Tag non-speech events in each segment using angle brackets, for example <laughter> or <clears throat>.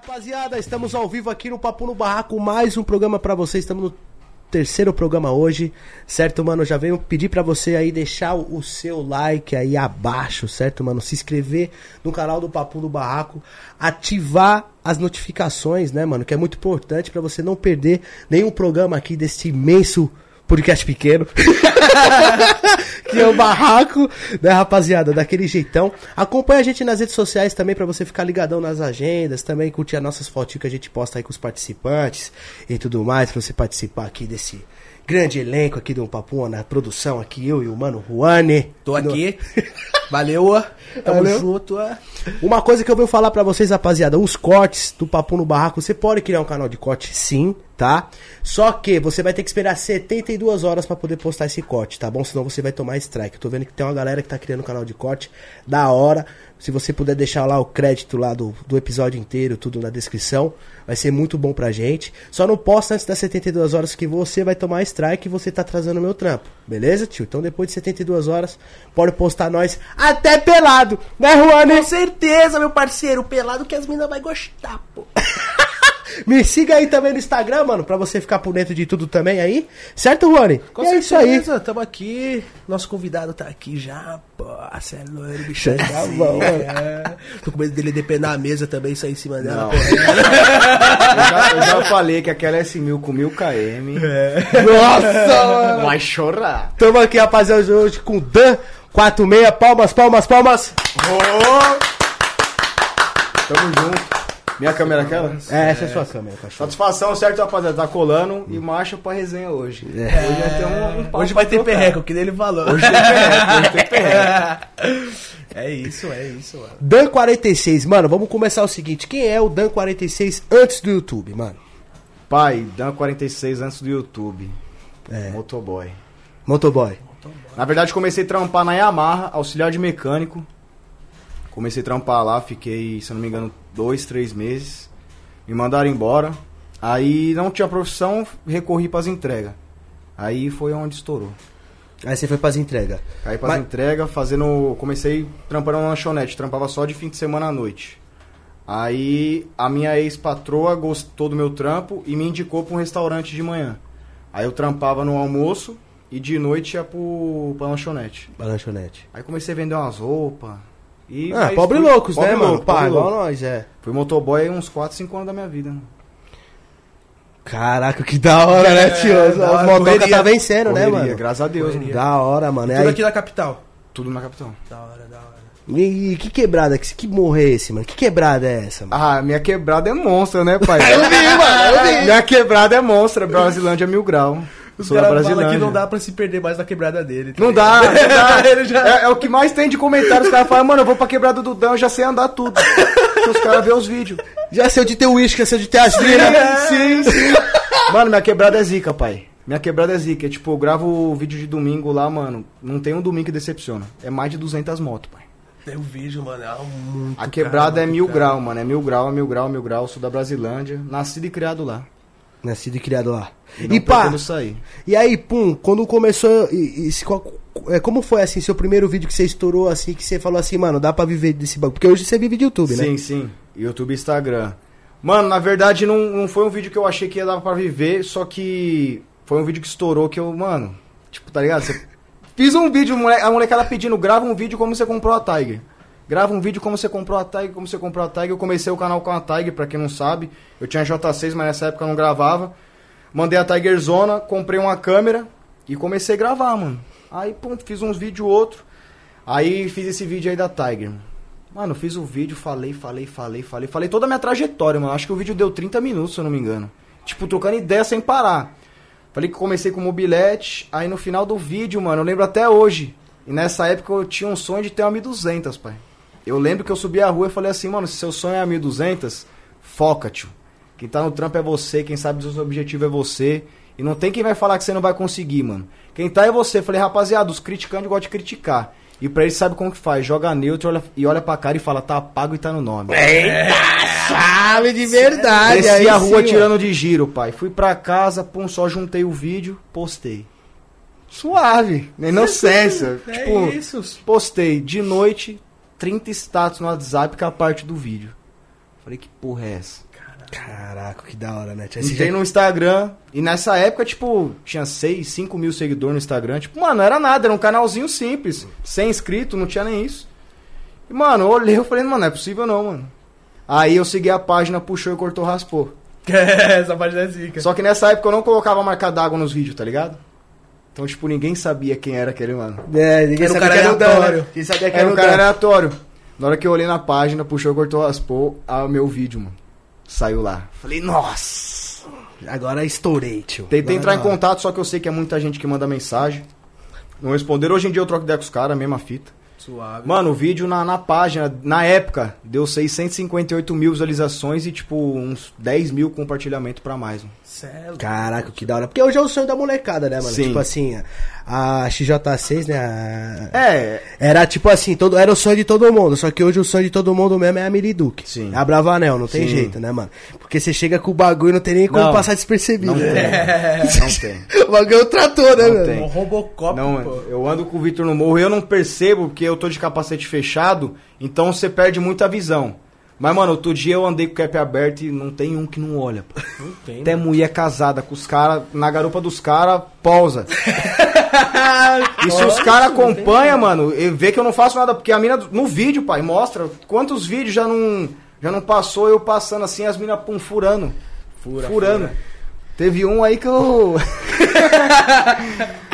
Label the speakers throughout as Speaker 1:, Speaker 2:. Speaker 1: Rapaziada, estamos ao vivo aqui no Papo no Barraco, mais um programa pra vocês. Estamos no terceiro programa hoje, certo, mano? Já venho pedir pra você aí deixar o seu like aí abaixo, certo, mano? Se inscrever no canal do Papo no Barraco, ativar as notificações, né, mano? Que é muito importante pra você não perder nenhum programa aqui desse imenso podcast pequeno. <laughs> que é o barraco, né, rapaziada? Daquele jeitão. Acompanha a gente nas redes sociais também pra você ficar ligadão nas agendas, também curtir as nossas fotinhas que a gente posta aí com os participantes e tudo mais, pra você participar aqui desse grande elenco aqui do Papo na produção aqui, eu e o mano Juane.
Speaker 2: Tô aqui. Valeu, ó. Tamo
Speaker 1: Valeu.
Speaker 2: junto, ó.
Speaker 1: Uma coisa que eu venho falar pra vocês, rapaziada, os cortes do Papo no Barraco, você pode criar um canal de corte, sim, tá? Só que você vai ter que esperar 72 horas pra poder postar esse corte, tá bom? Senão você vai tomar strike. Eu tô vendo que tem uma galera que tá criando um canal de corte da hora. Se você puder deixar lá o crédito lá do, do episódio inteiro, tudo na descrição, vai ser muito bom pra gente. Só não posta antes das 72 horas que você vai tomar strike e você tá atrasando o meu trampo, beleza, tio? Então depois de 72 horas, pode postar nós até pelado, né, Juan?
Speaker 2: Com certeza, meu parceiro. Pelado que as minas vai gostar, pô.
Speaker 3: É
Speaker 1: Me siga aí também no Instagram, mano, pra você ficar por dentro de tudo também aí. Certo, Rony?
Speaker 2: Com
Speaker 1: é isso aí.
Speaker 2: certeza, Tamo aqui. Nosso convidado tá aqui já, pô. Cê é loiro, bicho.
Speaker 3: <laughs>
Speaker 1: Tá bom,
Speaker 2: é. Tô com medo dele depenar a mesa também e sair em cima dela,
Speaker 3: Não.
Speaker 2: pô.
Speaker 3: Eu já, eu já falei que aquela S1000 com 1000km
Speaker 1: Nossa,
Speaker 3: <laughs>
Speaker 1: mano.
Speaker 3: vai chorar.
Speaker 1: Tamo aqui, rapaziada, hoje com o Dan 46. Palmas, palmas, palmas.
Speaker 3: Tamo junto. Minha câmera é aquela?
Speaker 1: É, essa é a sua câmera, cachorro.
Speaker 3: Satisfação, certo, rapaziada? Tá colando e marcha pra resenha hoje. Hoje vai ter um, um papo
Speaker 2: Hoje vai
Speaker 3: pra
Speaker 2: ter
Speaker 3: trocar.
Speaker 2: perreco, que nem ele falou.
Speaker 3: Hoje tem perreco, hoje tem perreco.
Speaker 2: <laughs> É isso, é isso, mano.
Speaker 1: Dan 46, mano, vamos começar o seguinte. Quem é o Dan 46 antes do YouTube, mano?
Speaker 3: Pai, Dan 46 antes do YouTube.
Speaker 1: É.
Speaker 3: Motoboy.
Speaker 1: Motoboy.
Speaker 3: Na verdade, comecei a trampar na Yamaha, auxiliar de mecânico. Comecei a trampar lá, fiquei, se eu não me engano, dois, três meses. Me mandaram embora. Aí não tinha profissão, recorri pras entregas. Aí foi onde estourou.
Speaker 1: Aí você foi pras entregas.
Speaker 3: Caí pras
Speaker 1: Mas-
Speaker 3: entregas, fazendo. Comecei trampando na lanchonete, trampava só de fim de semana à noite. Aí a minha ex-patroa gostou do meu trampo e me indicou pra um restaurante de manhã. Aí eu trampava no almoço e de noite ia pro, pra lanchonete.
Speaker 1: Pra lanchonete.
Speaker 3: Aí comecei a vender umas roupas. E
Speaker 1: Ah,
Speaker 3: aí
Speaker 1: pobre
Speaker 3: fui-
Speaker 1: loucos,
Speaker 3: É, pobre
Speaker 1: né, mano?
Speaker 3: louco,
Speaker 1: Pá,
Speaker 3: pobre
Speaker 1: igual
Speaker 3: louco.
Speaker 1: nós, é.
Speaker 3: Fui motoboy uns 4, 5 anos da minha vida.
Speaker 1: Caraca, que da hora, né, tio?
Speaker 2: É,
Speaker 1: As
Speaker 2: da hora,
Speaker 1: motoca
Speaker 2: correria.
Speaker 1: tá vencendo, né,
Speaker 3: Correria,
Speaker 1: mano?
Speaker 3: Graças a Deus, mano.
Speaker 1: Da hora, mano. É
Speaker 2: Tudo
Speaker 1: aí-
Speaker 2: aqui na capital.
Speaker 3: Tudo na capital.
Speaker 2: Da hora, da hora.
Speaker 1: E, e que quebrada, que, que morro é esse, mano? Que quebrada é essa, mano?
Speaker 3: Ah, minha quebrada é monstra, né, pai? <laughs> eu vi, mano, eu vi. Minha quebrada é monstra, Brasilândia mil grau.
Speaker 2: Os
Speaker 3: Sou da
Speaker 2: caras falam
Speaker 3: Brasilândia.
Speaker 2: que não dá pra se perder mais na quebrada dele. tá
Speaker 3: Não dá,
Speaker 2: ligado?
Speaker 3: não <laughs> dá.
Speaker 2: Ele já-
Speaker 3: É, é o que mais tem de comentários. Os caras falam, mano, eu vou pra quebrada do Dudão, eu já sei andar tudo. <laughs> Porque os caras vê os vídeos.
Speaker 1: Já sei de ter uísque, já sei de ter aspirina.
Speaker 3: Sim, sim. <laughs> Mano, minha quebrada é zica, pai. Minha quebrada é zica. É, Tipo, eu gravo vídeo de domingo lá, mano. Não tem um domingo que decepciona. É mais de 200 motos, pai.
Speaker 2: Eu vejo, mano. É muito
Speaker 3: A quebrada
Speaker 2: cara,
Speaker 3: é
Speaker 2: muito
Speaker 3: mil
Speaker 2: cara.
Speaker 3: grau, mano. É mil grau, é mil grau, mil grau. Sou da Brasilândia. Nascido e criado lá.
Speaker 1: <laughs> Nascido e criado lá.
Speaker 3: não
Speaker 1: E pá,
Speaker 3: pretendo sair.
Speaker 1: e aí, pum, quando começou. E, e se qual- é, como foi assim, seu primeiro vídeo que você estourou assim, que você falou assim, mano, dá pra viver desse bagulho? Porque hoje você vive de YouTube, né?
Speaker 3: Sim, sim. YouTube e Instagram. Mano, na verdade, não, não foi um vídeo que eu achei que ia dar pra viver, só que foi um vídeo que estourou que eu, mano, tipo, tá ligado? Você- <laughs> Fiz um vídeo, mole- a molecada pedindo, grava um vídeo como você comprou a Tiger. Grava um vídeo como você comprou a Tiger, como você comprou a Tiger. Eu comecei o canal com a Tiger, pra quem não sabe. Eu tinha J6, mas nessa época eu não gravava. Mandei a Tiger Zona, comprei uma câmera e comecei a gravar, mano. Aí, pum, fiz uns vídeos, outro. Aí fiz esse vídeo aí da Tiger, mano. Mano, eu fiz o vídeo, falei, falei, falei, falei, falei toda a minha trajetória, mano. Acho que o vídeo deu 30 minutos, se eu não me engano. Tipo, trocando ideia sem parar. Falei que comecei com mobilete, aí no final do vídeo, mano, eu lembro até hoje. E nessa época eu tinha um sonho de ter uma 1200, pai. Eu lembro que eu subi a rua e falei assim, mano, se seu sonho é a 1200, foca, tio. Quem tá no trampo é você, quem sabe dos seus objetivos é você. E não tem quem vai falar que você não vai conseguir, mano. Quem tá é você. Falei, rapaziada, os criticantes gostam de criticar. E pra eles sabe como que faz. Joga neutro olha, e olha pra cara e fala, tá pago e tá no nome.
Speaker 1: Sabe de verdade,
Speaker 3: Desci
Speaker 1: É, aí
Speaker 3: a rua
Speaker 1: sim, ó.
Speaker 3: tirando de giro, pai. Fui pra casa, pum, só juntei o vídeo, postei. Suave, na inocência.
Speaker 2: É
Speaker 3: tipo,
Speaker 2: isso.
Speaker 3: é postei de noite 30 status no WhatsApp com a parte do vídeo. Falei, que porra é essa?
Speaker 1: Caraca, que da hora, né? Tia? Esse
Speaker 3: Entrei
Speaker 1: dia-
Speaker 3: no Instagram e nessa época, tipo, tinha 6, 5 mil seguidores no Instagram. Tipo, mano, era nada, era um canalzinho simples, sem inscrito, não tinha nem isso. E, mano, eu olhei eu falei, mano, não é possível não, mano. Aí eu segui a página, puxou e cortou, raspou.
Speaker 2: Essa página é zica.
Speaker 3: Só que nessa época eu não colocava marca d'água nos vídeos, tá ligado? Então, tipo, ninguém sabia quem era aquele, mano.
Speaker 1: É, ninguém
Speaker 2: Era um
Speaker 1: sabia
Speaker 2: cara
Speaker 1: que era o
Speaker 2: aleatório.
Speaker 1: Dan. Quem sabia É que
Speaker 3: Era
Speaker 1: era
Speaker 3: um
Speaker 1: o
Speaker 3: cara
Speaker 1: Dan.
Speaker 3: aleatório. Na hora que eu olhei na página, puxou, cortou, raspou, ah, meu vídeo, mano. Saiu lá. Falei, nossa.
Speaker 1: Agora estourei, tio.
Speaker 3: Tentei
Speaker 1: Agora
Speaker 3: entrar em
Speaker 1: não.
Speaker 3: contato, só que eu sei que é muita gente que manda mensagem. Não responderam. Hoje em dia eu troco ideia com os caras, mesma fita.
Speaker 2: Suave.
Speaker 3: Mano, o vídeo na, na página, na época, deu 658 mil visualizações e, tipo, uns 10 mil compartilhamento pra mais. Mano.
Speaker 2: Cê é louco.
Speaker 1: Caraca, que da hora. Porque hoje é o sonho da molecada, né, mano?
Speaker 3: Sim.
Speaker 1: Tipo assim, a XJ6, né? a-
Speaker 3: É,
Speaker 1: Era tipo assim, todo, era o sonho de todo mundo. Só que hoje o sonho de todo mundo mesmo é a Miri Duque.
Speaker 3: Sim.
Speaker 1: É a Bravanel, não tem
Speaker 3: Sim.
Speaker 1: jeito, né, mano? Porque você chega com o bagulho e não tem nem como
Speaker 3: Não.
Speaker 1: passar despercebido. <laughs>
Speaker 3: não tem.
Speaker 1: né?
Speaker 3: <laughs> Não tem.
Speaker 1: O bagulho é um trator, né,
Speaker 3: Não
Speaker 1: mano?
Speaker 3: tem.
Speaker 2: Um Robocop,
Speaker 3: Não,
Speaker 2: pô.
Speaker 3: eu ando com o Vitor no morro e eu não percebo porque eu tô de capacete fechado, então você perde muita visão. Mas, mano, outro dia eu andei com o cap aberto e não tem um que não olha, pô.
Speaker 2: Não tem. <laughs>
Speaker 3: Até mulher casada com os caras, na garupa dos caras, pausa. E se os caras acompanham, mano, e vê que eu não faço nada, porque a mina do- no vídeo, pai, mostra quantos vídeos já não já não passou eu passando assim, as minas pum, furando.
Speaker 2: Fura,
Speaker 3: furando. Teve um aí que eu. <laughs>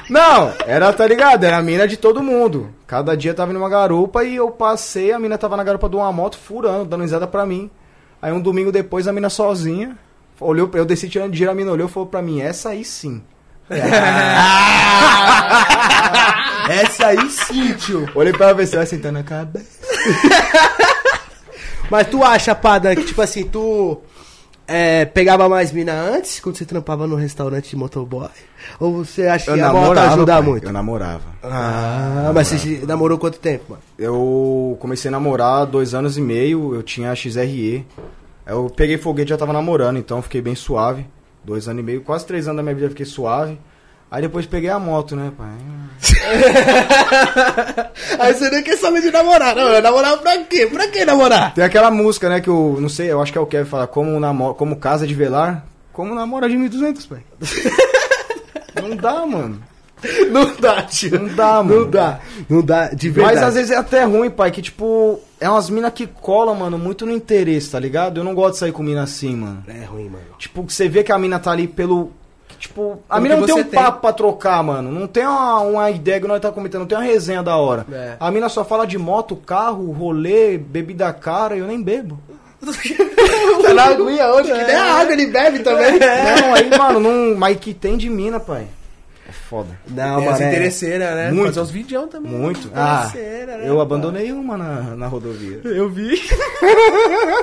Speaker 3: não, era, tá ligado? Era a mina de todo mundo. Cada dia tava numa garupa e eu passei, a mina tava na garupa de uma moto furando, dando risada pra mim. Aí um domingo depois a mina sozinha. Olhou, pra- eu desci tirando dinheiro, a mina olhou e falou pra mim, essa aí sim.
Speaker 2: Essa aí sim, tio.
Speaker 3: Olhei pra ela ver se ela sentando a cabeça.
Speaker 1: Mas tu acha, Padan, que tipo assim, tu é, pegava mais mina antes, quando você trampava no restaurante de motoboy? Ou você acha que a moto ajuda
Speaker 3: pai,
Speaker 1: muito?
Speaker 3: Eu namorava.
Speaker 1: Ah, mas você namorou quanto tempo, mano?
Speaker 3: Eu comecei a namorar há dois anos e meio, eu tinha a XRE. Eu peguei foguete já tava namorando, então eu fiquei bem suave. Dois anos e meio, quase três anos da minha vida eu fiquei suave. Aí depois peguei a moto, né, pai?
Speaker 1: Aí você nem quer saber de namorar, não. Namorar pra quê? Pra que namorar?
Speaker 3: Tem aquela música, né, que eu não sei, eu acho que é o Kevin fala, como, namo como casa de velar, como namora de 1200, pai. <laughs> não dá, mano.
Speaker 1: Não dá, tio.
Speaker 3: Não dá, mano.
Speaker 1: Não dá. Não dá, de verdade.
Speaker 3: Mas às vezes é até ruim, pai, que tipo, é umas minas que colam, mano, muito no interesse, tá ligado? Eu não gosto de sair com mina assim, mano.
Speaker 1: É ruim, mano.
Speaker 3: Tipo, que você vê que a mina tá ali pelo. Tipo, a
Speaker 2: Pelo
Speaker 3: mina
Speaker 2: que
Speaker 3: não tem
Speaker 2: você
Speaker 3: um
Speaker 2: tem.
Speaker 3: papo pra trocar, mano. Não tem uma, uma ideia que nós tá comentando, não tem uma resenha da hora.
Speaker 2: É.
Speaker 3: A mina só fala de moto, carro, rolê, bebida cara, e eu nem bebo.
Speaker 1: Tá na aguinha hoje, que nem a água ele bebe também.
Speaker 2: É.
Speaker 3: Não, aí, mano, não. Mas que tem de mina, pai? É foda.
Speaker 1: Não,
Speaker 2: Tem as
Speaker 1: mano. é-
Speaker 2: interesseiras, né?
Speaker 3: Muito.
Speaker 2: Fazer uns videão também.
Speaker 3: Muito. Ah,
Speaker 2: Interesseira, né,
Speaker 3: eu abandonei uma na, na rodovia.
Speaker 2: Eu
Speaker 3: <laughs>
Speaker 2: vi.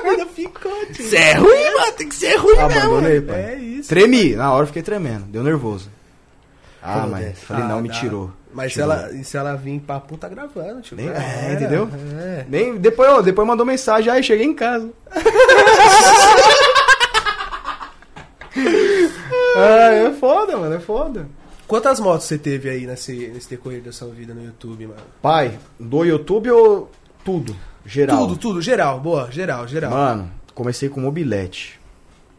Speaker 2: Ainda ficou, tio.
Speaker 1: Isso é ruim, mano. Tem que ser ruim mesmo.
Speaker 3: Ah, Abandonei, pai.
Speaker 2: É isso.
Speaker 3: Tremi, na hora eu fiquei tremendo, deu nervoso. Ah,
Speaker 1: Falou
Speaker 3: mas
Speaker 1: dessa.
Speaker 3: falei, não,
Speaker 2: Ah,
Speaker 3: me
Speaker 2: dá.
Speaker 3: tirou.
Speaker 2: Mas se
Speaker 3: Tirou.
Speaker 2: ela, e se ela vir em papo, tá gravando, tio.
Speaker 3: Nem-
Speaker 2: Já
Speaker 3: é,
Speaker 2: era.
Speaker 3: entendeu?
Speaker 2: É.
Speaker 3: Nem, depois, ó, depois mandou mensagem, aí cheguei
Speaker 2: <laughs>
Speaker 3: em casa.
Speaker 2: Ah,
Speaker 3: é, é foda, mano, é foda.
Speaker 2: Quantas motos você teve aí nesse, nesse decorrer da sua vida no YouTube, mano?
Speaker 3: Pai, do YouTube ou tudo? Geral.
Speaker 2: Tudo, tudo, geral, boa, geral, geral.
Speaker 3: Mano, comecei com mobilete.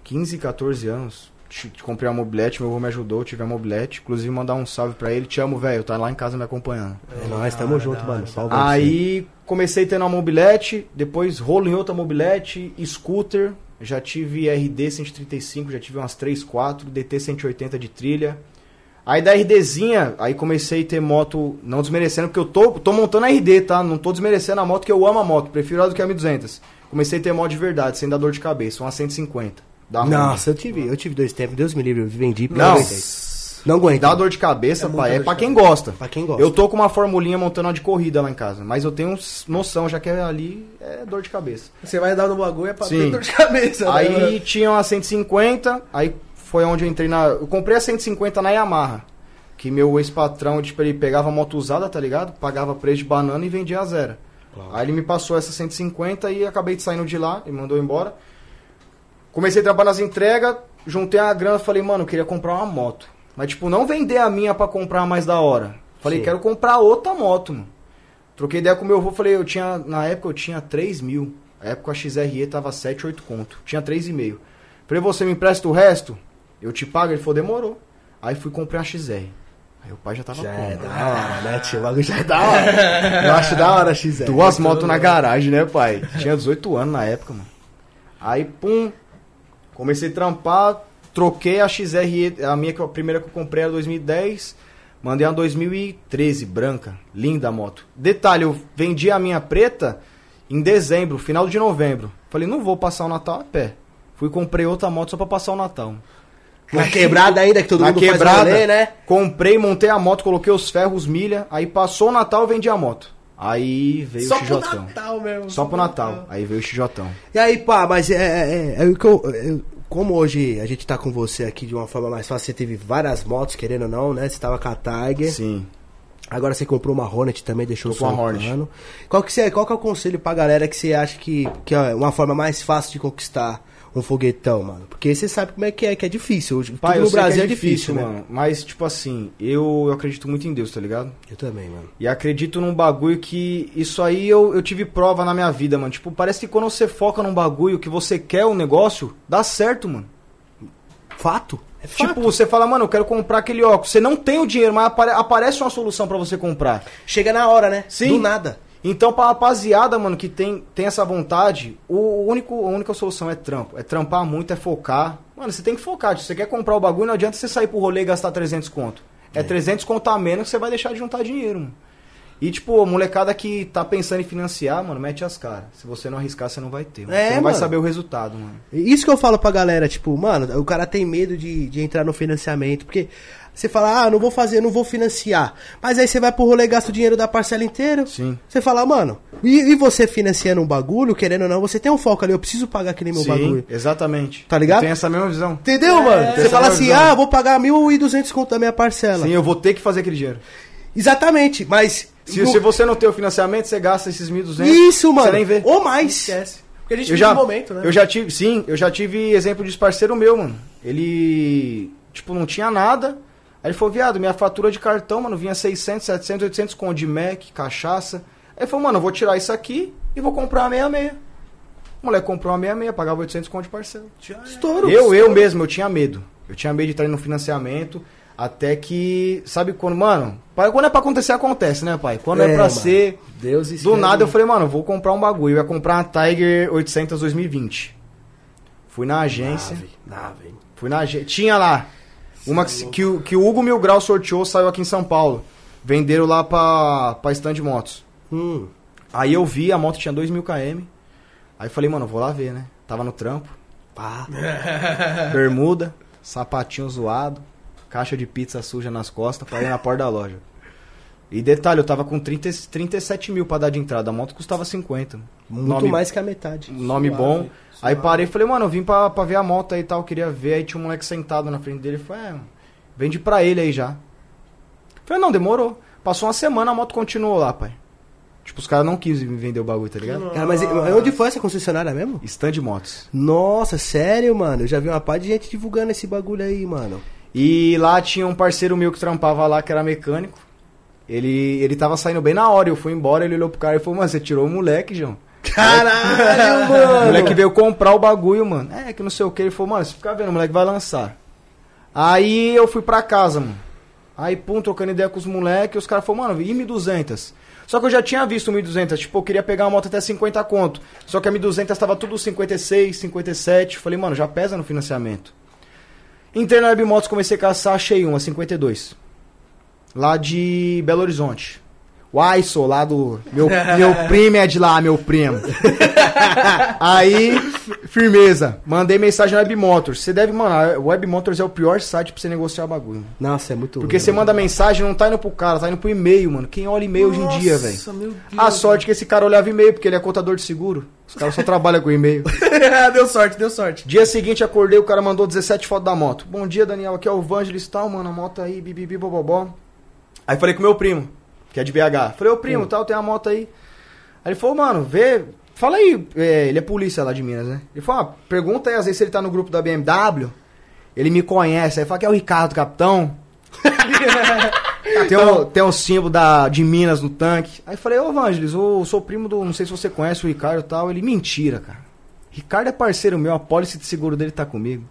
Speaker 3: 15, 14 anos. T- Comprei uma mobilete, meu avô me ajudou, tive a mobilete. Inclusive, mandar um salve pra ele. Te amo, velho. Tá lá em casa me acompanhando.
Speaker 1: É nóis, tamo junto, mano. Salve
Speaker 3: Aí comecei tendo uma mobilete, depois rolo em outra mobilete, scooter, já tive RD 135, já tive umas 3, 4, DT 180 de trilha. Aí da RDzinha, aí comecei a ter moto, não desmerecendo, porque eu tô, tô montando a RD, tá? Não tô desmerecendo a moto, que eu amo a moto, prefiro ela do que a 1200. Comecei a ter moto de verdade, sem dar dor de cabeça, uma 150. Da Honda.
Speaker 1: Nossa, eu tive, eu tive dois tempos, Deus me livre, eu vendi porque Tá
Speaker 3: Não.
Speaker 1: não aguentei. Não aguentei.
Speaker 3: Dá dor de cabeça,
Speaker 2: É muita
Speaker 3: pai, é
Speaker 2: dor de
Speaker 3: pra quem gosta.
Speaker 1: Pra quem gosta.
Speaker 3: Eu tô com uma formulinha montando uma de corrida lá em casa, mas eu tenho noção, já que é ali é dor de cabeça.
Speaker 2: Você vai dar no bagulho é pra
Speaker 3: Sim.
Speaker 2: ter dor de cabeça, né,
Speaker 3: Aí
Speaker 2: mano?
Speaker 3: tinha uma 150, aí foi onde eu entrei na. Eu comprei a 150 na Yamaha. Que meu ex-patrão, tipo, ele pegava moto usada, tá ligado? Pagava preço de banana e vendia a zero. Aí ele me passou essa 150 e acabei de saindo de lá e mandou embora. Comecei a trabalhar nas entregas, juntei a grana falei, mano, eu queria comprar uma moto. Mas, tipo, não vender a minha pra comprar a mais da hora. Falei,
Speaker 1: Sim.
Speaker 3: quero comprar outra moto, mano. Troquei ideia com meu avô, falei, eu tinha. Na época eu tinha 3 mil. Na época a XRE tava 7, 8 conto. Tinha 3,5. Falei, você me empresta o resto? Eu te pago? Ele falou, demorou. Aí fui comprar a XR. Aí o pai já tava
Speaker 1: Já
Speaker 3: como?
Speaker 1: é da hora, né, tio? O bagulho já é da <laughs> hora. Eu acho da hora, é. XR.
Speaker 3: Duas motos na garagem, né, pai? Tinha 18 anos na época, mano. Aí, pum, comecei a trampar, troquei a XRE, a minha que eu- a primeira que eu comprei era 2010, mandei uma 2013 branca, linda a moto. Detalhe, eu vendi a minha preta em dezembro, final de novembro. Falei, não vou passar o Natal a pé. Fui e comprei outra moto só pra passar o Natal.
Speaker 1: Na quebrada ainda, que todo
Speaker 3: Na
Speaker 1: mundo
Speaker 3: quebrada.
Speaker 1: faz rolê, né?
Speaker 3: Comprei, montei a moto, coloquei os ferros, milha, aí passou o Natal, eu vendi a moto. Aí veio o
Speaker 2: pro
Speaker 3: Xijotão.
Speaker 2: Natal mesmo.
Speaker 3: Só pro Natal. Aí veio o Xijotão.
Speaker 1: E aí, pá, mas é, é- é- é o que eu, eu- Como hoje a gente tá com você aqui de uma forma mais fácil, você teve várias motos, querendo ou não, né? Você tava com a Tiger.
Speaker 3: Sim.
Speaker 1: Agora você comprou uma Hornet também, deixou
Speaker 3: Comprou
Speaker 1: no
Speaker 3: uma Hornet.
Speaker 1: Hornet. Qual que, você, qual que é o conselho pra galera que você acha que, que é uma forma mais fácil de conquistar um foguetão, mano? Porque você sabe como é que é, que é difícil. Hoje,
Speaker 3: Pai,
Speaker 1: tudo
Speaker 3: eu
Speaker 1: no
Speaker 3: sei que
Speaker 1: Brasil né?
Speaker 3: é difícil, mano. Mas, tipo assim, eu, eu acredito muito em Deus, tá ligado?
Speaker 1: Eu também, mano.
Speaker 3: E acredito num bagulho que. Isso aí eu, eu tive prova na minha vida, mano. Tipo, parece que quando você foca num bagulho que você quer um negócio, dá certo, mano.
Speaker 1: Fato? É fato.
Speaker 3: Tipo, você fala, mano, eu quero comprar aquele óculos. Você não tem o dinheiro, mas apare- aparece uma solução pra você comprar.
Speaker 1: Chega na hora, né?
Speaker 3: Sim.
Speaker 1: Do nada.
Speaker 3: Então, pra rapaziada, mano, que tem, tem essa vontade, o o único, a única solução é trampo. É trampar muito, é focar. Mano, você tem que focar. Se você quer comprar o bagulho, não adianta você sair pro rolê e gastar 300 conto. É, 300 conto a menos que você vai deixar de juntar dinheiro, mano. E, tipo, a molecada que tá pensando em financiar, mano, mete as caras. Se você não arriscar, você não vai ter. mano.
Speaker 1: É,
Speaker 3: você não vai
Speaker 1: mano.
Speaker 3: saber o resultado, mano.
Speaker 1: Isso que eu falo pra galera, tipo, mano, o cara tem medo de, de entrar no financiamento, porque você fala, ah, não vou fazer, não vou financiar. Mas aí você vai pro rolê, gasta o dinheiro da parcela inteira.
Speaker 3: Sim.
Speaker 1: Você fala, mano, e, e você financiando um bagulho, querendo ou não, você tem um foco ali, eu preciso pagar aquele meu bagulho.
Speaker 3: exatamente.
Speaker 1: Tá ligado?
Speaker 3: Tem essa mesma visão.
Speaker 1: Entendeu, mano? Você
Speaker 3: Essa
Speaker 1: fala
Speaker 3: é a
Speaker 1: assim,
Speaker 3: visão.
Speaker 1: ah, vou pagar 1.200 conto da minha parcela.
Speaker 3: Sim, eu vou ter que fazer aquele dinheiro.
Speaker 1: Exatamente, mas...
Speaker 3: Se,
Speaker 1: no-
Speaker 3: se você não tem o financiamento, você gasta esses 1.200.
Speaker 1: Isso,
Speaker 3: Você
Speaker 1: mano,
Speaker 3: nem vê. É.
Speaker 1: ou mais.
Speaker 2: Esquece. Porque a gente
Speaker 3: eu
Speaker 2: vive
Speaker 3: já,
Speaker 2: um momento, né?
Speaker 3: Eu já tive, sim, eu já tive exemplo de parceiro meu, mano. Ele, tipo, não tinha nada. Aí ele falou, viado, minha fatura de cartão, mano, vinha 600, 700, 800 com de Mac, cachaça. Aí ele falou, mano, eu vou tirar isso aqui e vou comprar a 66. O moleque comprou a 66, pagava 800 com de parcela.
Speaker 2: Já é.
Speaker 1: Estouro.
Speaker 3: Eu, eu mesmo, eu tinha medo. Eu tinha medo de estar no financiamento. Até que, sabe quando, mano? pai, Quando é pra acontecer, acontece, né, pai? Quando é,
Speaker 1: É,
Speaker 3: pra
Speaker 1: mano.
Speaker 3: ser.
Speaker 2: Deus
Speaker 3: Do
Speaker 2: escreve.
Speaker 3: nada eu falei, mano, vou comprar um bagulho. Eu ia comprar uma Tiger 800 2020. Fui na agência.
Speaker 1: Nave, nave.
Speaker 3: Fui na agência. Tinha lá. Uma que, se- que, o- que o Hugo Mil Grau sorteou, saiu aqui em São Paulo. Venderam lá pra, pra Stand Motos.
Speaker 1: Hum,
Speaker 3: Aí eu vi, a moto tinha 2000 km. Aí falei, mano, vou lá ver, né? Tava no trampo.
Speaker 1: pá.
Speaker 3: É.
Speaker 1: É.
Speaker 3: Bermuda, sapatinho zoado, caixa de pizza suja nas costas, parei na porta da loja. E detalhe, eu tava com 30, e- 37 mil pra dar de entrada. A moto custava 50.
Speaker 1: Muito
Speaker 3: Nome-
Speaker 1: mais que a metade.
Speaker 3: nome
Speaker 2: Suave,
Speaker 3: bom. Aí
Speaker 2: suave.
Speaker 3: parei e falei, mano, eu vim pra, pra ver a moto aí e tal, queria ver. Aí tinha um moleque sentado na frente dele. Eu Falei, é, mano, vende pra ele aí já. Falei, não, demorou. Passou uma semana, a moto continuou lá, pai. Tipo, os caras não quis me vender o bagulho, tá ligado?
Speaker 1: Cara, mas e- onde foi essa concessionária mesmo?
Speaker 3: Stand Motos.
Speaker 1: Nossa, sério, mano? Eu já vi uma parte de gente divulgando esse bagulho aí, mano.
Speaker 3: E lá tinha um parceiro meu que trampava lá, que era mecânico. Ele, ele tava saindo bem na hora, eu fui embora, ele olhou pro cara e falou, mano, você tirou o moleque, João. <laughs>
Speaker 1: Caralho,
Speaker 3: O moleque veio comprar o bagulho, mano. É, que não sei o que. Ele falou, mano, se ficar vendo, o moleque vai lançar. Aí eu fui pra casa, mano. Aí, pum, trocando ideia com os moleques, os caras falaram, mano, e 1.200? Só que eu já tinha visto 1.200, tipo, eu queria pegar uma moto até 50 conto. Só que a 1.200 tava tudo 56, 57. Falei, mano, já pesa no financiamento. Entrei na Web Motos, comecei a caçar, achei uma, 52. Lá de Belo Horizonte. Uai, sou lá do. Meu, meu primo é de lá, meu primo. Aí, firmeza. Mandei mensagem na Web Motors. Você deve, mano, a Web Motors é o pior site pra você negociar bagulho.
Speaker 1: Nossa, é muito
Speaker 3: Porque
Speaker 1: ruim,
Speaker 3: você
Speaker 1: né?
Speaker 3: manda mensagem, não tá indo pro cara, tá indo pro e-mail, mano. Quem olha e-mail hoje em dia, velho?
Speaker 2: Nossa, meu Deus.
Speaker 3: A sorte é que esse cara olhava e-mail, porque ele é contador de seguro. Os caras só trabalham com e-mail.
Speaker 2: <laughs> deu sorte, deu sorte.
Speaker 3: Dia seguinte, acordei, o cara mandou 17 fotos da moto. Bom dia, Daniel, aqui é o Vangelis tal, mano, a moto aí, bibibi, bobobó. Aí falei com meu primo, que é de BH. Falei, ô primo, tal, tem a moto aí. Aí ele falou, mano, vê, fala aí, é, ele é polícia lá de Minas, né? Ele falou, ah, pergunta aí, às vezes, se ele tá no grupo da BMW, ele me conhece. Aí fala que é o Ricardo, capitão. <laughs> Tem o, tem o símbolo da, de Minas no tanque. Aí eu falei, ô Vangelis, eu sou primo do. Não sei se você conhece o Ricardo e tal. Ele, mentira, cara. Ricardo é parceiro meu, a pólice de seguro dele tá comigo.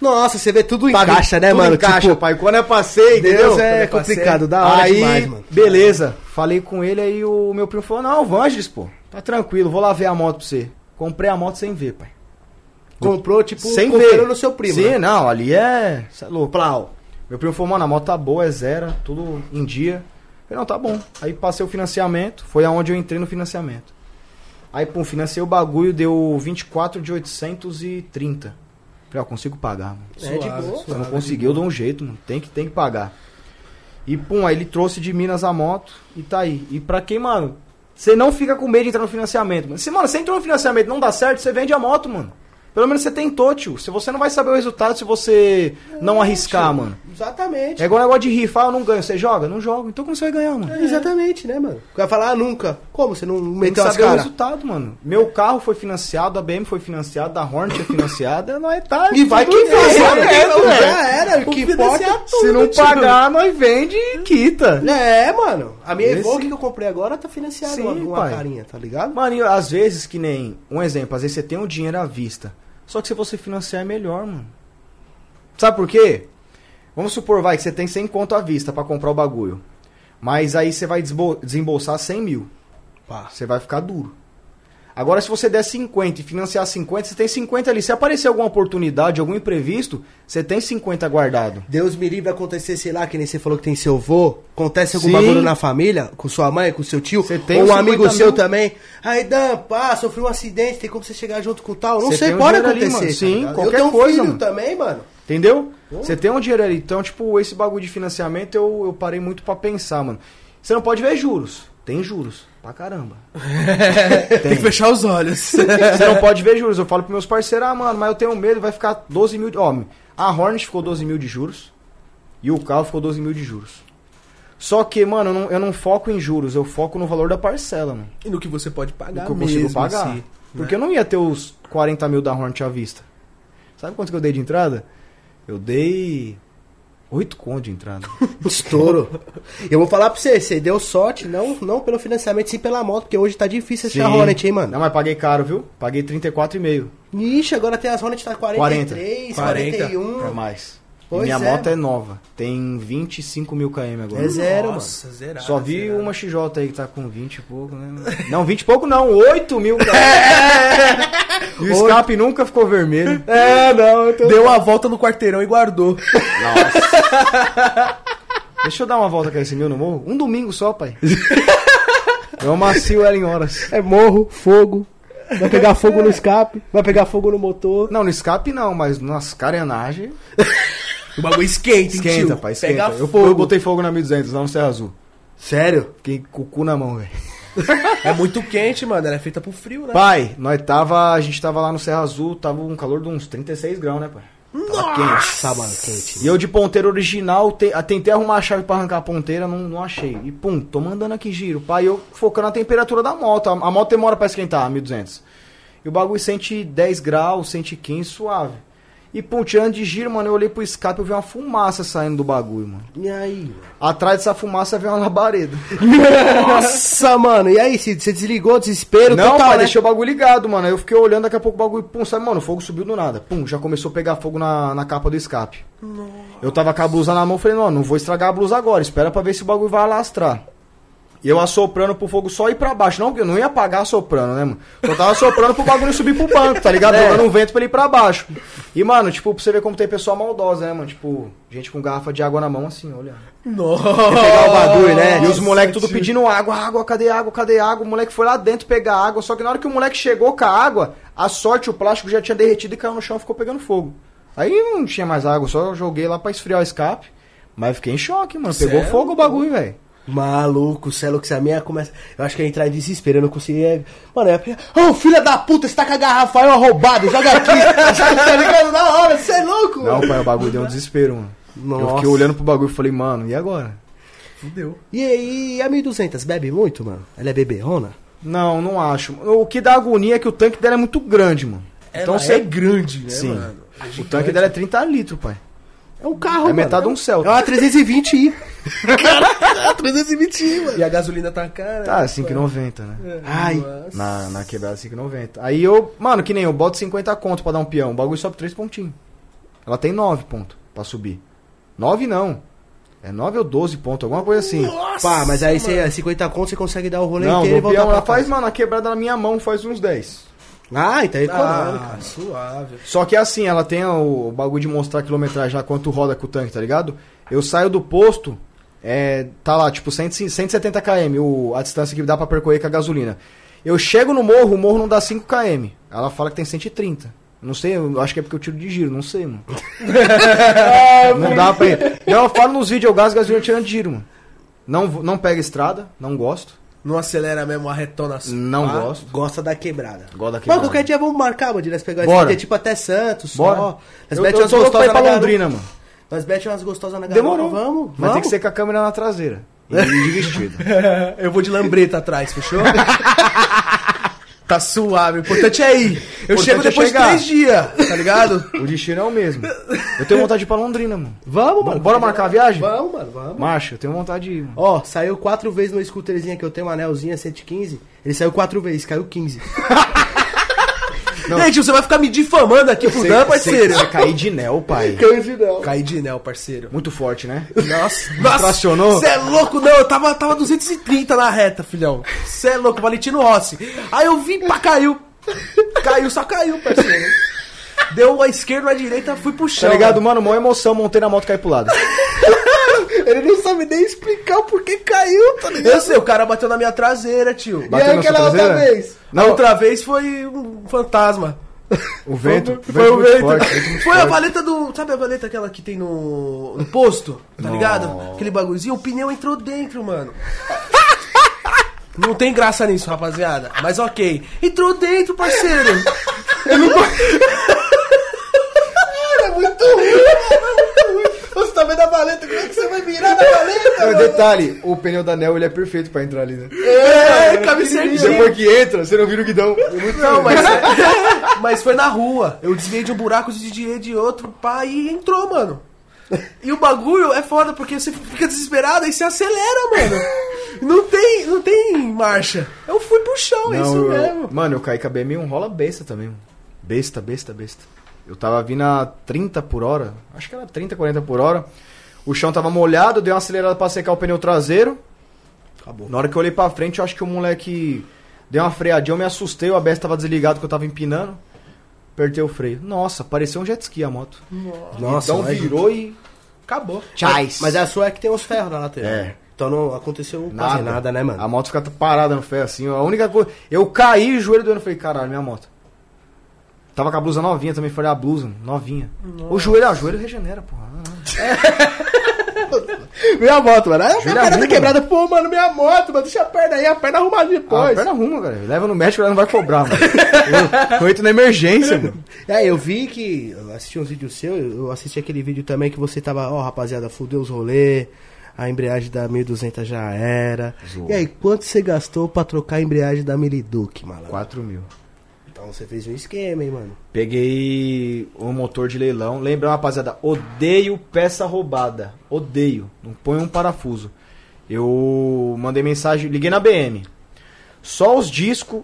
Speaker 1: Nossa, você vê tudo em
Speaker 3: Paga-
Speaker 1: caixa, né,
Speaker 3: tudo
Speaker 1: mano?
Speaker 3: Em caixa,
Speaker 1: Tipo,
Speaker 3: pai. Quando eu passei, entendeu?
Speaker 1: Deus é
Speaker 2: Quando eu passei.
Speaker 1: complicado, da hora
Speaker 3: aí,
Speaker 1: demais, mano.
Speaker 3: beleza. Falei com ele, aí o meu primo falou, não, Vangelis, pô, tá tranquilo, vou lá ver a moto pra você. Comprei a moto sem ver, pai.
Speaker 1: Comprou, tipo,
Speaker 3: sem
Speaker 1: confiando
Speaker 3: ver.
Speaker 1: no seu primo.
Speaker 3: Sim,
Speaker 1: né?
Speaker 3: não, ali é. cê é louco. Plau. Meu primo falou, mano, a moto tá boa, é zero, tudo em dia. Eu falei, não, tá bom. Aí passei o financiamento, foi aonde eu entrei no financiamento. Aí, pum, financei o bagulho, deu 24 de 830. Falei, ó, consigo pagar, mano.
Speaker 1: É de
Speaker 2: Suave,
Speaker 1: boa.
Speaker 3: Se eu
Speaker 2: suave.
Speaker 3: não conseguir, eu dou um jeito, mano. Tem que, tem que pagar. E pum, aí ele trouxe de Minas a moto e tá aí. E pra quem, mano, você não fica com medo de entrar no financiamento, mano. Se, mano, você entrou no financiamento e não dá certo, você vende a moto, mano. Pelo menos você tentou, tio. Se você não vai saber o resultado se você
Speaker 1: É,
Speaker 3: não arriscar, mano.
Speaker 1: Exatamente.
Speaker 3: É igual negócio de rifar, eu não ganho. Você joga? Não jogo. Então como você vai ganhar, mano?
Speaker 1: É, Exatamente, né, mano? Vai falar ah, nunca. Como? Você não
Speaker 3: Tem que
Speaker 1: meteu as
Speaker 3: saber o
Speaker 1: caras?
Speaker 3: resultado, mano. Meu carro foi financiado, a BM foi financiada, a Hornet foi financiada, <laughs> não é tarde.
Speaker 1: E vai quem
Speaker 3: tudo
Speaker 1: fez,
Speaker 3: bem,
Speaker 1: né?
Speaker 3: velho.
Speaker 1: Já era, o que
Speaker 3: Confidenciar
Speaker 1: importa- é
Speaker 3: tudo, Se não
Speaker 1: né, tio.
Speaker 3: pagar, nós vende e quita.
Speaker 1: É, mano. A minha
Speaker 3: Esse-
Speaker 1: Evoque que eu comprei agora tá financiada
Speaker 3: Sim,
Speaker 1: com uma
Speaker 3: pai.
Speaker 1: carinha, tá ligado?
Speaker 3: Mano, e às vezes, que nem. Um exemplo, às vezes você tem o dinheiro à vista. Só que se você financiar é melhor, mano. Sabe por quê? Vamos supor, vai, que você tem 100 conto à vista pra comprar o bagulho. Mas aí você vai desbol- desembolsar 100 mil.
Speaker 1: Pá.
Speaker 3: Você vai ficar duro. Agora, se você der 50 e financiar 50, você tem 50 ali. Se aparecer alguma oportunidade, algum imprevisto, você tem 50 guardado.
Speaker 1: Deus me livre acontecer, sei lá, que nem você falou que tem seu vô. Acontece algum
Speaker 3: Sim.
Speaker 1: bagulho na família, com sua mãe, com seu tio,
Speaker 3: Você tem
Speaker 1: ou
Speaker 3: os
Speaker 1: um
Speaker 3: 50
Speaker 1: amigo seu
Speaker 3: mil.
Speaker 1: também. Aí, Dan, pá, sofreu um acidente, tem como você chegar junto com o tal? Não
Speaker 3: Você
Speaker 1: sei,
Speaker 3: tem um
Speaker 1: pode
Speaker 3: dinheiro ali,
Speaker 1: acontecer.
Speaker 3: mano. Sim,
Speaker 1: ligado?
Speaker 3: qualquer
Speaker 1: Eu tenho um
Speaker 3: coisa,
Speaker 1: filho
Speaker 3: mano.
Speaker 1: também, mano. <laughs>
Speaker 3: Entendeu? Você tem um dinheiro ali. Então, tipo, esse bagulho de financiamento eu, eu parei muito pra pensar, mano. Você não pode ver juros. Tem juros. Pra caramba.
Speaker 2: <laughs> Tem que fechar os
Speaker 3: <laughs>
Speaker 2: olhos.
Speaker 3: Você não pode ver juros. Eu falo pros meus parceiros, ah, mano, mas eu tenho medo, vai ficar 12 mil. de- Ó, a Hornet ficou 12 mil de juros e o carro ficou 12 mil de juros. Só que, mano, eu não, eu não foco em juros, eu foco no valor da parcela, mano.
Speaker 2: e no que você pode pagar
Speaker 3: do que eu
Speaker 2: mesmo,
Speaker 3: consigo pagar.
Speaker 2: assim,
Speaker 3: Porque eu não ia ter os 40 mil da Hornet à vista. Sabe quanto que eu dei de entrada? Eu dei 8 conto de entrada.
Speaker 1: Estouro. Eu vou falar pra você, você deu sorte, não, não pelo financiamento, sim pela moto, porque hoje tá difícil achar
Speaker 3: Sim.
Speaker 1: Hornet, hein, mano?
Speaker 3: Não, mas paguei caro, viu? Paguei 34,5
Speaker 1: Ixi, agora tem as Hornet tá 43,
Speaker 2: 40.
Speaker 1: 41.
Speaker 3: pra mais.
Speaker 1: Pois
Speaker 3: e minha
Speaker 1: é,
Speaker 3: moto é
Speaker 1: mano.
Speaker 3: nova. Tem 25 mil km agora.
Speaker 1: É zero, mano.
Speaker 2: Nossa, zerado,
Speaker 3: Só vi
Speaker 2: zerado.
Speaker 3: uma XJ aí que tá com 20 e pouco, né? mano? Não, 20 e pouco não, 8 mil. Cara.
Speaker 1: <laughs> É.
Speaker 3: E o escape nunca ficou vermelho.
Speaker 2: É, não, eu tô... Deu uma volta no quarteirão e guardou.
Speaker 3: Nossa. Deixa eu dar uma volta com esse meu no morro. Um domingo só,
Speaker 1: <laughs>
Speaker 3: pai. Eu macio ela em horas.
Speaker 1: É morro, fogo. Vai
Speaker 3: <laughs>
Speaker 1: pegar fogo no escape, vai pegar fogo no motor.
Speaker 3: Não, no escape não, mas nas carenagem.
Speaker 2: O bagulho esquenta, hein,
Speaker 3: Esquenta,
Speaker 2: tio?
Speaker 3: pai,
Speaker 2: Pega
Speaker 3: esquenta. Eu,
Speaker 2: fogo.
Speaker 3: eu botei fogo na 1200, lá no Serra Azul.
Speaker 1: Sério?
Speaker 3: Fiquei com o cu na mão, velho.
Speaker 2: É muito quente, mano. Ela é feita pro frio, né?
Speaker 3: Pai, nós tava. A gente tava lá no Serra Azul, tava um calor de uns 36 graus, né, pai? Tava quente.
Speaker 1: Tá, mano, quente.
Speaker 3: E eu de ponteiro original, te- ah, tentei arrumar a chave pra arrancar a ponteira, não, não achei. E pum, tô mandando aqui giro. Pai, eu focando na temperatura da moto. A, a moto demora pra esquentar, 1200. E o bagulho 110 graus, 115, suave. E pum, tirando de giro, mano, eu olhei pro escape e vi uma fumaça saindo do bagulho, mano.
Speaker 1: E aí, mano?
Speaker 3: Atrás dessa fumaça veio uma labareda.
Speaker 1: Nossa, mano, e aí? Cid? Você desligou o desespero
Speaker 3: não,
Speaker 1: total,
Speaker 3: pai,
Speaker 1: né?
Speaker 3: deixei o bagulho ligado, mano. Aí eu fiquei olhando, daqui a pouco o bagulho, pum, sabe, mano, o fogo subiu do nada. Pum, já começou a pegar fogo na, na capa do escape. Eu tava com a blusa na mão, falei, não, não vou estragar a blusa agora, espera pra ver se o bagulho vai alastrar. E eu assoprando pro fogo só ir pra baixo. Não, porque eu não ia apagar assoprando, né, mano? Só tava assoprando pro bagulho subir pro banco,
Speaker 1: <laughs>
Speaker 3: tá ligado?
Speaker 1: É.
Speaker 3: Jogando um vento pra ele ir pra baixo. E, mano, tipo, pra você ver como tem pessoa maldosa, né, mano? Tipo, gente com garrafa de água na mão, assim, olha.
Speaker 2: Nossa.
Speaker 1: Pegar o bagulho, né?
Speaker 3: E os moleques tudo
Speaker 2: tio.
Speaker 3: pedindo água, água, cadê água, cadê água? O moleque foi lá dentro pegar água, só que na hora que o moleque chegou com a água, a sorte, o plástico já tinha derretido e caiu no chão e ficou pegando fogo. Aí não tinha mais água, só joguei lá pra esfriar o escape. Mas fiquei em choque, mano. Pegou
Speaker 2: Sério?
Speaker 3: fogo o bagulho, velho.
Speaker 1: Maluco, é céu, que se a minha começa. Eu acho que eu ia entrar em desespero, eu não conseguia. Mano, eu ia pegar. Ô, filha da puta, você tá com a garrafa aí, ó, roubado, joga
Speaker 3: <laughs>
Speaker 1: aqui. tá ligado? Na hora, você é louco.
Speaker 3: Não, pai, o bagulho deu um desespero, mano. Eu
Speaker 1: Nossa.
Speaker 3: fiquei olhando pro bagulho e falei, mano, e agora?
Speaker 2: Fudeu.
Speaker 1: E aí, e a 1200 bebe muito, mano? Ela é beberrona?
Speaker 3: Não, não acho. O que dá agonia é que o tanque dela é muito grande, mano.
Speaker 2: Então você é grande, né,
Speaker 3: Sim.
Speaker 2: mano? É
Speaker 3: O tanque dela é 30 litros, pai.
Speaker 1: É um carro,
Speaker 3: É
Speaker 1: mano.
Speaker 3: metade de um Celta. <laughs>
Speaker 1: É uma 320i.
Speaker 3: é
Speaker 1: Ah, 320, mano.
Speaker 2: E a gasolina tá cara.
Speaker 3: Tá, 5,90, né?
Speaker 2: É,
Speaker 1: Ai.
Speaker 2: nossa.
Speaker 3: Na, na quebrada 5,90. Aí eu, mano, que nem eu, boto 50 conto pra dar um peão. O bagulho sobe 3 pontinhos. Ela tem 9 pontos pra subir. 9 não. É 9 ou 12 pontos, alguma coisa assim.
Speaker 2: Nossa,
Speaker 1: Pá, mas aí
Speaker 2: mano.
Speaker 1: você, 50 conto, você consegue dar o rolê
Speaker 3: Não,
Speaker 1: inteiro e
Speaker 3: no
Speaker 1: voltar
Speaker 3: peão
Speaker 1: pra
Speaker 3: ela faz,
Speaker 1: casa.
Speaker 3: mano, a quebrada na minha mão faz uns 10.
Speaker 1: Ah, então é econômico.
Speaker 2: Ah, suave.
Speaker 3: Só que assim, ela tem o bagulho de mostrar a quilometragem lá, quanto roda com o tanque, tá ligado? Eu saio do posto, é, tá lá, tipo, 100, 170 km o- a distância que dá pra percorrer com a gasolina. Eu chego no morro, o morro não dá 5 km. Ela fala que tem 130. Não sei, eu acho que é porque eu tiro de giro, não sei,
Speaker 1: <laughs>
Speaker 3: mano. não dá pra ir. Não, eu falo nos vídeos, eu gasto gasolina tirando de giro, mano. Não, vou- não pega estrada, não gosto. Ah.
Speaker 2: Não acelera mesmo a retona. assim,
Speaker 3: Não
Speaker 2: pá.
Speaker 3: gosto.
Speaker 1: Gosta da quebrada.
Speaker 3: Gosto da
Speaker 1: Mas
Speaker 3: quebrada.
Speaker 1: qualquer dia vamos marcar, mano, de nós pegar
Speaker 3: Bora.
Speaker 1: esse dia, tipo até Santos,
Speaker 3: Bora.
Speaker 1: só. Nós
Speaker 3: Eu, eu,
Speaker 1: mete
Speaker 3: eu
Speaker 1: umas
Speaker 3: sou
Speaker 1: gostosas
Speaker 3: pra ir pra
Speaker 1: na garupa.
Speaker 3: Londrina, mano.
Speaker 1: Nós mete umas gostosas na garupa.
Speaker 3: Demorou.
Speaker 1: Vamos,
Speaker 3: Mas
Speaker 1: vamos.
Speaker 3: tem que ser com a câmera na traseira. E de <laughs> vestido.
Speaker 2: <laughs> Eu vou de lambreta atrás, fechou? <laughs> tá suave. O importante é ir. Eu
Speaker 3: Importante
Speaker 2: chego
Speaker 3: é
Speaker 2: depois
Speaker 3: chegar.
Speaker 2: de três dias, tá ligado?
Speaker 3: O destino é o mesmo. Eu tenho vontade de ir pra Londrina, mano.
Speaker 1: Vamos,
Speaker 3: Bora,
Speaker 1: mano.
Speaker 3: marcar a viagem?
Speaker 1: Vamos, mano, vamos.
Speaker 3: Marcha, eu tenho vontade de ir, mano.
Speaker 1: Ó, saiu quatro vezes no scooterzinho que eu tenho, um anelzinho 115. Ele saiu quatro vezes, caiu
Speaker 3: <laughs>
Speaker 1: 15.
Speaker 2: Gente, Né, você vai ficar me difamando aqui pro
Speaker 3: é,
Speaker 2: Dan, parceiro.
Speaker 3: Você cair de Nel, pai.
Speaker 2: Caí de Nel, parceiro.
Speaker 3: Muito forte, né?
Speaker 2: Nossa,
Speaker 3: Tracionou?
Speaker 2: Você é louco, não. Eu tava, tava 230 na reta, filhão. Você é louco, Valentino Rossi. Aí eu vim pra caiu. Caiu, só caiu, parceiro. Deu a esquerda, a direita, fui
Speaker 3: Tá
Speaker 2: puxando.
Speaker 3: ligado, mano? Mó emoção, montei na moto <laughs> e caí pro lado.
Speaker 1: Ele não sabe nem explicar o porquê caiu, tá ligado?
Speaker 2: Eu sei, o cara bateu na minha traseira, tio.
Speaker 3: Bateu na
Speaker 1: aquela
Speaker 3: sua
Speaker 1: outra
Speaker 3: traseira?
Speaker 1: vez?
Speaker 2: Na
Speaker 3: Não,
Speaker 2: outra vez foi um fantasma.
Speaker 3: o vento. é
Speaker 2: Foi o
Speaker 3: muito
Speaker 2: vento.
Speaker 3: forte, muito
Speaker 2: foi a
Speaker 3: forte.
Speaker 2: valeta do. Sabe a valeta aquela que tem no, no posto? Tá ligado? Aquele bagulhozinho. O pneu entrou dentro, mano. <laughs> Não tem graça nisso, rapaziada. Mas ok. Entrou dentro, parceiro. <laughs>
Speaker 1: É muito ruim,
Speaker 2: é
Speaker 1: Você tá vendo a valeta, como é que você vai virar na valeta?
Speaker 3: Não, <laughs> Detalhe, o pneu da Nel ele é perfeito pra entrar ali, né?
Speaker 2: É, cabe
Speaker 3: E
Speaker 2: certinho.
Speaker 3: depois que entra, você não vira o guidão.
Speaker 2: Não, mas, mas foi na rua. Eu desviei de um buraco, desviei de outro, pá, e entrou, mano. E o bagulho é foda, porque você fica desesperado e você acelera, mano. Não tem, não tem marcha. Eu fui pro chão, é
Speaker 3: Não,
Speaker 2: isso
Speaker 3: eu-
Speaker 2: mesmo.
Speaker 3: Mano, eu caí com a BM1 rola besta também. mano. Besta, besta, besta. Eu tava vindo a 30 por hora. Acho que era 30, 40 por hora. O chão tava molhado, eu dei uma acelerada pra secar o pneu traseiro.
Speaker 1: Acabou.
Speaker 3: Na hora que eu olhei pra frente, eu acho que o moleque deu uma freadinha, eu me assustei, o ABS tava desligado que eu tava empinando. Apertei o freio. Nossa, parecia um jet ski a moto.
Speaker 1: Nossa,
Speaker 3: então
Speaker 1: mas-
Speaker 3: virou e.
Speaker 2: Acabou.
Speaker 1: Mas, mas a sua é que tem os ferros na lateral.
Speaker 3: É.
Speaker 1: Então não aconteceu quase nada, né, mano?
Speaker 3: A moto fica parada no ferro assim. A única coisa. Eu caí o joelho doendo. Falei, caralho, minha moto. Tava com a blusa novinha também. Falei, a blusa, novinha. O joelho, ah, o joelho regenera, porra. Ah, não.
Speaker 1: Minha moto, mano. Aí
Speaker 3: Jura arruma.
Speaker 1: Pô, mano, minha moto, mano. Deixa a perna aí, a perna arrumadinha
Speaker 3: Ah, a perna arruma, cara. Leva no médico, ela não vai
Speaker 1: <laughs>
Speaker 3: cobrar, mano. Eu- Eu entro na emergência, mano.
Speaker 1: É, eu vi que. Eu assisti uns vídeos seus, eu assisti aquele vídeo também que você tava, ó, rapaziada, fudeu os rolê, a embreagem da 1200 já era.
Speaker 3: Zoou.
Speaker 1: E aí, quanto você gastou pra trocar a embreagem da Miliduc, malandro?
Speaker 3: 4 mil.
Speaker 1: Então você fez um esquema, hein, mano.
Speaker 3: Peguei um motor de leilão. Lembra, rapaziada, odeio peça roubada. Odeio. Não põe um parafuso. Eu mandei mensagem, liguei na BM. Só os discos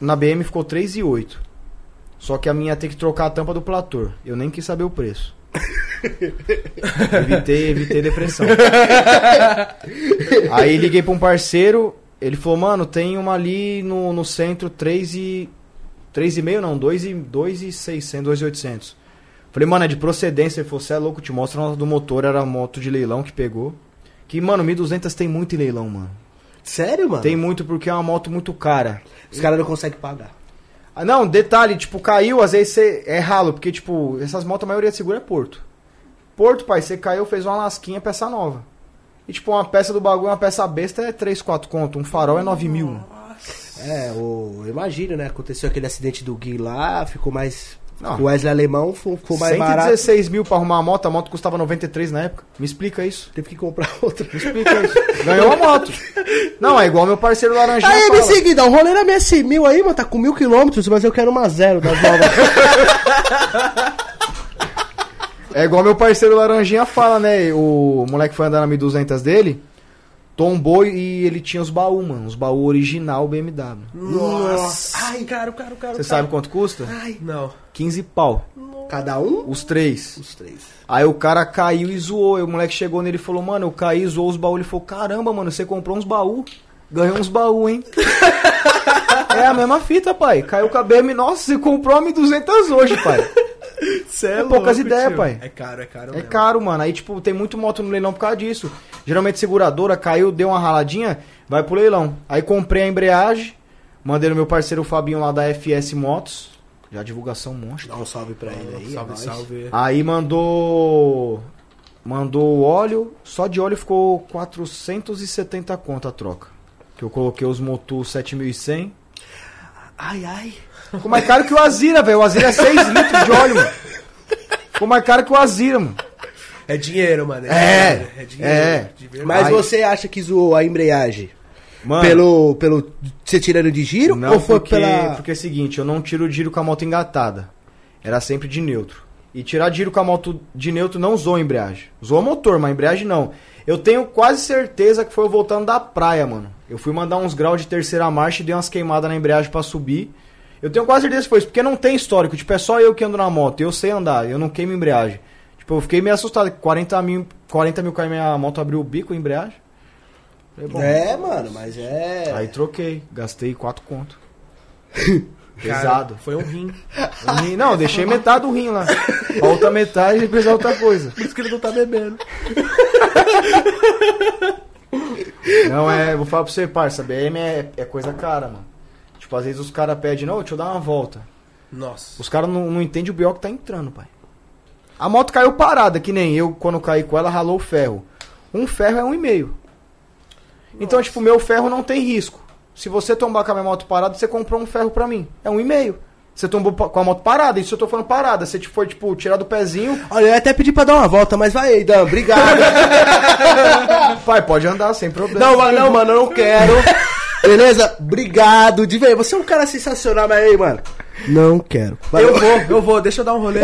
Speaker 3: na BM ficou 3,8. Só que a minha tem que trocar a tampa do platô. Eu nem quis saber o preço. evitei, evitei depressão. Aí liguei pra um parceiro, ele falou: "Mano, tem uma ali no, no centro 3 e 3,5 não, 2 e 2,600, 2,800. Falei, mano, é de procedência. Ele falou, você é louco, te mostra a nota do motor. Era a moto de leilão que pegou. Que, mano, 1.200 tem muito em leilão, mano.
Speaker 1: Sério, mano?
Speaker 3: Tem muito porque é uma moto muito cara.
Speaker 1: Os caras não conseguem pagar.
Speaker 3: Ah, não, detalhe, tipo, caiu, às vezes você é ralo, porque, tipo, essas motos, a maioria segura é Porto. Porto, pai, você caiu, fez uma lasquinha, peça nova. E, tipo, uma peça do bagulho, uma peça besta é 3, 4 conto, um farol é 9 mil.
Speaker 1: É, o, eu imagino, né? Aconteceu aquele acidente do Gui lá, ficou mais.
Speaker 3: Não.
Speaker 1: O Wesley Alemão ficou ficou mais é barato.
Speaker 3: 116 mil pra arrumar a moto, a moto custava 93 na época. Me explica isso.
Speaker 1: Teve que comprar <laughs> outra.
Speaker 3: Explica isso. Ganhou a moto. Não, é igual meu parceiro Laranjinha.
Speaker 1: Aí,
Speaker 3: fala.
Speaker 1: MC Gui, dá um rolê na minha 100 mil aí, mano. Tá com mil quilômetros, mas eu quero uma zero das novas.
Speaker 3: É igual meu parceiro Laranjinha fala, né? O moleque foi andar na 1200 dele, tombou e ele tinha os baús, mano. Os baús original BMW.
Speaker 2: Nossa.
Speaker 1: Ai, caro, caro, caro.
Speaker 3: Você sabe quanto custa?
Speaker 1: Ai,
Speaker 2: Não.
Speaker 3: 15 pau.
Speaker 1: cada um?
Speaker 3: Os três.
Speaker 1: Os três.
Speaker 3: Aí o cara caiu e zoou. E o moleque chegou nele e falou, mano, eu caí, zoou os baús. Ele falou, caramba, mano, você comprou uns baús. Ganhou uns baús, hein? <laughs> é a mesma fita, pai. Caiu com a BM. Nossa, você comprou a 1200 hoje, pai.
Speaker 2: Cê
Speaker 3: É poucas ideias,
Speaker 2: tio.
Speaker 3: pai.
Speaker 2: É caro, é caro.
Speaker 3: É
Speaker 2: mesmo.
Speaker 3: caro, mano. Aí, tipo, tem muito moto no leilão por causa disso. Geralmente, seguradora caiu, deu uma raladinha, vai pro leilão. Aí, comprei a embreagem, mandei no meu parceiro Fabinho lá da FS Motos. Já divulgação monstro.
Speaker 1: Dá um salve pra ele aí.
Speaker 2: Salve,
Speaker 1: é nóis.
Speaker 2: salve.
Speaker 3: Aí, mandou. Mandou o óleo. Só de óleo ficou 470 conto a troca. Que eu coloquei os Motu 7100.
Speaker 1: Ai, ai.
Speaker 3: Ficou mais caro que o Azira, velho. O Azira é 6 litros de óleo, mano. Ficou mais caro que o Azira, mano.
Speaker 2: É dinheiro, mano.
Speaker 3: É,
Speaker 2: dinheiro,
Speaker 3: é.
Speaker 2: de verdade.
Speaker 1: Mas
Speaker 3: Ai.
Speaker 1: você acha que zoou a embreagem
Speaker 3: Mano.
Speaker 1: pelo, pelo você tirando de giro?
Speaker 3: Não,
Speaker 1: ou foi
Speaker 3: porque,
Speaker 1: pela...
Speaker 3: porque é o seguinte, eu não tiro o giro com a moto engatada. Era sempre de neutro. E tirar giro com a moto de neutro não zoou a embreagem. Zoou o motor, mas a embreagem não. Eu tenho quase certeza que foi eu voltando da praia, mano. Eu fui mandar uns graus de terceira marcha e dei umas queimadas na embreagem pra subir. Eu tenho quase certeza que foi isso, porque não tem histórico. Tipo, é só eu que ando na moto. Eu sei andar, eu não queimo embreagem. Tipo, eu fiquei meio assustado. 40 mil, 40 mil km minha moto abriu o bico, a embreagem. Falei, bom,
Speaker 1: É, mano, mas é...
Speaker 3: Aí troquei, gastei 4 conto.
Speaker 2: Cara,
Speaker 3: Pesado.
Speaker 2: Foi um rim.
Speaker 3: Um rim- não, eu deixei metade do rim lá. A outra metade precisa outra coisa.
Speaker 2: Por isso que ele não tá bebendo.
Speaker 3: Não, é, vou falar pra você, parça, BM é, é coisa cara, mano. Tipo, às vezes os caras pedem, não, deixa eu dar uma volta.
Speaker 2: Nossa.
Speaker 3: Os caras não, não entendem o BO que tá entrando, pai. A moto caiu parada, que nem eu, quando caí com ela, ralou o ferro. Um ferro é um e meio. Então, tipo, meu ferro não tem risco. Se você tombar com a minha moto parada, você comprou um ferro pra mim. É um e meio. Você tombou pa- com a moto parada, isso eu tô falando parada. Você tipo, foi, tipo, tirar do
Speaker 1: <laughs>
Speaker 3: pezinho,
Speaker 1: Olha, eu ia até pedi pra dar uma volta, mas vai aí, Dan,
Speaker 3: <laughs>
Speaker 1: obrigado.
Speaker 3: pai, pode andar sem problema.
Speaker 1: não, mano, não, mano, eu não quero. Beleza? Obrigado, de ver. Você é um cara sensacional, mas aí, mano... Não quero. Valeu.
Speaker 2: Eu vou, eu vou, deixa eu dar um rolê.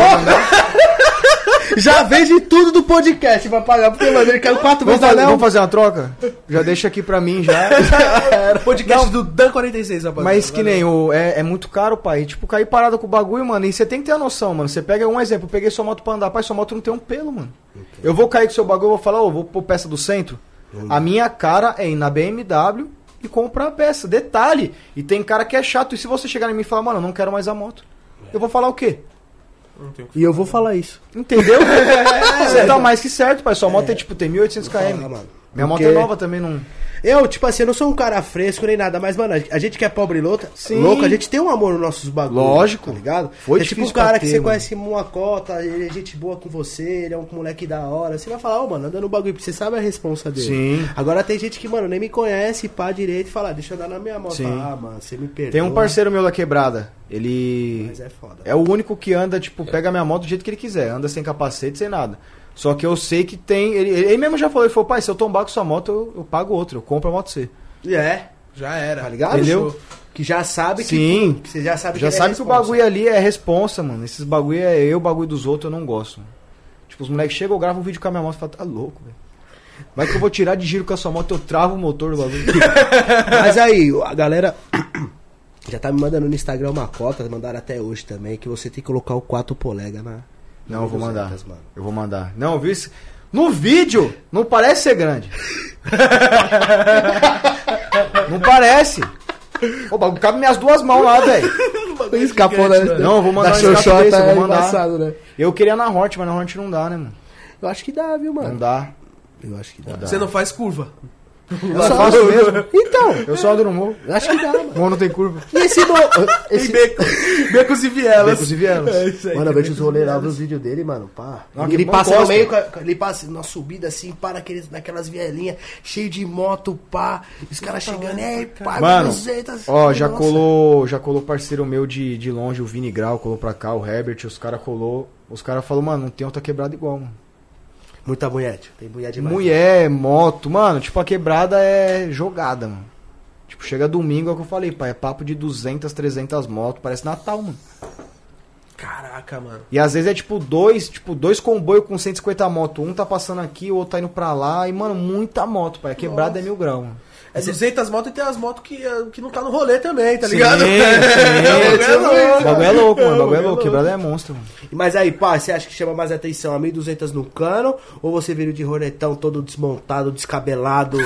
Speaker 1: Já vende tudo do podcast pra pagar, porque, mano, ele caiu quatro vezes
Speaker 3: Vamos fazer,
Speaker 1: anel.
Speaker 3: vamos fazer uma troca? Já deixa aqui pra mim já.
Speaker 1: <laughs>
Speaker 2: Podcast do Dan 46, rapaziada.
Speaker 3: Mas que nem o. É, é muito caro, pai. E, Tipo, cair parado com o bagulho, mano. E você tem que ter a noção, mano. Você pega um exemplo. Eu peguei sua moto pra andar. Pai, sua moto não tem um pelo, mano. Eu vou cair com seu bagulho, eu vou falar, ô, vou pôr peça do centro. A minha cara é ir na BMW e comprar a peça. Detalhe. E tem cara que é chato. E se você chegar em mim e falar, mano, eu não quero mais a moto.
Speaker 1: É.
Speaker 3: Eu vou falar o quê?
Speaker 1: E eu vou falar isso. <laughs>
Speaker 3: Entendeu? você
Speaker 1: É.
Speaker 3: tá mais que certo, pai. Sua moto é, tipo, tem 1.800
Speaker 1: Fala,
Speaker 3: km.
Speaker 1: mano.
Speaker 3: Minha moto
Speaker 1: Porque
Speaker 3: é nova também, não.
Speaker 1: Eu, tipo assim, eu não sou um cara fresco nem nada, mas, mano, a gente que é pobre e louco,
Speaker 3: Sim.
Speaker 1: louco, a gente tem um amor nos nossos bagulhos.
Speaker 3: Lógico.
Speaker 1: Tá ligado?
Speaker 3: Foi
Speaker 1: é tipo um
Speaker 3: difícil pra
Speaker 1: cara
Speaker 3: ter,
Speaker 1: que você
Speaker 3: mano.
Speaker 1: conhece uma cota, ele é gente boa com você, ele é um moleque da hora. Você vai falar, ô, mano, anda no bagulho, porque você sabe a responsa dele.
Speaker 3: Sim.
Speaker 1: Agora tem gente que, mano, nem me conhece, pá direito e fala, "Ah, deixa eu andar na minha moto.
Speaker 3: Sim.
Speaker 1: Ah, mano, você me perdoa.
Speaker 3: Tem um parceiro meu da quebrada. Ele.
Speaker 1: Mas é foda.
Speaker 3: É o único que anda, tipo, pega minha moto do jeito que ele quiser. Anda sem capacete, sem nada. Só que eu sei que tem. Ele, ele mesmo já falou, ele falou, pai, se eu tombar com sua moto, eu, eu pago outra, eu compro a moto C.
Speaker 1: É,
Speaker 2: Já era.
Speaker 1: tá ligado?
Speaker 3: Entendeu?
Speaker 1: Show. Que já sabe que.
Speaker 3: Sim.
Speaker 1: que Você já sabe
Speaker 3: Já
Speaker 1: ele é
Speaker 3: sabe que o
Speaker 1: responsa.
Speaker 3: bagulho ali é responsa, mano. Esses bagulho é eu, bagulho dos outros, eu não gosto. mano. Tipo, os moleques chegam, eu gravo um vídeo com a minha moto e falam, tá louco, velho. Vai que eu vou tirar de giro com a sua moto, eu travo o motor do bagulho.
Speaker 1: <laughs> Mas aí, a galera <clears throat> já tá me mandando no Instagram uma cota, mandaram até hoje também, que você tem que colocar o 4 polega na.
Speaker 3: Não, eu vou
Speaker 1: 200,
Speaker 3: mandar.
Speaker 1: mano.
Speaker 3: Eu vou mandar. Não, viu isso? No vídeo, não parece ser <laughs> grande. não parece. Ô, bagulho, cabe minhas duas mãos lá, velho.
Speaker 1: Escapou, né?
Speaker 2: gigante, velho.
Speaker 3: Tá Não, eu vou mandar
Speaker 1: Da
Speaker 3: um escape
Speaker 1: xoxota,
Speaker 3: desse, eu vou
Speaker 1: é
Speaker 3: mandar.
Speaker 1: embaçado, né?
Speaker 3: Eu queria na Hort, mas na Hort não dá, né, mano?
Speaker 1: Eu acho que dá, viu,
Speaker 3: Não
Speaker 1: mano?
Speaker 3: dá.
Speaker 1: Eu acho que dá.
Speaker 2: Você não faz curva.
Speaker 3: Eu
Speaker 1: só-
Speaker 3: faço mesmo.
Speaker 1: Então,
Speaker 3: Eu só ando no morro.
Speaker 1: eu acho que dá, mano.
Speaker 3: Morro não <laughs> tem curva.
Speaker 1: E esse. No...
Speaker 2: Tem
Speaker 1: esse...
Speaker 2: beco. becos e vielas.
Speaker 3: Becos e vielas.
Speaker 2: É isso aí.
Speaker 1: Mano, eu vejo os rolê lá os vídeos dele, mano, pá.
Speaker 3: Não,
Speaker 1: ele
Speaker 3: que
Speaker 1: passa
Speaker 3: bom
Speaker 1: no
Speaker 3: gosto.
Speaker 1: meio, com a- ele passa numa subida assim, para naqueles, naquelas vielinhas, cheio de moto, pá. Os caras chegando, ei, pá,
Speaker 3: Mano,
Speaker 1: 200,
Speaker 3: ó, já
Speaker 1: nossa.
Speaker 3: colou, já colou parceiro meu de, de longe, o Vini Grau, colou pra cá, o Herbert, os caras colou. Os caras falaram, mano, não tem outra quebrada igual, mano.
Speaker 1: Muita mulher, tio. Tem mulher demais.
Speaker 3: Mulher, um. moto, mano, tipo, a quebrada é jogada, mano. Tipo, chega domingo, é o que eu falei, pai, é papo de 200, 300 motos, parece Natal, mano.
Speaker 2: Caraca, mano.
Speaker 3: E às vezes é tipo dois, tipo, dois comboios com 150 motos. Um tá passando aqui, o outro tá indo pra lá. E, mano, muita moto, pai. Quebrada é mil grau, mano.
Speaker 2: É 200 motos e tem as motos que, eh, que não tá no rolê também, <laughs> tá
Speaker 3: Sim,
Speaker 2: ligado?
Speaker 3: sim.
Speaker 2: É
Speaker 3: <laughs> O bagulho é louco, mano. O bagulho é
Speaker 2: louco.
Speaker 3: louco. Quebrada é monstro, mano.
Speaker 1: Mas aí, pá, você acha que chama mais atenção a 1200 no cano ou você vira o de Ronetão todo desmontado, descabelado?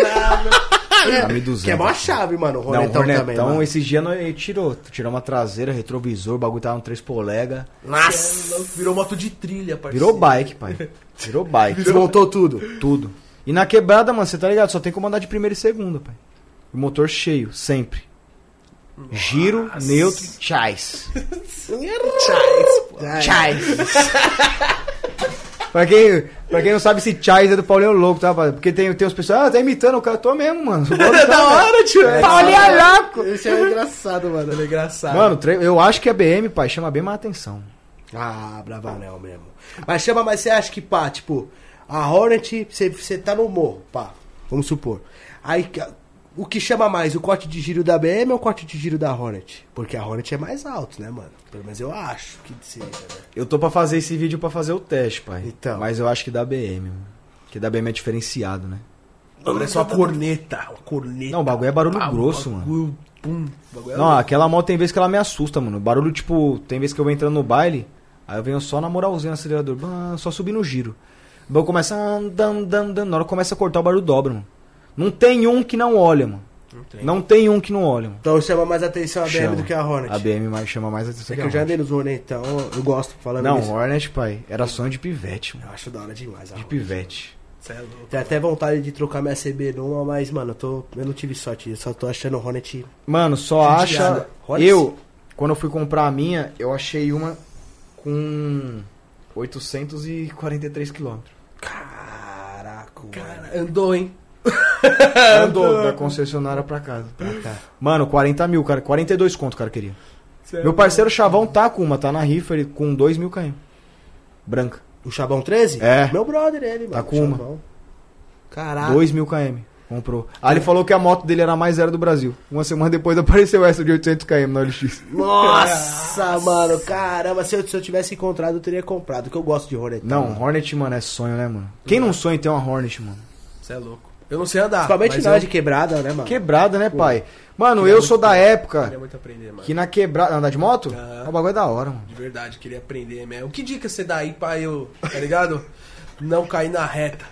Speaker 3: A 1200.
Speaker 1: que é mó chave, mano, o
Speaker 3: Não, o
Speaker 1: Ronetão,
Speaker 3: Hornetão,
Speaker 1: também. mano.
Speaker 3: esse dia nós- ele tirou. Tirou uma traseira, retrovisor, o bagulho tava no três polega.
Speaker 1: é Nossa!
Speaker 2: Virou moto de trilha, parceiro.
Speaker 3: Virou bike, pai. Virou bike.
Speaker 1: Desmontou tudo.
Speaker 3: Tudo. E na quebrada, mano, você tá ligado? Só tem como andar de primeira e segunda, pai. O motor cheio, sempre. Giro, neutro, chais. Chais. pra, quem, pra quem não sabe, esse chais é do Paulinho Louco, tá, pai? Porque tem, tem os pessoal, ah, tá imitando o cara. Tô
Speaker 2: <laughs>
Speaker 3: mesmo, mano.
Speaker 2: É da hora, tio. É.
Speaker 3: Louco!
Speaker 1: Isso é engraçado, mano.
Speaker 2: Ele é engraçado.
Speaker 3: Mano, tre- eu acho que a BM, pai, chama bem mais atenção.
Speaker 1: Ah, bravanel mesmo. Mas chama, mas você acha que, pá, tipo, a Hornet, você, você tá no morro, pá, vamos supor. Aí, ca- o que chama mais, o corte de giro da BM ou o corte de giro da Hornet? Porque a Hornet é mais alto, né, mano? Pelo menos eu acho que seja, né?
Speaker 3: Eu tô pra fazer esse vídeo pra fazer o teste, pai.
Speaker 1: Então.
Speaker 3: Mas eu acho que da BM, mano. Porque da BM é diferenciado, né?
Speaker 2: Agora é só a corneta. A corneta.
Speaker 3: Não, o bagulho é barulho
Speaker 2: Ah, o
Speaker 3: grosso, mano.
Speaker 2: bagulho, Pum. O bagulho é
Speaker 3: Não,
Speaker 2: louco.
Speaker 3: aquela moto tem vezes que ela me assusta, mano. O Barulho, tipo, tem vezes que eu vou entrando no baile, aí eu venho só na moralzinha no acelerador, bam, só subir no giro. O bagulho começa. Dan, dan, dan. Na hora que começa a cortar, o barulho dobra, mano. Não tem um que não olha, mano.
Speaker 2: Não tem.
Speaker 3: Não tem um que não olha, mano.
Speaker 1: Então chama mais atenção a BM
Speaker 3: Chama.
Speaker 1: do que a Hornet.
Speaker 3: A BM mais- chama mais atenção
Speaker 1: É
Speaker 3: que
Speaker 1: que
Speaker 3: a
Speaker 1: eu já
Speaker 3: Hornet.
Speaker 1: andei nos Hornetão, eu gosto falando
Speaker 3: Não,
Speaker 1: isso.
Speaker 3: Hornet, pai, era sonho de pivete, mano.
Speaker 1: Eu acho da hora demais a
Speaker 3: De
Speaker 1: Hornet.
Speaker 3: pivete.
Speaker 2: Cê é louco.
Speaker 1: Tenho até vontade de trocar minha CB numa, mas, mano, eu, tô, eu não tive sorte. Eu só tô achando Hornet
Speaker 3: Mano, só
Speaker 1: Judiada.
Speaker 3: acha.
Speaker 1: Olha
Speaker 3: Eu, quando eu fui comprar a minha, eu achei uma com 843 quilômetros.
Speaker 1: Caraca, mano.
Speaker 2: Cara, andou, hein?
Speaker 3: Andou da concessionária pra casa. Mano, 40 mil, cara. 42 conto, o cara, queria.
Speaker 2: Cê é
Speaker 3: Meu parceiro Chavão tá com uma, tá na rifa, ele com 2 mil caiu. Branca.
Speaker 1: O Chabão 13?
Speaker 3: É.
Speaker 1: Meu brother, ele, mano.
Speaker 3: Tá com uma.
Speaker 1: Chabão. Caraca.
Speaker 3: 2 mil km. Comprou. Aí ele falou que a moto dele era a mais zero do Brasil. Uma semana depois apareceu essa de 800 km na OLX.
Speaker 1: Nossa, mano, caramba. Se eu, se eu tivesse encontrado, eu teria comprado, que eu gosto de Hornet.
Speaker 3: Não, Hornet, mano, é sonho, né, mano? Quem não sonha em ter uma Hornet, mano?
Speaker 2: Você é louco. Eu não sei andar.
Speaker 1: Principalmente
Speaker 2: mas
Speaker 1: nós
Speaker 2: eu
Speaker 1: de quebrada, né, mano?
Speaker 3: Quebrada, né, pai? Mano, eu sou da
Speaker 2: Queria
Speaker 3: época
Speaker 2: muito aprender, mano.
Speaker 3: que na quebrada. Andar de moto?
Speaker 2: Aham.
Speaker 3: O bagulho é da hora, mano.
Speaker 2: De verdade, queria aprender mesmo. Que dica você dá aí pra eu, tá ligado? Não cair na
Speaker 3: <laughs>
Speaker 2: reta.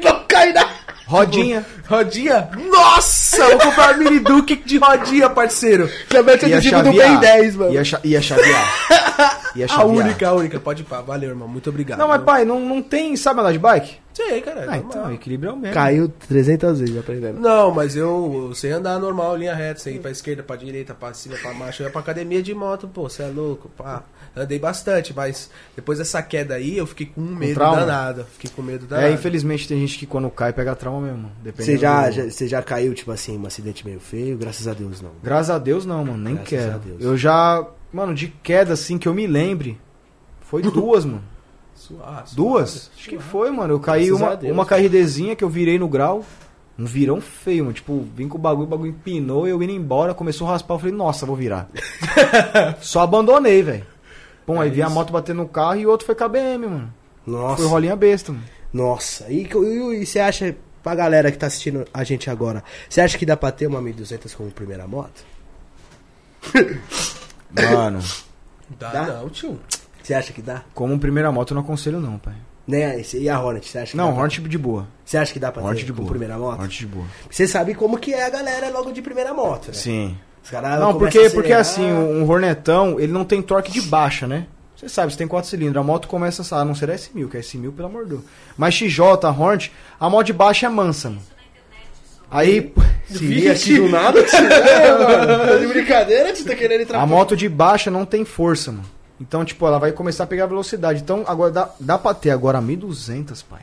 Speaker 1: Não cai na...
Speaker 3: Rodinha.
Speaker 2: Rodinha? Nossa! Vou comprar uma mini Duke de rodinha, parceiro.
Speaker 1: Também tinha
Speaker 3: Ia
Speaker 1: adesivo do Ben
Speaker 3: chavear.
Speaker 1: 10, mano.
Speaker 3: Ia, cha
Speaker 2: <laughs>
Speaker 3: ia chavear. Ia
Speaker 2: A
Speaker 3: chavear.
Speaker 2: única, a única. Pode ir pra. Valeu, irmão. Muito obrigado.
Speaker 3: Tá, Não, mas pai, não, não tem. Sabe andar de bike?
Speaker 2: Sei, cara.
Speaker 3: Ah,
Speaker 2: normal.
Speaker 3: então, o equilíbrio é o mesmo.
Speaker 1: Caiu 300 vezes aprendendo.
Speaker 2: Não, mas eu, eu sei andar normal, linha reta, sei ir pra esquerda, pra direita, pra cima, pra baixo. Eu ia pra academia de moto, pô, você é louco, pá. Andei bastante, mas depois dessa queda aí, eu fiquei com um medo
Speaker 3: trauma?
Speaker 2: danado. Fiquei com medo danado.
Speaker 3: É, infelizmente tem gente que quando cai pega trauma mesmo. mano. Dependendo
Speaker 1: Você já,
Speaker 3: do-
Speaker 1: já- você já caiu, tipo assim, um acidente meio feio? Graças a Deus, não.
Speaker 3: Graças a Deus não, mano. Nem
Speaker 1: Graças a
Speaker 3: quero.
Speaker 1: Deus.
Speaker 3: Eu já. Mano, de queda assim que eu me lembre. <laughs> Foi duas, mano.
Speaker 2: Suave, suave.
Speaker 3: Duas? Acho que foi, mano. Eu caí
Speaker 1: Graças a
Speaker 3: uma,
Speaker 1: Deus,
Speaker 3: uma
Speaker 1: cara.
Speaker 3: carredezinha que eu virei no grau. Um virão feio, mano. Tipo, vim com o bagulho, o bagulho empinou, eu indo embora, começou a raspar, eu falei, nossa, vou <laughs> virar. Só abandonei, velho. Pô, aí vi a moto batendo no carro e o outro foi KBM, mano.
Speaker 1: Nossa.
Speaker 3: Foi rolinha besta, mano.
Speaker 1: Nossa, e, co- e- e você acha, pra galera que tá assistindo a gente agora, você acha que dá pra ter uma 1200 como primeira moto?
Speaker 3: Mano,
Speaker 2: Dá,
Speaker 1: Dá?
Speaker 2: não, tio.
Speaker 1: Você acha que dá?
Speaker 3: como primeira moto eu não aconselho não, pai.
Speaker 1: Né? E a Hornet, você acha que
Speaker 3: Não,
Speaker 1: dá pra-
Speaker 3: Hornet de boa.
Speaker 1: Você acha que dá Tá pra ter
Speaker 3: Hornet de
Speaker 1: como
Speaker 3: boa.
Speaker 1: primeira moto?
Speaker 3: Hornet de boa.
Speaker 1: Você sabe como que é a galera logo de primeira moto, né?
Speaker 3: Sim.
Speaker 1: Os caras
Speaker 3: Não,
Speaker 1: começam a
Speaker 3: porque, porque
Speaker 1: acelerar.
Speaker 3: assim,
Speaker 1: <laughs>
Speaker 3: um um Hornetão, ele não tem torque de baixa, né? Você sabe, você tem quatro cilindros. A moto começa a, a não ser S1000, que é S1000, pelo amor de Deus. Mas XJ, Hornet, a moto de baixa é mansa, mano. Aí,
Speaker 1: Vixe, do nada, tio. Tá
Speaker 3: <laughs>
Speaker 1: de brincadeira, tio, tá querendo entrar.
Speaker 3: a moto de baixa não tem força, mano. Então, tipo, ela vai começar a pegar velocidade. Então, agora dá, dá pra ter agora 1200, pai.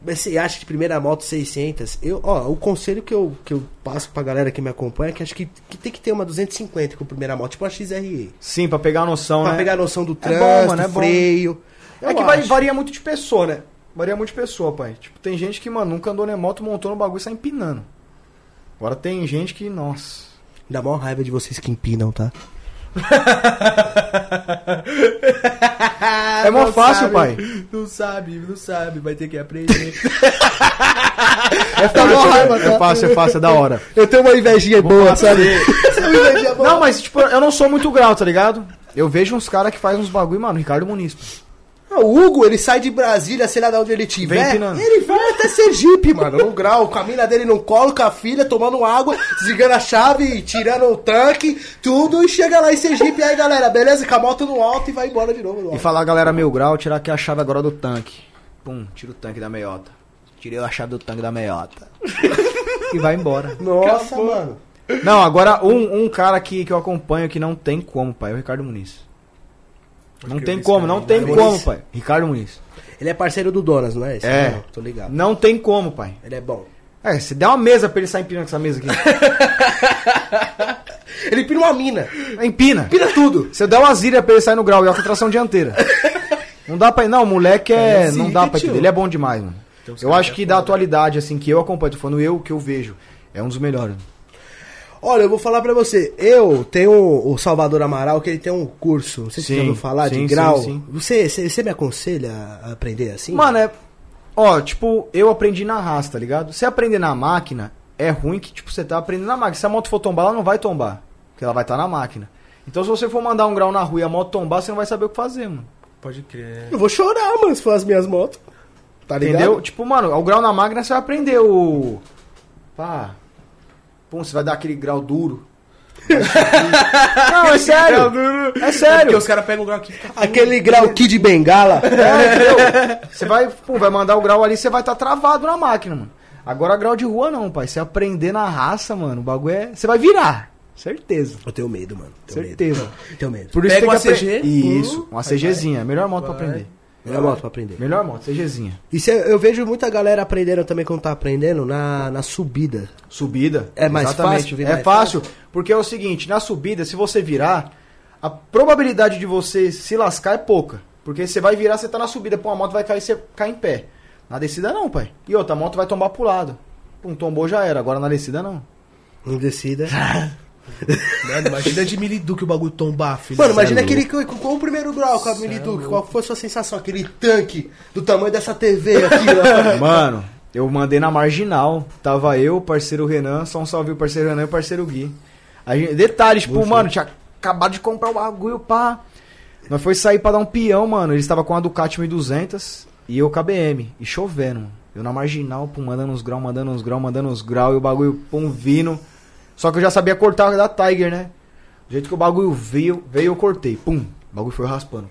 Speaker 1: Mas você acha que primeira moto 600? Eu, ó, o conselho que eu, que eu passo pra galera que me acompanha é que acho que, que tem que ter uma 250 com primeira moto, tipo a XRE.
Speaker 3: Sim, pra pegar a noção,
Speaker 1: pra
Speaker 3: né?
Speaker 1: pegar a noção do
Speaker 3: É bom,
Speaker 1: trânsito,
Speaker 3: mano, é bom.
Speaker 1: freio.
Speaker 3: É que
Speaker 1: Eu
Speaker 3: vai-
Speaker 1: acho.
Speaker 3: varia muito de pessoa, né? Varia muito de pessoa, pai. Tipo, tem gente que, mano, nunca andou na moto, montou no bagulho e sai empinando. Agora tem gente que, nossa.
Speaker 1: Dá maior raiva de vocês que empinam, tá?
Speaker 3: É mó
Speaker 2: Não
Speaker 3: fácil,
Speaker 2: sabe,
Speaker 3: <laughs> pai.
Speaker 2: <laughs> Não sabe, não sabe, vai ter que aprender.
Speaker 3: É
Speaker 1: mó raiva,
Speaker 3: fácil, é
Speaker 1: tá?
Speaker 3: fácil, é fácil, é da hora.
Speaker 1: Eu tenho uma invejinha boa, sabe?
Speaker 3: <laughs> Não, mas tipo, eu não sou muito grau, tá ligado? Eu vejo uns caras que faz uns bagulho, mano, Ricardo Muniz. pô.
Speaker 1: Ah, o Hugo, ele sai de Brasília, sei lá de onde ele
Speaker 3: Vem
Speaker 1: tiver,
Speaker 3: empinando.
Speaker 1: ele vai até Sergipe, mano, no grau, com a mina dele no colo, com a filha, tomando água, desligando a chave, tirando o tanque, tudo, e chega lá em Sergipe, aí galera, beleza? Com a moto no alto e vai embora de novo. no
Speaker 3: E
Speaker 1: alto.
Speaker 3: falar, galera, meu grau, tirar aqui a chave agora do tanque. Pum, tira o tanque da meiota. Tirei a chave do tanque da meiota. <laughs> e vai embora.
Speaker 1: <laughs> Nossa, mano.
Speaker 3: Não, agora um, um cara que, que eu acompanho que não tem como, pai, é o Ricardo Muniz. Não
Speaker 2: Porque
Speaker 3: tem
Speaker 2: esse
Speaker 3: como,
Speaker 2: cara
Speaker 3: não
Speaker 2: aí
Speaker 3: tem
Speaker 1: vai-
Speaker 3: como,
Speaker 1: Muniz.
Speaker 3: pai. Ricardo Muniz.
Speaker 1: Ele é parceiro do Donas, não é? Esse
Speaker 3: É.
Speaker 1: cara? Tô ligado.
Speaker 3: Não tem como, pai.
Speaker 1: Ele é bom.
Speaker 3: É, se der uma mesa pra ele sair empinando com essa mesa aqui.
Speaker 1: Ele pira uma mina,
Speaker 3: Empina.
Speaker 1: pira tudo.
Speaker 3: Se eu der uma zíria pra ele sair no grau, e olha com tração dianteira. Não dá pra ir. Não, o moleque é.
Speaker 2: É
Speaker 3: não
Speaker 2: zica,
Speaker 3: dá pra
Speaker 2: tio.
Speaker 3: entender. Ele é bom demais, mano. Eu acho que da atualidade, assim, que eu acompanho, tô falando eu que eu vejo. É um dos melhores.
Speaker 1: Olha, eu vou falar pra você. Eu tenho o Salvador Amaral, que ele tem um curso. Não sei se
Speaker 3: Sim,
Speaker 1: você já ouviu falar
Speaker 3: sim,
Speaker 1: de grau.
Speaker 3: sim, sim.
Speaker 1: Você, você, você me aconselha a aprender assim?
Speaker 3: Mano, é. Ó, tipo, eu aprendi na raça, tá ligado? Você aprender na máquina, é ruim que, tipo, você tá aprendendo na máquina. Se a moto for tombar, ela não vai tombar. Porque ela vai estar na máquina. Então se você for mandar um grau na rua e a moto tombar, você não vai saber o que fazer, mano.
Speaker 2: Pode crer.
Speaker 1: eu vou chorar, mano, se for as minhas motos. Tá ligado?
Speaker 3: Entendeu? Tipo, mano, o grau na máquina você vai aprender o. Pá. Pum, você vai dar aquele grau duro. Não, é sério. É sério.
Speaker 2: Porque os caras pegam o grau aqui. e fica-
Speaker 1: Aquele grau Kid de Bengala.
Speaker 3: <laughs> É, entendeu? Você vai, pum, vai mandar o grau ali, você vai estar travado na máquina, mano. Agora grau de rua não, pai. Você aprender na raça, mano, o bagulho é. Você vai virar. Certeza.
Speaker 1: Eu tenho medo, mano. Tenho
Speaker 3: Certeza.
Speaker 1: Medo. Tenho medo.
Speaker 3: Por
Speaker 2: Pega
Speaker 3: tem
Speaker 2: uma
Speaker 3: que apre-
Speaker 2: CG,
Speaker 3: Isso,
Speaker 2: pum,
Speaker 3: uma CGzinha. Melhor moto pra
Speaker 2: Vai.
Speaker 3: aprender.
Speaker 1: Melhor moto pra aprender.
Speaker 3: Melhor moto, CGzinha.
Speaker 1: E cê- eu vejo muita galera aprendendo também quando tá aprendendo na, na subida.
Speaker 3: Subida.
Speaker 1: É mais
Speaker 3: Exatamente.
Speaker 1: fácil, vem
Speaker 3: É
Speaker 1: mais
Speaker 3: fácil, porque é o seguinte, na subida, se você virar, a probabilidade de você se lascar é pouca. Porque você vai virar, você tá na subida, pô, a moto vai cair, você cai em pé. Na descida não, pai. E outra, a moto vai tombar pro lado. Pum, tombou já era, agora na descida não.
Speaker 1: Em descida.
Speaker 3: Ah,
Speaker 2: Mano, imagina de Miliduque o bagulho tombar, filho.
Speaker 3: é
Speaker 1: Mano, imagina aquele. Qual o primeiro grau com a Mini Duke? Qual foi a sua sensação? Aquele tanque do tamanho dessa TV aqui,
Speaker 3: <laughs>
Speaker 1: ó.
Speaker 3: Mano, eu mandei na marginal. Tava eu, o parceiro Renan, só um salve o parceiro Renan e o parceiro Gui. A gente- detalhe, tipo, mano, tinha acabado de comprar o bagulho, pá. Nós foi sair pra dar um peão, mano. Ele estava com a Ducati 1200 e eu KBM. E chovendo, mano. Eu na marginal, pum, mandando uns graus, mandando uns graus, mandando uns graus. E o bagulho, pum, vindo. Só que eu já sabia cortar da Tiger, né? Do jeito que o bagulho veio, veio eu cortei. Pum, o bagulho foi raspando.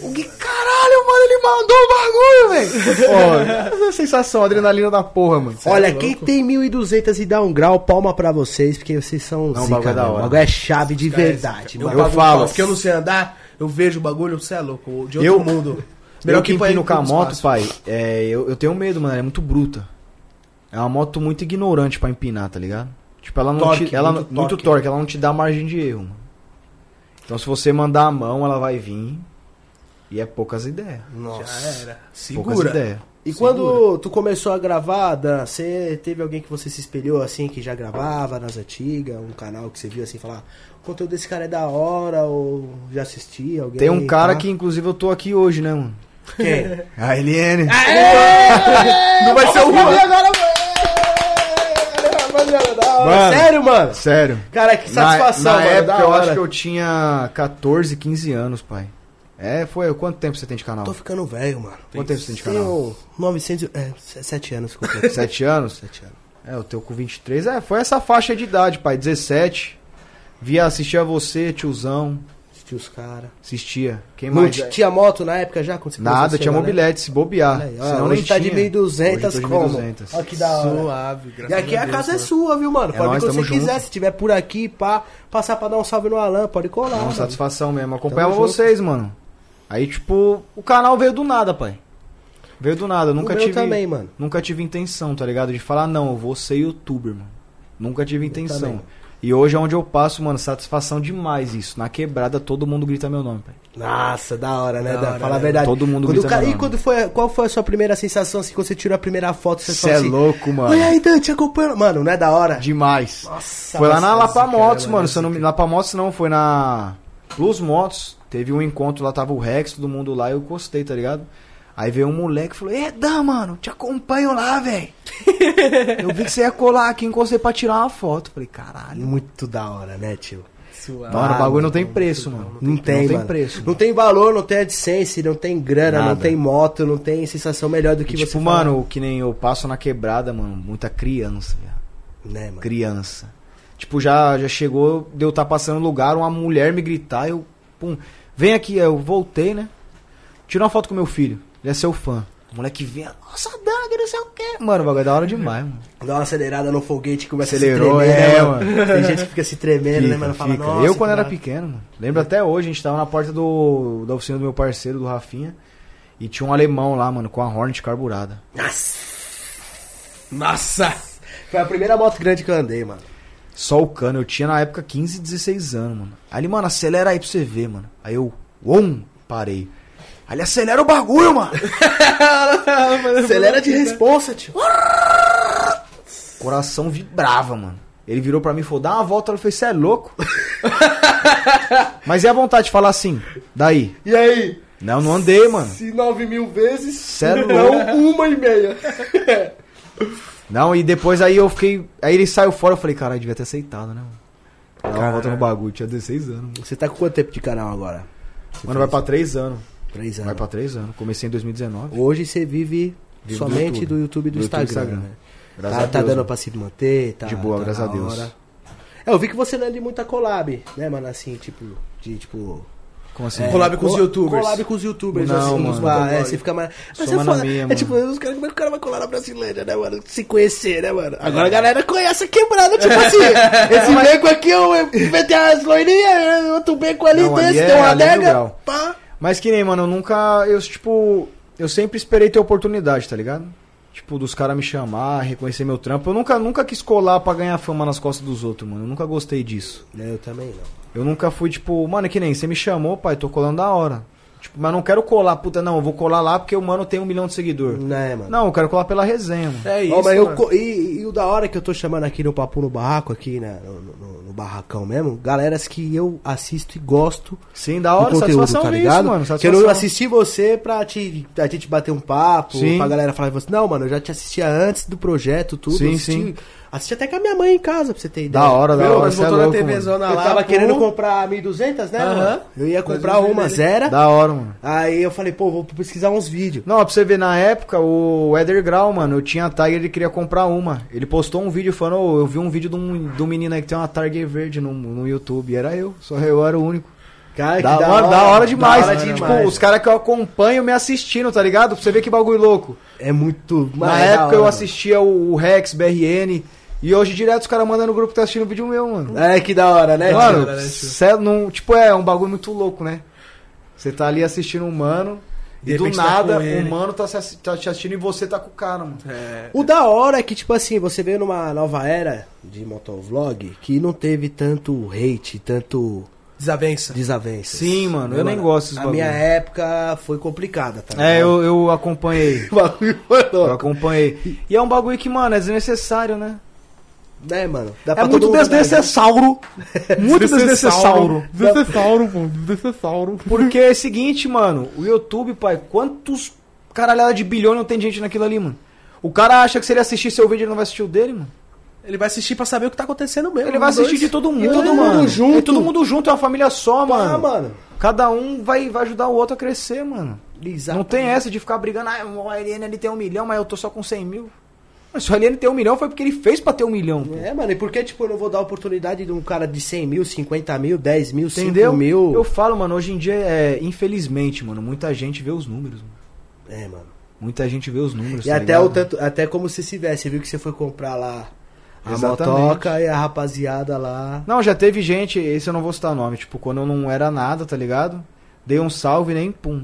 Speaker 3: O que caralho, mano, ele mandou o bagulho, velho. <laughs> Ó, essa é a sensação, a adrenalina da porra, mano.
Speaker 1: Olha, quem tem 1.200 e dá um grau, palma pra vocês, porque vocês são
Speaker 3: Não, o bagulho é da
Speaker 1: meu.
Speaker 3: hora.
Speaker 1: O bagulho é chave de verdade,
Speaker 2: É, Eu,
Speaker 1: mano.
Speaker 2: eu
Speaker 3: falo.
Speaker 2: falo. Porque eu não sei andar, eu vejo o bagulho, você é louco. De outro
Speaker 3: Eu-
Speaker 2: mundo.
Speaker 3: Melhor que
Speaker 2: pra ir
Speaker 3: empino com a
Speaker 2: pro
Speaker 3: moto,
Speaker 2: espaço.
Speaker 3: pai, é, eu, eu tenho medo, mano, ela é muito bruta. É uma moto muito ignorante pra empinar, tá ligado? Tipo, ela não
Speaker 2: Torque,
Speaker 3: te, ela
Speaker 2: muito
Speaker 3: muito, muito torque.
Speaker 2: torque.
Speaker 3: ela não te dá margem de erro, mano. Então se você mandar a mão, ela vai vir e é poucas ideias.
Speaker 2: Já era.
Speaker 3: Poucas
Speaker 2: Segura.
Speaker 3: ideias.
Speaker 1: E quando tu começou a gravar, Dan, você teve alguém que você se espelhou assim, que já gravava nas antigas, um canal que você viu assim, falar, o conteúdo desse cara é da hora, ou já assisti alguém?
Speaker 3: Tem um cara
Speaker 1: tá?
Speaker 3: que inclusive eu tô aqui hoje, né, mano? <laughs>
Speaker 1: Quem?
Speaker 3: A Eliane.
Speaker 1: É,
Speaker 2: Não vai ser o Juan.
Speaker 3: Mano.
Speaker 1: Sério, mano?
Speaker 3: Sério.
Speaker 1: Cara, que satisfação,
Speaker 3: na, na
Speaker 1: mano.
Speaker 3: época
Speaker 1: da
Speaker 3: eu
Speaker 1: hora.
Speaker 3: acho que eu tinha 14, 15 anos, pai. É, foi. Quanto tempo você tem de canal?
Speaker 1: Tô ficando velho, mano.
Speaker 3: Quanto tempo você tem de canal?
Speaker 1: Tenho 900... É, 7 anos, desculpa.
Speaker 3: <laughs>
Speaker 1: <laughs>
Speaker 3: 7 anos?
Speaker 1: 7 anos.
Speaker 3: É, o teu com 23. É, foi essa faixa de idade, pai. 17. Via assistir a você, tiozão.
Speaker 1: Assisti os caras.
Speaker 3: Assistia. Quem
Speaker 1: Não
Speaker 3: mais?
Speaker 1: t- tinha moto na época já? Quando você começou a
Speaker 3: Nada, tinha
Speaker 1: chegar, né?
Speaker 3: mobilete, se bobear.
Speaker 1: Olha aí, ó,
Speaker 3: Senão
Speaker 1: hoje
Speaker 3: nem
Speaker 1: tá de
Speaker 3: tinha.
Speaker 1: 1.200
Speaker 3: Hoje eu tô de
Speaker 1: como?
Speaker 3: 1.200.
Speaker 1: Olha que da hora.
Speaker 2: Suave, graças
Speaker 1: E aqui a
Speaker 2: a Deus, né?
Speaker 1: casa é
Speaker 2: mano.
Speaker 1: sua, viu, mano?
Speaker 3: É
Speaker 1: pode
Speaker 3: nóis,
Speaker 1: vir quando
Speaker 3: tamo
Speaker 1: você quiser.
Speaker 3: junto.
Speaker 1: Se tiver por aqui, pá, passar pra dar um salve no Alan, pode colar.
Speaker 3: Não,
Speaker 1: mano.
Speaker 3: satisfação mesmo. Acompanhava
Speaker 1: Tamo junto.
Speaker 3: vocês, mano. Aí, tipo, o canal veio do nada, pai. Veio do nada. Eu Nunca
Speaker 1: o meu
Speaker 3: tive.
Speaker 1: também, mano.
Speaker 3: Nunca tive intenção, tá ligado? De falar, não, eu vou ser youtuber, mano. Nunca tive intenção.
Speaker 1: também.
Speaker 3: E hoje é onde eu passo, mano, satisfação demais isso. Na quebrada todo mundo grita meu nome, pai.
Speaker 1: Nossa, da hora, né?
Speaker 2: Da
Speaker 1: Da
Speaker 2: hora,
Speaker 1: falar a
Speaker 2: né?
Speaker 1: verdade.
Speaker 3: Todo mundo
Speaker 1: quando o
Speaker 3: grita
Speaker 1: cara,
Speaker 3: meu
Speaker 1: E
Speaker 3: nome.
Speaker 1: quando foi, qual foi a sua primeira sensação assim, quando você tirou a primeira foto? Você
Speaker 3: Cê
Speaker 1: falou
Speaker 3: é
Speaker 1: assim,
Speaker 3: louco, mano.
Speaker 1: Olha aí, Dan, te acompanhando. Mano, não é da hora?
Speaker 3: Demais.
Speaker 1: Nossa,
Speaker 3: Foi lá na
Speaker 1: nossa,
Speaker 3: Lapa
Speaker 1: zica,
Speaker 3: Motos,
Speaker 1: né,
Speaker 3: mano. Se eu não me... Lapa Motos não, foi na Plus Motos. Teve um encontro lá, tava o Rex, todo mundo lá, eu gostei, tá ligado? Aí veio um moleque e falou: É, Dan, mano, te acompanho lá, velho. eu vi que você ia colar aqui, encostei pra tirar uma foto. Falei: Caralho.
Speaker 1: É Muito da hora, né, tio?
Speaker 2: Suave.
Speaker 3: Mano, o bagulho Ah, não tem
Speaker 2: mano,
Speaker 3: preço,
Speaker 2: não
Speaker 3: mano.
Speaker 1: Não tem,
Speaker 3: Não tem
Speaker 1: mano.
Speaker 3: preço.
Speaker 1: Não tem valor, não tem AdSense, não tem grana, não
Speaker 3: Nada.
Speaker 1: tem moto, não tem sensação melhor do que
Speaker 3: E,
Speaker 1: você.
Speaker 3: tipo,
Speaker 1: falar.
Speaker 3: mano, que nem eu passo na quebrada, mano, muita criança, velho.
Speaker 1: Né, mano?
Speaker 3: criança. Tipo, já, já chegou, deu tá passando no lugar, uma mulher me gritar, eu. Pum, vem aqui, eu voltei, né? Tirei uma foto com meu filho. Ele é seu fã. O moleque vem, nossa, Dang, não sei o quê. Mano, o bagulho é da hora demais, mano.
Speaker 1: Dá uma acelerada no foguete, começa
Speaker 3: Acelerou,
Speaker 1: a se tremer,
Speaker 3: é,
Speaker 1: né, mano? <laughs> Tem gente que fica se tremendo, né, mano? Fala,
Speaker 3: fica.
Speaker 1: nossa,
Speaker 3: eu, quando
Speaker 1: que
Speaker 3: era
Speaker 1: da-
Speaker 3: pequeno, mano, lembro até hoje, a gente tava na porta do, da oficina do meu parceiro, do Rafinha, e tinha um alemão lá, mano, com a Hornet carburada.
Speaker 1: Nossa!
Speaker 2: Nossa!
Speaker 1: Foi a primeira moto grande que eu andei, mano.
Speaker 3: Só o cano, eu tinha na época 15, 16 anos, mano. Aí ele, mano, acelera aí pra você ver, mano. Aí eu, um, parei. Aí ele acelera o bagulho, mano.
Speaker 1: <laughs> Acelera
Speaker 3: <laughs>
Speaker 1: de responsa, tio.
Speaker 3: Coração vibrava, mano. Ele virou pra mim e falou, dá uma volta. Eu falei, você
Speaker 1: <laughs>
Speaker 3: é louco? Mas e a vontade de falar assim? Daí?
Speaker 1: E aí?
Speaker 3: Não, não andei, mano.
Speaker 1: Se nove mil vezes,
Speaker 3: Cê é louco.
Speaker 1: uma e meia.
Speaker 3: Não, e depois aí eu fiquei... Aí ele saiu fora, eu falei, cara, eu devia ter aceitado, né, mano? Dá uma volta no bagulho, tinha 16 anos, mano.
Speaker 1: Você tá com quanto tempo de canal agora? Você
Speaker 3: Mano, vai
Speaker 1: fez?
Speaker 3: pra 3 anos.
Speaker 1: Três anos.
Speaker 3: Vai pra 3 anos. Comecei em 2019.
Speaker 1: Hoje você vive,
Speaker 3: Vive do
Speaker 1: somente
Speaker 3: YouTube.
Speaker 1: do YouTube e do,
Speaker 3: Do YouTube e
Speaker 1: Instagram,
Speaker 3: Instagram.
Speaker 1: né?
Speaker 3: Graças
Speaker 1: Tá,
Speaker 3: a
Speaker 1: tá
Speaker 3: Deus,
Speaker 1: dando
Speaker 3: mano.
Speaker 1: pra se manter, tá
Speaker 3: De boa,
Speaker 1: tá
Speaker 3: graças
Speaker 1: da
Speaker 3: a Deus.
Speaker 1: hora. É, eu vi que você não é de muita collab, né, mano? Assim, tipo, de tipo.
Speaker 3: Como assim?
Speaker 1: é,
Speaker 2: Collab com os
Speaker 1: co-
Speaker 2: youtubers.
Speaker 1: Collab com os youtubers,
Speaker 3: Não,
Speaker 1: assim,
Speaker 3: mano.
Speaker 1: dos ba- é, você fica mais. Mas
Speaker 3: Soma
Speaker 1: é
Speaker 3: na
Speaker 1: foda.
Speaker 3: minha,
Speaker 1: é
Speaker 3: mano.
Speaker 1: tipo, os caras, como é que o cara vai colar na Brasilândia, né, mano? Se conhecer, né, mano?
Speaker 3: É.
Speaker 1: Agora a galera conhece a quebrada, tipo
Speaker 3: <laughs>
Speaker 1: assim. Esse beco aqui, eu inventei as loirinhas, outro beco ali,
Speaker 3: Não, ali
Speaker 1: desse,
Speaker 3: é-
Speaker 1: deu uma
Speaker 3: ali é mil
Speaker 1: adega.
Speaker 3: grau.
Speaker 1: Pá.
Speaker 3: Mas que nem, mano, eu nunca. Eu, tipo. Eu sempre esperei ter oportunidade, tá ligado? Tipo, dos caras me chamar, reconhecer meu trampo. Eu nunca, nunca quis colar pra ganhar fama nas costas dos outros, mano. Eu nunca gostei disso.
Speaker 1: Eu também não.
Speaker 3: Eu nunca fui, tipo, mano, é que nem, você me chamou, pai, tô colando da hora. Tipo, mas não quero colar, puta, não, eu vou colar lá porque o mano tem um milhão de seguidor.
Speaker 1: Né, mano?
Speaker 3: Não, eu quero colar pela resenha, mano.
Speaker 2: É isso,
Speaker 1: Ó, mas eu
Speaker 2: mano.
Speaker 1: co- e, e o da hora que eu tô chamando aqui no Papo no Barraco, aqui né, no, no- no barracão mesmo, galeras que eu assisto e gosto
Speaker 3: Sim, da
Speaker 1: do
Speaker 3: hora,
Speaker 1: conteúdo,
Speaker 3: satisfação
Speaker 1: tá
Speaker 3: nisso,
Speaker 1: ligado?
Speaker 3: mano.
Speaker 1: que eu
Speaker 3: Satisfação.
Speaker 1: não assisti você pra te, a gente bater um papo,
Speaker 3: Sim.
Speaker 1: pra galera falar, você, não, mano, eu já te assistia antes do projeto, tudo.
Speaker 3: Sim,
Speaker 1: assisti,
Speaker 3: sim.
Speaker 1: assisti até com a minha mãe em casa, pra você ter ideia.
Speaker 3: Da hora, da
Speaker 2: Meu,
Speaker 3: hora,
Speaker 2: mas
Speaker 3: você é
Speaker 2: botou na
Speaker 3: louco,
Speaker 2: TV
Speaker 3: mano.
Speaker 2: zona
Speaker 1: Eu
Speaker 2: lá.
Speaker 1: tava
Speaker 2: pô.
Speaker 1: querendo comprar 1.200, né,
Speaker 2: Aham.
Speaker 1: mano? Eu ia
Speaker 2: Mas
Speaker 1: comprar
Speaker 2: eu
Speaker 1: uma
Speaker 2: vi dele.
Speaker 1: zero,
Speaker 3: Da hora, mano.
Speaker 1: aí eu falei, pô, vou pesquisar uns vídeos.
Speaker 3: Não, pra você ver, na época, o Eder Grau, mano, eu tinha a Tiger, ele queria comprar uma. Ele postou um vídeo falando, "Ô, eu vi um vídeo de um, de um menino aí que tem uma Tiger verde no, no YouTube. E era eu, só eu era o único.
Speaker 1: Cara,
Speaker 3: da, hora, da hora demais.
Speaker 1: da hora
Speaker 3: tipo,
Speaker 1: demais.
Speaker 3: os caras que eu acompanho me assistindo, tá ligado? Pra você ver que bagulho louco.
Speaker 1: É muito...
Speaker 3: na
Speaker 1: Mano, é da
Speaker 3: época
Speaker 1: hora,
Speaker 3: eu
Speaker 1: mano.
Speaker 3: assistia o, o Rex, BRN, e hoje direto os caras mandam no grupo que tá assistindo o vídeo meu, mano.
Speaker 1: É, que da hora, né?
Speaker 3: mano,
Speaker 1: tio?
Speaker 2: né, tio?
Speaker 3: cê não- tipo, é um bagulho muito louco, né? Você tá ali assistindo um mano,
Speaker 2: De
Speaker 3: e do
Speaker 2: repente tá
Speaker 3: nada
Speaker 2: com ele.
Speaker 3: o mano tá, se assi- tá te assistindo e você tá com o cara, mano.
Speaker 2: É.
Speaker 1: O da hora é que, tipo assim, você veio numa nova era de motovlog que não teve tanto hate, tanto
Speaker 2: Desavença.
Speaker 1: desavença.
Speaker 3: Sim, mano, eu nem gosto desses
Speaker 1: A
Speaker 3: bagulho.
Speaker 1: minha época foi complicada, tá
Speaker 3: É,
Speaker 1: ligado?
Speaker 3: eu, eu acompanhei.
Speaker 1: <laughs> O bagulho foi
Speaker 3: Eu
Speaker 1: louco.
Speaker 3: acompanhei. E é um bagulho que, mano, é desnecessário, né?
Speaker 1: Né, mano? Dá
Speaker 3: É muito
Speaker 1: todo mundo-
Speaker 3: desnecessauro. Muito desnecessauro.
Speaker 2: Desnecessauro, pô. Desnecessauro.
Speaker 3: Porque é o seguinte, mano, o YouTube, pai, quantos caralhada de bilhões não tem gente naquilo ali, mano? O cara acha que se ele assistir seu vídeo, ele não vai assistir o dele, mano.
Speaker 2: Ele vai assistir pra saber o que tá acontecendo mesmo.
Speaker 3: Ele vai
Speaker 2: os
Speaker 3: assistir
Speaker 2: dois.
Speaker 3: de todo mundo,
Speaker 1: todo mundo
Speaker 3: mano.
Speaker 1: junto.
Speaker 3: É todo mundo junto, é uma família só,
Speaker 1: Ah,
Speaker 3: mano.
Speaker 1: mano.
Speaker 3: Cada um vai, vai ajudar o outro a crescer, mano.
Speaker 1: Exato.
Speaker 3: Não tá. tem essa de ficar brigando, ah, o Ariane ele tem um milhão, mas eu tô só com 100 mil. Mas se o Ariane tem um milhão foi porque ele fez pra ter um milhão, pô.
Speaker 1: É, mano, e por que, tipo, eu não vou dar oportunidade de um cara de 100 mil, 50 mil, 10 mil, 5
Speaker 3: Entendeu?
Speaker 1: mil?
Speaker 3: Eu falo, mano, hoje em dia, é, infelizmente, mano, muita gente vê os números, mano.
Speaker 1: É, mano.
Speaker 3: Muita gente vê os números.
Speaker 1: E
Speaker 3: tá
Speaker 1: até
Speaker 3: ligado?
Speaker 1: o tanto, até como se tivesse, viu que você foi comprar lá a
Speaker 3: Exatamente.
Speaker 1: motoca e a rapaziada lá. <laughs>
Speaker 3: Não, já teve gente, esse eu não vou citar o nome, tipo, quando eu não era nada, tá ligado? Dei um salve e nem pum.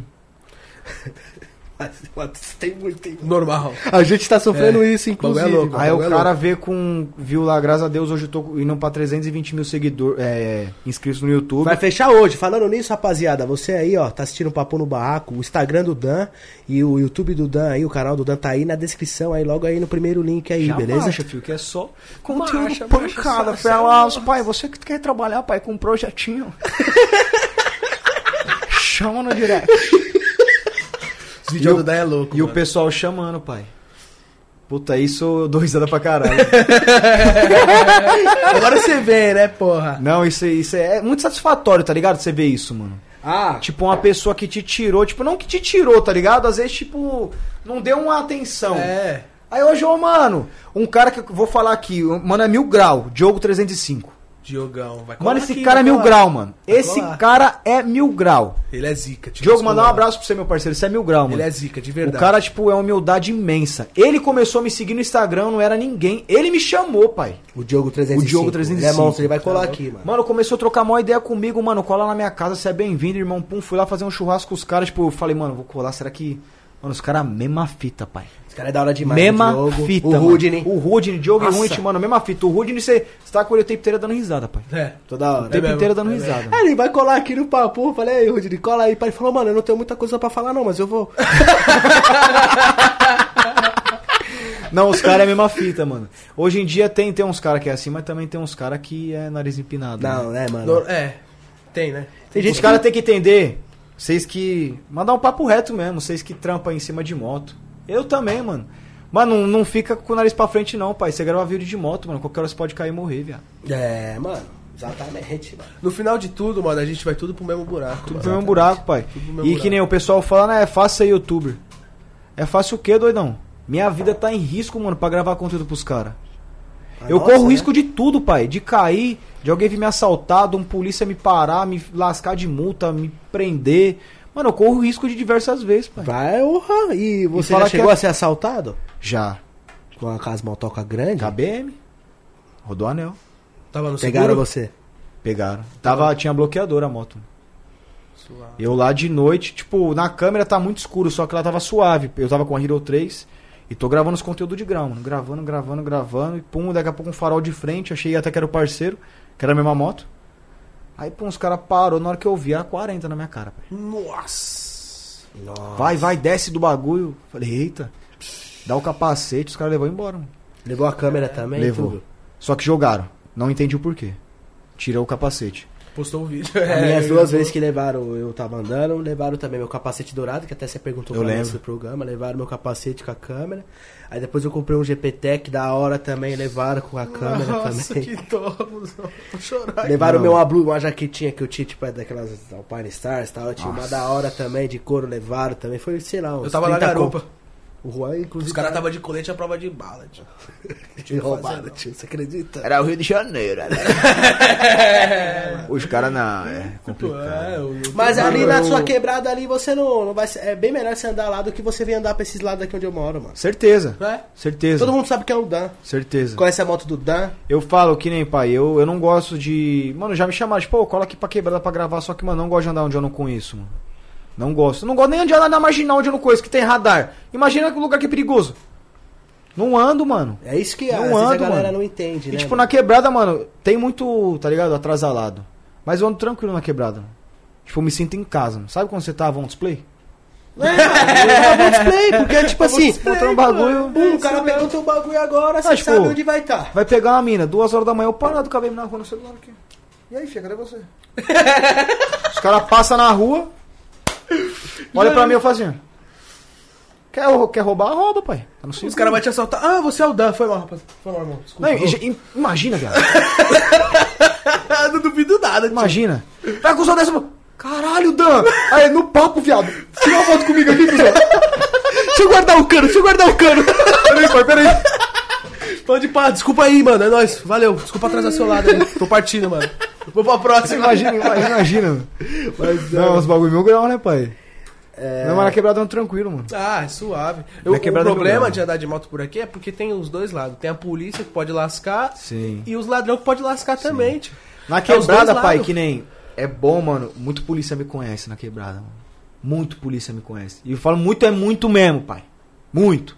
Speaker 1: Tem muito, tem muito.
Speaker 2: Normal.
Speaker 1: A gente tá sofrendo
Speaker 2: É.
Speaker 1: isso, inclusive.
Speaker 2: Bagulho é louco,
Speaker 1: mano.
Speaker 3: Aí o
Speaker 1: Bagulho é
Speaker 3: cara vê com. Viu lá, graças a Deus, hoje eu tô indo pra 320 mil seguidores é, inscritos no YouTube.
Speaker 1: Vai fechar hoje. Falando nisso, rapaziada, você aí, ó, tá assistindo o Papo no Barraco, o Instagram do Dan e o YouTube do Dan aí, o canal do Dan tá aí na descrição, aí logo aí no primeiro link aí,
Speaker 3: Já
Speaker 1: beleza?
Speaker 3: Marcha, filho, que é só conteúdo
Speaker 2: Marcha,
Speaker 3: pancada.
Speaker 2: marcha, só-
Speaker 3: Foi lá, os pai, você que quer trabalhar, pai, com um <laughs> projetinho. Chama no direct.
Speaker 2: Os vídeos
Speaker 3: E
Speaker 2: do
Speaker 3: o-
Speaker 2: Dan é louco.
Speaker 3: E o
Speaker 2: mano.
Speaker 3: pessoal chamando, pai. Puta, isso eu dou risada pra <laughs> caralho.
Speaker 2: Agora você vê, né, porra?
Speaker 3: Não, isso, isso é, é muito satisfatório, tá ligado? Você ver isso, mano.
Speaker 1: Ah,
Speaker 3: Tipo, uma pessoa que te tirou, tipo, não que te tirou, tá ligado? Às vezes, tipo, não deu uma atenção.
Speaker 2: É.
Speaker 3: Aí hoje, ô, mano, um cara que eu vou falar aqui, o mano, é mil grau, Diogo 305.
Speaker 2: Diogão, vai colar
Speaker 3: Mano, esse
Speaker 2: aqui,
Speaker 3: cara é
Speaker 2: vai
Speaker 3: mil
Speaker 2: colar.
Speaker 3: grau, mano.
Speaker 2: Vai
Speaker 3: Esse
Speaker 2: colar.
Speaker 3: cara é mil grau.
Speaker 2: Ele é zica, tio.
Speaker 3: Diogo, mandar um
Speaker 2: Desculpa.
Speaker 3: abraço pra você, meu parceiro. Você é mil grau, mano.
Speaker 2: Ele é zica, de
Speaker 3: O
Speaker 2: verdade.
Speaker 3: cara, tipo, é uma humildade imensa. Ele começou a me seguir no Instagram, não era ninguém. Ele me chamou, pai.
Speaker 1: o Diogo 305.
Speaker 3: O Diogo
Speaker 1: Ele é
Speaker 3: 305.
Speaker 1: monstro, ele vai
Speaker 3: Tá
Speaker 1: colar aqui, mano.
Speaker 3: Mano, começou a trocar uma ideia comigo, mano. Cola na minha casa, você é bem-vindo, irmão. Pum, fui lá fazer um churrasco com os caras. Tipo, eu falei, mano, vou colar, será que. Mano, os caras, mesma fita, pai.
Speaker 1: Esse cara é da hora demais,
Speaker 3: mesma
Speaker 1: o Diogo.
Speaker 3: fita.
Speaker 1: O
Speaker 3: mano.
Speaker 1: Rudney.
Speaker 3: O Rudney, Diogo
Speaker 1: Nossa.
Speaker 3: e Runt, mano, mesma fita. O Rudney, você você tá com ele o tempo inteiro dando risada, pai.
Speaker 2: É.
Speaker 1: Toda hora.
Speaker 3: O tempo
Speaker 2: mesmo,
Speaker 3: inteiro dando
Speaker 2: é
Speaker 3: risada.
Speaker 1: Aí ele vai colar aqui no papo, eu falei, aí, Rudney, cola aí. pai." Ele falou, mano, eu não tenho muita coisa pra falar não, mas eu vou.
Speaker 3: Não, os caras é a mesma fita, mano. Hoje em dia tem, tem uns caras que é assim, mas também tem uns caras que é nariz empinado. né?
Speaker 1: Não, né, mano?
Speaker 2: Nor- É. Tem, né?
Speaker 1: Tem gente
Speaker 3: Os caras têm que entender. Vocês que. Mandar um papo reto mesmo. Vocês que trampam em cima de moto. Eu também, mano. Mas não, não fica com o nariz pra frente, não, pai. Você grava vídeo de moto, mano. Qualquer hora você pode cair e morrer, viado.
Speaker 1: que... É, mano, exatamente, mano.
Speaker 2: No final de tudo, mano, a gente vai tudo pro mesmo buraco.
Speaker 3: Tudo
Speaker 2: mano.
Speaker 3: pro mesmo um buraco, pai.
Speaker 2: Tudo pro
Speaker 3: E
Speaker 1: um
Speaker 2: mesmo buraco.
Speaker 3: que nem o pessoal fala, né? É fácil ser youtuber. É fácil o quê, doidão? Minha vida tá em risco, mano, pra gravar conteúdo pros caras.
Speaker 1: Ah,
Speaker 3: Eu
Speaker 1: nossa,
Speaker 3: corro
Speaker 1: né?
Speaker 3: risco de tudo, pai. De cair, de alguém vir me assaltar, de um polícia me parar, me lascar de multa, me prender. Mano, eu corro risco de diversas vezes, pai.
Speaker 2: é
Speaker 1: Vai, urra. E você
Speaker 3: fala
Speaker 1: já
Speaker 3: que
Speaker 1: chegou
Speaker 3: é-
Speaker 1: a ser assaltado?
Speaker 3: Já.
Speaker 1: Com a casa motoca grande?
Speaker 3: KBM. Rodou anel.
Speaker 2: Tava no
Speaker 1: Pegaram
Speaker 2: seguro?
Speaker 1: você.
Speaker 3: Pegaram. Tava, tinha bloqueador a moto.
Speaker 2: Suave.
Speaker 3: Eu lá de noite, tipo, na câmera tá muito escuro, só que ela tava suave. Eu tava com a Hero 3 e tô gravando os conteúdos de grau, mano. Gravando, gravando, gravando. E pum, daqui a pouco um farol de frente. Achei até que era o parceiro, que era a mesma moto. Aí, pum, os caras parou. Na hora que eu vi, era 40 na minha cara. pai.
Speaker 2: Nossa.
Speaker 3: Vai, vai, desce do bagulho. Falei, eita. Dá o capacete, os caras levou embora, mano.
Speaker 1: Levou a câmera também?
Speaker 3: Levou.
Speaker 1: tudo?
Speaker 3: Só que jogaram. Não entendi o porquê. Tirou o capacete.
Speaker 2: Postou um vídeo.
Speaker 1: As
Speaker 2: É,
Speaker 1: minhas
Speaker 2: eu-
Speaker 1: duas vezes que levaram, eu tava andando, levaram também meu capacete dourado, que até você perguntou
Speaker 3: Eu
Speaker 1: pra mim
Speaker 3: lembro.
Speaker 1: esse programa, levaram meu capacete com a câmera. Aí depois eu comprei um GPTEC da hora também, levaram com a câmera
Speaker 2: Nossa,
Speaker 1: <laughs> também.
Speaker 2: que dó. mano. Vou chorar.
Speaker 1: Levaram
Speaker 3: Não.
Speaker 1: meu Ablu, uma jaquetinha que eu tinha, tipo, é daquelas Alpine Stars e tal. Eu tinha uma da hora também, de couro, levaram também. Foi, sei lá, uns
Speaker 2: Eu tava na
Speaker 1: 30
Speaker 2: garupa.
Speaker 1: conto. O Juan, inclusive,
Speaker 2: Os caras tava né? de colete à prova de bala, tio.
Speaker 1: me roubaram, tio. Você acredita?
Speaker 3: Era o Rio de Janeiro, né? <laughs> Os caras na. É
Speaker 2: É, eu- eu-
Speaker 1: Mas
Speaker 2: Mano,
Speaker 1: ali na
Speaker 2: eu-
Speaker 1: sua quebrada ali, você não, não vai... ser- É bem melhor você andar lá do que você vir andar pra esses lados daqui onde eu moro, mano.
Speaker 3: Certeza.
Speaker 2: É?
Speaker 3: Certeza.
Speaker 1: Todo mundo sabe que é o Dan.
Speaker 3: Certeza.
Speaker 1: Conhece a moto do Dan?
Speaker 3: Eu falo que nem pai, eu, eu não gosto de. Mano, já me chamaram, tipo, pô, cola aqui pra quebrada pra gravar, só que, mano, não gosto de andar onde eu não conheço, mano. Não gosto. Não gosto nem de andar na marginal onde eu não conheço, que tem radar. Imagina que lugar que é perigoso. Não ando, mano.
Speaker 1: É isso que
Speaker 3: Não
Speaker 1: às vezes a
Speaker 3: ando,
Speaker 1: galera
Speaker 3: mano.
Speaker 1: não entende,
Speaker 3: E,
Speaker 1: né?
Speaker 3: tipo,
Speaker 1: mano?
Speaker 3: na quebrada, mano, tem muito, tá ligado? Atrasalado. Mas eu ando tranquilo na quebrada. Tipo, eu me sinto em casa. mano. Sabe quando você tá tava on display?
Speaker 2: <laughs>
Speaker 1: É, mano, display, porque, tipo assim,
Speaker 3: Botou um bagulho.
Speaker 1: bum, <laughs> o cara pegou teu bagulho
Speaker 2: Ah,
Speaker 1: agora, você
Speaker 3: tipo,
Speaker 1: sabe onde vai tá. estar.
Speaker 3: Vai pegar uma mina, duas horas da manhã, eu parado com a BM na rua no celular aqui. E aí, filha, cadê <laughs> você? Os caras passam na rua, olha pra mim e eu fazendo. Quer, rou- quer roubar? Rouba, pai. Tá no
Speaker 2: Os
Speaker 3: seguro.
Speaker 2: caras vão te assaltar. Ah, você é o Dan. Foi mal,
Speaker 1: <laughs>
Speaker 2: rapaz. Foi mal, irmão. Desculpa.
Speaker 3: Não, e- e- imagina, cara.
Speaker 1: Ah,
Speaker 2: Eu não duvido nada, tio.
Speaker 3: Imagina. Vai com o dessa. Caralho, Dan! Aí, no papo, viado. Tira uma foto comigo aqui, cuzão.
Speaker 1: Deixa eu guardar o cano, deixa eu guardar o cano.
Speaker 3: Peraí, pai, peraí.
Speaker 2: Pode pá, desculpa aí, mano. É nóis. Valeu. Desculpa atrasar seu lado aí. Tô partindo, mano. Vou pra
Speaker 3: Você
Speaker 2: próxima.
Speaker 3: imagina, imagina, imagina. não, os bagulho mil grau, né, pai? É... Não, mas na quebrada eu ando tranquilo, mano.
Speaker 2: Ah, é suave. Eu,
Speaker 3: Vai
Speaker 2: o
Speaker 3: quebrar do
Speaker 2: problema
Speaker 3: programa.
Speaker 2: de andar de moto por aqui é porque tem os dois lados. Tem a polícia que pode lascar
Speaker 3: Sim.
Speaker 2: e os ladrão que pode lascar também. tio.
Speaker 3: Na
Speaker 2: É os dois
Speaker 3: quebrada, pai,
Speaker 2: lados.
Speaker 3: que nem. É bom, mano. Muito polícia me conhece na quebrada, mano. Muito polícia me conhece. E eu falo muito, é muito mesmo, pai. Muito.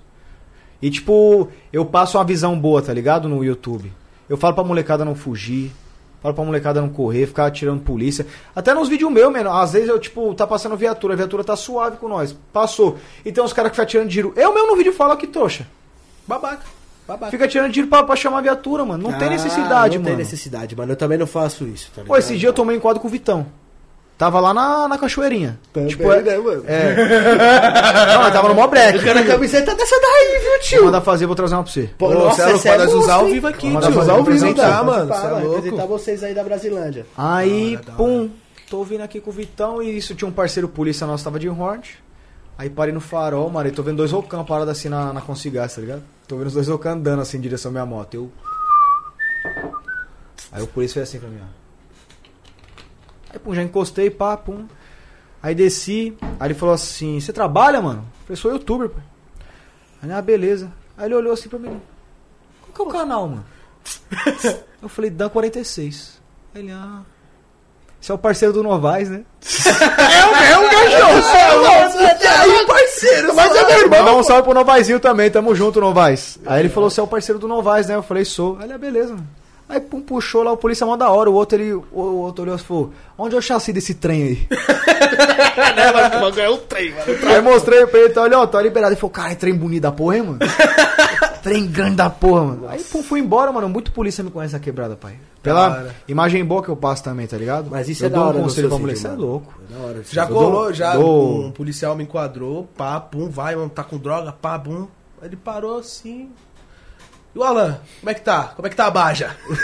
Speaker 3: E tipo, eu passo uma visão boa, tá ligado? No YouTube. Eu falo pra molecada não fugir. Falo pra molecada não correr, ficar atirando polícia. Até nos vídeos meus, mano. Às vezes eu, tipo, tá passando viatura, a viatura tá suave com nós. Passou. E tem uns caras que ficam atirando giro. Eu mesmo no vídeo falo que trouxa.
Speaker 2: Babaca. Babaca.
Speaker 3: Fica tirando tiro pra, pra chamar a viatura, mano. Não tem
Speaker 1: Ah,
Speaker 3: necessidade,
Speaker 1: não
Speaker 3: mano.
Speaker 1: tem necessidade, mano. Eu também não faço isso, tá
Speaker 3: Pô,
Speaker 1: ligado?
Speaker 3: esse dia eu tomei um quadro com o Vitão. Tava lá na, na cachoeirinha.
Speaker 1: Também,
Speaker 3: tipo, é,
Speaker 1: né, mano? <laughs>
Speaker 3: é. Não, eu tava no mó break.
Speaker 1: Eu quero a camiseta dessa daí, viu,
Speaker 3: Vou
Speaker 1: tio?
Speaker 3: mandar fazer, vou trazer uma pra você.
Speaker 1: Pô,
Speaker 2: Ô,
Speaker 1: nossa,
Speaker 2: você é louco,
Speaker 1: essa é
Speaker 2: pra nós
Speaker 1: monstro,
Speaker 2: usar ao
Speaker 1: hein?
Speaker 2: vivo aqui,
Speaker 3: Vamos
Speaker 2: tio.
Speaker 3: usar ao vivo,
Speaker 2: Apresentar,
Speaker 3: então.
Speaker 2: mano. Você é
Speaker 1: né, Fala, representar
Speaker 2: louco.
Speaker 1: vocês aí da Brasilândia.
Speaker 3: Aí,
Speaker 2: Da hora, é da
Speaker 3: pum, tô vindo aqui com o Vitão e isso tinha um parceiro polícia nosso, tava de Hornet. Aí parei no farol, mano, e tô vendo dois Rocan parado assim na, na Consigás, tá ligado? Tô vendo os dois Rocan andando assim em direção à minha moto. Eu. Aí o polícia fez assim pra mim, ó. Aí, pum, já encostei, pá, pum. Aí desci, aí ele falou assim: Você trabalha, mano? Eu falei: Sou youtuber, pô. Aí, ele, ah, beleza. Aí ele olhou assim pra mim: Qual que é o canal, <laughs> mano? Eu falei: Dan 46. Aí Ele, ah. Você é o parceiro do Novaes, né? <laughs> é o meu cachorro!
Speaker 1: E aí, parceiro? Mas é meu
Speaker 3: Mandar um salve pro Novaizinho também, tamo junto, Novaes. Aí ele falou, você é o parceiro do Novaes, né? Eu falei, sou. Aí ele, ah, beleza. mano. Aí pum, puxou lá o polícia mó da hora, o outro, ele, o, o outro olhou e falou, onde é o chassi desse trem aí?
Speaker 2: É o trem, mano.
Speaker 3: Aí eu mostrei pra ele, tá, olha, ó, tá liberado. Ele falou, cara, é trem bonito da porra, hein, mano? <laughs> trem grande da porra, mano. Aí pum, fui embora, mano, muito polícia me conhece na quebrada, pai.
Speaker 2: Da
Speaker 3: Pela
Speaker 2: hora.
Speaker 3: imagem boa que eu passo também, tá ligado?
Speaker 1: Mas isso
Speaker 3: eu
Speaker 1: é da
Speaker 3: dou
Speaker 1: hora
Speaker 3: um
Speaker 1: no
Speaker 3: conselho
Speaker 1: seu sentido,
Speaker 3: pra mulher, você é
Speaker 1: mano.
Speaker 3: louco.
Speaker 1: Da hora.
Speaker 2: Já
Speaker 3: Eu
Speaker 2: colou,
Speaker 3: dou-
Speaker 2: já.
Speaker 3: dou-
Speaker 2: Um policial me enquadrou, pá, pum, vai, mano, tá com droga, pá, bum. Ele parou assim. E o Alan, como é que tá? Como é que tá a Baja?
Speaker 1: Os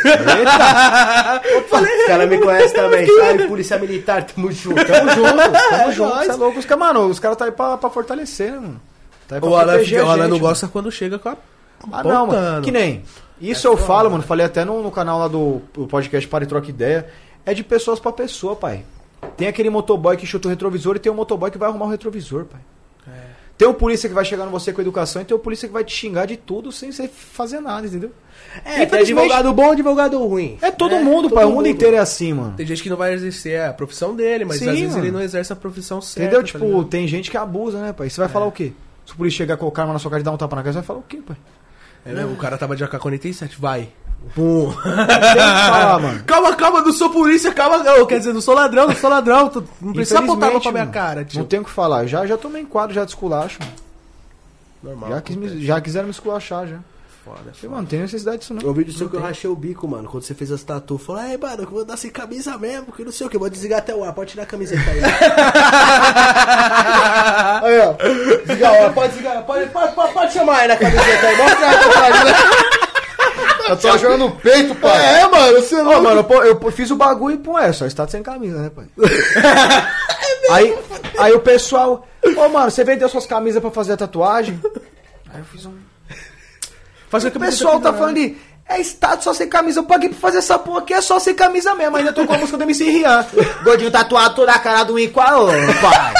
Speaker 1: caras me conhecem <laughs> também, sabe? Polícia Militar, tamo junto.
Speaker 3: Tamo
Speaker 1: <laughs>
Speaker 3: junto, tamo
Speaker 2: É
Speaker 3: junto.
Speaker 2: nóis.
Speaker 3: Você é louco. Os caras, mano, os caras tá aí pra, pra fortalecer, né, mano? Tá aí
Speaker 2: <laughs>
Speaker 3: pra
Speaker 2: O Alan,
Speaker 3: proteger
Speaker 2: fica- o
Speaker 3: a
Speaker 2: Alan
Speaker 3: gente,
Speaker 2: não
Speaker 3: mano.
Speaker 2: gosta quando chega com a.
Speaker 3: Ah, não, mano.
Speaker 2: apontando.
Speaker 3: Que nem. Isso eu falo, mano. Falei até no, no canal lá do do podcast Para e Troca Ideia. É de pessoas pra pessoa, pai. Tem aquele motoboy que chuta o retrovisor e tem o motoboy que vai arrumar o retrovisor, pai. Tem o polícia que vai chegar no você com educação e tem o polícia que vai te xingar de tudo sem você fazer nada, entendeu?
Speaker 1: É, tem
Speaker 3: Infelizmente-
Speaker 1: advogado bom, advogado ruim.
Speaker 3: É todo
Speaker 2: É,
Speaker 3: mundo,
Speaker 1: todo
Speaker 3: pai. O mundo
Speaker 1: mundo.
Speaker 3: inteiro é assim, mano.
Speaker 2: Tem gente que não vai exercer a profissão dele, mas
Speaker 3: Sim,
Speaker 2: às vezes
Speaker 3: mano.
Speaker 2: ele não exerce a profissão certa.
Speaker 3: Entendeu?
Speaker 2: tá
Speaker 3: tipo,
Speaker 2: ligado?
Speaker 3: tem gente que abusa, né, pai? Você vai falar o quê? Se o polícia chegar com o arma na sua cara e dar um tapa na cara, você vai falar o quê, pai?
Speaker 2: É, né? o cara tava de AK-47, vai. Pum. <laughs>
Speaker 3: Tem que falar, mano.
Speaker 2: Calma, calma, não sou polícia, calma. Não, quer dizer, não sou ladrão, não sou ladrão. tu- Não precisa
Speaker 3: Infelizmente,
Speaker 2: apontar a mão pra minha
Speaker 3: mano,
Speaker 2: cara, tio.
Speaker 3: Não tem o que falar. Já, já tomei enquadro, já desculacho. mano.
Speaker 2: Normal.
Speaker 3: Já, quis me, já quiseram me esculachar, já.
Speaker 2: Foda,
Speaker 3: Falei, mano, não tem necessidade disso, não.
Speaker 1: Eu vi do É um seu que eu rachei o bico, mano, quando você fez as tatu. Falou, ai, mano, eu vou dar sem camisa mesmo, que não sei o que, vou desligar até o ar, pode tirar a camiseta aí. <laughs> aí, ó. Desliga o ar, pode desligar, pode, pode, pode, pode chamar aí na camiseta aí, mostra a tatuagem.
Speaker 3: Eu tô tá jogando no peito, pai. É, mano, você não. mano, eu, pô- eu pô- fiz o bagulho e, pô, é, só está sem camisa, <laughs> né, pai? aí, aí o pessoal, ô, mano, você vendeu suas camisas pra fazer a tatuagem? Aí eu fiz um.
Speaker 2: Faz o que
Speaker 3: O pessoal tá falando de. É status só sem camisa. Eu paguei pra fazer essa porra aqui, é só sem camisa mesmo. Ainda tocou a música do MC Rian. <laughs> Gordinho tatuado toda a cara do Inqua, ô, <laughs> pai.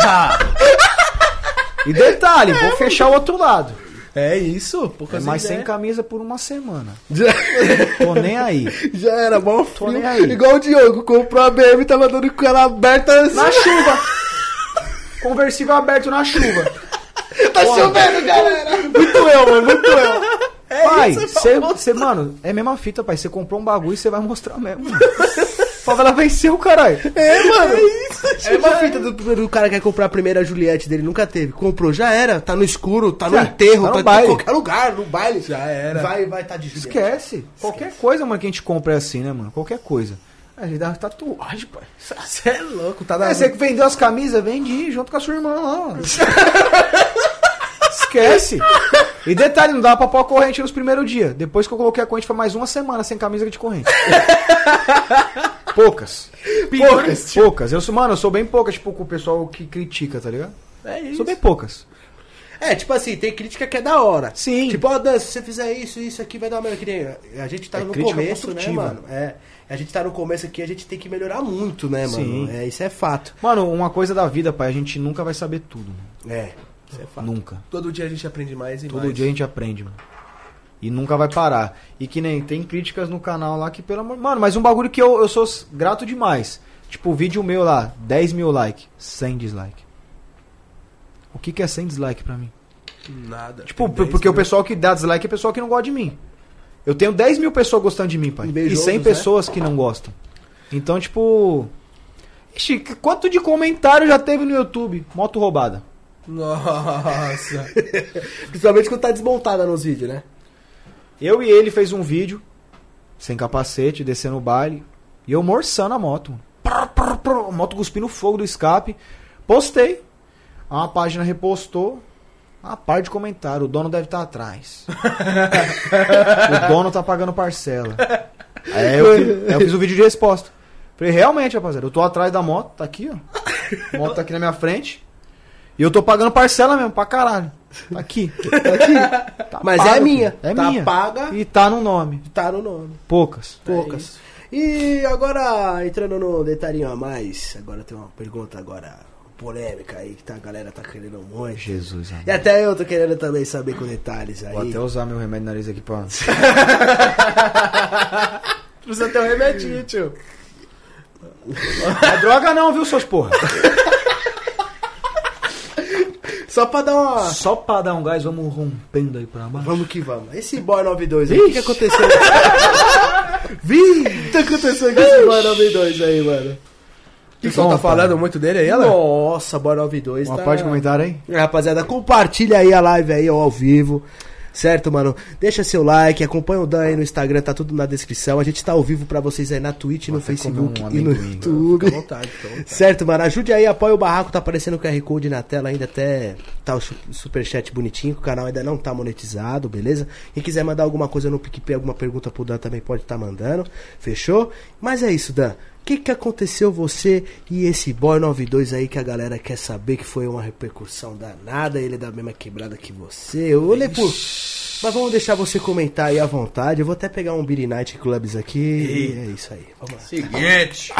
Speaker 3: Ah. E detalhe, vou fechar o outro lado.
Speaker 2: É isso, pouca
Speaker 3: É,
Speaker 2: é
Speaker 3: mas sem
Speaker 2: cara.
Speaker 3: camisa por uma <laughs> semana.
Speaker 1: Já,
Speaker 3: Tô nem aí.
Speaker 1: já era, bom
Speaker 3: Tô nem <laughs> aí.
Speaker 1: Igual o Diogo, comprou a BM, tava dando com ela aberta assim.
Speaker 3: Na chuva. Conversível aberto na chuva.
Speaker 1: tá chovendo, galera.
Speaker 3: Muito eu, mano, muito eu. É pai,
Speaker 1: isso,
Speaker 3: você, você, mano, é a mesma fita, pai. Você comprou um bagulho e você vai mostrar mesmo. <laughs> mano. Favela venceu, caralho.
Speaker 1: É, mano. É isso, É uma fita do, do cara que quer comprar a primeira Juliette dele, nunca teve. Comprou, já era. Tá no escuro, tá no
Speaker 3: É,
Speaker 1: enterro,
Speaker 3: tá
Speaker 1: tá,
Speaker 3: no
Speaker 1: em
Speaker 3: baile.
Speaker 1: qualquer lugar, no baile.
Speaker 2: Já era.
Speaker 1: Vai, vai, tá de Juliette.
Speaker 3: Esquece. Qualquer coisa, mano, que a gente compra é assim, né, mano? Qualquer coisa. A gente dá tatuagem, pai.
Speaker 2: Você é louco, tá na.
Speaker 3: É, você que vendeu as camisas, vendi junto com a sua irmã lá, mano. Esquece. E detalhe, não dava pra pôr a corrente nos primeiros dias. Depois que eu coloquei a corrente, foi mais uma semana sem camisa
Speaker 2: <laughs>
Speaker 3: de corrente. poucas. Poucas. Poucas. Eu sou, mano, eu sou bem poucas, tipo, com o pessoal que critica, tá ligado?
Speaker 2: É isso.
Speaker 3: Sou bem poucas.
Speaker 1: É, tipo assim, tem crítica que é da hora.
Speaker 3: Sim.
Speaker 1: Tipo, ó, Dan, se você fizer isso, isso aqui vai dar uma... que nem A gente tá
Speaker 3: É
Speaker 1: no
Speaker 3: crítica
Speaker 1: começo, né,
Speaker 3: construtiva.
Speaker 1: mano? É. A gente tá no começo aqui, a gente tem que melhorar muito, né, mano?
Speaker 3: Sim.
Speaker 1: É, isso é fato.
Speaker 3: Mano, uma coisa da vida, pai, a gente nunca vai saber tudo. mano.
Speaker 1: É. Isso é fato.
Speaker 3: Nunca.
Speaker 2: Todo dia a gente aprende mais e
Speaker 3: Todo
Speaker 2: mais.
Speaker 3: dia a gente aprende, mano. E nunca vai parar. E que nem tem críticas no canal lá que, pelo amor. Mano, mas um bagulho que eu, eu sou s- grato demais. Tipo, o vídeo meu lá, 10 mil likes, 100 dislike. O que, que é 100 dislike pra mim?
Speaker 2: Nada.
Speaker 3: Tipo,
Speaker 2: Tem dez
Speaker 3: porque o
Speaker 2: mil.
Speaker 3: pessoal que dá dislike é o pessoal que não gosta de mim. Eu tenho 10 mil pessoas gostando de mim, pai.
Speaker 1: Invejosos,
Speaker 3: e 100
Speaker 1: né?
Speaker 3: pessoas que não gostam. Então, tipo. Ixi, que- quanto de comentário já teve no YouTube? Moto roubada.
Speaker 2: Nossa.
Speaker 1: <laughs> Principalmente quando tá desmontada nos vídeos, né?
Speaker 3: Eu e ele fez um vídeo, sem capacete, descendo o baile, e eu morçando a moto. mano. Prá, prá, prá, a moto cuspindo fogo do escape. Postei. Uma página repostou. Uma parte de comentário. O dono deve estar atrás. o dono tá pagando parcela. Aí eu, fi- aí eu fiz o vídeo de resposta. Falei, realmente, rapaziada, eu tô atrás da moto, tá aqui, ó. A moto tá aqui na minha frente. E eu tô pagando parcela mesmo, pra caralho. Tá aqui. Tá aqui. Tá
Speaker 1: Mas
Speaker 3: pago,
Speaker 1: é minha.
Speaker 3: filho. É
Speaker 1: tá
Speaker 3: minha.
Speaker 1: paga e
Speaker 3: E tá no nome.
Speaker 1: tá no nome.
Speaker 3: Poucas.
Speaker 1: Poucas. e agora, entrando no detalhinho a mais, agora tem uma pergunta agora polêmica aí, que tá, a galera tá querendo um monte.
Speaker 3: Jesus, amor.
Speaker 1: E até eu tô querendo também saber com detalhes aí.
Speaker 3: Vou até usar meu remédio de nariz aqui pra.
Speaker 2: Precisa ter um remedinho, tio.
Speaker 3: Não <laughs> é droga não, viu, seus porra?
Speaker 1: Só pra dar uma...
Speaker 3: Só pra dar um gás, vamos rompendo aí pra baixo.
Speaker 1: Vamos que vamos. Esse Boy 92 aí, o que, que aconteceu?
Speaker 3: <laughs>
Speaker 1: Vi! O que tá acontecendo com esse Boy 92 aí, mano?
Speaker 2: O pessoal tá
Speaker 3: Opa.
Speaker 2: falando muito dele aí, ela?
Speaker 1: Nossa, Boy 92
Speaker 3: Uma
Speaker 1: tá...
Speaker 3: parte de comentário aí?
Speaker 1: É, Rapaziada, compartilha aí a live aí ó, ao vivo. Certo, mano? Deixa seu like, acompanha o Dan aí no Instagram, tá tudo na descrição. A gente tá ao vivo pra vocês aí na Twitch, no
Speaker 3: até comer
Speaker 1: Facebook
Speaker 3: um
Speaker 1: e no
Speaker 3: amendoim.
Speaker 2: Fica à
Speaker 1: YouTube.
Speaker 2: vontade, então. fica à vontade.
Speaker 1: <laughs> Certo, mano? Ajude aí, apoia o barraco, tá aparecendo o QR Code na tela ainda até tá o su- superchat bonitinho, que o canal ainda não tá monetizado, beleza? Quem quiser mandar alguma coisa no PicPay, alguma pergunta pro Dan também pode tá mandando, fechou? Mas é isso, Dan. O que que aconteceu você e esse Boy 92 aí que a galera quer saber que foi uma repercussão danada, ele é da mesma quebrada que você? Eu olhei por... Mas vamos deixar você comentar aí à vontade, eu vou até pegar um Beer Night Clubs aqui e é isso aí, vamos lá.
Speaker 4: Seguinte.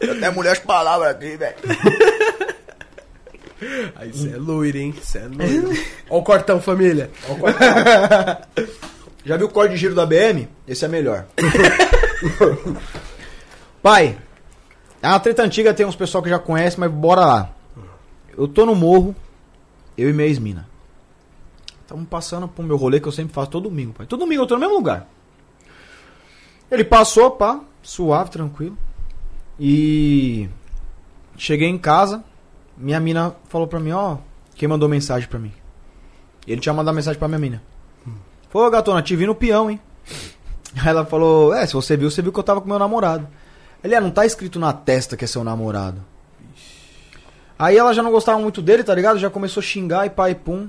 Speaker 4: Eu até mulher as palavras aqui, velho.
Speaker 2: Aí você é loiro, hein? Você é
Speaker 3: <laughs>
Speaker 2: loiro. Ó o cortão, família.
Speaker 3: Já viu o corte de giro da BM? Esse é melhor. <laughs> Pai, é uma treta antiga, tem uns pessoal que já conhece, mas bora lá. Eu tô no morro, eu e minha ex-mina. Tamo passando pro meu rolê que eu sempre faço todo domingo, pai. Todo domingo eu tô no mesmo lugar. Ele passou, pá, suave, tranquilo. E cheguei em casa, minha mina falou pra mim, ó, quem mandou mensagem pra mim? Ele tinha mandado mensagem pra minha mina. Pô, gatona, te vi no peão, hein? Aí ela falou, é, se você viu, você viu que eu tava com meu namorado. Ele, é, não tá escrito na testa que é seu namorado. Aí ela já não gostava muito dele, tá ligado? Já começou a xingar e pai pum.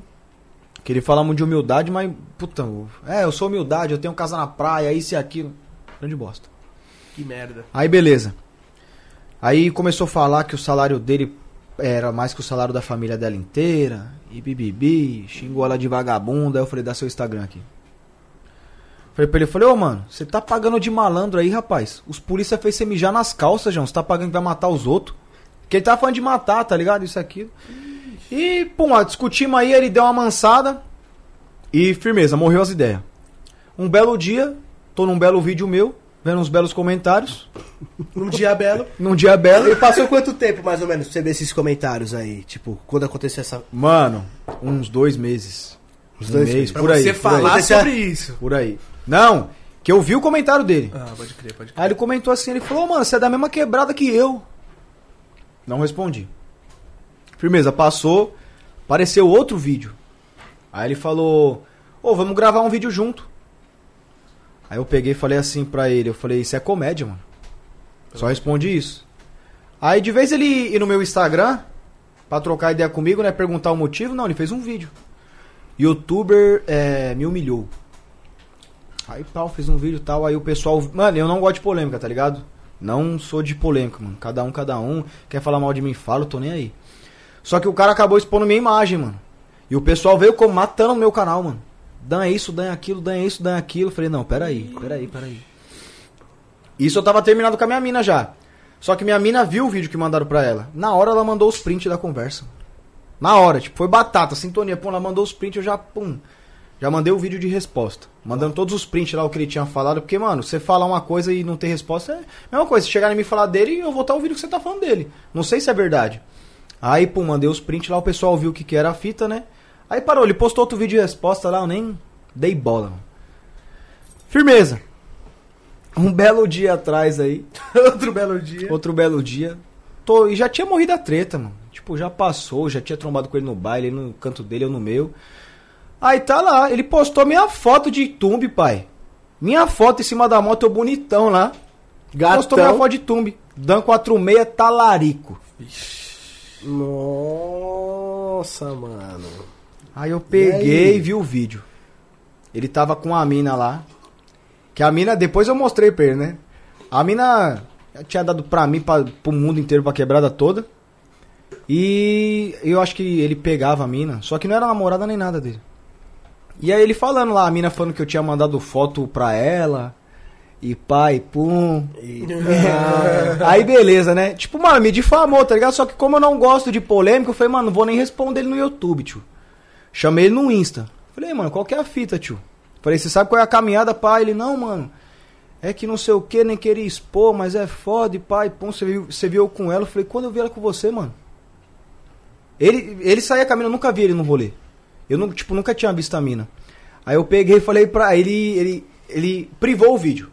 Speaker 3: Que ele fala muito de humildade, mas, puta, é, eu sou humildade, eu tenho casa na praia, isso e aquilo. Grande bosta.
Speaker 2: Que merda.
Speaker 3: Aí beleza. Aí começou a falar que o salário dele era mais que o salário da família dela inteira. E bibibi, xingou ela de vagabunda. Aí eu falei, dá seu Instagram aqui. Falei pra ele, eu falei, ô mano, você tá pagando de malandro aí, rapaz. Os polícia fez você mijar nas calças, João. Você tá pagando que vai matar os outros. Que ele tava falando de matar, tá ligado? Isso aqui. E, pum, ó, discutimos aí, ele deu uma mansada. E firmeza, morreu as ideias. Um belo dia, tô num belo vídeo meu, vendo uns belos comentários
Speaker 2: Um dia belo.
Speaker 3: num dia belo.
Speaker 1: E passou quanto tempo, mais ou menos, pra você ver esses comentários aí? Tipo, quando aconteceu essa.
Speaker 3: Mano, uns dois meses.
Speaker 1: Uns
Speaker 3: um
Speaker 1: dois
Speaker 3: mês,
Speaker 1: meses.
Speaker 2: Pra
Speaker 3: por aí.
Speaker 2: você
Speaker 3: por
Speaker 2: falar
Speaker 3: aí.
Speaker 1: Você-
Speaker 2: sobre isso.
Speaker 3: Por aí. Não, que eu vi o comentário dele.
Speaker 2: Ah, pode crer, pode crer.
Speaker 3: Aí ele comentou assim, ele falou, "Ô, mano, você é da mesma quebrada que eu. Não respondi. Firmeza, passou, apareceu outro vídeo. Aí ele falou, ô, vamos gravar um vídeo junto. Aí eu peguei e falei assim pra ele, eu falei, isso é comédia, mano. Só responde isso. Aí de vez ele ir no meu Instagram, pra trocar ideia comigo, né, perguntar o motivo, não, ele fez um vídeo. Youtuber eh, me humilhou. Aí, pau, fez um vídeo e tal. Aí o pessoal. Mano, eu não gosto de polêmica, tá ligado? Não sou de polêmica, mano. Cada um, cada um. Quer falar mal de mim, fala, eu tô nem aí. Só que o cara acabou expondo minha imagem, mano. E o pessoal veio como matando o meu canal, mano. Dan é isso, dan é aquilo, dan é isso, dan é aquilo. Eu Falei, não, peraí, Ah, peraí, peraí. Isso eu tava terminado com a minha mina já. Só que minha mina viu o vídeo que mandaram pra ela. Na hora ela mandou os prints da conversa. Na hora, tipo, foi batata, sintonia. Pum, ela mandou os prints, eu já, pum. Já mandei o vídeo de resposta. Mandando todos os prints lá o que ele tinha falado. Porque, mano, você falar uma coisa e não ter resposta é a mesma coisa. Se chegarem em mim falar dele, eu vou estar ouvindo o que você tá falando dele. Não sei se é verdade. Aí, pô, mandei os prints lá, o pessoal viu o que, que era a fita, né? Aí parou, ele postou outro vídeo de resposta lá, eu nem dei bola, mano. Firmeza. Um belo dia atrás aí,
Speaker 2: <laughs> Outro belo dia.
Speaker 3: outro belo dia. Tô, e já tinha morrido a treta, mano. Tipo, já passou, já tinha trombado com ele no baile, ele no canto dele, eu no meu. Aí tá lá, ele postou minha foto de tumbe, pai. Minha foto em cima da moto, eu bonitão lá. Postou minha foto de tumbe. Dan 46 talarico.
Speaker 1: Nossa, mano.
Speaker 3: Aí eu peguei
Speaker 1: aí?
Speaker 3: e vi o vídeo. Ele tava com a mina lá. Que a mina, depois eu mostrei pra ele, né? A mina tinha dado pra mim, pra, pro mundo inteiro, pra quebrada toda. E eu acho que ele pegava a mina, só que não era namorada nem nada dele. E aí ele falando lá, a mina falando que eu tinha mandado foto pra ela. E pai, pum. aí beleza, né? Tipo, mano, me difamou, tá ligado? Só que como eu não gosto de polêmica, eu falei, mano, não vou nem responder ele no YouTube, tio. Chamei ele no Insta. Falei, mano, qual que é a fita, tio? Falei, você sabe qual é a caminhada, pai? Ele, não, mano. É que não sei o que, nem queria expor, mas é foda, e pai, pum, você viu, você viu eu com ela. Eu falei, quando eu vi ela com você, mano? Ele, ele saía com a mina, eu nunca vi ele no rolê. Eu, nu- tipo, nunca tinha visto a mina. Aí eu peguei e falei pra ele, ele, ele privou o vídeo.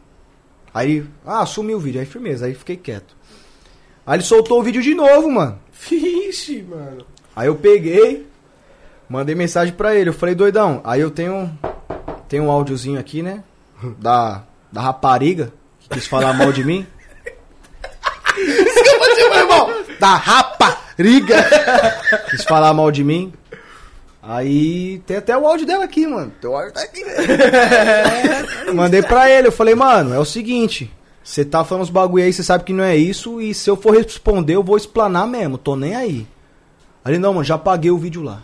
Speaker 3: Aí, ele, ah, sumiu o vídeo, aí firmeza, aí fiquei quieto. Aí ele soltou o vídeo de novo, mano.
Speaker 2: Vixe, mano.
Speaker 3: Aí eu peguei, mandei mensagem pra ele. Eu falei, doidão, aí eu tenho, tenho um áudiozinho aqui, né? Da, da rapariga que quis falar mal de mim.
Speaker 1: Da rapariga!
Speaker 3: Quis falar mal de mim. Aí tem até o áudio dela aqui, mano.
Speaker 4: Teu olho tá aqui, velho.
Speaker 1: É,
Speaker 3: Mandei pra ele, eu falei, mano, é o seguinte. Você tá falando uns bagulho aí, você sabe que não é isso, e se eu for responder, eu vou explanar mesmo, tô nem aí. Aí ele, não, mano, já paguei o vídeo lá.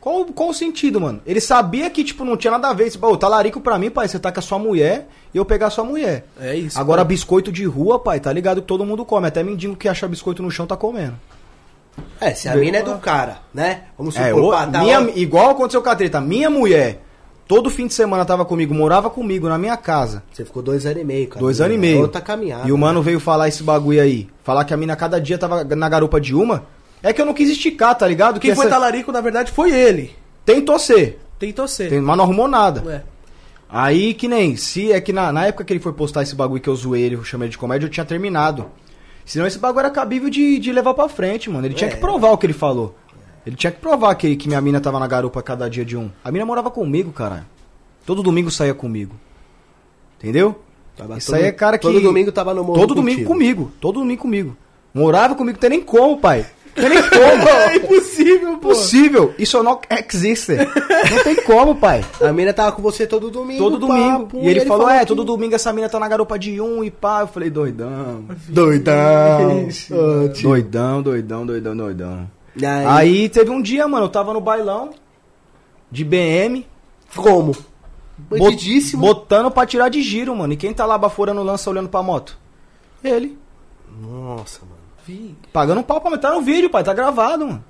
Speaker 3: Qual, qual o sentido, mano? Ele sabia que, tipo, não tinha nada a ver. Esse, Ô, talarico pra mim, pai, você tá com a sua mulher e eu pegar a sua mulher.
Speaker 2: É isso.
Speaker 3: Agora,
Speaker 2: mano.
Speaker 3: biscoito de rua, pai, tá ligado que todo mundo come. Até mendigo que acha biscoito no chão tá comendo.
Speaker 1: É, se a mina é do cara, né? Vamos supor,
Speaker 3: É, o-
Speaker 1: pá, tá
Speaker 3: minha-
Speaker 1: lá-
Speaker 3: igual aconteceu com a treta. Minha mulher, todo fim de semana tava comigo, morava comigo na minha casa.
Speaker 1: Você ficou dois anos e meio, cara.
Speaker 3: Dois anos e meio.
Speaker 1: Tá Outra caminhada. né?
Speaker 3: E o mano veio falar esse bagulho aí. Falar que a mina cada dia tava na garupa de uma. É que eu não quis esticar, tá ligado?
Speaker 2: Quem
Speaker 3: que
Speaker 2: foi
Speaker 3: essa-
Speaker 2: talarico, na verdade, foi ele.
Speaker 3: Tentou ser.
Speaker 2: Tentou ser.
Speaker 3: Tem- Mas não arrumou nada.
Speaker 2: É.
Speaker 3: Aí que nem, se é que na, na época que ele foi postar esse bagulho que eu zoei ele, eu chamei ele de comédia, eu tinha terminado. Senão esse bagulho era cabível de, de levar pra frente, mano. Ele tinha que provar o que ele falou. Ele tinha que provar que, que minha mina tava na garupa cada dia de um. A mina morava comigo, caralho. Todo domingo saía comigo. Entendeu?
Speaker 1: Tava
Speaker 3: Isso
Speaker 1: todo-
Speaker 3: aí é cara que.
Speaker 1: todo domingo tava no morro
Speaker 3: Todo domingo
Speaker 1: contigo.
Speaker 3: comigo. Todo domingo comigo. Morava comigo, tem nem como, pai. Tem nem como.
Speaker 2: É impossível, pô.
Speaker 3: Impossível. Isso é não existe. Não tem como, pai.
Speaker 1: A mina tava com você todo domingo.
Speaker 3: Todo
Speaker 1: pá,
Speaker 3: domingo.
Speaker 1: pum,
Speaker 3: e ele, falou, é,
Speaker 1: que- <laughs>
Speaker 3: todo domingo essa mina tá na garupa de um e pá. Eu falei, doidão. Doidão. Ah, tio. doidão, doidão, doidão, doidão.
Speaker 1: Aí,
Speaker 3: Aí teve um dia, mano, eu tava no bailão de BM.
Speaker 1: como?
Speaker 3: bot-
Speaker 1: Bandidíssimo.
Speaker 3: Botando pra tirar de giro, mano. E quem tá lá baforando lança olhando pra moto? Ele.
Speaker 1: Nossa, mano.
Speaker 2: Vi,
Speaker 3: Pagando um pau pra meter no vídeo, pai. Tá gravado, mano.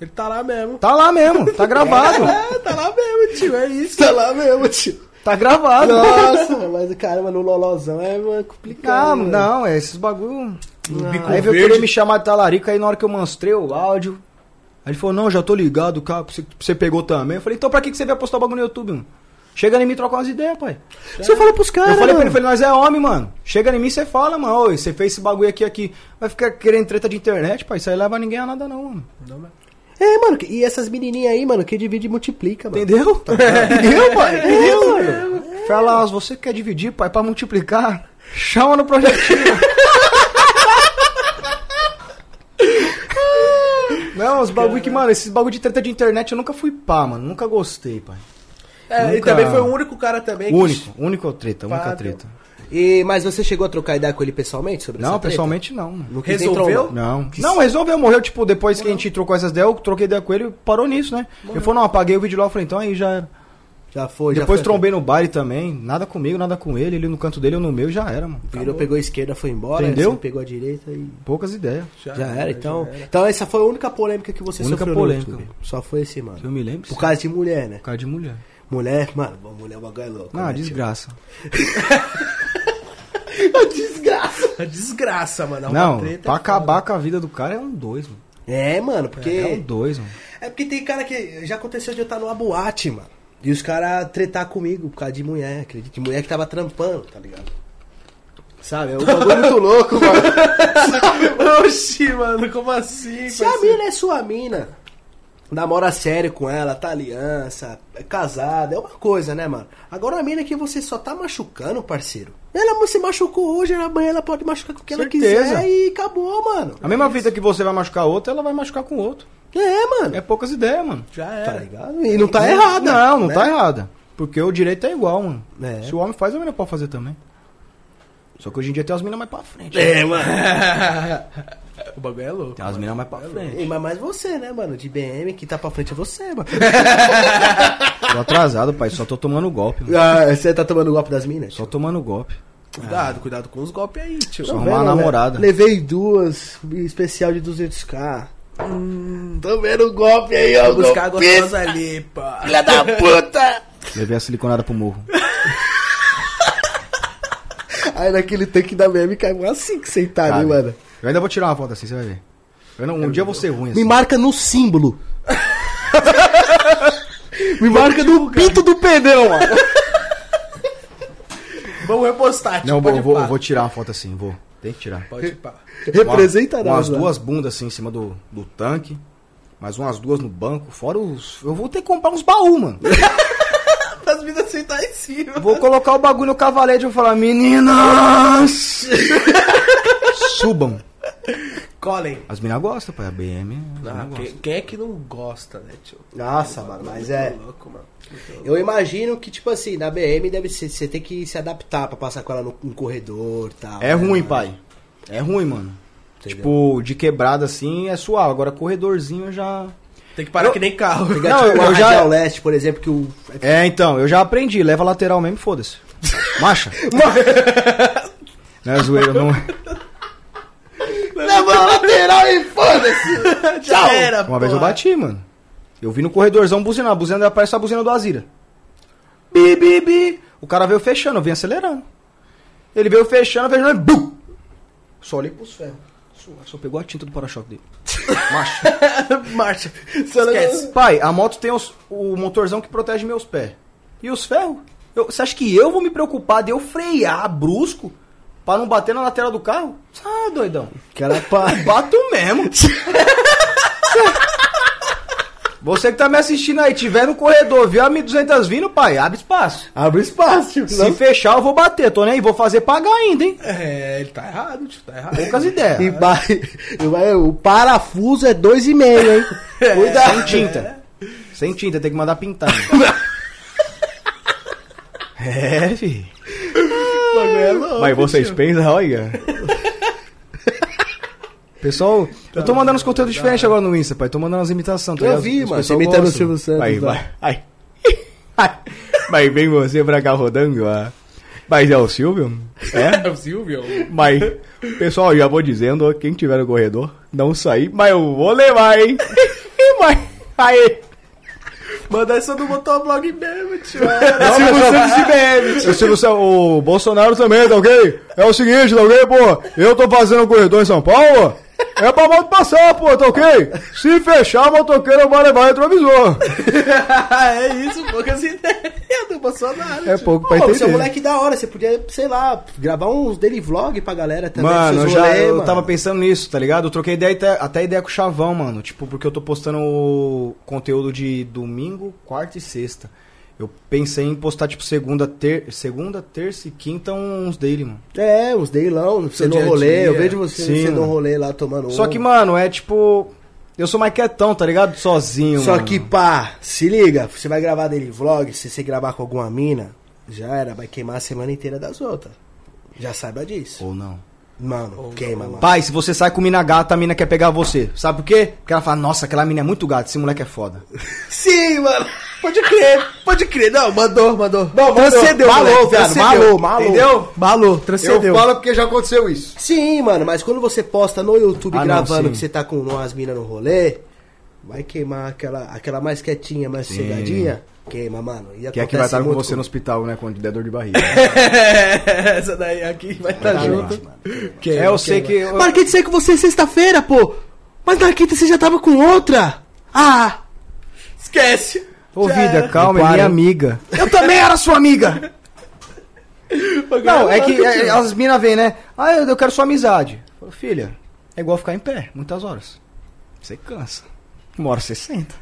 Speaker 2: Ele tá lá mesmo.
Speaker 3: Tá lá mesmo. Tá gravado.
Speaker 2: É, tá lá mesmo, tio. É isso.
Speaker 1: Tá lá mesmo, tio.
Speaker 3: Tá gravado.
Speaker 1: Nossa, mas caramba, no Lolozão é mano,
Speaker 3: Não,
Speaker 1: complicado. né, mano?
Speaker 3: não, é esses bagulho.
Speaker 2: bico
Speaker 3: aí veio
Speaker 2: verde.
Speaker 3: querer me chamar de talarico, aí na hora que eu mostrei o áudio. Aí ele falou, não, já tô ligado, cara, você- você pegou também. Eu falei, então pra que que você veio postar o bagulho no YouTube, mano? Chega em mim e troca umas ideias, pai.
Speaker 1: Você fala pros caras.
Speaker 3: eu falei pra
Speaker 1: mano.
Speaker 3: ele, falei, nós é homem, mano. Chega em mim e você fala, mano, oi, você fez esse bagulho aqui, aqui. Vai ficar querendo treta de internet, pai, isso aí leva ninguém a nada não, mano.
Speaker 1: É, mano, que- e essas menininhas aí, mano, que divide e multiplica, mano.
Speaker 3: Entendeu? <laughs> Entendeu, pai? Entendeu, mano? Fala, se você quer dividir, pai, pra multiplicar, chama no projetinho. Não, os bagulho que, mano, esses bagulho de treta de internet eu nunca fui pá, mano. Nunca gostei, pai.
Speaker 2: É, ele
Speaker 3: Nunca-
Speaker 2: também foi o único cara também É que-
Speaker 3: Único, único treta, única
Speaker 2: Pá,
Speaker 3: treta.
Speaker 1: E, mas você chegou a trocar ideia com ele pessoalmente sobre
Speaker 3: Não,
Speaker 1: essa treta?
Speaker 3: pessoalmente não, mano.
Speaker 1: Não quis nem
Speaker 2: Resolveu?
Speaker 1: trombar.
Speaker 3: Não. Não, resolveu, morreu, tipo, depois que a gente trocou essas ideias, eu troquei ideia com ele, parou nisso, né? Eu falei, não, apaguei o vídeo lá, eu falei, então aí já era.
Speaker 1: Já foi, já
Speaker 3: Depois
Speaker 1: foi.
Speaker 3: trombei no baile também, nada comigo, nada com ele, ele no canto dele, eu no meu, já era, mano.
Speaker 1: Virou, pegou a esquerda, foi embora.
Speaker 3: Entendeu?
Speaker 1: assim, pegou a direita e...
Speaker 3: Poucas ideias.
Speaker 1: Já, era, então... Então essa foi a única polêmica que você
Speaker 3: Única
Speaker 1: sofreu no
Speaker 3: polêmica.
Speaker 1: YouTube. Só foi esse, mano.
Speaker 3: Eu me lembro.
Speaker 1: Por causa de mulher, né?
Speaker 3: de mulher.
Speaker 1: Mulher, mano, mulher, o bagulho é louco.
Speaker 3: Não,
Speaker 1: né,
Speaker 3: desgraça.
Speaker 1: tio? <laughs> desgraça.
Speaker 2: É <laughs> desgraça, mano. Arrumar
Speaker 3: Não,
Speaker 2: treta é
Speaker 3: pra
Speaker 2: foda.
Speaker 3: acabar com a vida do cara é um dois, mano.
Speaker 1: É, mano, porque.
Speaker 3: É um dois, mano.
Speaker 1: É porque tem cara que. Já aconteceu de eu estar numa boate, mano. E os caras tretar comigo por causa de mulher, acredito. De mulher que tava trampando, tá ligado? Sabe? É <laughs> um bagulho muito louco, mano.
Speaker 2: <laughs> Oxi, mano, como assim?
Speaker 1: Se a mina é sua mina, namora sério com ela, tá aliança, é casada, é uma coisa, né, mano? Agora a mina que você só tá machucando, parceiro. Ela se machucou hoje, ela- amanhã ela pode machucar com o que
Speaker 3: Certeza.
Speaker 1: ela quiser e acabou, mano.
Speaker 3: A mesma vida que você vai machucar outro, ela vai machucar com outro.
Speaker 1: É, mano.
Speaker 3: É poucas ideias, mano.
Speaker 2: Já
Speaker 1: Tá
Speaker 2: era.
Speaker 1: ligado? E não tá errada.
Speaker 3: Não, não
Speaker 1: né?
Speaker 3: tá errada. Porque o direito é igual, mano.
Speaker 1: É.
Speaker 3: Se o homem faz, a menina pode fazer também. Só que hoje em dia tem as minas mais pra frente.
Speaker 1: É, mano.
Speaker 2: o bagulho é louco.
Speaker 3: Tem as minas mais pra frente.
Speaker 1: Ei, mas mais você, né, mano? De BM, que tá pra frente é você, mano.
Speaker 3: Tô atrasado, pai. Só tô tomando golpe, mano.
Speaker 1: <laughs> Ah, você tá tomando o golpe das minas?
Speaker 3: Só tomando golpe.
Speaker 2: Cuidado, cuidado com os golpes aí, tio.
Speaker 3: Só arrumar uma
Speaker 1: né?
Speaker 3: namorada.
Speaker 1: Levei duas, especial de 200k. Tô vendo o golpe aí, ó.
Speaker 2: Vou buscar a
Speaker 1: golpe.
Speaker 2: gostosa ali, pá.
Speaker 4: Filha
Speaker 1: <laughs>
Speaker 4: da puta!
Speaker 3: Levei a siliconada pro morro.
Speaker 1: Aí naquele tanque da BM caiu umas 5 centavos, assim hein,
Speaker 3: Sabe?
Speaker 1: mano.
Speaker 3: Eu ainda vou tirar uma foto assim, você vai ver. Eu não- um dia eu vou ser ruim assim.
Speaker 1: Me marca no símbolo. <laughs> Me marca no pinto do pneu, mano.
Speaker 2: Vamos repostar, tio.
Speaker 3: Não, eu vou,
Speaker 2: pode
Speaker 3: eu vou,
Speaker 2: pá.
Speaker 3: eu vou tirar uma foto assim, vou. Tem que tirar.
Speaker 2: Pode pá.
Speaker 1: Representa
Speaker 3: Uma-
Speaker 1: nada.
Speaker 3: Umas duas bundas assim em cima do, do tanque. Mais umas duas no banco. Fora os. Eu vou ter que comprar uns baús, mano.
Speaker 2: As minas sentar em cima.
Speaker 3: Vou colocar o bagulho no cavalete e vou falar, meninas! <laughs> Subam.
Speaker 2: Colhem.
Speaker 3: As meninas gostam, pai. A BM. as
Speaker 2: Ah,
Speaker 3: meninas gostam.
Speaker 2: quem, quem é que não gosta, né, tio?
Speaker 1: Nossa, mano, mas
Speaker 2: Muito
Speaker 1: é.
Speaker 2: louco, mano. Muito louco.
Speaker 1: Eu imagino que, tipo assim, na BM deve ser. Você tem que se adaptar pra passar com ela no, no corredor e tal. né,
Speaker 3: É ruim,
Speaker 1: mano?
Speaker 3: pai. É ruim, mano.
Speaker 1: Entendeu?
Speaker 3: Tipo, de quebrada assim é suave. Agora corredorzinho eu já.
Speaker 2: Tem que parar
Speaker 3: Eu-
Speaker 2: que nem carro.
Speaker 1: Pegar,
Speaker 3: Não,
Speaker 1: tipo,
Speaker 3: eu-
Speaker 1: uma
Speaker 3: eu já-
Speaker 1: Radial Leste, por exemplo, que o.
Speaker 3: É, então, eu já aprendi. Leva lateral mesmo, foda-se. Macha. não é zoeira, não.
Speaker 1: Leva a lateral e foda-se!
Speaker 2: <laughs> Já era,
Speaker 3: Uma vez eu
Speaker 2: porra.
Speaker 3: bati, mano. Eu vi no corredorzão buzinar. A buzina parece a buzina do Azira. Bi, bi, bi. O cara veio fechando, eu vim acelerando. Ele veio fechando, fechando, e bum! Só olhei pros ferros. Só, só pegou a tinta do para-choque dele. Macho.
Speaker 2: Marcha.
Speaker 1: Esquece.
Speaker 2: Esquece.
Speaker 3: Pai, a moto tem os- o motorzão que protege meus pés. E os ferros? Eu- você acha que eu vou me preocupar de eu frear brusco pra não bater na lateral do carro? Ah, doidão.
Speaker 1: Cara, pá.
Speaker 3: Bato
Speaker 1: <laughs>
Speaker 3: mesmo. Você que tá me assistindo aí, tiver no corredor, viu a 1200 vindo, pai, abre espaço.
Speaker 1: Abre espaço, tipo,
Speaker 3: Se
Speaker 1: não-
Speaker 3: fechar, eu vou bater, tô nem aí, vou fazer pagar ainda, hein?
Speaker 2: É, ele tá errado, tio. Tá errado.
Speaker 1: <laughs>
Speaker 3: Poucas
Speaker 1: E
Speaker 3: ideias.
Speaker 1: vai, e vai- o parafuso é 2,5, hein? Cuidado.
Speaker 3: Sem tinta. Sem tinta, tem que mandar
Speaker 1: <laughs>
Speaker 3: pintar. né? é, fi.
Speaker 2: É louco,
Speaker 3: Mas vocês
Speaker 2: tio.
Speaker 3: pensam, olha. Pessoal, eu tô mandando uns conteúdos diferentes agora no Insta, pai. Tô mandando umas imitações. Tá
Speaker 1: Eu
Speaker 3: ligado?
Speaker 1: vi,
Speaker 3: Os
Speaker 1: mano,
Speaker 3: pessoal
Speaker 1: você imitando
Speaker 3: gosta.
Speaker 1: o Silvio Santos, tá.
Speaker 3: Aí,
Speaker 1: ó.
Speaker 3: vai. <laughs> Ai. Ai. Mas vem você pra cá rodando, ó. Mas é o Silvio? É?
Speaker 2: É o Silvio.
Speaker 3: Mas, pessoal, já vou dizendo, ó, quem tiver no corredor, não sair, mas eu vou levar, hein? <laughs> Mas, aí.
Speaker 2: Manda essa do motoblog mesmo,
Speaker 3: <laughs>
Speaker 2: tio.
Speaker 3: Não, É Silvio Santos de <laughs> BM. É O, Silvio Santos- o Bolsonaro também, tá ok? É o seguinte, tá ok, pô? Eu tô fazendo o corredor em São Paulo, é pra moto passar, pô, tá ok? Se fechar, o motoqueiro vai levar o retrovisor.
Speaker 2: é isso, poucas ideias do Bolsonaro.
Speaker 3: É
Speaker 2: tio.
Speaker 3: pouco pra
Speaker 1: Pô, você é um
Speaker 3: entender.
Speaker 1: moleque da hora, você podia, sei lá, gravar uns daily vlog pra galera também.
Speaker 3: Mano, eu
Speaker 1: seus
Speaker 3: já
Speaker 1: rolê,
Speaker 3: eu
Speaker 1: mano.
Speaker 3: tava pensando nisso, tá ligado? Eu troquei ideia até, até ideia com o Chavão, mano. Tipo, porque eu tô postando o conteúdo de domingo, quarta e sexta. Eu pensei em postar, tipo, segunda, ter... segunda terça e quinta uns dele, mano.
Speaker 1: É, uns dailão, você
Speaker 2: Seu
Speaker 1: no
Speaker 2: dia a
Speaker 1: rolê,
Speaker 2: dia.
Speaker 1: eu vejo você,
Speaker 3: Sim,
Speaker 1: você no
Speaker 3: mano.
Speaker 1: rolê lá tomando
Speaker 3: Só
Speaker 1: um.
Speaker 3: que, mano, é tipo. Eu sou mais quietão, tá ligado? Sozinho.
Speaker 1: Só
Speaker 3: mano.
Speaker 1: que, pá, se liga, você vai gravar daily vlog, se você gravar com alguma mina, já era, vai queimar a semana inteira das outras. Já saiba disso.
Speaker 3: Ou não.
Speaker 1: Mano, queima, mano.
Speaker 3: Pai, se você sai com mina gata, a mina quer pegar você. Sabe por quê? Porque ela fala, nossa, aquela mina é muito gata, esse moleque é foda.
Speaker 2: Sim, mano. Pode crer, pode crer. Não, mandou, mandou.
Speaker 1: Não, mandou. Malou, viado, malou, malou.
Speaker 2: Entendeu? Malou, transcendeu.
Speaker 3: porque já aconteceu isso.
Speaker 1: Sim, mano, mas quando você posta no YouTube
Speaker 3: Ah, não,
Speaker 1: gravando
Speaker 3: sim.
Speaker 1: que você tá com umas minas no rolê, Vai queimar aquela, aquela mais quietinha, mais sossegadinha? Queima, mano. E
Speaker 3: Que é que vai
Speaker 1: acontece
Speaker 3: estar com
Speaker 1: muito
Speaker 3: você no hospital, né? Quando der dor de <laughs> barriga.
Speaker 2: <laughs> Essa daí aqui vai estar
Speaker 3: Tá
Speaker 2: junto.
Speaker 3: junto. É, eu sei que. eu-
Speaker 1: Marquei de sair com você sexta-feira, pô! Mas na quinta você já tava com outra! Ah!
Speaker 2: Esquece.
Speaker 3: Ô, vida, calma, é
Speaker 1: Para,
Speaker 3: minha
Speaker 1: hein?
Speaker 3: amiga. Eu também era sua <laughs> amiga! Não, é que é, as minas vêm, né? Ah, eu, eu quero sua amizade. Eu falo, filha, é igual ficar em pé, muitas horas. Você cansa. Uma hora você senta.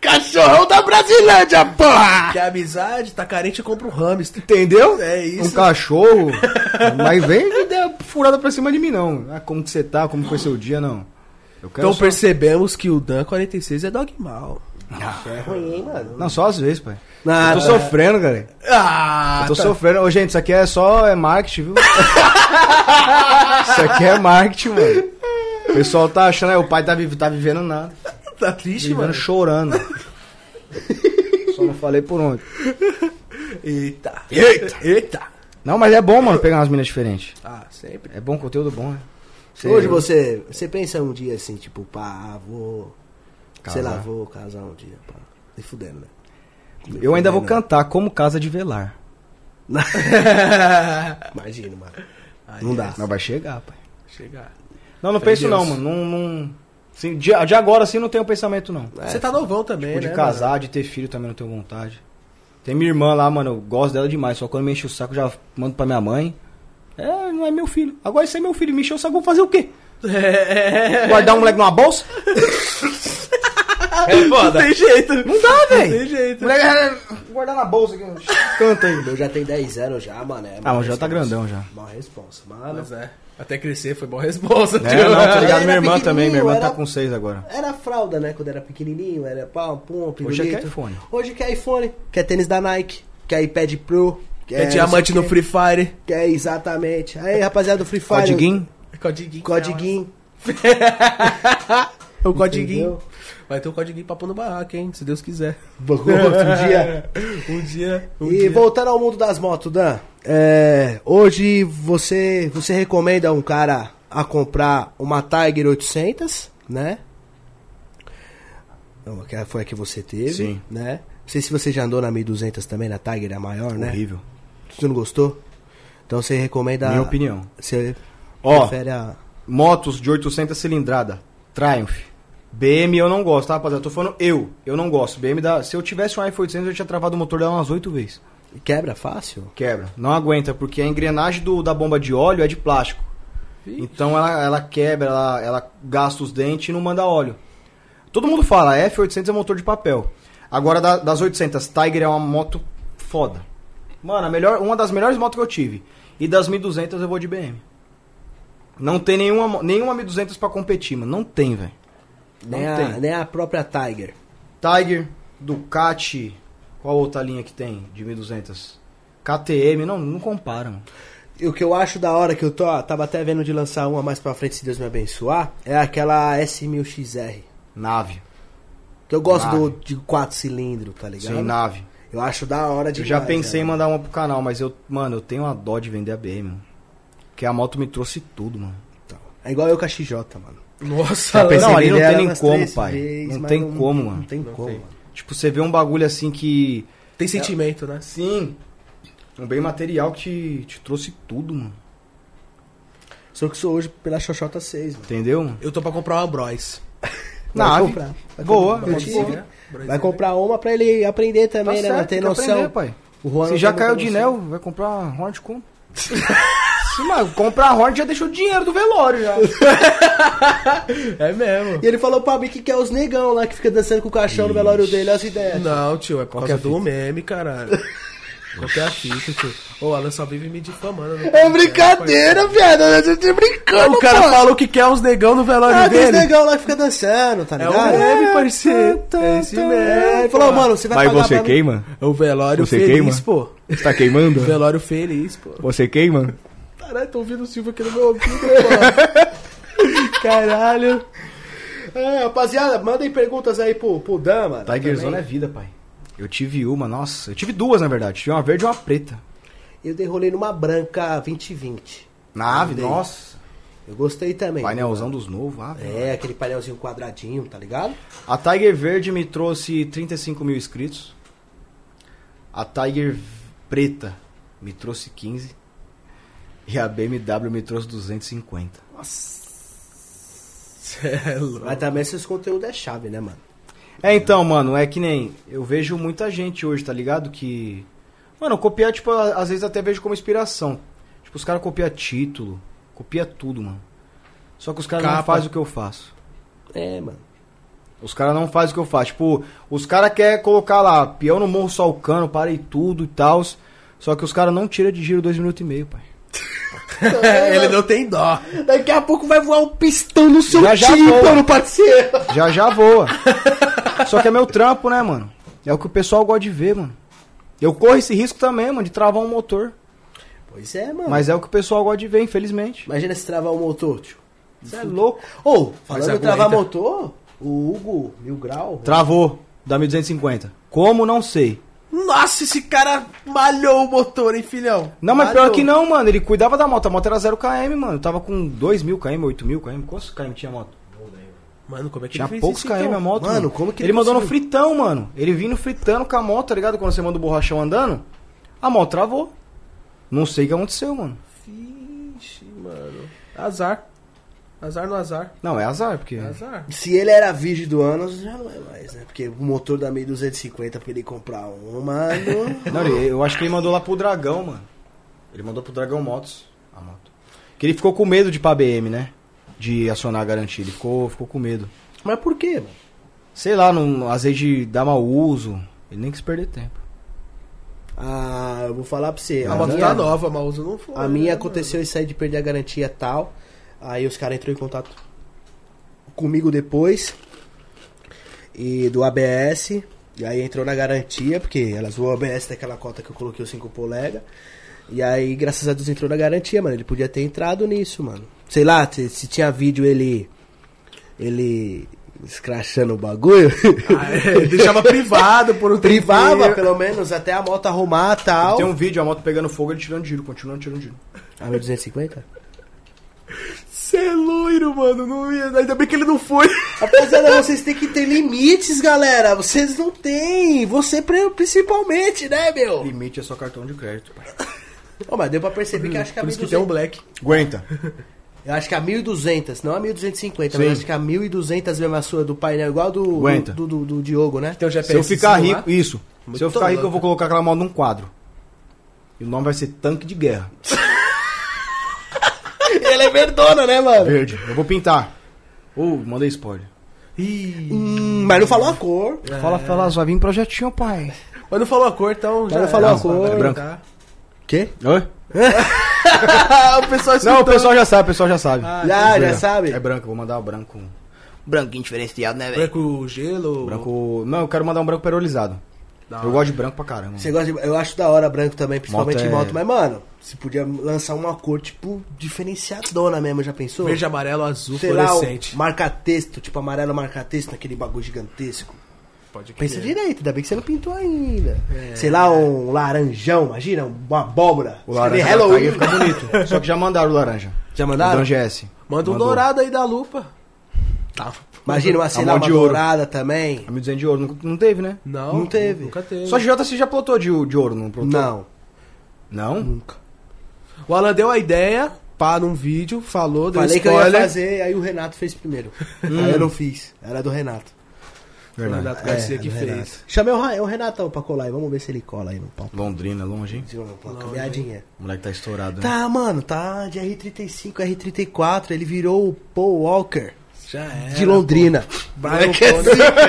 Speaker 1: Cachorrão da Brasilândia, porra!
Speaker 2: Que a amizade tá carente e compra um hamster.
Speaker 3: é, Entendeu?
Speaker 2: É
Speaker 3: Um
Speaker 2: isso.
Speaker 3: <laughs> cachorro. mas vem e dá furada pra cima de mim, não. Ah, como que você tá? Como foi seu dia? Não. Eu quero.
Speaker 2: Então
Speaker 3: só...
Speaker 2: percebemos que o Dan 46 é dogmal.
Speaker 3: Ah,
Speaker 1: É ruim, hein, mano?
Speaker 3: Não, só às vezes, pai.
Speaker 1: Nada.
Speaker 3: eu tô sofrendo, cara.
Speaker 2: Ah,
Speaker 3: Eu tô sofrendo. Ô, gente, isso aqui é só é marketing, viu? <laughs> isso aqui é marketing, mano. O pessoal tá achando, é, o pai tá, vi- tá vivendo nada.
Speaker 2: tá triste,
Speaker 3: Vivendo
Speaker 2: mano.
Speaker 3: chorando. Só não falei por onde.
Speaker 2: Eita. Eita. <laughs> Eita.
Speaker 3: Não, mas é bom, mano, pegar umas minas diferentes.
Speaker 2: Ah,
Speaker 3: <laughs>
Speaker 2: sempre.
Speaker 3: É bom conteúdo bom, né? Você-
Speaker 1: Hoje você, você pensa um dia assim, tipo, pá, vou. Sei lá,
Speaker 3: Casar.
Speaker 1: vou casar um dia, pá. E fudendo, né?
Speaker 3: Eu ainda vou cantar como casa de velar.
Speaker 1: Imagino, mano.
Speaker 2: Aí
Speaker 1: Não dá.
Speaker 3: Mas vai chegar, pai.
Speaker 2: é Chegar.
Speaker 3: Não, não
Speaker 2: Fé em
Speaker 3: penso
Speaker 2: Deus.
Speaker 3: não, mano. Não, não... Sim, de, de agora sim não tenho pensamento, não.
Speaker 2: Você tá novão também,
Speaker 3: É, Tipo, de
Speaker 2: né,
Speaker 3: casar, de ter filho também não tenho vontade. Tem minha irmã lá, mano, eu gosto dela demais. Só quando me enche o saco, eu já mando pra minha mãe. É, não é meu filho. Agora isso é meu filho. Me encheu o saco, eu vou fazer o <laughs> quê?
Speaker 2: mano? <laughs> É.
Speaker 3: Guardar o moleque numa bolsa?
Speaker 2: É foda. Não tem jeito.
Speaker 3: Não dá,
Speaker 2: Não tem
Speaker 3: velho.
Speaker 2: jeito.
Speaker 3: Moleque, é, guardar na bolsa aqui. <laughs> Canta aí.
Speaker 1: O meu já tem 10 anos já, mano. É
Speaker 3: Ah,
Speaker 1: mó
Speaker 3: mas já tá
Speaker 1: responsa.
Speaker 3: grandão já.
Speaker 1: Mó responsa,
Speaker 2: Mas
Speaker 1: mano.
Speaker 2: é. Até crescer foi boa resposta,
Speaker 3: É,
Speaker 2: <laughs>
Speaker 3: Ah, não, tá ligado?
Speaker 1: Era
Speaker 3: Minha irmã
Speaker 1: pequenininho,
Speaker 3: também. Minha irmã tá
Speaker 1: era-
Speaker 3: com seis agora.
Speaker 1: Era fralda, né? Quando era pequenininho, era pau, pum,
Speaker 3: Hoje é que é
Speaker 1: pirulito.
Speaker 3: iPhone.
Speaker 1: Hoje quer iPhone, quer tênis da Nike, quer iPad Pro,
Speaker 2: É, diamante no Free Fire.
Speaker 1: É, exatamente. Aí, rapaziada do Free Fire.
Speaker 3: Codiguinho?
Speaker 2: Codiguinho.
Speaker 1: Codiguinho.
Speaker 2: O codiguinho.
Speaker 1: Entendeu?
Speaker 2: Vai ter o codiguinho papo no barraco, hein? Se Deus quiser.
Speaker 1: <laughs> Outro dia.
Speaker 2: <laughs> Um dia. Um
Speaker 1: E
Speaker 2: dia.
Speaker 1: voltando ao mundo das motos, Dan. é, hoje você, você recomenda um cara a comprar uma Tiger 800, né? Não, aquela foi a que você teve,
Speaker 3: Sim.
Speaker 1: né? Não sei se você já andou na 1200 também, na Tiger, a maior, né?
Speaker 3: Horrível.
Speaker 1: Você não gostou? Então você recomenda.
Speaker 3: Minha opinião.
Speaker 1: Você
Speaker 3: Ó.
Speaker 1: prefere a.
Speaker 3: Motos de 800 cilindrada. Triumph. BM eu não gosto, tá, rapaziada? Eu tô falando eu. Eu não gosto. BM da... Se eu tivesse um F800, eu tinha travado o motor dela umas oito vezes.
Speaker 1: Quebra fácil?
Speaker 3: Quebra. Não aguenta, porque a engrenagem do- da bomba de óleo é de plástico. Então ela, ela quebra, ela, ela gasta os dentes e não manda óleo. Todo mundo fala, F800 é motor de papel. Agora, da- das 800, Tiger é uma moto foda. Mano, a melhor, uma das melhores motos que eu tive. E das 1200 eu vou de BM. Não tem nenhuma, mo- nenhuma 1200 pra competir, mano. Não tem, velho.
Speaker 1: Nem
Speaker 3: Não
Speaker 1: a,
Speaker 3: tem.
Speaker 1: nem a própria Tiger.
Speaker 3: Tiger, Ducati, qual outra linha que tem de 1200? KTM, não, não compara, mano.
Speaker 1: E o que eu acho da hora que eu tô, tava até vendo de lançar uma mais pra frente, se Deus me abençoar, é aquela S1000XR.
Speaker 3: Nave.
Speaker 1: Que eu gosto
Speaker 3: Nave.
Speaker 1: do, de quatro cilindros, tá ligado? É
Speaker 3: Sem nave.
Speaker 1: Eu acho da hora de.
Speaker 3: Eu já pensei em mandar uma pro canal, mas eu, mano, eu tenho a dó de vender a BM, mano. Porque a moto me trouxe tudo, mano.
Speaker 1: É igual eu com a XJ, mano.
Speaker 2: Nossa,
Speaker 3: Já pensei
Speaker 2: não,
Speaker 3: não, ali
Speaker 1: Pensei
Speaker 3: não
Speaker 1: nela
Speaker 3: tem nem
Speaker 1: umas
Speaker 3: como,
Speaker 1: três
Speaker 3: pai.
Speaker 1: vezes,
Speaker 3: Não
Speaker 1: mas
Speaker 3: tem como,
Speaker 1: Não
Speaker 3: mano.
Speaker 1: tem como.
Speaker 2: tem.
Speaker 1: mano.
Speaker 3: Tipo, você vê um bagulho assim que.
Speaker 2: Tem sentimento, né?
Speaker 3: Sim. Um bem material que te, te trouxe tudo, mano.
Speaker 1: Sou que sou hoje pela Xoxota 6, mano.
Speaker 3: Entendeu, mano?
Speaker 2: Eu tô pra comprar uma Bros.
Speaker 1: Vai
Speaker 3: Nave.
Speaker 1: comprar. Vai
Speaker 3: Boa,
Speaker 1: comprar. Eu
Speaker 3: moto
Speaker 1: tive.
Speaker 3: boa.
Speaker 2: né?
Speaker 1: Vai comprar uma pra ele aprender também, né? Não tem
Speaker 3: Tá tem que
Speaker 1: noção.
Speaker 3: aprender, pai.
Speaker 1: O Juan
Speaker 3: Se
Speaker 1: não
Speaker 3: já
Speaker 1: tem muita
Speaker 3: caiu de
Speaker 1: noção.
Speaker 3: Nel, vai comprar uma Hornet <laughs> como? Se, mano, comprar a Hornet já deixou o dinheiro do velório já.
Speaker 2: É mesmo.
Speaker 1: E ele falou pra mim que quer os negão lá que fica dançando com o caixão no velório dele, olha as ideias.
Speaker 2: Não, tio, é por
Speaker 3: que é
Speaker 2: causa
Speaker 3: a
Speaker 2: do meme,
Speaker 3: <laughs>
Speaker 2: caralho. Qual que é a fita, tio? Ô, o Alan só vive me difamando. né?
Speaker 1: É brincadeira, viado. Eu tô brincando,
Speaker 2: O cara
Speaker 1: pô.
Speaker 2: falou que quer uns negão no velório
Speaker 1: Ah, tem os
Speaker 2: dele.
Speaker 1: negão lá que fica dançando, tá
Speaker 2: É
Speaker 1: ligado?
Speaker 2: o meme, parceiro. É esse
Speaker 1: É,
Speaker 2: meme.
Speaker 1: ele falou, mano, você vai pagar pra mim.
Speaker 2: É o velório
Speaker 3: Você
Speaker 2: feliz,
Speaker 3: queima?
Speaker 2: pô.
Speaker 3: Você tá queimando?
Speaker 2: Velório feliz, pô.
Speaker 3: Você queima?
Speaker 2: Caralho, tô ouvindo o Silvio aqui no meu ouvido, pô.
Speaker 1: <laughs>
Speaker 2: Caralho.
Speaker 1: É, rapaziada, mandem perguntas aí pro, pro Dan, mano.
Speaker 3: Tiger Zone é vida, pai. Eu tive uma, nossa. Eu tive duas, na verdade. Tive uma verde e uma preta.
Speaker 1: Eu derrolei numa branca 2020.
Speaker 3: Nave,
Speaker 1: Andei.
Speaker 3: nossa.
Speaker 1: Eu gostei também.
Speaker 3: Painelzão dos novos, ah, velho.
Speaker 1: É, aquele painelzinho quadradinho, tá ligado?
Speaker 3: A Tiger Verde me trouxe 35 mil inscritos. A Tiger Preta me trouxe 15. E a BMW me trouxe 250.
Speaker 1: Mas também esses conteúdos é chave, né, mano?
Speaker 3: É, então, mano, é que nem. Eu vejo muita gente hoje, tá ligado? Que. Mano, copiar, tipo, a- às vezes até vejo como inspiração. Tipo, os caras copiam título, copia tudo, mano. Só que os caras não
Speaker 2: Capa.
Speaker 3: fazem o que eu faço.
Speaker 1: É, mano.
Speaker 3: Os caras não fazem o que eu faço. Tipo, os caras querem colocar lá, peão no morro só o cano, parei tudo e tal. Só que os caras não tiram de giro dois minutos e meio, pai.
Speaker 2: <laughs> Ele não tem dó.
Speaker 1: Daqui a pouco vai voar um pistão no seu
Speaker 3: Já, já
Speaker 1: tímpano,
Speaker 3: voa.
Speaker 1: parceiro.
Speaker 3: Já já voa. Só que é meu trampo, né, mano? É o que o pessoal gosta de ver, mano. Eu corro esse risco também, mano, de travar um motor.
Speaker 1: Pois é, mano.
Speaker 3: Mas é o que o pessoal gosta de ver, infelizmente.
Speaker 1: Imagina se travar o motor, tio.
Speaker 3: Você é louco.
Speaker 1: Ou, falando
Speaker 2: Mas
Speaker 1: em
Speaker 2: aguenta.
Speaker 1: travar motor, o Hugo Mil Grau.
Speaker 3: Travou da 1250. Como não sei.
Speaker 2: Nossa, esse cara malhou o motor, hein, filhão?
Speaker 3: Não,
Speaker 1: Ah,
Speaker 3: mas
Speaker 2: Malhou.
Speaker 3: pior que não, mano. Ele cuidava da moto. A moto era 0km, mano. Tava com 2000 km, 8000 km. Quantos km tinha a moto?
Speaker 2: Mano, como é que
Speaker 3: Tinha
Speaker 2: ele fez
Speaker 3: poucos
Speaker 2: isso,
Speaker 3: km a
Speaker 2: então?
Speaker 3: moto.
Speaker 1: Mano, como que
Speaker 3: ele
Speaker 1: ele
Speaker 3: mandou no
Speaker 1: conseguiu?
Speaker 3: fritão, mano. Ele vindo fritando com a moto, tá ligado? Quando você manda o borrachão andando, a moto travou. Não sei o que aconteceu, mano.
Speaker 2: Vixe, mano. Azar. Azar no azar.
Speaker 3: Não, é azar, porque.
Speaker 2: Azar.
Speaker 1: Se ele era virgem do ano, já não é mais, né? Porque o motor da 1250 pra ele comprar um, mano.
Speaker 3: <laughs> Não, ele- eu acho que ele mandou lá pro Dragão, mano. Ele mandou pro Dragão Motos a moto. Que ele ficou com medo de ir pra BM, né? De acionar a garantia. Ele ficou, ficou com medo.
Speaker 1: Mas por quê, mano?
Speaker 3: Sei lá, não, às vezes de dar mau uso. Ele nem quis perder tempo.
Speaker 1: Ah, eu vou falar pra você.
Speaker 2: A moto tá nova, Mauso não foi.
Speaker 1: É. A minha
Speaker 2: né,
Speaker 1: aconteceu isso aí de perder a garantia e tal. Aí os caras entrou em contato comigo depois. E do ABS. E aí entrou na garantia, porque elas o ABS daquela cota que eu coloquei os 5 polega. E aí, graças a Deus, entrou na garantia, mano. Ele podia ter entrado nisso, mano. Sei lá, se, se tinha vídeo ele. Ele. escrachando o bagulho.
Speaker 2: mano? Ah, é, ele deixava privado por um
Speaker 1: <laughs>
Speaker 2: <laughs>
Speaker 1: Privava,
Speaker 2: tempinho.
Speaker 1: pelo menos, até a moto arrumar e tal. Ah,
Speaker 3: Tem um vídeo, a moto pegando fogo, ele tirando giro, continuando tirando giro.
Speaker 1: A 1250?
Speaker 2: Você é loiro, mano. Não ia... Ainda bem que ele não foi.
Speaker 1: Rapaziada, vocês têm que ter limites, galera. Vocês não têm. Você pri- principalmente, né, meu?
Speaker 3: Limite é só cartão de crédito, pai.
Speaker 1: Ô, mas deu pra perceber que acho que é a
Speaker 2: Por isso que tem um
Speaker 1: 1200...
Speaker 2: black.
Speaker 3: <laughs> Aguenta.
Speaker 1: Eu acho que é a 1200, não a 1250,
Speaker 3: Sim.
Speaker 1: mas acho que é a 1200 mesmo a sua do painel, igual do,
Speaker 3: Aguenta.
Speaker 1: do, do, do Diogo, né? <laughs>
Speaker 2: Tem um
Speaker 3: Se eu
Speaker 2: GPS.
Speaker 3: ficar rico, isso.
Speaker 2: Muito
Speaker 3: Se eu ficar rico,
Speaker 2: louco.
Speaker 3: eu vou colocar aquela moto num quadro. E o nome vai ser Tanque de Guerra.
Speaker 1: Ele é verdona, né, mano?
Speaker 3: Verde. Eu vou pintar. Uh, mandei spoiler.
Speaker 2: Ih.
Speaker 1: Hum, mas não falou a cor.
Speaker 3: Fala, fala, só vim projetinho, pai.
Speaker 2: Mas não falou a cor, então. já
Speaker 1: não
Speaker 2: era.
Speaker 1: falou a
Speaker 2: Não,
Speaker 1: cor,
Speaker 2: tá.
Speaker 3: é branca.
Speaker 1: Quê? <laughs>
Speaker 3: Oi?
Speaker 2: Ah, o pessoal
Speaker 3: Não, o
Speaker 2: escutou.
Speaker 3: pessoal já sabe, o pessoal já sabe.
Speaker 2: Ah,
Speaker 1: já, já
Speaker 3: Branco.
Speaker 1: sabe.
Speaker 3: É branco, eu vou mandar um branco.
Speaker 4: Branquinho diferenciado, né, velho?
Speaker 2: Branco gelo.
Speaker 3: Branco. Não, eu quero mandar um branco perolizado.
Speaker 2: Da
Speaker 3: Eu
Speaker 2: hora.
Speaker 3: gosto de branco pra caramba.
Speaker 1: Você gosta de, eu acho da hora branco também, principalmente
Speaker 3: Moto
Speaker 1: em
Speaker 3: é-
Speaker 1: moto. Mas, mano, se podia lançar uma cor, tipo, diferenciadona mesmo, já pensou?
Speaker 2: Verde, amarelo, azul,
Speaker 1: Sei lá,
Speaker 2: fluorescente.
Speaker 1: um marca-texto, tipo amarelo marca-texto, naquele bagulho gigantesco.
Speaker 2: Pode crer. É.
Speaker 1: Pensa direito, ainda bem que você não pintou ainda. Sei lá, um laranjão, imagina, uma abóbora.
Speaker 3: O tá
Speaker 1: Escrever
Speaker 3: laranja da
Speaker 1: Halloween.
Speaker 3: Tiger fica bonito. Só que já mandaram o laranja.
Speaker 1: Já
Speaker 3: O do
Speaker 1: mandaram?
Speaker 3: Angés.
Speaker 2: Manda um
Speaker 3: Mandou.
Speaker 2: dourado aí da lupa. Tá.
Speaker 1: Imagina uma, sei lá,
Speaker 3: mão
Speaker 1: uma
Speaker 3: de ouro.
Speaker 1: dourada também.
Speaker 3: A 1200 Tá de ouro. Não, não teve, né?
Speaker 2: Não,
Speaker 1: Não teve.
Speaker 2: Nunca teve.
Speaker 3: Só JC já plotou de, de ouro, não plotou?
Speaker 1: Não,
Speaker 3: Não?
Speaker 1: nunca.
Speaker 2: O Alan deu a ideia, pá, num vídeo, falou, deu
Speaker 1: Falei que eu
Speaker 2: spoiler.
Speaker 1: ia fazer, aí o Renato fez primeiro.
Speaker 3: Hum.
Speaker 1: aí eu não fiz, era do Renato.
Speaker 2: O
Speaker 3: Verdade.
Speaker 2: Renato Garcia
Speaker 1: É,
Speaker 2: que
Speaker 1: do
Speaker 2: fez.
Speaker 1: Renato. Chamei o, Ra- é o Renatão pra colar aí, vamos ver se ele cola aí no pau.
Speaker 3: Londrina, longe, hein?
Speaker 1: Se não, pô, Caminhadinha.
Speaker 3: O moleque tá estourado. né?
Speaker 1: Tá, mano, tá de R35, R34, ele virou o Paul Walker
Speaker 2: Já era.
Speaker 1: de Londrina.
Speaker 2: pô. Brian O'Connor.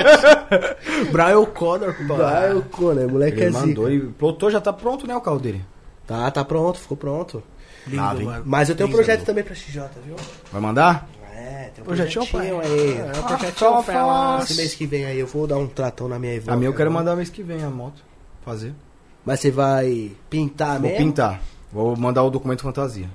Speaker 2: Brian O'Connor, pô.
Speaker 1: Vai, o Conor, moleque
Speaker 3: Ele
Speaker 1: é zica.
Speaker 3: mandou e plotou, já tá pronto, né, o carro dele?
Speaker 1: Tá, tá pronto, ficou pronto.
Speaker 2: Lindo,
Speaker 3: Nave, hein?
Speaker 2: mano.
Speaker 1: Mas eu tenho um
Speaker 2: Lindo.
Speaker 1: projeto também pra XJ, viu?
Speaker 3: Vai mandar?
Speaker 1: É, tem um
Speaker 2: Projetinho,
Speaker 1: projetinho, aí.
Speaker 2: É, o
Speaker 3: Ah,
Speaker 2: projetinho
Speaker 3: fala.
Speaker 2: fala.
Speaker 1: Esse mês que vem aí eu vou dar um tratão na minha Evoque.
Speaker 3: A minha eu quero mandar mês que vem a moto. Fazer.
Speaker 1: Mas você vai pintar
Speaker 3: Vou
Speaker 1: mesmo?
Speaker 3: pintar. Vou mandar o documento fantasia.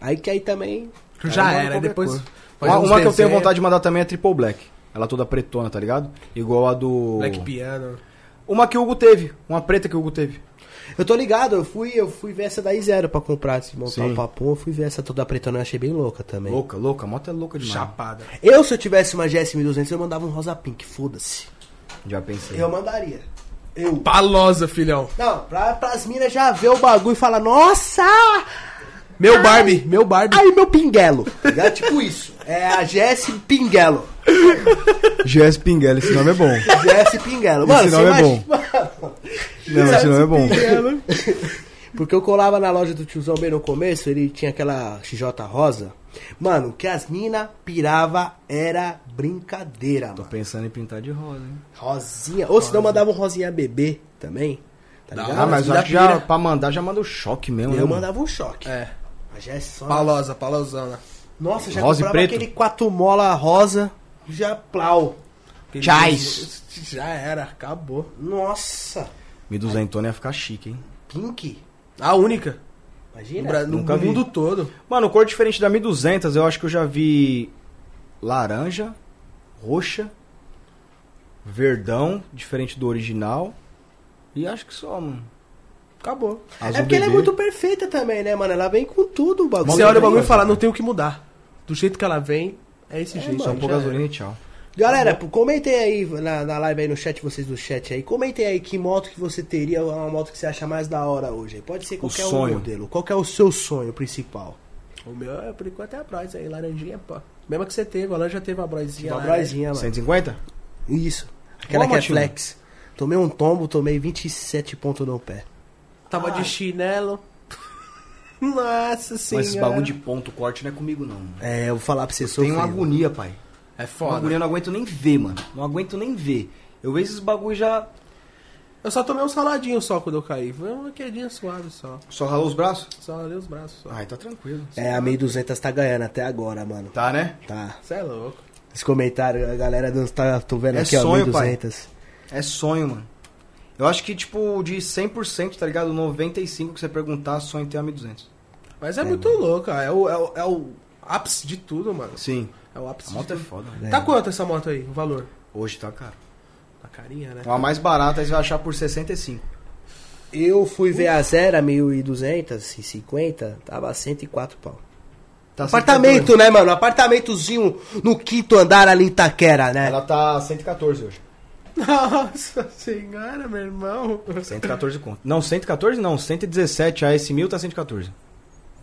Speaker 1: Aí que aí também...
Speaker 2: Já
Speaker 3: Aí manda
Speaker 2: era,
Speaker 3: qualquer
Speaker 2: depois...
Speaker 3: coisa.
Speaker 2: faz
Speaker 3: Uma,
Speaker 2: uns
Speaker 3: uma que eu tenho
Speaker 2: desenhos.
Speaker 3: vontade de mandar também é Triple Black. Ela toda pretona, tá ligado? Igual a do.
Speaker 2: Black Piano.
Speaker 3: Uma que o Hugo teve. Uma preta que o Hugo teve.
Speaker 1: Eu tô ligado, eu fui, eu fui ver essa daí zero pra comprar, antes de montar
Speaker 3: Sim.
Speaker 1: o papum. Eu fui ver essa toda pretona, eu achei bem louca também.
Speaker 3: Louca, louca. A moto é louca demais.
Speaker 2: Chapada.
Speaker 1: Eu, se eu tivesse uma GS1200, eu mandava um rosa pink, foda-se.
Speaker 3: Já pensei.
Speaker 1: Eu mandaria. Eu.
Speaker 2: Palosa, filhão.
Speaker 1: Não, pra, pras minas já ver o bagulho e falar, nossa!
Speaker 2: Meu Barbie, meu Barbie.
Speaker 1: Aí meu pinguelo. Tá ligado? tipo isso. É a GS Pinguelo.
Speaker 3: GS Pinguela, esse nome é bom.
Speaker 1: GS Pinguelo. Mano,
Speaker 3: Esse
Speaker 1: você
Speaker 3: nome é
Speaker 1: imagina-
Speaker 3: Não, esse nome é bom.
Speaker 1: Porque eu colava na loja do tiozão bem no começo, ele tinha aquela XJ rosa. Mano, o que as mina pirava era brincadeira, mano.
Speaker 3: Tô pensando em pintar de rosa, hein?
Speaker 1: Rosinha. Ou se não, mandava um rosinha bebê também. Tá ligado?
Speaker 3: Ah, mas eu
Speaker 2: da
Speaker 3: acho que já,
Speaker 2: pira.
Speaker 3: pra mandar já manda o choque mesmo. né,
Speaker 1: Eu
Speaker 3: mano?
Speaker 1: mandava um choque.
Speaker 2: É.
Speaker 1: A Jess só...
Speaker 2: Palosa, palosona.
Speaker 1: Nossa, já
Speaker 3: Rosa e
Speaker 1: comprava
Speaker 3: preto?
Speaker 1: aquele quatro mola rosa, já plau.
Speaker 2: Aquele-
Speaker 3: Chais.
Speaker 2: Já era, acabou.
Speaker 1: Nossa,
Speaker 3: 1200 ia ficar chique, hein?
Speaker 1: pink.
Speaker 2: A única. No,
Speaker 1: Imagina.
Speaker 2: Bra- no
Speaker 3: Nunca vi.
Speaker 2: mundo todo.
Speaker 3: Mano, cor diferente da 1200, eu acho que eu já vi laranja, roxa, verdão, diferente do original. E acho que só, mano.
Speaker 2: Acabou.
Speaker 3: Azul
Speaker 1: é porque ela é
Speaker 3: um bebê.
Speaker 1: muito perfeita também, né, mano? Ela vem com tudo o bagulho.
Speaker 2: Você olha o bagulho e
Speaker 1: Né?
Speaker 2: fala, não tem o que mudar. Do jeito que ela vem, é esse
Speaker 1: É,
Speaker 2: jeito.
Speaker 1: mano,
Speaker 3: Só um pouco
Speaker 2: Já
Speaker 3: gasolina e tchau.
Speaker 1: Galera, pô, comentem aí na, na live aí no chat, vocês do chat aí. Comentem aí que moto que você teria, uma moto que você acha mais da hora hoje. aí. Pode ser qualquer um
Speaker 3: sonho.
Speaker 1: modelo. Qual que é o seu sonho principal?
Speaker 2: era. O meu é por enquanto é a Bros aí, laranjinha, pô. Mesmo que você teve, a Alan já teve uma Brozinha.
Speaker 1: Uma
Speaker 2: lá, né?
Speaker 1: Brozinha, mano.
Speaker 3: 150?
Speaker 1: Isso. Aquela
Speaker 3: Boa,
Speaker 1: que é
Speaker 3: Matilda.
Speaker 1: flex. Tomei um tombo, tomei 27 pontos no pé.
Speaker 2: né? Tava de chinelo. <laughs> Nossa senhora.
Speaker 3: Mas esses bagulho de ponto corte não é comigo, não. mano.
Speaker 1: É, eu vou falar pra você
Speaker 3: Eu tenho
Speaker 1: sofrer.
Speaker 3: uma agonia, pai.
Speaker 2: É
Speaker 3: Uma
Speaker 2: foda.
Speaker 3: agonia eu não aguento nem ver, mano. Não aguento nem ver. Eu vejo esses bagulho já.
Speaker 2: Eu só tomei um saladinho só quando eu caí. Foi uma quedinha suave só.
Speaker 3: Só ralou os braços?
Speaker 2: Só ali os braços só.
Speaker 3: Ai, tá tranquilo.
Speaker 1: É, a 1200 tá ganhando até agora, mano.
Speaker 3: Tá, né?
Speaker 1: Tá.
Speaker 2: Você é louco.
Speaker 1: Esse comentário, a galera não tá tô vendo
Speaker 3: É
Speaker 1: aqui, ó,
Speaker 3: sonho, pai.
Speaker 1: 1200.
Speaker 3: É sonho, mano. Eu acho que, tipo, de 100%, tá ligado? 95% que você perguntar, sonho é em ter a 1200.
Speaker 2: Mas é, muito louco, cara. É o, é, o, é o ápice de tudo, mano.
Speaker 3: Sim.
Speaker 2: É o ápice
Speaker 3: A moto é
Speaker 2: de tudo.
Speaker 3: foda. mano.
Speaker 1: É.
Speaker 2: Tá quanto essa moto aí, o valor?
Speaker 3: Hoje tá caro.
Speaker 2: Tá carinha, né?
Speaker 3: A É mais barata você vai achar por 65.
Speaker 1: Eu fui ver a Zera 1250, tava 104 pau.
Speaker 3: Tá
Speaker 1: Apartamento, né, mano? Apartamentozinho no quinto andar ali em Itaquera, né?
Speaker 3: Ela tá 114 hoje.
Speaker 2: Nossa senhora, meu irmão.
Speaker 3: 114 conto. Não, 114 não. 117. A S1000 tá 114.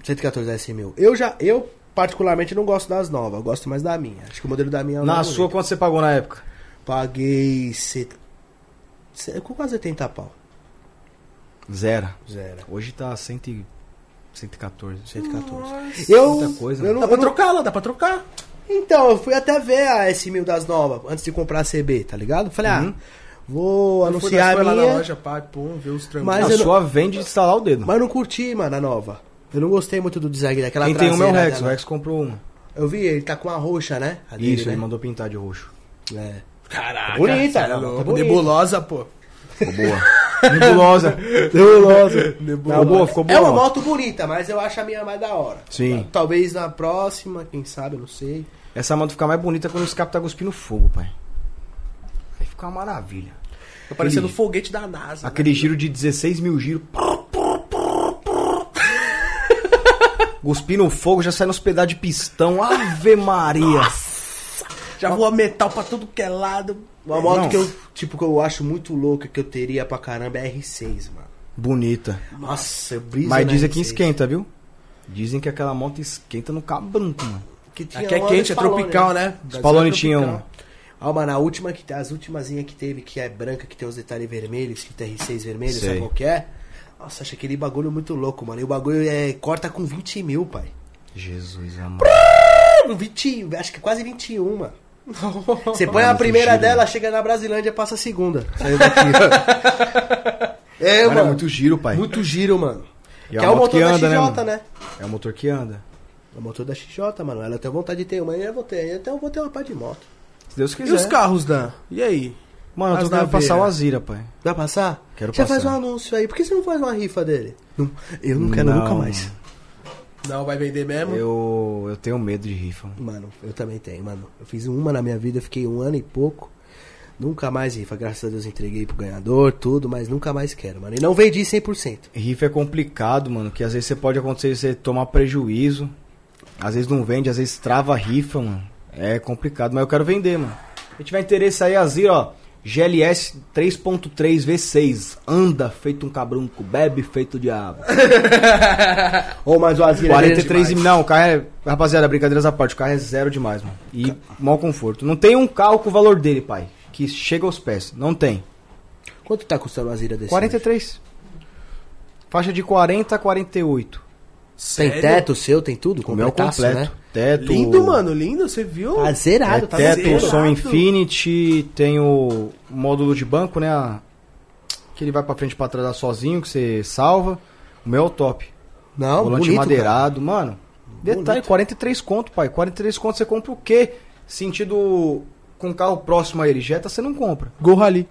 Speaker 1: 114 S1000. é Eu já, eu particularmente não gosto das novas, eu gosto mais da minha. Acho que o modelo da minha é o
Speaker 3: Na
Speaker 1: mais
Speaker 3: sua,
Speaker 1: bonito.
Speaker 3: quanto você pagou na época?
Speaker 1: Paguei set... se- com quase 80 pau.
Speaker 3: Zero.
Speaker 1: Zero.
Speaker 3: Hoje tá 100... e- 114.
Speaker 1: 114.
Speaker 2: Nossa.
Speaker 1: Eu,
Speaker 3: Muita coisa, né?
Speaker 1: eu não,
Speaker 2: Dá pra trocar ela, dá pra trocar.
Speaker 1: Então, eu fui até ver a S1000 das novas, antes de comprar a CB, tá ligado? Falei,
Speaker 3: Uhum.
Speaker 1: ah, vou
Speaker 2: Eu fui
Speaker 1: anunciar
Speaker 2: lá,
Speaker 1: a
Speaker 2: foi lá
Speaker 1: minha,
Speaker 2: na loja, pá, pum, ver os trampos.
Speaker 1: Mas
Speaker 3: a
Speaker 1: eu não-
Speaker 3: sua vende de instalar o dedo.
Speaker 1: mas eu não curti, mano, a nova. Eu não gostei muito do design daquela
Speaker 3: Quem tem uma é o
Speaker 1: traseira
Speaker 3: Rex. O
Speaker 1: dela.
Speaker 3: Rex comprou uma.
Speaker 1: Eu vi, ele tá com a roxa, né? A dele,
Speaker 3: Isso, Ah, ele
Speaker 1: né?
Speaker 3: mandou pintar
Speaker 1: <laughs>
Speaker 3: de roxo.
Speaker 1: É.
Speaker 2: Caraca.
Speaker 3: é
Speaker 1: Bonita,
Speaker 2: cara,
Speaker 1: ela,
Speaker 2: louco.
Speaker 1: tá bonita.
Speaker 2: Nebulosa, pô.
Speaker 3: Ficou boa. Nebulosa. <laughs> Nebulosa. Ficou boa, ficou boa.
Speaker 1: É uma moto bonita, mas eu acho a minha mais da hora.
Speaker 3: Sim.
Speaker 1: Tá- Talvez na próxima, quem sabe, eu não sei.
Speaker 3: Essa moto fica mais bonita quando o escape tá cuspindo fogo, pai. Aí fica uma maravilha.
Speaker 2: Tá parecendo foguete da
Speaker 1: Tá
Speaker 2: NASA. né?
Speaker 3: Aquele giro de 16 mil giros. Cuspindo fogo, já sai nos pedaços de pistão. Ave Maria.
Speaker 2: Né? Já voa metal pra tudo que é lado.
Speaker 1: Uma moto
Speaker 3: não.
Speaker 1: que eu, tipo, que eu acho muito louca, que eu teria pra caramba, é R6, mano.
Speaker 3: Bonita.
Speaker 1: Nossa, eu briso
Speaker 3: Mas
Speaker 1: na
Speaker 3: dizem que
Speaker 1: R6.
Speaker 3: esquenta, viu? Dizem que aquela moto esquenta no cabanco, mano.
Speaker 1: Que tinha
Speaker 2: Aqui é
Speaker 1: uma
Speaker 2: quente, é
Speaker 1: Spalone,
Speaker 2: tropical,
Speaker 1: né?
Speaker 2: né?
Speaker 3: Os um. Palone
Speaker 2: É
Speaker 3: tinha
Speaker 2: tropical.
Speaker 3: uma.
Speaker 1: Ah, mano, a última que, as últimazinhas que teve, que é branca, que tem os detalhes vermelhos, que tem R6 vermelho,
Speaker 3: Sei.
Speaker 1: sabe qual que é? Nossa, acho aquele bagulho muito louco, mano. E o bagulho é, corta com 20 mil, pai.
Speaker 3: Jesus amado.
Speaker 1: Mano, 20, acho que é quase 21, <laughs> mano. Você põe a
Speaker 3: Muito
Speaker 1: primeira
Speaker 3: giro,
Speaker 1: dela, chega na Brasilândia e passa a segunda. Saiu
Speaker 3: <laughs>
Speaker 1: daqui. é,
Speaker 3: Cara, é
Speaker 1: mano.
Speaker 3: muito giro, pai.
Speaker 1: Muito giro, mano.
Speaker 3: E
Speaker 1: que
Speaker 3: a
Speaker 1: é o
Speaker 3: moto
Speaker 1: motor
Speaker 3: que
Speaker 1: da
Speaker 3: anda, né,
Speaker 1: XJ,
Speaker 3: mano?
Speaker 1: né?
Speaker 3: É o motor que anda.
Speaker 1: É o motor da XJ, mano. Ela tem vontade de ter uma. Eu vou ter, eu tenho- vou ter uma pá de moto.
Speaker 3: Se Deus
Speaker 2: E os
Speaker 3: quiser.
Speaker 2: carros, Dan? E aí?
Speaker 3: Mano, eu
Speaker 2: As
Speaker 3: tô querendo
Speaker 2: naveiras.
Speaker 3: passar o Azira, pai.
Speaker 1: Vai passar?
Speaker 3: Quero
Speaker 1: Já
Speaker 3: passar.
Speaker 1: faz um anúncio aí. Por que você não faz uma rifa dele? Não, eu não quero
Speaker 3: Não,
Speaker 1: nunca mais.
Speaker 2: Não, vai vender mesmo?
Speaker 3: Eu, eu tenho medo de rifa. mano.
Speaker 1: Mano, eu também tenho, mano. Eu fiz uma na minha vida, fiquei um ano e pouco. Nunca mais rifa, graças a Deus entreguei pro ganhador, tudo, mas nunca mais quero, mano. E não vendi 100%.
Speaker 3: Rifa é complicado, mano, que às vezes você pode acontecer você tomar prejuízo. Às vezes não vende, às vezes trava a rifa, mano. É complicado, mas eu quero vender, mano. Se tiver interesse aí, Azir, ó. GLS 3.3 V6. Anda, feito um cabrunco. Bebe, feito diabo.
Speaker 1: Ou mais o Azir
Speaker 3: é 43 e... Não, o carro é... Rapaziada, brincadeiras à parte. O carro é zero demais, mano. E mau conforto. Não tem um carro com o valor dele, pai. Que chega aos pés. Não tem.
Speaker 1: Quanto tá custando o Azira desse?
Speaker 3: 43. Faixa de 40 a 48.
Speaker 1: Tem teto seu, tem tudo?
Speaker 3: O meu
Speaker 1: Completaço,
Speaker 3: completo. Teto.
Speaker 2: Lindo, mano, lindo, você viu?
Speaker 1: Tá zerado,
Speaker 3: É,
Speaker 1: tá
Speaker 3: teto,
Speaker 1: zerado.
Speaker 3: som infinity, tem o módulo de banco, né? a- Que ele vai pra frente e pra trás sozinho, que você salva. O meu é o top.
Speaker 1: Não,
Speaker 3: Volante
Speaker 1: Ah, bonito, cara.
Speaker 3: madeirado, mano. Detalhe,
Speaker 1: Bonito.
Speaker 3: 43 conto, pai. 43 conto você compra o quê? Sentido com carro próximo a ele. Jetta você não compra.
Speaker 2: Gol Rally.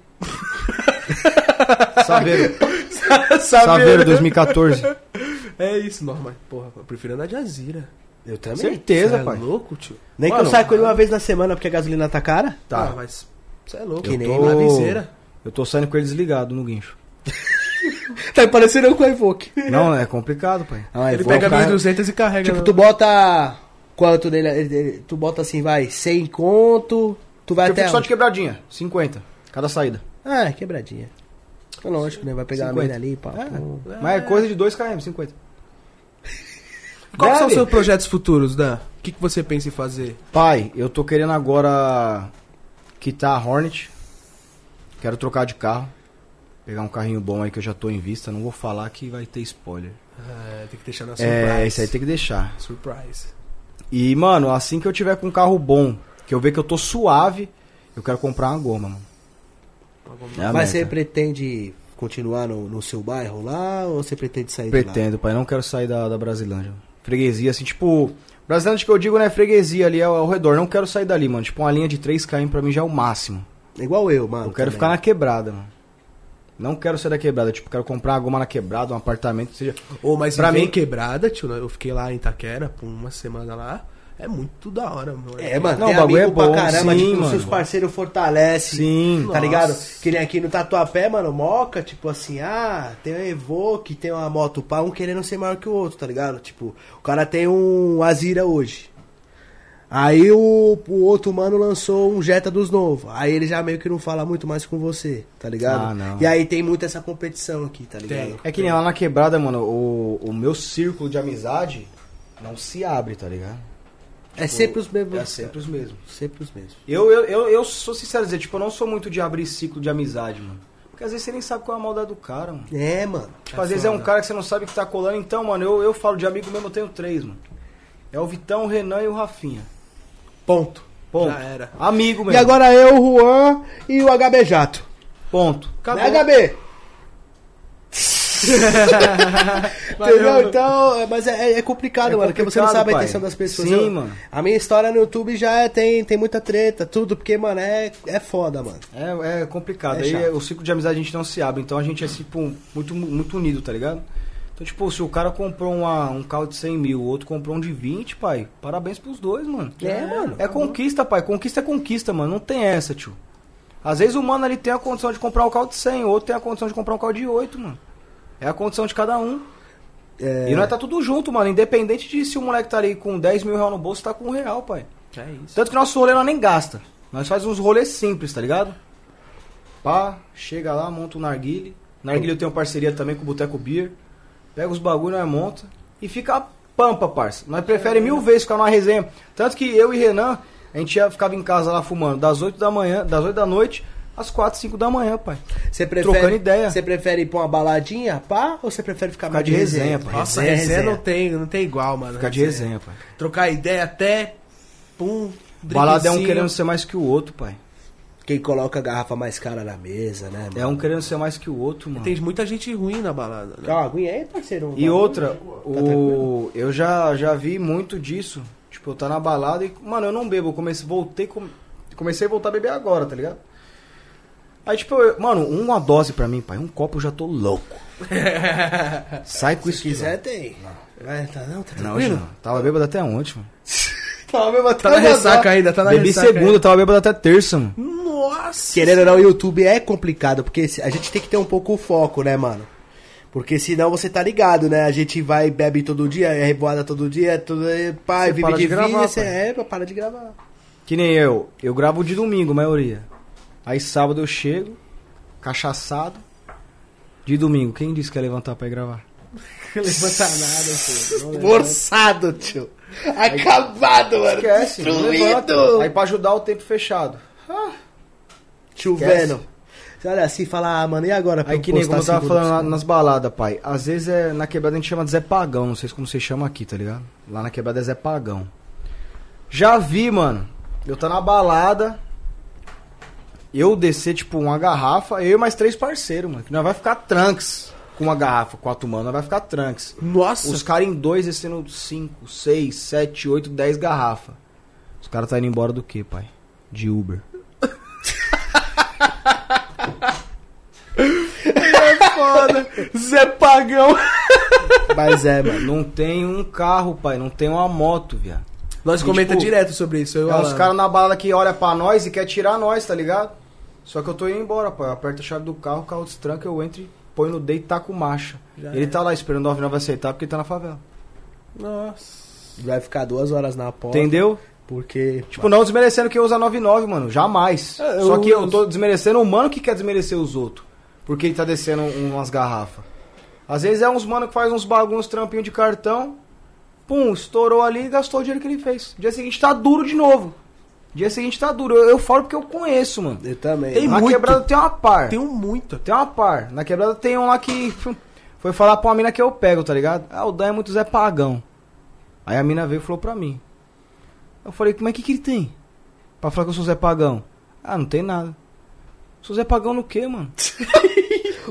Speaker 3: Saveiro.
Speaker 2: Tá
Speaker 3: Saveiro
Speaker 2: Sabe? né?
Speaker 3: 2014.
Speaker 2: É isso, normal. Porra, eu prefiro andar de Azira.
Speaker 1: Eu também.
Speaker 3: Certeza,
Speaker 2: Cê
Speaker 3: pai.
Speaker 2: É louco, tio.
Speaker 1: Nem que eu
Speaker 3: Mano, ah.
Speaker 1: saio com ele uma vez na semana porque a gasolina tá cara.
Speaker 3: Tá.
Speaker 2: Ah, mas você é louco.
Speaker 1: Que nem
Speaker 2: uma
Speaker 1: lá
Speaker 2: viseira.
Speaker 3: Eu tô saindo com ele desligado no guincho.
Speaker 1: Tá parecendo eu com a Evoque.
Speaker 3: Não, é complicado, pai.
Speaker 1: Ah,
Speaker 2: Ele
Speaker 1: Evoque,
Speaker 2: pega
Speaker 1: cara.
Speaker 2: 1200 e carrega.
Speaker 1: Tipo,
Speaker 2: né?
Speaker 1: tu bota. Quanto dele? ele- ele- Tu bota assim, vai, 100 conto. Tu vai
Speaker 3: Eu
Speaker 1: até.
Speaker 3: fico só
Speaker 1: onde?
Speaker 3: de quebradinha. 50. Cada saída.
Speaker 1: Ah, quebradinha. É lógico, né? Vai pegar
Speaker 3: 50.
Speaker 1: a mina ali, pá. pum.
Speaker 3: É. Mas é coisa de 2 km, 50.
Speaker 2: Qual que são os
Speaker 1: Deve.
Speaker 2: seus projetos futuros, Dan? O que, que você pensa em fazer?
Speaker 3: Pai, eu tô querendo agora quitar a Hornet. Quero trocar de carro. Pegar um carrinho bom aí que eu já tô em vista. Não vou falar que vai ter spoiler.
Speaker 2: Ah, tem que deixar na
Speaker 3: É, isso aí tem que deixar.
Speaker 2: Surprise.
Speaker 3: E, mano, assim que eu tiver com um carro bom, que eu ver que eu tô suave, eu quero comprar uma goma, mano. É a
Speaker 1: Mas
Speaker 3: meta.
Speaker 1: você pretende continuar no, no seu bairro lá ou você pretende sair de lá?
Speaker 3: Pretendo, pai. Não quero sair da, da Brasilândia. Freguesia, assim, tipo. Brasilândia que eu digo, né? Freguesia ali ao, ao redor. Não quero sair dali, mano. Tipo, uma linha de 3km pra mim já é o máximo.
Speaker 1: Igual eu, mano.
Speaker 3: Eu quero ficar na quebrada, mano. Não quero sair da quebrada. Tipo, quero comprar uma goma na quebrada, um apartamento, seja.
Speaker 2: Ô, mas
Speaker 3: Pra
Speaker 2: pra mim
Speaker 3: mim-
Speaker 2: quebrada, tio, né? eu fiquei lá em Itaquera por uma semana lá. É muito da hora, mano.
Speaker 1: É, mano,
Speaker 3: Não,
Speaker 1: tem
Speaker 3: o bagulho
Speaker 1: amigo
Speaker 3: é bom,
Speaker 1: pra caramba,
Speaker 3: sim,
Speaker 1: tipo,
Speaker 3: mano.
Speaker 1: seus parceiros fortalecem.
Speaker 3: Sim.
Speaker 1: Tá
Speaker 2: Nossa.
Speaker 1: ligado? Que nem aqui no Tatuapé, mano, moca, tipo assim, ah, tem um Evoque, tem uma moto pá, um querendo ser maior que o outro, tá ligado? Tipo, o cara tem um Azira hoje. Aí o, o outro mano lançou um Jetta dos novos. Aí ele já meio que não fala muito mais com você, tá ligado?
Speaker 3: Ah, não.
Speaker 1: E aí tem muito essa competição aqui, tá ligado?
Speaker 2: Tem.
Speaker 3: É que nem lá na quebrada, mano, o, o meu círculo de amizade não se abre, tá ligado?
Speaker 1: É sempre os mesmos.
Speaker 3: É sempre os mesmos.
Speaker 1: Sempre os mesmos.
Speaker 3: Eu, eu, eu, eu sou sincero dizer, tipo, eu não sou muito de abrir ciclo de amizade, mano. Porque às vezes você nem sabe qual é a maldade do cara, mano.
Speaker 1: É, mano.
Speaker 3: Tipo, às vezes é um cara que você não sabe que tá colando, então, mano, eu, eu falo de amigo mesmo, eu tenho três, mano. É o Vitão, o Renan e o Rafinha.
Speaker 1: Ponto.
Speaker 3: Ponto.
Speaker 2: Já era.
Speaker 3: Amigo mesmo.
Speaker 1: E agora eu, o Juan e o HB Jato.
Speaker 3: Ponto.
Speaker 1: Né,
Speaker 3: <laughs>
Speaker 1: HB? <laughs> Entendeu? Então, é- mas é, é complicado,
Speaker 3: É
Speaker 1: mano, porque você não
Speaker 3: complicado,
Speaker 1: sabe a
Speaker 3: pai.
Speaker 1: intenção das pessoas.
Speaker 3: Sim,
Speaker 1: Eu-
Speaker 3: mano.
Speaker 1: A minha história no YouTube já é- tem, tem muita treta, tudo, porque, mano, é, é foda, mano.
Speaker 3: É, é complicado.
Speaker 1: É
Speaker 3: Aí
Speaker 1: chato.
Speaker 3: o ciclo de amizade a gente não se abre, então a gente é tipo muito, muito unido, tá ligado? Então, tipo, se o cara comprou uma- um carro de 100 mil, o outro comprou um de 20, pai, parabéns pros dois, mano.
Speaker 1: É, mano.
Speaker 3: É conquista, pai. Conquista é conquista, mano. Não tem essa, tio. Às vezes o mano ali tem a condição de comprar um carro de 100, o outro tem a condição de comprar um carro de 8, mano. É a condição de cada um.
Speaker 1: É,
Speaker 3: E nós tá tudo junto, mano. Independente de se o moleque tá ali com 10 mil reais no bolso, tá com um real, pai.
Speaker 2: É isso.
Speaker 3: Tanto que nosso rolê nós nem gasta. Nós faz uns rolês simples, tá ligado? Pá, chega lá, monta o narguile. Narguile eu tenho parceria também com o Boteco Beer. Pega os bagulho, nós monta. E fica pampa, parça. Nós prefere mil vezes ficar numa resenha. Tanto que eu e Renan, a gente ia, ficava em casa lá fumando das 8 da manhã, das 8 da noite às 4, 5 da manhã, pai.
Speaker 1: Você
Speaker 3: Trocando
Speaker 1: prefere,
Speaker 3: ideia.
Speaker 1: Você prefere ir pra uma baladinha, pá, ou você prefere ficar mais
Speaker 3: de resenha, é pô.
Speaker 2: Nossa,
Speaker 1: Resenha,
Speaker 2: resenha,
Speaker 1: resenha.
Speaker 2: Não, tem, não tem igual, mano.
Speaker 3: Ficar de resenha, pai.
Speaker 2: Trocar ideia até. Pum.
Speaker 3: Balada é um
Speaker 2: drinkzinho.
Speaker 3: querendo ser mais que o outro, pai.
Speaker 1: Quem coloca a garrafa mais cara na mesa, né, mano?
Speaker 3: É um querendo ser mais que o outro, mano.
Speaker 2: Tem muita gente ruim na balada. né?
Speaker 1: Dá uma aguinha aí, parceiro. um
Speaker 3: E
Speaker 1: bagulho.
Speaker 2: Tá
Speaker 3: outra,
Speaker 1: tranquilo?
Speaker 3: o eu já, já vi muito disso. Tipo, eu tá na balada e, mano, eu não bebo. Eu comecei, voltei, com- comecei a voltar a beber agora, tá ligado? Aí, tipo, eu- mano, uma dose pra mim, pai. Um copo eu já
Speaker 2: <laughs>
Speaker 3: tô louco. Sai com isso.
Speaker 1: Se quiser, tem. Vai, tá, não, tá
Speaker 3: Não, hoje
Speaker 1: tranquilo?
Speaker 3: não. Tava bêbado até ontem, mano.
Speaker 1: Tá, meu,
Speaker 2: Tá na ressaca ainda, tá na
Speaker 3: Bebi
Speaker 2: ressaca
Speaker 3: segunda,
Speaker 2: ainda.
Speaker 3: tava bêbado até terça, mano.
Speaker 2: Nossa! Nossa.
Speaker 1: Querendo ou não, o YouTube é complicado, porque se- a gente tem que ter um pouco o foco, né, mano? Porque senão você tá ligado, né? A gente vai, bebe todo dia, é reboada todo dia, tudo, pai,
Speaker 3: Você
Speaker 1: vive
Speaker 3: para
Speaker 1: de,
Speaker 3: de gravar,
Speaker 1: vida, você
Speaker 3: pai.
Speaker 1: é, para de
Speaker 3: <laughs>
Speaker 1: gravar.
Speaker 3: Que nem eu. Eu gravo de domingo, a maioria. Aí sábado eu chego, cachaçado. De domingo, quem disse que ia levantar pra ir gravar?
Speaker 2: levantar nada, pô.
Speaker 1: Forçado, tio. Acabado, mano.
Speaker 3: Esquece, não levanta. Aí
Speaker 1: Destruído.
Speaker 3: pra ajudar o tempo fechado.
Speaker 1: Chovendo. Você olha assim e fala, ah, mano, e agora? pra
Speaker 3: Aí
Speaker 1: eu
Speaker 3: que nem como eu
Speaker 1: postar
Speaker 3: tava
Speaker 1: segunda
Speaker 3: falando lá
Speaker 1: opção?
Speaker 3: nas baladas, pai. Às vezes é, na quebrada a gente chama de Zé Pagão, não sei como vocês chamam aqui, tá ligado? Lá na quebrada é Zé Pagão. Já vi, mano. Eu tá na balada. Eu descer, tipo, uma garrafa, eu e mais três parceiros, mano. Que nós vai ficar tranques com uma garrafa, quatro mano, nós vai ficar tranques.
Speaker 1: Nossa.
Speaker 3: Os caras em dois descendo 5, 6, 7, 8, 10 garrafas. Os caras tá indo embora do que, pai? De Uber.
Speaker 2: Zé Pagão.
Speaker 1: Mas é, mano.
Speaker 3: Não tem um carro, pai. Não tem uma moto, viado.
Speaker 2: Nós
Speaker 3: E,
Speaker 2: comenta
Speaker 3: tipo,
Speaker 2: direto sobre isso. Eu
Speaker 3: É uns
Speaker 2: Alan.
Speaker 3: caras na balada que olha pra nós e quer tirar nós, tá ligado? Só que eu tô indo embora, pai. Eu aperto a chave do carro, o carro destranca, eu entro, e ponho no deito e taco marcha.
Speaker 2: Já
Speaker 3: Ele
Speaker 2: é.
Speaker 3: tá lá esperando o 99 aceitar porque ele tá na favela.
Speaker 2: Nossa.
Speaker 1: Vai ficar duas horas na porta.
Speaker 3: Entendeu?
Speaker 1: Porque.
Speaker 3: Tipo, não desmerecendo quem usa 99, mano. Jamais.
Speaker 2: É, eu
Speaker 3: Só que eu
Speaker 2: uso.
Speaker 3: tô desmerecendo o mano que quer desmerecer os outros. Porque ele tá descendo umas garrafas. Às vezes é uns mano que faz uns bagunços, trampinho de cartão. Pum, estourou ali e gastou o dinheiro que ele fez. Dia seguinte tá duro de novo. Dia seguinte tá duro. Eu, eu falo porque eu conheço, mano.
Speaker 1: Eu também.
Speaker 2: Tem
Speaker 3: Na
Speaker 2: muito.
Speaker 3: quebrada tem uma par.
Speaker 2: Tem um muito.
Speaker 3: Tem uma par. Na quebrada tem um lá que foi falar pra uma mina que eu pego, tá ligado? Ah, o Dan é muito Zé Pagão. Aí a mina veio e falou pra mim. Eu falei, mas o que, que ele tem? Pra falar que eu sou Zé Pagão. Ah, não tem nada. Sou Zé Pagão no quê, mano?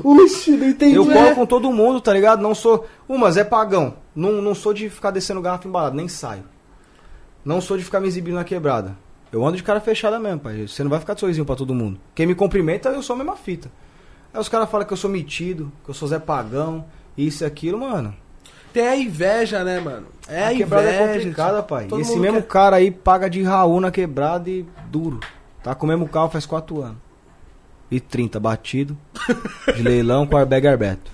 Speaker 1: Oxi, não entendi.
Speaker 3: Eu corro com todo mundo, tá ligado? Não sou. Uma, Zé Pagão. Não, não sou de ficar descendo garrafa embalada, nem saio. Não sou de ficar me exibindo na quebrada. Eu ando de cara fechada mesmo, pai. Você não vai ficar de sorrisinho pra todo mundo. Quem me cumprimenta, eu sou a mesma fita. Aí os caras falam que eu sou metido, que eu sou Zé Pagão, isso e aquilo, mano.
Speaker 2: Tem a inveja, né, mano? É a,
Speaker 3: a
Speaker 2: inveja.
Speaker 3: quebrada é complicada, pai.
Speaker 2: Todo
Speaker 3: Esse
Speaker 2: mundo
Speaker 3: mesmo
Speaker 2: quer.
Speaker 3: cara aí paga de Raul na quebrada e duro. Tá com o mesmo carro faz 4 anos. E 30 batido. De leilão com Arbeg Arbeto.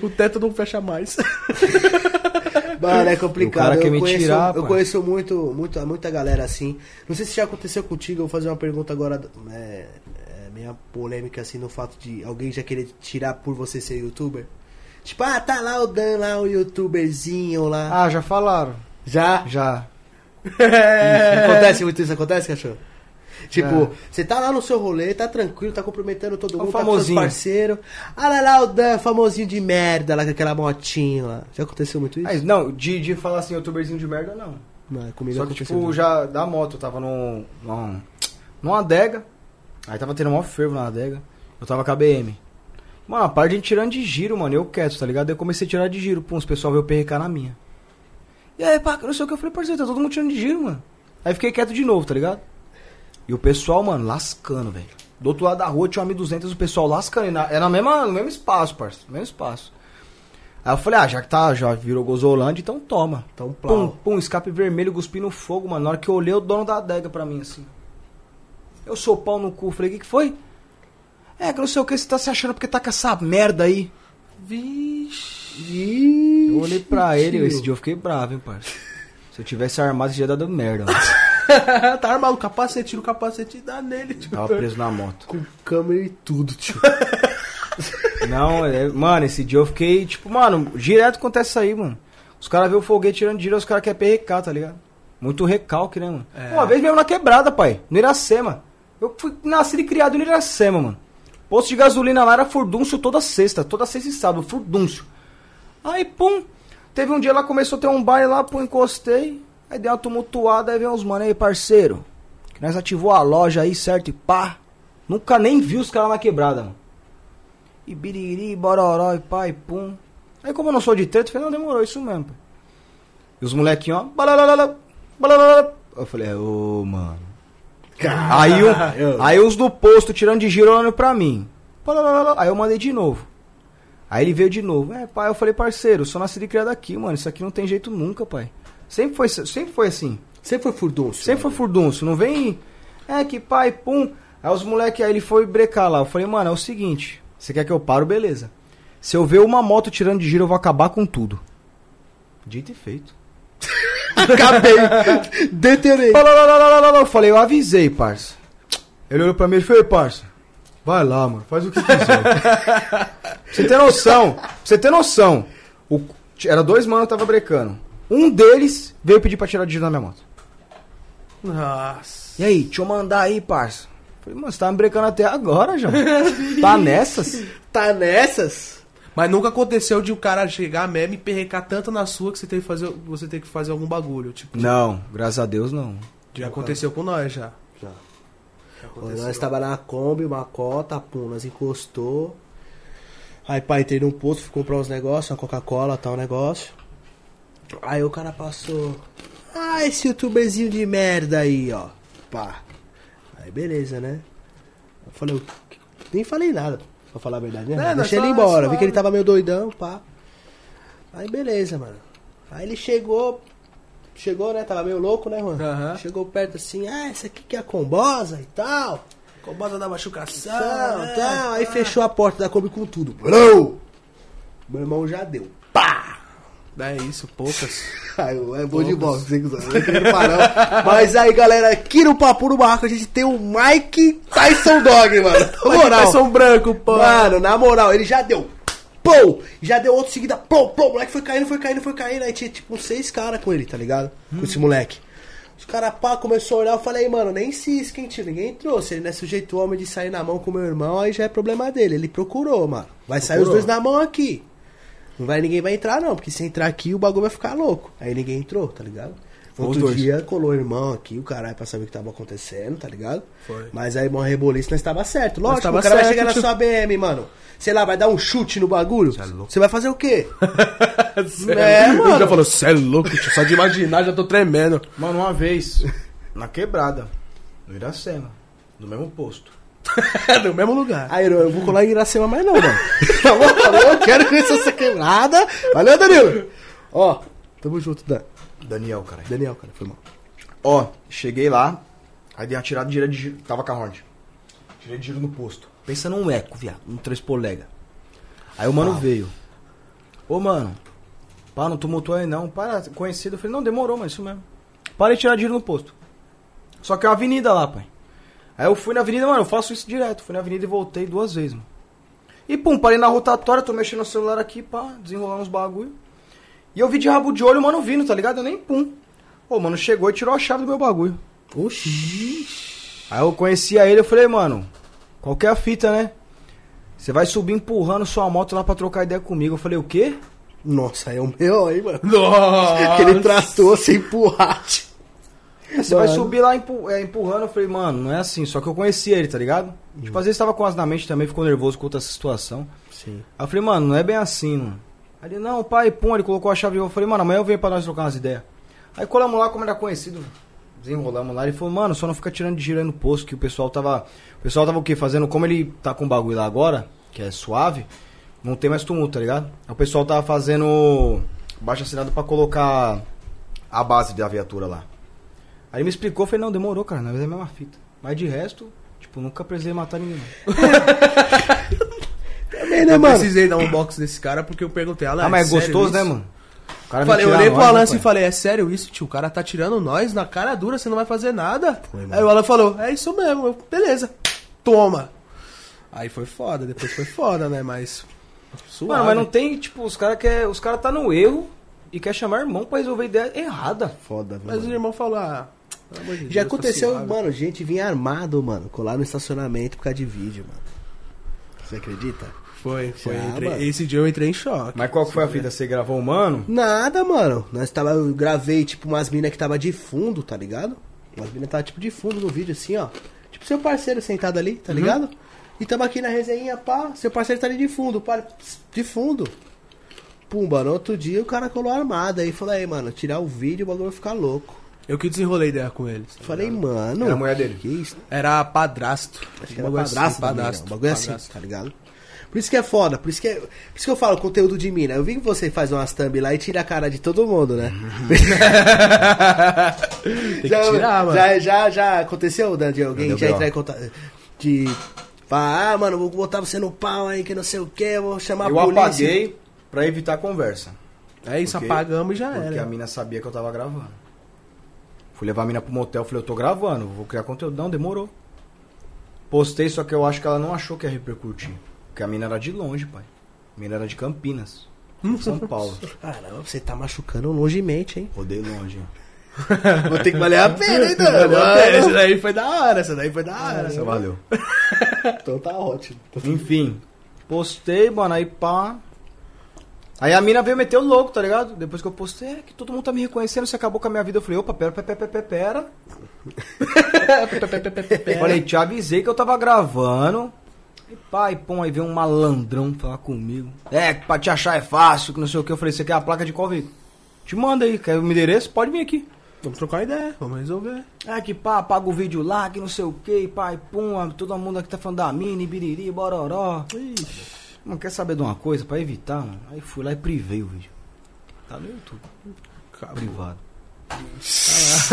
Speaker 2: O teto não fecha mais.
Speaker 1: Mano, é complicado.
Speaker 3: O cara quer
Speaker 1: eu,
Speaker 3: me
Speaker 1: conheço,
Speaker 3: tirar,
Speaker 1: eu
Speaker 3: pai.
Speaker 1: conheço muito, muito, muita galera assim. Não sei se já aconteceu contigo, eu vou fazer uma pergunta agora. É, é meio polêmica assim no fato de alguém já querer tirar por você ser youtuber. Tipo, ah, tá lá o Dan, lá o youtuberzinho lá.
Speaker 3: Ah, já falaram.
Speaker 1: já?
Speaker 3: Já.
Speaker 1: Acontece muito isso, acontece, cachorro? É.
Speaker 3: É.
Speaker 1: Tipo, você tá lá no seu rolê, tá tranquilo, tá cumprimentando todo mundo, tá com seus
Speaker 3: famosinho.
Speaker 1: parceiros. Ah lá, lá o Dan, famosinho de merda, lá com aquela motinha lá. Já aconteceu muito isso?
Speaker 3: Mas, Ah, não, de, de falar assim, youtuberzinho de merda, não.
Speaker 1: Não, comigo
Speaker 3: Só que,
Speaker 1: aconteceu.
Speaker 3: tipo, já da moto, eu tava num, num, numa adega. Aí tava tendo maior fervo na adega. Eu tava com a BM. Mano, a parte de gente tirando de giro, mano. Eu quieto, tá ligado? Eu comecei a tirar de giro. Pum, os pessoal veio PRK na minha. E aí, pá, não sei o que. Eu falei, parceiro, tá todo mundo tirando de giro, mano. Aí fiquei quieto de novo, tá ligado? E o pessoal, mano, lascando, velho. Do outro lado da rua tinha uma 1200, o pessoal lascando. e na- Era na mesma, no mesmo espaço, parceiro. No mesmo espaço. Aí eu falei, ah, já que tá, já virou Gozolândia, então toma.
Speaker 1: Então, plau.
Speaker 3: Pum, pum, escape vermelho, cuspi no fogo, mano. Na hora que eu olhei, o dono da adega pra mim, assim. Eu sou pau no cu. Falei, o que, que foi? É, que não sei o que você tá se achando porque tá com essa merda aí.
Speaker 2: Vixe.
Speaker 3: Eu olhei pra ele, esse dia eu fiquei bravo, hein, parceiro. Se eu tivesse armado, esse dia ia dar merda. mano.
Speaker 2: <laughs> tá armado o capacete, tira o capacete e dá nele, tio.
Speaker 3: Tava preso na moto.
Speaker 1: com câmera e tudo,
Speaker 2: <laughs>
Speaker 1: tio.
Speaker 3: Não, é- mano, esse dia eu fiquei, tipo, mano, direto acontece isso aí, mano. Os caras vê o foguete tirando dinheiro, os caras querem PRK, tá ligado? Muito recalque, né, mano?
Speaker 2: É.
Speaker 3: Uma vez mesmo na quebrada, pai, no Iracema. Eu fui nascido e criado no Iracema, mano. Posto de gasolina lá era furdúncio toda sexta, toda sexta e sábado, furdúncio. Aí, pum, teve um dia lá, começou a ter um baile lá, pum, encostei. Aí deu uma tumultuada, aí vem uns mano aí, parceiro. Que nós ativou a loja aí, certo? E pá. Nunca nem vi os caras na quebrada, mano. E biriri, bororó, e pá, e pum. Aí como eu não sou de treta, eu falei, não, demorou, isso mesmo, pai. E os molequinhos, ó, balalala, balalala. Eu falei, é, ô, mano. Aí, o- aí os do posto tirando de giro olhando pra mim. Balalala. Aí eu mandei de novo. Aí ele veio de novo. É, pai, eu falei, parceiro, eu sou nascido e criado aqui, mano. Isso aqui não tem jeito nunca, pai. Sempre foi, sempre foi assim.
Speaker 1: Sempre foi furdúncio.
Speaker 3: Sempre foi furdunço, não vem. É que pai, pum. Aí os moleque, aí ele foi brecar lá. Eu falei, mano, é o seguinte, você quer que eu paro, beleza. Se eu ver uma moto tirando de giro, eu vou acabar com tudo. Dito e feito. Acabei.
Speaker 1: Deterei.
Speaker 3: Lá, lá, lá, lá, lá, lá, lá. Eu falei, eu avisei, parça. Ele olhou pra mim e falou, "Ei, parça, vai lá, mano, faz o que você quiser. <laughs> pra você ter noção, pra você ter noção, o- era dois manos que tava brecando. Um deles veio pedir pra tirar de giro na minha moto.
Speaker 2: Nossa.
Speaker 3: E aí, deixa eu mandar aí, parça. Eu Falei, mano, você tava me brecando até agora,
Speaker 2: <laughs>
Speaker 3: João. tá nessas?
Speaker 1: Tá nessas?
Speaker 2: Mas nunca aconteceu de o cara chegar mesmo e perrecar tanto na sua que você tem que fazer, você tem que fazer algum bagulho. Tipo,
Speaker 3: Não, graças a Deus não.
Speaker 2: já aconteceu com nós já.
Speaker 1: Já. Ô, nós tava na Kombi, uma cota, pum, nós encostou. Aí pai, entrei num posto, fui comprar uns negócios, uma Coca-Cola, tal um negócio. Aí o cara passou. Ah, esse youtuberzinho de merda aí, ó. Pá. Aí beleza, né? Eu falei, "O quê?" nem falei nada, pra falar a verdade, né?
Speaker 2: É,
Speaker 1: mano?
Speaker 2: não,
Speaker 1: Deixei
Speaker 2: só-
Speaker 1: ele embora,
Speaker 2: só-
Speaker 1: vi que ele tava meio doidão, pá. Aí beleza, mano. Aí ele chegou, chegou, né? Tava meio louco, né, Juan?
Speaker 2: Aham.
Speaker 1: Chegou perto assim, ah, essa aqui que é a combosa e tal.
Speaker 2: Combosa da machucação.
Speaker 1: Tal,
Speaker 2: né?
Speaker 1: tal. Aí fechou a porta da Kombi com tudo. Brou! Meu irmão já deu.
Speaker 2: É isso, <laughs> poucas.
Speaker 1: <laughs> Ai, é bom de bola, se você quiser. Não quero <laughs> parar. Mas aí, galera, aqui no Papo no Barraco a gente tem o Mike Tyson Dog, <laughs> mano.
Speaker 2: é
Speaker 1: Na moral.
Speaker 2: São um branco, pô.
Speaker 1: Mano, na moral, ele já deu. Pô! Já deu outro seguida. Pô, pô, o moleque foi caindo, foi caindo, foi caindo. Aí tinha tipo uns seis caras com ele, tá ligado? Com esse moleque. Os caras, pá, começou a olhar. Eu falei, mano, nem se esquentiu, ninguém trouxe. Ele não é sujeito homem de sair na mão com meu irmão, aí já é problema dele. Ele procurou, mano. Vai sair os dois na mão aqui. Não vai, ninguém vai entrar, não, porque se entrar aqui o bagulho vai ficar louco. Aí ninguém entrou, tá ligado?
Speaker 3: Foi os
Speaker 1: Outro
Speaker 3: dois.
Speaker 1: dia colou o irmão aqui, o caralho, pra saber o que tava acontecendo, tá ligado?
Speaker 2: Foi.
Speaker 1: Mas aí, mó reboliço, nós tava certo. Lógico,
Speaker 2: tava
Speaker 1: o cara
Speaker 2: certo,
Speaker 1: vai chegar na
Speaker 2: tio.
Speaker 1: sua BM, mano. Sei lá, vai dar um chute no bagulho. Você vai fazer o quê? É,
Speaker 2: Ele
Speaker 1: mano.
Speaker 2: já falou, cê é louco, tio, só de imaginar já tô tremendo.
Speaker 3: Mano, uma vez, na quebrada, no Iracema, no mesmo posto.
Speaker 2: <laughs> É, no mesmo lugar.
Speaker 1: Aí, Ah, eu vou colar em Iracema mais não, mano. Tá Falou, falou, eu quero que isso seja quebrada. Valeu, Danilo. Ó, tamo junto, Dan.
Speaker 3: Daniel, cara.
Speaker 1: Daniel, cara, foi mal.
Speaker 3: Ó, cheguei lá, aí dei uma tirada de de giro. Tava com a Hornet. Tirei de giro no posto. Pensa num eco, viado. Um três polega. Aí o mano veio. Ô, mano. Pá, não tumultuou aí não. Para, conhecido. Eu falei, não, demorou, mas isso mesmo. Para de tirar de giro no posto. Só que é uma avenida lá, pai. Aí eu fui na avenida, mano, eu faço isso direto. Fui na avenida e voltei duas vezes, mano. E pum, parei na rotatória, tô mexendo no celular aqui, pá, desenrolando uns bagulho. E eu vi de rabo de olho o mano vindo, tá ligado? Eu nem pum. Ô, mano, chegou e tirou a chave do meu bagulho.
Speaker 1: Oxi.
Speaker 3: Aí eu conhecia ele, eu falei, mano, qual que é a fita, né? Você vai subir empurrando sua moto lá pra trocar ideia comigo. Eu falei, o quê?
Speaker 1: Nossa, aí é o meu aí, mano. <laughs>
Speaker 2: Nossa.
Speaker 1: Aquele trator sem empurrar. tio.
Speaker 3: Você vai
Speaker 1: Mano.
Speaker 3: subir lá empu- é, empurrando. Eu falei, mano, não é assim. Só que eu conhecia ele, tá ligado? Tipo, às vezes tava com as na mente também, ficou nervoso com outra situação.
Speaker 1: Sim.
Speaker 3: Aí eu falei, mano, não é bem assim, mano. Aí ele, não, pai, pum, ele colocou a chave. Eu falei, mano, amanhã eu venho pra nós trocar umas ideias. Aí colamos lá, como era conhecido, desenrolamos lá. Ele falou, mano, só não fica tirando de giro aí no posto, que o pessoal tava... O pessoal tava o quê? Fazendo, como ele tá com o bagulho lá agora, que é suave, não tem mais tumulto, tá ligado? Aí o pessoal tava fazendo baixo assinado pra colocar a base da viatura lá. Aí ele me explicou, eu falei, não, demorou, cara, na verdade é a mesma fita. Mas de resto, tipo, nunca precisei matar ninguém, não.
Speaker 1: Também, né,
Speaker 2: Eu
Speaker 1: mano?
Speaker 2: precisei dar um box desse cara porque eu perguntei, Alan,
Speaker 3: Ah, mas é
Speaker 2: sério
Speaker 3: gostoso,
Speaker 2: isso?
Speaker 3: né, mano? O cara me
Speaker 2: Falei, eu
Speaker 3: tira
Speaker 2: olhei
Speaker 3: nós,
Speaker 2: pro
Speaker 3: né,
Speaker 2: Alan assim e
Speaker 3: pai?
Speaker 2: falei, é sério isso, tio? O cara tá tirando nós na cara dura, você não vai fazer nada. Aí o Alan falou, é isso mesmo, eu, beleza, toma. Aí foi foda, depois foi foda, né? Mas. Suave.
Speaker 3: Mano, mas não tem, tipo, os caras quer, os cara tá no erro e quer chamar irmão pra resolver ideia errada.
Speaker 1: Foda, viu,
Speaker 2: Mas o
Speaker 1: mano?
Speaker 2: irmão falou, ah. pelo amor de
Speaker 1: Já
Speaker 2: Deus, tá
Speaker 1: aconteceu,
Speaker 2: suave.
Speaker 1: mano, gente vinha armado, mano, colar no estacionamento por causa de vídeo, mano. Você acredita?
Speaker 2: Foi, foi.
Speaker 1: Já,
Speaker 2: entrei-
Speaker 1: mano.
Speaker 2: esse dia eu entrei em choque.
Speaker 3: Mas qual que foi a fita? Você gravou o mano?
Speaker 1: Nada, mano. Nós tava, eu gravei, tipo, umas minas que tava de fundo, tá ligado? Umas minas tava, tipo, de fundo no vídeo, assim, ó. Tipo, seu parceiro sentado ali,
Speaker 3: Uhum.
Speaker 1: tá ligado? E tamo aqui na resenha, pá, seu parceiro tá ali de fundo, pá, pss, de fundo. Pumba, no outro dia o cara colou armada aí, falou, aí, mano, tirar o vídeo, o bagulho vai ficar louco.
Speaker 2: Eu que desenrolei ideia com eles.
Speaker 1: Falei, mano.
Speaker 3: Era a mulher dele.
Speaker 1: Que isso?
Speaker 2: Era padrasto.
Speaker 1: Acho que era
Speaker 2: Bagulho assim,
Speaker 1: padrasto, da mina, um bagulho assim,
Speaker 2: padrasto.
Speaker 1: tá ligado? Por isso que é foda, por isso que, é- por isso que eu falo conteúdo de mina. Eu vi que você faz umas thumb lá e tira a cara de todo mundo, né?
Speaker 3: Uhum.
Speaker 1: <laughs>
Speaker 2: Tem que tirar, mano.
Speaker 1: já, é- já, já aconteceu, Dan, de alguém
Speaker 3: Não deu
Speaker 1: já
Speaker 3: B.O.
Speaker 1: entrar em contato. que fala, ah, mano, vou botar você no pau aí, que não sei o que, vou chamar
Speaker 3: eu
Speaker 1: a polícia.
Speaker 3: apaguei pra evitar conversa.
Speaker 2: É isso,
Speaker 3: Porque-
Speaker 2: apagamos e já
Speaker 3: Porque
Speaker 2: era.
Speaker 3: a mina sabia que eu tava gravando. Fui levar a mina pro motel, falei, eu tô gravando, vou criar conteúdo. Não, demorou. Postei, só que eu acho que ela não achou que ia repercutir. Porque a mina era de longe, pai. A mina era de Campinas. de <laughs> São Paulo.
Speaker 1: Caramba, você tá machucando longemente, hein?
Speaker 3: Rodei longe. ó.
Speaker 1: Vou ter que valer a pena,
Speaker 3: <laughs>
Speaker 1: então.
Speaker 2: Ah, Essa daí foi da hora, essa daí foi da hora.
Speaker 3: Essa valeu.
Speaker 1: Então tá ótimo.
Speaker 3: Enfim. Postei, mano, aí pá. Aí a mina veio meter o louco, tá ligado? Depois que eu postei, é que todo mundo tá me reconhecendo, você acabou com a minha vida. Eu falei, opa, pera, pera, pera, pera, pera. Eu Falei, te avisei que eu tava gravando. E pai, pum, aí veio um malandrão falar comigo. É, que pra te achar é fácil, que não sei o que. Eu falei, você quer a placa de qual veículo? Te manda aí, quer o endereço? Pode vir aqui.
Speaker 2: Vamos trocar uma ideia, vamos resolver.
Speaker 3: É que pá, apaga o vídeo lá, que não sei o que, pai, pum, ah, todo mundo aqui tá falando da mini, biriri, bororó.
Speaker 2: Ixi.
Speaker 3: Mano, quer saber de uma coisa? Pra evitar, mano. Aí fui lá e privei o vídeo. Tá no YouTube,
Speaker 2: Ah,
Speaker 3: privado.
Speaker 1: Mas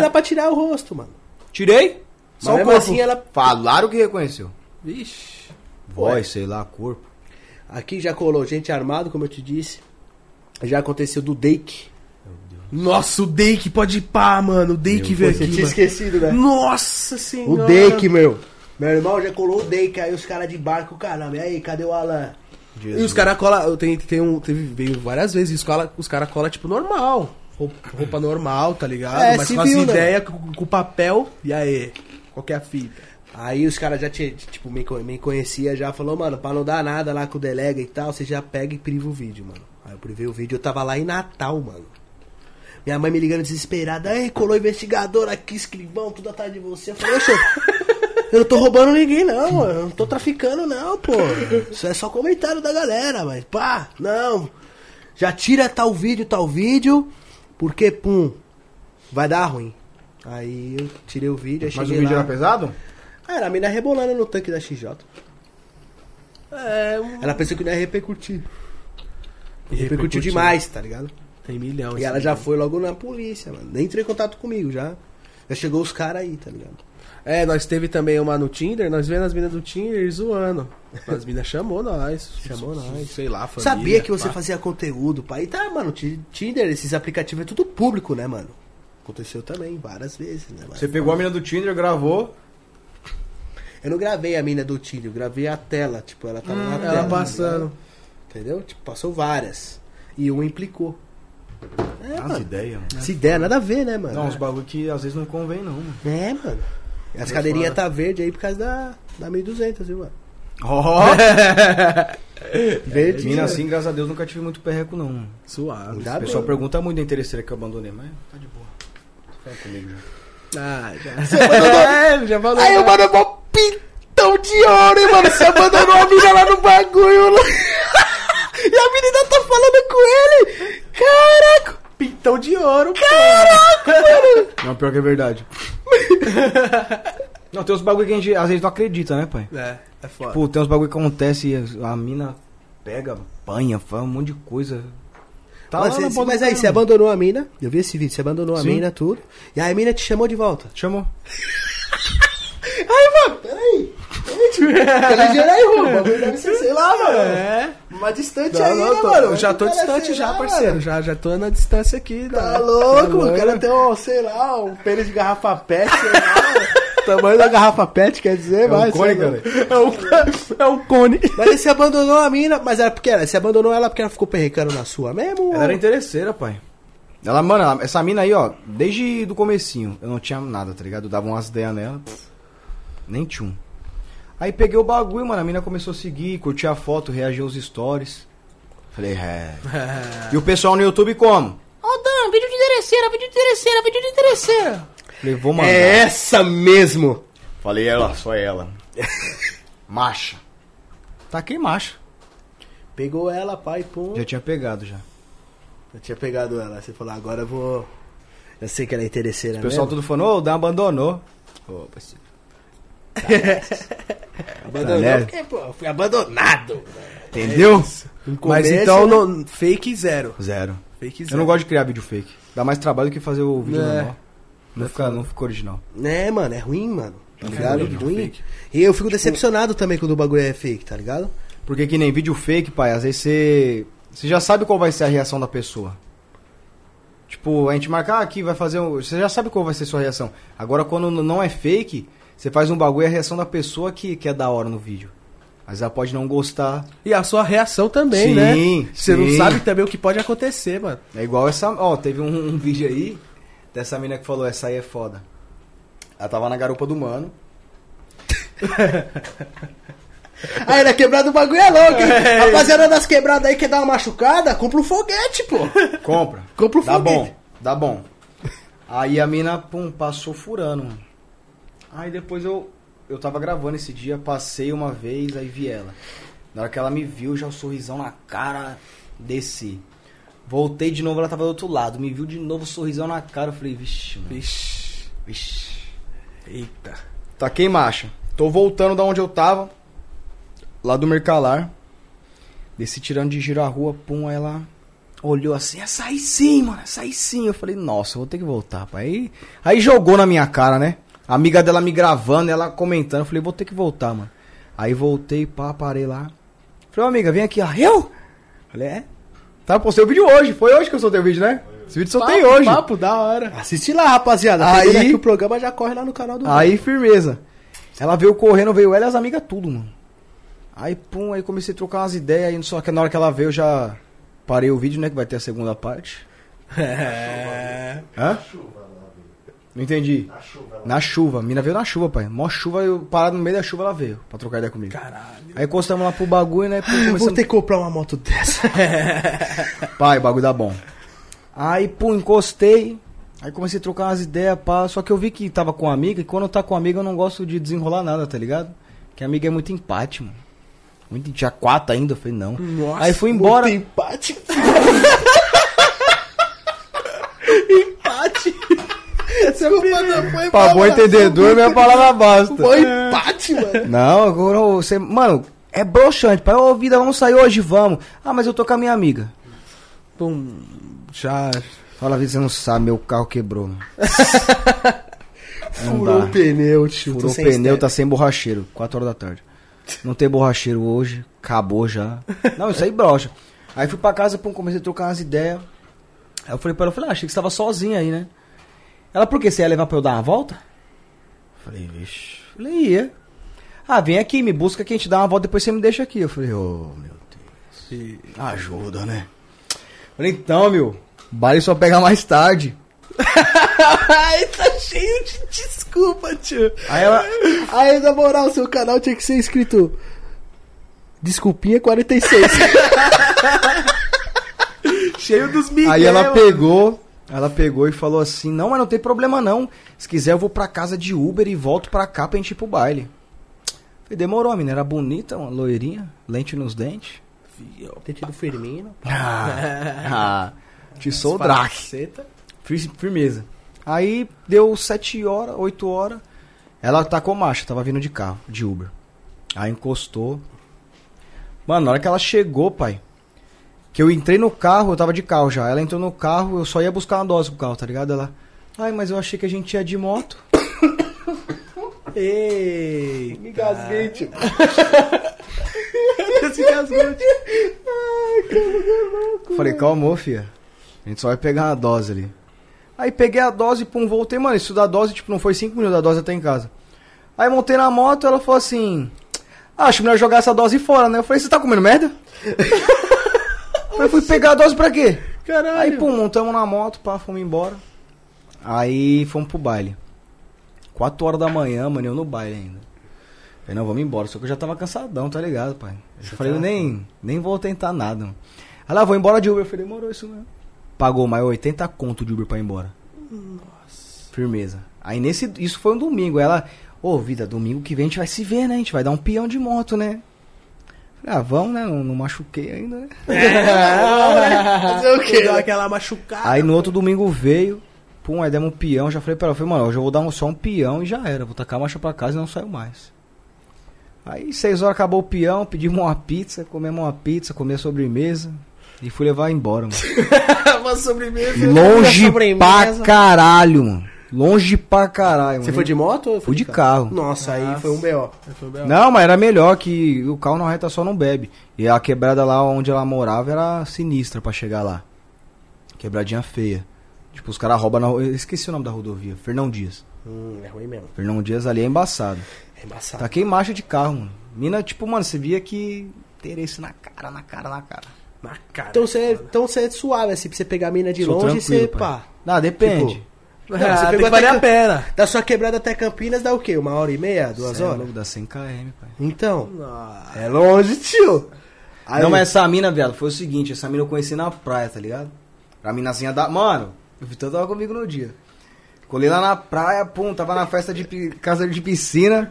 Speaker 1: dá pra tirar o rosto, mano.
Speaker 3: Tirei? Só
Speaker 1: Mas
Speaker 3: o
Speaker 1: mesmo
Speaker 3: corpo.
Speaker 1: assim ela-
Speaker 3: Falaram que reconheceu.
Speaker 2: Vixe.
Speaker 3: Voz, sei lá, corpo.
Speaker 1: Aqui já colou gente armado, como eu te disse. Já aconteceu do Dake.
Speaker 2: Nossa, o Dake pode ir pá, mano. O Dake veio
Speaker 1: Você
Speaker 2: aqui.
Speaker 1: tinha
Speaker 2: mano.
Speaker 1: esquecido, né?
Speaker 2: Nossa senhora.
Speaker 1: O Dake, meu. Meu irmão já colou o Dake, aí os caras de barco, caramba. E aí, cadê o Alan?
Speaker 2: E os caras colam. Tem, tem um, teve, veio várias vezes. Os caras os cara colam, tipo, normal. Roupa, roupa normal, tá ligado?
Speaker 1: É,
Speaker 2: Mas com as
Speaker 1: civil, né?
Speaker 2: ideias, com, com papel. E aí? Qual que é a fita?
Speaker 1: Aí os caras já te, tipo, me, co- me conhecia já, falou, mano, pra não dar nada lá com o delega e tal, você já pega e priva o vídeo, mano. Aí eu privei o vídeo, eu tava lá em Natal, mano. Minha mãe me ligando desesperada, ei, colou investigador aqui, escrivão, tudo atrás de você. Eu <laughs> falei, oxe, eu não tô roubando ninguém, não, mano. eu não tô traficando, não, pô. Isso é só comentário da galera, mas pá, não. Já tira tal vídeo, tal vídeo, porque, pum, vai dar ruim. Aí eu tirei o vídeo, aí
Speaker 3: Mas o
Speaker 1: cheguei
Speaker 3: vídeo
Speaker 1: lá.
Speaker 3: era pesado?
Speaker 1: Ah, era a mina rebolando no tanque da XJ.
Speaker 2: É, um...
Speaker 1: Ela pensou que não ia repercutir. E
Speaker 2: Repercutiu.
Speaker 1: repercutiu demais, tá ligado?
Speaker 2: Tem milhão.
Speaker 1: E
Speaker 2: esse
Speaker 1: ela já
Speaker 2: vídeo.
Speaker 1: foi logo na polícia, mano. Nem entrou em contato comigo, já. Já chegou os caras aí, tá ligado?
Speaker 2: É, nós teve também uma no Tinder. Nós vemos as minas do Tinder zoando. As minas chamou nós.
Speaker 1: Chamou nós.
Speaker 2: Sei lá, família.
Speaker 1: Sabia que você
Speaker 2: pá.
Speaker 1: fazia conteúdo, pai. E tá, mano, Ti- Tinder, esses aplicativos é tudo público, né, mano? Aconteceu também várias vezes, né, mano?
Speaker 3: Você pegou a mina do Tinder, gravou.
Speaker 1: Eu não gravei a mina do Tinder, eu gravei a tela. Tipo, ela tava na tela.
Speaker 2: Hum, Ela
Speaker 1: tá
Speaker 2: passando.
Speaker 1: ligado? Entendeu? Tipo, passou várias. E um implicou. É,
Speaker 3: As
Speaker 1: mano.
Speaker 3: ideias, mano.
Speaker 1: Se der, nada a ver, né, mano?
Speaker 3: Não, uns bagulho que às vezes não convém, não, mano.
Speaker 1: É, mano. E As cadeirinhas tá verde aí por causa da, da 1200, viu, mano?
Speaker 3: Ó!
Speaker 2: É,
Speaker 1: Verde.
Speaker 3: <laughs> mina assim, graças a Deus, nunca tive muito perreco, não. mano.
Speaker 2: Suave.
Speaker 1: Ainda
Speaker 3: O pessoal
Speaker 1: bem.
Speaker 3: pergunta muito da interesseira que eu abandonei, mas tá de boa. Fala comigo já.
Speaker 2: Ah, já. é, já falou.
Speaker 1: Aí o
Speaker 3: né?
Speaker 1: mano é mó pintão de ouro, hein, mano? Você abandonou a mina lá no bagulho. Lá. <laughs> E a menina tá falando com ele. Caraca.
Speaker 2: Pintão de ouro.
Speaker 3: Não, pior que é verdade. não, tem uns bagulho que a gente às vezes não acredita, né, pai?
Speaker 2: É, é foda.
Speaker 3: Pô, tem uns bagulho que acontece e a mina pega, apanha, faz um monte de coisa. Tá
Speaker 1: mas,
Speaker 3: lá na
Speaker 1: cê-
Speaker 3: ponta
Speaker 1: mas
Speaker 3: do
Speaker 1: aí,
Speaker 3: cara,
Speaker 1: você
Speaker 3: mano.
Speaker 1: abandonou a mina. Eu vi esse vídeo, você abandonou a
Speaker 3: Sim.
Speaker 1: mina, tudo. E aí a mina te chamou de
Speaker 2: <laughs>
Speaker 1: volta.
Speaker 3: Chamou.
Speaker 1: Peraí. Peraí, peraí, Rô. Deve ser, sei lá, mano.
Speaker 2: É.
Speaker 1: Uma distante
Speaker 2: Não,
Speaker 1: aí,
Speaker 2: não,
Speaker 1: né,
Speaker 2: tô-
Speaker 1: mano? né,
Speaker 2: eu já tô
Speaker 1: Cara,
Speaker 2: distante
Speaker 1: sei
Speaker 2: já,
Speaker 1: lá,
Speaker 2: parceiro.
Speaker 1: mano.
Speaker 2: Já, já tô na distância aqui.
Speaker 1: Tá
Speaker 2: né?
Speaker 1: louco,
Speaker 2: Tá
Speaker 1: o cara tem um, sei lá, um pênis de garrafa pet, sei lá. um tamanho da garrafa pet, quer dizer,
Speaker 3: um
Speaker 1: vai.
Speaker 3: cone,
Speaker 1: sei lá.
Speaker 3: cara.
Speaker 2: É um, é um cone.
Speaker 1: Mas ele se abandonou a mina, mas era porque ela, se abandonou ela porque ela ficou perrecando na sua mesmo?
Speaker 3: Ela era interesseira, pai. Ela, mano, ela- essa mina aí, ó, desde do comecinho, eu não tinha nada, tá ligado? Eu dava umas ideias nela, pff, nem tinha um. Aí peguei o bagulho, mano, a mina começou a seguir, curtir a foto, reagir aos stories. Falei, <laughs> é. E o pessoal no YouTube como?
Speaker 4: Ó, Dan, vídeo de interesseira, vídeo de interesseira, vídeo de interesseira.
Speaker 3: Falei, vou mandar.
Speaker 1: é essa mesmo.
Speaker 3: Falei, ela, só ela. <laughs> macha. Taquei macha.
Speaker 1: Pegou ela, pai, pum.
Speaker 3: Já tinha pegado já.
Speaker 1: Eu tinha pegado ela, você falou, agora eu vou... Eu sei que ela é interesseira
Speaker 3: O pessoal
Speaker 1: mesmo.
Speaker 3: tudo falando, ô, o Dan abandonou. Ô, parceiro.
Speaker 1: Abandonou
Speaker 3: Tá, né?
Speaker 1: porque, pô, eu fui abandonado.
Speaker 3: Entendeu?
Speaker 2: Mas
Speaker 1: começo,
Speaker 2: então,
Speaker 1: né?
Speaker 2: não- fake zero.
Speaker 3: Zero.
Speaker 2: Fake zero.
Speaker 3: Eu não gosto de criar vídeo fake. Dá mais trabalho do que fazer o vídeo
Speaker 2: É.
Speaker 3: normal. Não fica, não fica original.
Speaker 1: Né, mano, é ruim, mano. tá ligado?
Speaker 2: fake,
Speaker 1: Ruim.
Speaker 2: fake.
Speaker 1: E eu fico decepcionado também quando o bagulho é fake, tá ligado?
Speaker 3: Porque que nem vídeo fake, pai, às vezes você. Você já sabe qual vai ser a reação da pessoa. Tipo, a gente marcar aqui, vai fazer um. Você já sabe qual vai ser a sua reação. Agora, quando n- não é fake, você faz um bagulho e a reação da pessoa que, que é da hora no vídeo. Mas ela pode não gostar.
Speaker 2: E a sua reação também,
Speaker 3: Sim,
Speaker 2: né? Você não
Speaker 3: sim.
Speaker 2: sabe também o que pode acontecer, mano.
Speaker 3: É igual essa. Ó, teve um, um vídeo aí dessa mina que falou: Essa aí é foda. Ela tava na garupa do mano.
Speaker 1: Aí na quebrada o bagulho Ah, é louco, hein? Rapaziada das quebradas aí quer dar uma machucada, compra um foguete, pô.
Speaker 3: Compra.
Speaker 1: Compra o
Speaker 3: Dá
Speaker 1: foguete.
Speaker 3: bom, dá bom. Aí a mina, pum, passou furando, mano. Aí depois eu, eu tava gravando esse dia, passei uma vez, aí vi ela. Na hora que ela me viu, já o sorrisão na cara, desci. Voltei de novo, ela tava do outro lado. Me viu de novo, sorrisão na cara. Eu falei, vixe, mano.
Speaker 2: Ixi.
Speaker 3: Vixe.
Speaker 2: Eita.
Speaker 3: Taquei marcha. Tá Tô voltando da onde eu tava. Lá do Mercalar. Desci tirando de giro a rua, pum, aí ela olhou assim, essa aí sim, mano, essa aí sim. Eu falei, nossa, eu vou ter que voltar, pai. Aí, aí jogou na minha cara, né? A amiga dela me gravando, ela comentando, eu falei, vou ter que voltar, mano. Aí voltei, pá, parei lá. Falei, ô amiga, vem aqui, ó. Eu? Falei, é. Tá, postei o vídeo hoje. Foi hoje que eu soltei o vídeo, né? Esse vídeo soltei hoje.
Speaker 2: Papo da hora.
Speaker 1: Assiste lá, rapaziada.
Speaker 3: Aí-
Speaker 1: Termina aqui é o programa já corre lá no canal do
Speaker 3: Aí, firmeza. Ela veio correndo, veio ela e as amigas tudo, mano. Aí, pum, aí comecei a trocar umas ideias, aí só que na hora que ela veio eu já parei o vídeo, né, que vai ter a segunda parte.
Speaker 2: É.
Speaker 3: Hã? Não entendi. Na chuva. Na chuva. A mina veio na chuva, pai. Mó chuva, eu parado no meio da chuva, ela veio pra trocar ideia comigo.
Speaker 2: Caralho.
Speaker 3: Aí encostamos lá pro bagulho,
Speaker 2: <gasps>
Speaker 3: né, pum,
Speaker 1: Eu vou
Speaker 3: começamos...
Speaker 1: ter que comprar uma moto dessa. <laughs>
Speaker 3: Pai, o bagulho dá bom. Aí, pum, encostei. Aí comecei a trocar umas ideias, pá. Só que eu vi que tava com amiga, e quando tá com amiga eu não gosto de desenrolar nada, tá ligado? Porque amiga é muito empate, mano. Muito, tinha quatro ainda, eu falei, não.
Speaker 2: Nossa,
Speaker 3: aí fui embora.
Speaker 1: Muito
Speaker 3: <laughs>
Speaker 1: empate. empate.
Speaker 3: é
Speaker 1: Essa palavra foi
Speaker 3: Pra Tá bom entendedor, minha palavra basta. É.
Speaker 1: Foi empate, mano.
Speaker 3: <laughs> Não, agora você. Mano, é broxante. Pai, ô vida, vamos sair hoje, vamos. Ah, mas eu tô com a minha amiga.
Speaker 2: Pum. Já.
Speaker 3: Fala, vida, você não sabe, meu carro quebrou, mano. <laughs> Não
Speaker 1: Furou
Speaker 3: dá.
Speaker 1: o pneu, tio.
Speaker 3: Furou o
Speaker 1: Sem
Speaker 3: pneu,
Speaker 1: step.
Speaker 3: tá sem borracheiro. 4 horas da tarde. Não tem borracheiro hoje, acabou já. Não, isso aí brocha. Aí fui pra casa, pum, comecei a trocar umas ideias. Aí eu falei pra ela, eu falei, ah, achei que você tava sozinha aí, né? Ela, por que você ia levar pra eu dar uma volta? Eu Falei, vixe. Eu Falei, ia. Ah, vem aqui, me busca que a gente dá uma volta, depois você me deixa aqui. Eu falei, ô, meu
Speaker 2: E-
Speaker 3: Deus. Ajuda, né? Eu Falei, então, meu, o baile só pega mais tarde.
Speaker 1: Ai, tá cheio de desculpa, tio.
Speaker 3: Aí ela,
Speaker 1: Aí, na moral, seu canal tinha que ser escrito. Desculpinha
Speaker 3: <laughs>
Speaker 1: 46.
Speaker 2: Cheio dos miguel.
Speaker 3: Aí ela pegou, ela pegou e falou assim: "Não, mas não tem problema não. Se quiser eu vou pra casa de Uber e volto pra cá pra gente ir pro baile". Falei, demorou, a menina era bonita, uma loirinha, lente nos dentes.
Speaker 1: Tem tido Firmino.
Speaker 3: Ah, te sou o Drac.
Speaker 2: Draceta.
Speaker 3: Fir- Firmeza. Aí deu 7 horas, 8 horas. Ela tacou marcha, tava vindo de carro, de Uber. Aí encostou. Mano, na hora que ela chegou, pai. Que eu entrei no carro, eu tava de carro já. Ela entrou no carro, eu só ia buscar uma dose pro carro, tá ligado? Ela. Ai, mas eu achei que a gente ia de moto. <coughs>
Speaker 2: Ei.
Speaker 1: Me gasguei,
Speaker 3: <laughs>
Speaker 1: tio.
Speaker 2: Esse casou, tio.
Speaker 3: tipo. Falei, calma, filha. A gente só vai pegar uma dose ali. Aí peguei a dose, pum, voltei. Mano, isso da dose, tipo, não foi 5 minutos da dose até em casa. Aí montei na moto, ela falou assim: "Ah, Acho melhor jogar essa dose fora, né? Eu falei: Você tá comendo merda? eu fui pegar a dose pra quê?
Speaker 2: Caralho.
Speaker 3: Aí, pum, montamos na moto, pá, fomos embora. Aí fomos pro baile. 4 horas da manhã, mano, eu no baile ainda. Falei, não, vamos embora. Só que eu já tava cansadão, tá ligado, pai? Eu falei, eu nem, nem vou tentar nada. Mano. Aí lá, vou embora de Uber. Eu falei, demorou isso mesmo. Pagou mais 80 conto de Uber pra ir embora. Nossa. Firmeza. Aí nesse. Isso foi um domingo. Aí Ela, ô vida, domingo que vem a gente vai se ver, né? A gente vai dar um peão de moto, né? Falei, ah, vamos, né? Não, não machuquei ainda, né?
Speaker 1: Fazer o quê?
Speaker 2: Deu aquela machucada.
Speaker 3: Aí no outro domingo veio, pum, aí demos um peão, já falei pra ela, falei, mano, hoje eu vou dar um, só um peão e já era, vou tacar a marcha pra casa e não saio mais. Aí seis horas acabou o peão, pedimos uma pizza, comemos uma pizza, comi a sobremesa e fui levar embora, mano.
Speaker 2: Uma sobremesa.
Speaker 3: Longe
Speaker 1: sobremesa.
Speaker 3: pra caralho, mano. Longe pra caralho,
Speaker 1: Você
Speaker 3: mano.
Speaker 1: foi de moto? ou
Speaker 3: Fui de carro.
Speaker 1: Nossa, aí
Speaker 2: Nossa.
Speaker 1: foi um B.O.
Speaker 2: Foi bem-
Speaker 3: Não, mas era melhor que o carro na reta só não bebe. E a quebrada lá onde ela morava era sinistra pra chegar lá. Quebradinha feia. Tipo, os caras roubam na rua. Eu esqueci o nome da rodovia. Fernão Dias.
Speaker 1: Hum, é ruim mesmo.
Speaker 3: Fernão Dias ali é embaçado.
Speaker 1: É embaçado.
Speaker 3: Taquei marcha de carro, mano. Mina, tipo, mano, você via que. Interesse na cara, na cara, na cara.
Speaker 2: Na cara.
Speaker 1: Então você então você é suave, assim, pra você pegar a mina de
Speaker 3: Sou
Speaker 1: longe,
Speaker 3: tranquilo,
Speaker 1: você,
Speaker 3: pai.
Speaker 1: pá.
Speaker 3: Ah, depende.
Speaker 1: Tipo,
Speaker 2: Não,
Speaker 1: Não, você
Speaker 2: você
Speaker 1: pegou
Speaker 2: pegou Ah, valer
Speaker 1: até
Speaker 2: a pena.
Speaker 1: Da sua quebrada até Campinas dá o quê? Uma hora e meia? Duas
Speaker 3: Cê é
Speaker 1: horas?
Speaker 3: louco, dá 100 km, pai.
Speaker 1: Então. É longe, tio. Aí,
Speaker 3: Não, mas essa mina, viado, foi o seguinte, essa mina eu conheci na praia, tá ligado? A minazinha da. Mano, o Vitão tava comigo no dia. Colei lá na praia, pum, tava na festa de pi- <laughs> casa de piscina.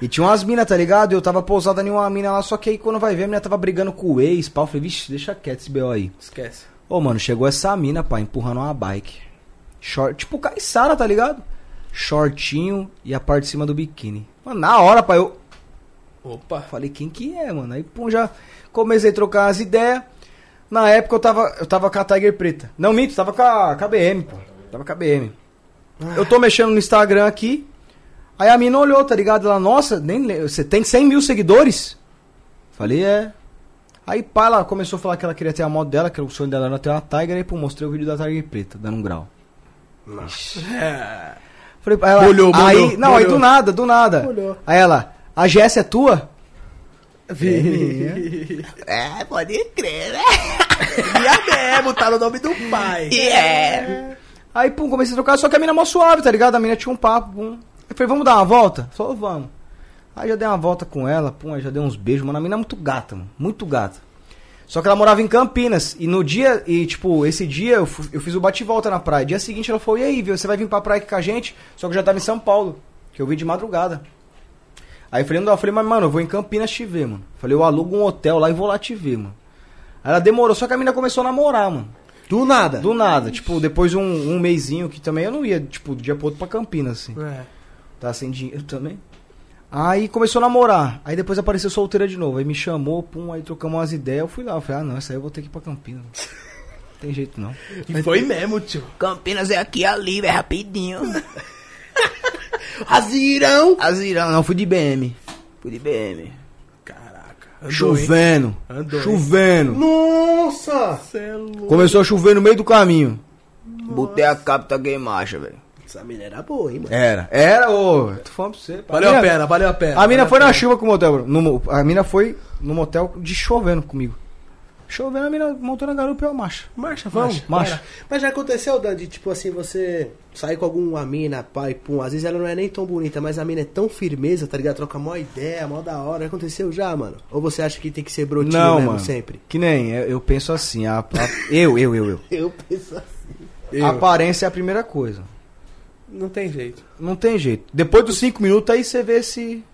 Speaker 3: E tinha umas minas, tá ligado? Eu tava pousada em uma mina lá, só que aí quando vai ver, a mina tava brigando com o ex, pau. Eu falei, vixe, deixa quieto esse BO aí.
Speaker 2: Esquece.
Speaker 3: Ô, mano, chegou essa mina, pai, empurrando uma bike. Short, tipo caiçara, tá ligado? Shortinho e a parte de cima do biquíni. Mano, na hora, pai, eu.
Speaker 2: Opa.
Speaker 3: Falei, quem que é, mano? Aí, pum, já comecei a trocar as ideias. Na época eu tava, eu tava com a Tiger Preta. Não, minto, tava com a KBM, pô. Tava com a KBM. Eu tô mexendo no Instagram aqui. Aí a mina olhou, tá ligado? Ela, nossa, nem le- você tem 100 mil seguidores? Falei, é. Aí, pá, ela começou a falar que ela queria ter a moto dela, que o sonho dela era ter uma Tiger. Aí, pô, mostrei o vídeo da Tiger Preta, dando um grau.
Speaker 2: É.
Speaker 3: Falei, pra ela,
Speaker 2: Molhou, molhou,
Speaker 3: aí, não, aí
Speaker 2: molhou.
Speaker 3: do nada, do nada.
Speaker 1: Molhou.
Speaker 3: Aí ela, a GS é tua?
Speaker 4: É, pode crer, né?
Speaker 2: É, botaram o nome do pai.
Speaker 4: É.
Speaker 3: Aí, pum, comecei a trocar, só que a mina é mó suave, tá ligado? A mina tinha um papo, pum. Eu falei, vamos dar uma volta? Falou, vamos. Aí já dei uma volta com ela, pum, aí já dei uns beijos, mano. A mina é muito gata, mano. Muito gata. Só que ela morava em Campinas. E no dia, e tipo, esse dia eu, fu- eu fiz o bate-volta na praia. Dia seguinte ela falou, e aí, viu? Você vai vir pra praia aqui com a gente? Só que eu já tava em São Paulo, que eu vim de madrugada. Aí eu falei, não, eu falei, mas mano, eu vou em Campinas te ver, mano. Falei, eu alugo um hotel lá e vou lá te ver, mano. Aí ela demorou, só que a mina começou a namorar, mano.
Speaker 1: Do nada.
Speaker 3: Do nada, tipo, depois um, um mêsinho que também eu não ia, tipo, do dia pro outro pra Campinas, assim.
Speaker 2: É.
Speaker 3: Tá sem dinheiro também. Aí começou a namorar. Aí depois apareceu solteira de novo. Aí me chamou, pum, aí trocamos umas ideias. Eu fui lá, eu falei, ah não, essa aí eu vou ter que ir pra Campinas. Não tem jeito não.
Speaker 2: E foi mesmo, tio.
Speaker 4: Campinas é aqui ali,
Speaker 1: <laughs>
Speaker 4: é rapidinho.
Speaker 1: Azirão.
Speaker 3: Azirão, não, fui de BM.
Speaker 4: Fui de BM.
Speaker 2: Caraca. Andou, hein?
Speaker 3: chovendo.
Speaker 2: Andou, hein?
Speaker 3: chovendo.
Speaker 1: Nossa.
Speaker 2: Cê é louco.
Speaker 3: Começou a chover no meio do caminho.
Speaker 4: Botei a capta gay marcha, velho.
Speaker 1: Essa mina era boa, hein, mano.
Speaker 3: Era. Era, ô. Tô falando pra você.
Speaker 2: Valeu a
Speaker 3: Minha-
Speaker 2: pena, valeu a pena.
Speaker 3: A mina
Speaker 2: valeu
Speaker 3: foi na chuva com o motel, bro. No mo- a mina foi no motel de chovendo comigo. Chovendo, a mina montou na garupa e eu marcha.
Speaker 2: Marcha, vamos.
Speaker 3: Marcha.
Speaker 1: Mas já aconteceu, Dan, de tipo assim, você sair com alguma mina, pai, pum. Às vezes ela não é nem tão bonita, mas a mina é tão firmeza, tá ligado? Troca mó ideia, mó da hora. Já Aconteceu já, mano? Ou você acha que tem que ser brotinho
Speaker 3: Não,
Speaker 1: mesmo
Speaker 3: mano.
Speaker 1: sempre?
Speaker 3: Que nem, eu, eu penso assim, a, a- eu, eu, eu, eu.
Speaker 1: Eu penso assim.
Speaker 3: A
Speaker 2: Eu.
Speaker 3: aparência é a primeira coisa.
Speaker 2: Não tem jeito.
Speaker 3: Não tem jeito. Depois dos cinco minutos, aí você vê se,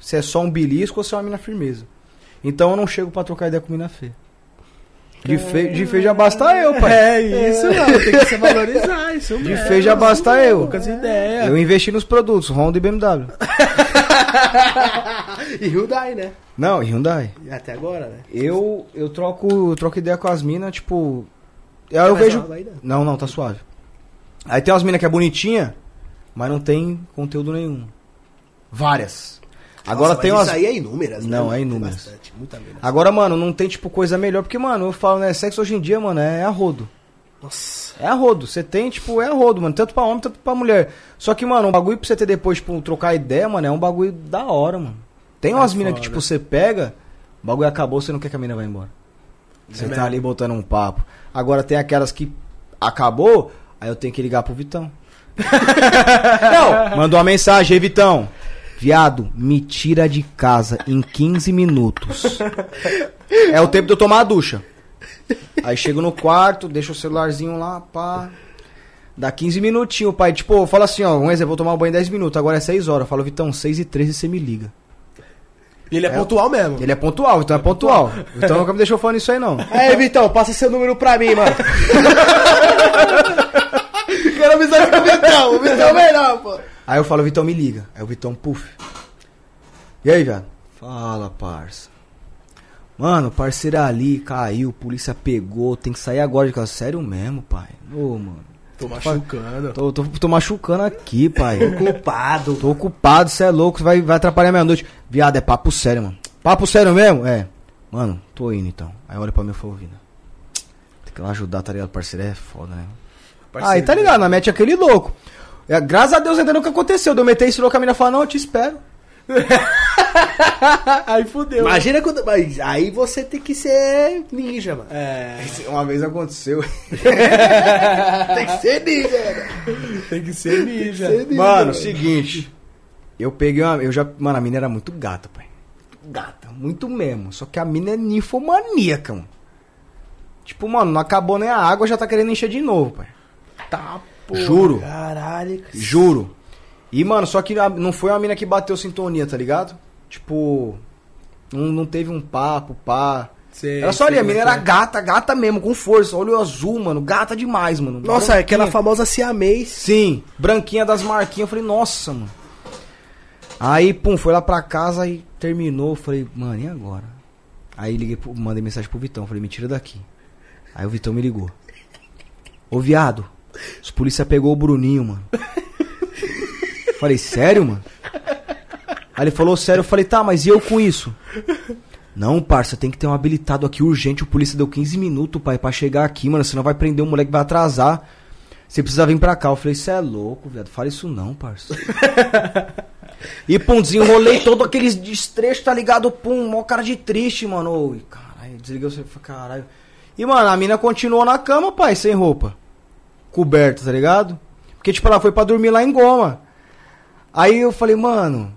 Speaker 3: se é só um belisco ou se é uma mina firmeza. Então eu não chego pra trocar ideia com mina feia. De feio, de feio já basta eu, pai.
Speaker 2: É isso, mano. Tem que se valorizar. Isso
Speaker 3: De
Speaker 2: mesmo. É.
Speaker 3: feio já basta eu. É.
Speaker 2: Poucas ideias.
Speaker 3: Eu investi nos produtos, Honda e BMW.
Speaker 1: E Hyundai, né?
Speaker 3: Não, e Hyundai.
Speaker 1: Até agora, né?
Speaker 3: Eu, eu troco, eu troco ideia com as minas, tipo. Aí eu
Speaker 1: Mas
Speaker 3: vejo.
Speaker 1: ela vai dar.
Speaker 3: Não, não, tá suave. Aí tem umas minas que é bonitinha, mas não tem conteúdo nenhum. Várias. Agora
Speaker 1: Nossa,
Speaker 3: tem
Speaker 1: mas
Speaker 3: umas.
Speaker 1: Isso aí é inúmeras,
Speaker 3: Não,
Speaker 1: mano?
Speaker 3: é
Speaker 1: Tem
Speaker 3: inúmeras.
Speaker 1: Bastante, muita mina.
Speaker 3: Agora, mano, não tem, tipo, coisa melhor, porque, mano, eu falo, né, sexo hoje em dia, mano, é a rodo.
Speaker 1: Nossa.
Speaker 3: É a rodo. Você tem, tipo, é a rodo, mano. Tanto pra homem, tanto pra mulher. Só que, mano, um bagulho pra você ter depois, tipo, trocar ideia, mano, é um bagulho da hora, mano.
Speaker 1: É
Speaker 3: Tem umas minas que,
Speaker 2: foda.
Speaker 3: tipo, você pega, o bagulho acabou, você não quer que a mina vá embora. Você tá
Speaker 2: mesmo.
Speaker 3: ali botando um papo. Agora tem aquelas que acabou, aí eu tenho que ligar pro Vitão. não, mandou uma mensagem, aí, Vitão. Viado, me tira de casa em 15 minutos. É o tempo de eu tomar a ducha. Aí chego no quarto, deixo o celularzinho lá, pá. Dá 15 minutinhos, pai. Tipo, fala assim, ó, um exemplo, vou tomar um banho em 10 minutos, agora é 6 horas. Eu falo, Vitão, 6 e 13 você me liga.
Speaker 2: E ele é, pontual mesmo.
Speaker 3: Ele é pontual, então é pontual. Então nunca me deixou falando isso aí, não.
Speaker 1: Aí, É, Vitão, passa seu número pra mim, <laughs> mano.
Speaker 3: Quero avisar que
Speaker 1: Vitão, o Vitão é melhor, pô.
Speaker 3: Aí eu falo, Vitão, me liga. Aí o Vitão, puf. E aí, viado? Fala, parça. Mano, é o parceiro ali caiu, polícia pegou, tem que sair agora de casa. Sério mesmo, pai? Ô, mano.
Speaker 2: Tô machucando.
Speaker 3: Tô, tô, tô machucando aqui, pai.
Speaker 1: Culpado.
Speaker 3: Tô ocupado, você é louco, cê vai, vai atrapalhar minha noite. Viado, é papo sério, mano. Papo sério mesmo? É. Mano, tô indo então. Aí olha pra mim e fala, Vina. Tem que ir lá ajudar, tá ligado? Parceiro é foda, né?
Speaker 2: Parceiro.
Speaker 3: Aí tá ligado, na mete aquele louco. É, graças a Deus ainda nunca aconteceu. Deu meter esse louco, a mina fala, não, eu te espero.
Speaker 2: Aí fudeu.
Speaker 1: Imagina quando. Mas aí você tem que ser ninja, mano.
Speaker 2: É,
Speaker 3: Uma vez <laughs> aconteceu.
Speaker 1: Tem que ser ninja.
Speaker 2: tem que ser ninja.
Speaker 3: Mano, seguinte. Eu peguei uma. Eu já, mano, a mina era muito gata, pai. Gata, muito mesmo. Só que a mina é ninfomaníaca, mano. Tipo, mano, não acabou nem a água, já tá querendo encher de novo, pai.
Speaker 2: Tá, pô.
Speaker 3: Juro.
Speaker 2: Caralho.
Speaker 3: Juro. E, mano, só que a- não foi uma mina que bateu sintonia, tá ligado? Tipo. Não, não teve um papo, pá.
Speaker 2: Sei,
Speaker 3: Era só ali,
Speaker 2: sei,
Speaker 3: a mina
Speaker 2: sei.
Speaker 3: era gata, gata mesmo, com força. Olho azul, mano. Gata demais, mano.
Speaker 1: Nossa, aquela
Speaker 3: Branquinha.
Speaker 1: famosa siamês.
Speaker 3: Sim, branquinha das marquinhas. Eu falei, nossa, mano. Aí, pum, foi lá pra casa e terminou. Eu Falei, mano, e agora? Aí liguei, pro- mandei mensagem pro Vitão. Falei, me tira daqui. Aí o Vitão me ligou. Ô, viado, os polícia pegou o Bruninho, mano. Falei, sério, mano? Aí ele falou, sério. Eu falei, tá, mas e eu com isso? Não, parça, tem que ter um habilitado aqui urgente. O polícia deu 15 minutos, pai, pra chegar aqui, mano. Senão vai prender o moleque, vai atrasar. Você precisa vir pra cá. Eu falei, você é louco, viado. Fala isso não, parça. <laughs> e pum, desenrolei todo aqueles destrechos, tá ligado? Pum, mó cara de triste, mano. Ui, caralho, desliguei você. Caralho. E, mano, a mina continuou na cama, pai, sem roupa. Coberta, tá ligado? Porque, tipo, ela foi pra dormir lá em Goma. Aí eu falei, mano,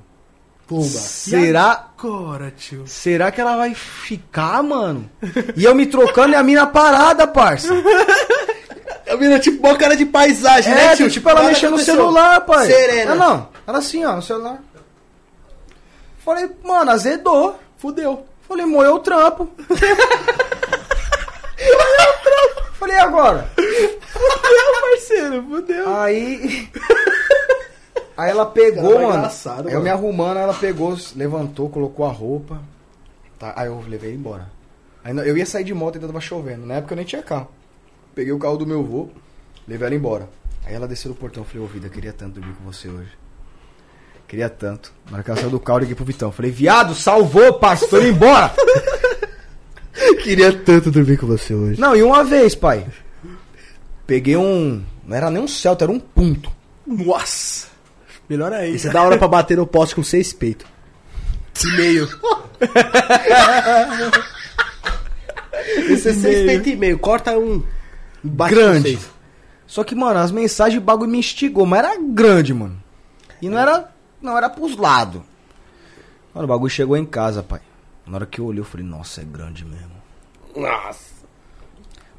Speaker 1: Pumba.
Speaker 3: será...
Speaker 2: Agora, tio.
Speaker 3: Será que ela vai ficar, mano? E eu me trocando e a mina parada, parça.
Speaker 1: Eu vira tipo uma cara de paisagem,
Speaker 3: É,
Speaker 1: né,
Speaker 3: tio,
Speaker 1: tio?
Speaker 3: tipo, ela
Speaker 1: Nada
Speaker 3: mexendo no
Speaker 1: aconteceu.
Speaker 3: celular, pai.
Speaker 1: Serena.
Speaker 3: Não, não. Ela assim, ó, no celular. Falei, mano, azedou.
Speaker 2: Fudeu.
Speaker 3: Falei, moeu o trampo. <laughs> moeu o trampo. Falei, e agora?
Speaker 2: Fudeu, parceiro. Fudeu.
Speaker 3: Aí. Aí ela pegou,
Speaker 1: Cara,
Speaker 3: mano.
Speaker 1: engraçado,
Speaker 3: aí eu
Speaker 1: mano.
Speaker 3: me arrumando, ela pegou, levantou, colocou a roupa. Tá, aí eu levei ele embora. Aí não- eu ia sair de moto ainda tava chovendo. Na época eu nem tinha carro. Peguei o carro do meu avô, levei ela embora. Aí ela desceu do portão, eu falei, ô vida, queria tanto dormir com você hoje. Queria tanto. Na hora que ela saiu do carro, eu liguei pro Vitão. Falei, viado, salvou, parça, tô indo embora.
Speaker 1: Queria tanto dormir com você hoje.
Speaker 3: Não, e uma vez, pai. Peguei um. Não era nem um Celta, era um ponto.
Speaker 2: Nossa. Melhor ainda.
Speaker 1: Isso é da hora pra bater no poste com seis peitos.
Speaker 2: E meio.
Speaker 1: <laughs> Isso é seis
Speaker 2: Meio.
Speaker 1: peitos e meio. Corta um. Bate com
Speaker 3: grande.
Speaker 1: seis.
Speaker 3: Só que, mano, as mensagens o bagulho me instigou, mas era grande, mano. E não era. Não era pros lados. Mano, o bagulho chegou em casa, pai. Na hora que eu olhei, eu falei, nossa, é grande mesmo.
Speaker 1: Nossa.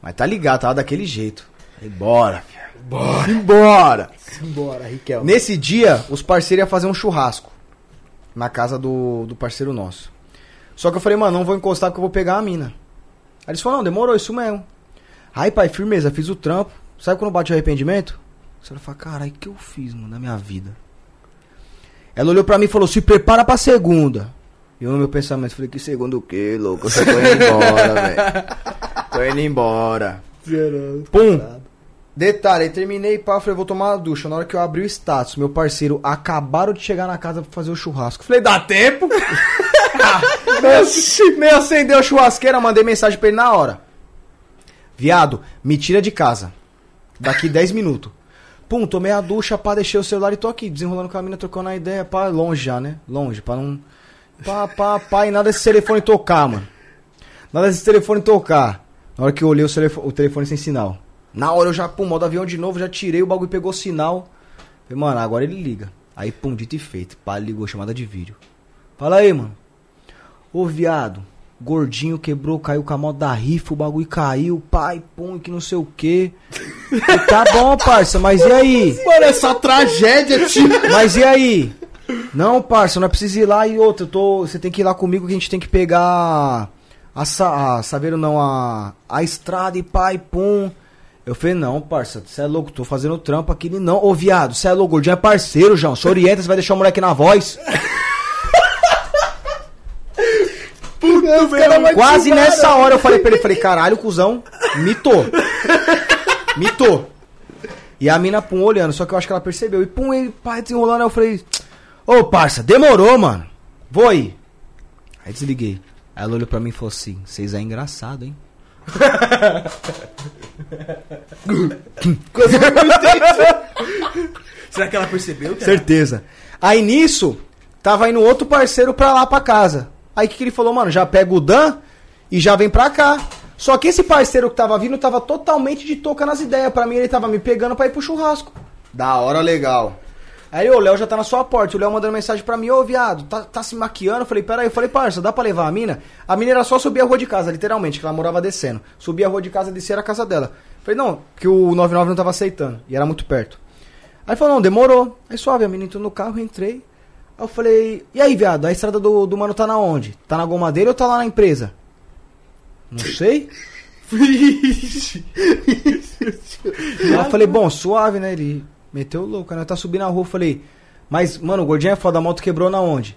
Speaker 3: Mas tá ligado, tava daquele jeito. Falei, Bora, filho. Bora. Embora.
Speaker 1: Simbora, Riquelme.
Speaker 3: Nesse dia, os parceiros iam fazer um churrasco. Na casa do, do parceiro nosso. Só que eu falei, mano, não vou encostar porque eu vou pegar a mina. Aí eles falaram, não, demorou, isso mesmo. Aí, pai, firmeza, fiz o trampo. Sabe quando bate o arrependimento? Você vai falar, caralho, o que eu fiz, mano, na minha vida? Ela olhou pra mim e falou, se prepara pra segunda. E eu no meu pensamento falei, que segunda o quê, louco? Eu só tô indo embora, velho. Tô indo embora. Pum. Detalhe, aí terminei, pá, falei, vou tomar uma ducha. Na hora que eu abri o status, meu parceiro acabaram de chegar na casa pra fazer o churrasco. Falei, dá tempo? meu, meu acendeu a churrasqueira, mandei mensagem pra ele na hora. Viado, me tira de casa. Daqui 10 minutos. Pum, tomei a ducha, pá, deixei o celular e tô aqui, desenrolando com a mina, trocando a ideia, pá, longe já, né? Longe, pra não. Pá, pá, pá, e nada desse telefone tocar, mano. Nada desse telefone tocar. Na hora que eu olhei o telefone, o telefone sem sinal. Na hora eu já, pum, modo avião de novo, já tirei o bagulho, pegou o sinal. Falei, mano, agora ele liga. Aí, pum, dito e feito. Pá, ligou, chamada de vídeo. Fala aí, mano. Ô, viado. Gordinho quebrou, caiu com a moto da rifa, o bagulho caiu, pai, pum, que não sei o quê. <laughs> E tá bom, parça, mas e aí?
Speaker 1: Mano,
Speaker 2: é
Speaker 1: essa tragédia, tio.
Speaker 3: Mas e aí? Não, parça, não é preciso ir lá e outra. eu tô, você tem que ir lá comigo que a gente tem que pegar a, sa, a Saveiro não, a, a estrada e pai, pum. Eu falei, não, parça, você é louco, tô fazendo trampo aqui. Ele, não, ô viado, você é louco, gordinho é parceiro, João. Se orienta, você vai deixar o moleque na voz.
Speaker 1: Os caras vai
Speaker 3: Quase
Speaker 1: te embora.
Speaker 3: nessa
Speaker 1: <laughs>
Speaker 3: hora eu falei pra ele, falei, caralho, cuzão, mitou. mitou. E a mina, pum, olhando, só que eu acho que ela percebeu. E pum, ele, pá, desenrolando, aí eu falei, ô, parça, demorou, mano. Vou aí. Aí desliguei. Aí ela olhou pra mim e falou assim, vocês é
Speaker 1: <laughs>
Speaker 3: engraçado, hein? <laughs>
Speaker 2: Será que ela percebeu? cara?
Speaker 3: Certeza. Aí nisso, tava indo outro parceiro pra lá pra casa. Aí o que, que ele falou, mano? Já pega o Dan e já vem pra cá. Só que esse parceiro que tava vindo tava totalmente de toca nas ideias. Pra mim, ele tava me pegando pra ir pro churrasco. Da hora, legal. Aí ô, o Léo já tá na sua porta. O Léo mandando mensagem pra mim: Ô, viado, tá, tá se maquiando? Eu falei: Pera aí. Eu falei: Parça, dá pra levar a mina? A mina era só subir a rua de casa, literalmente, que ela morava descendo. Subir a rua de casa, descer era a casa dela. Eu falei: Não, porque o 99 não tava aceitando. E era muito perto. Aí ele falou, não, demorou. Aí suave, a menina entrou no carro, eu entrei. Aí eu falei, e aí, viado, a estrada do, do mano tá na onde? Tá na gomadeira ou tá lá na empresa? Não sei. Aí eu falei, bom, suave, né? Ele meteu o louco, né? Tá subindo a rua, eu falei, mas, mano, o gordinho é foda, a moto quebrou na onde?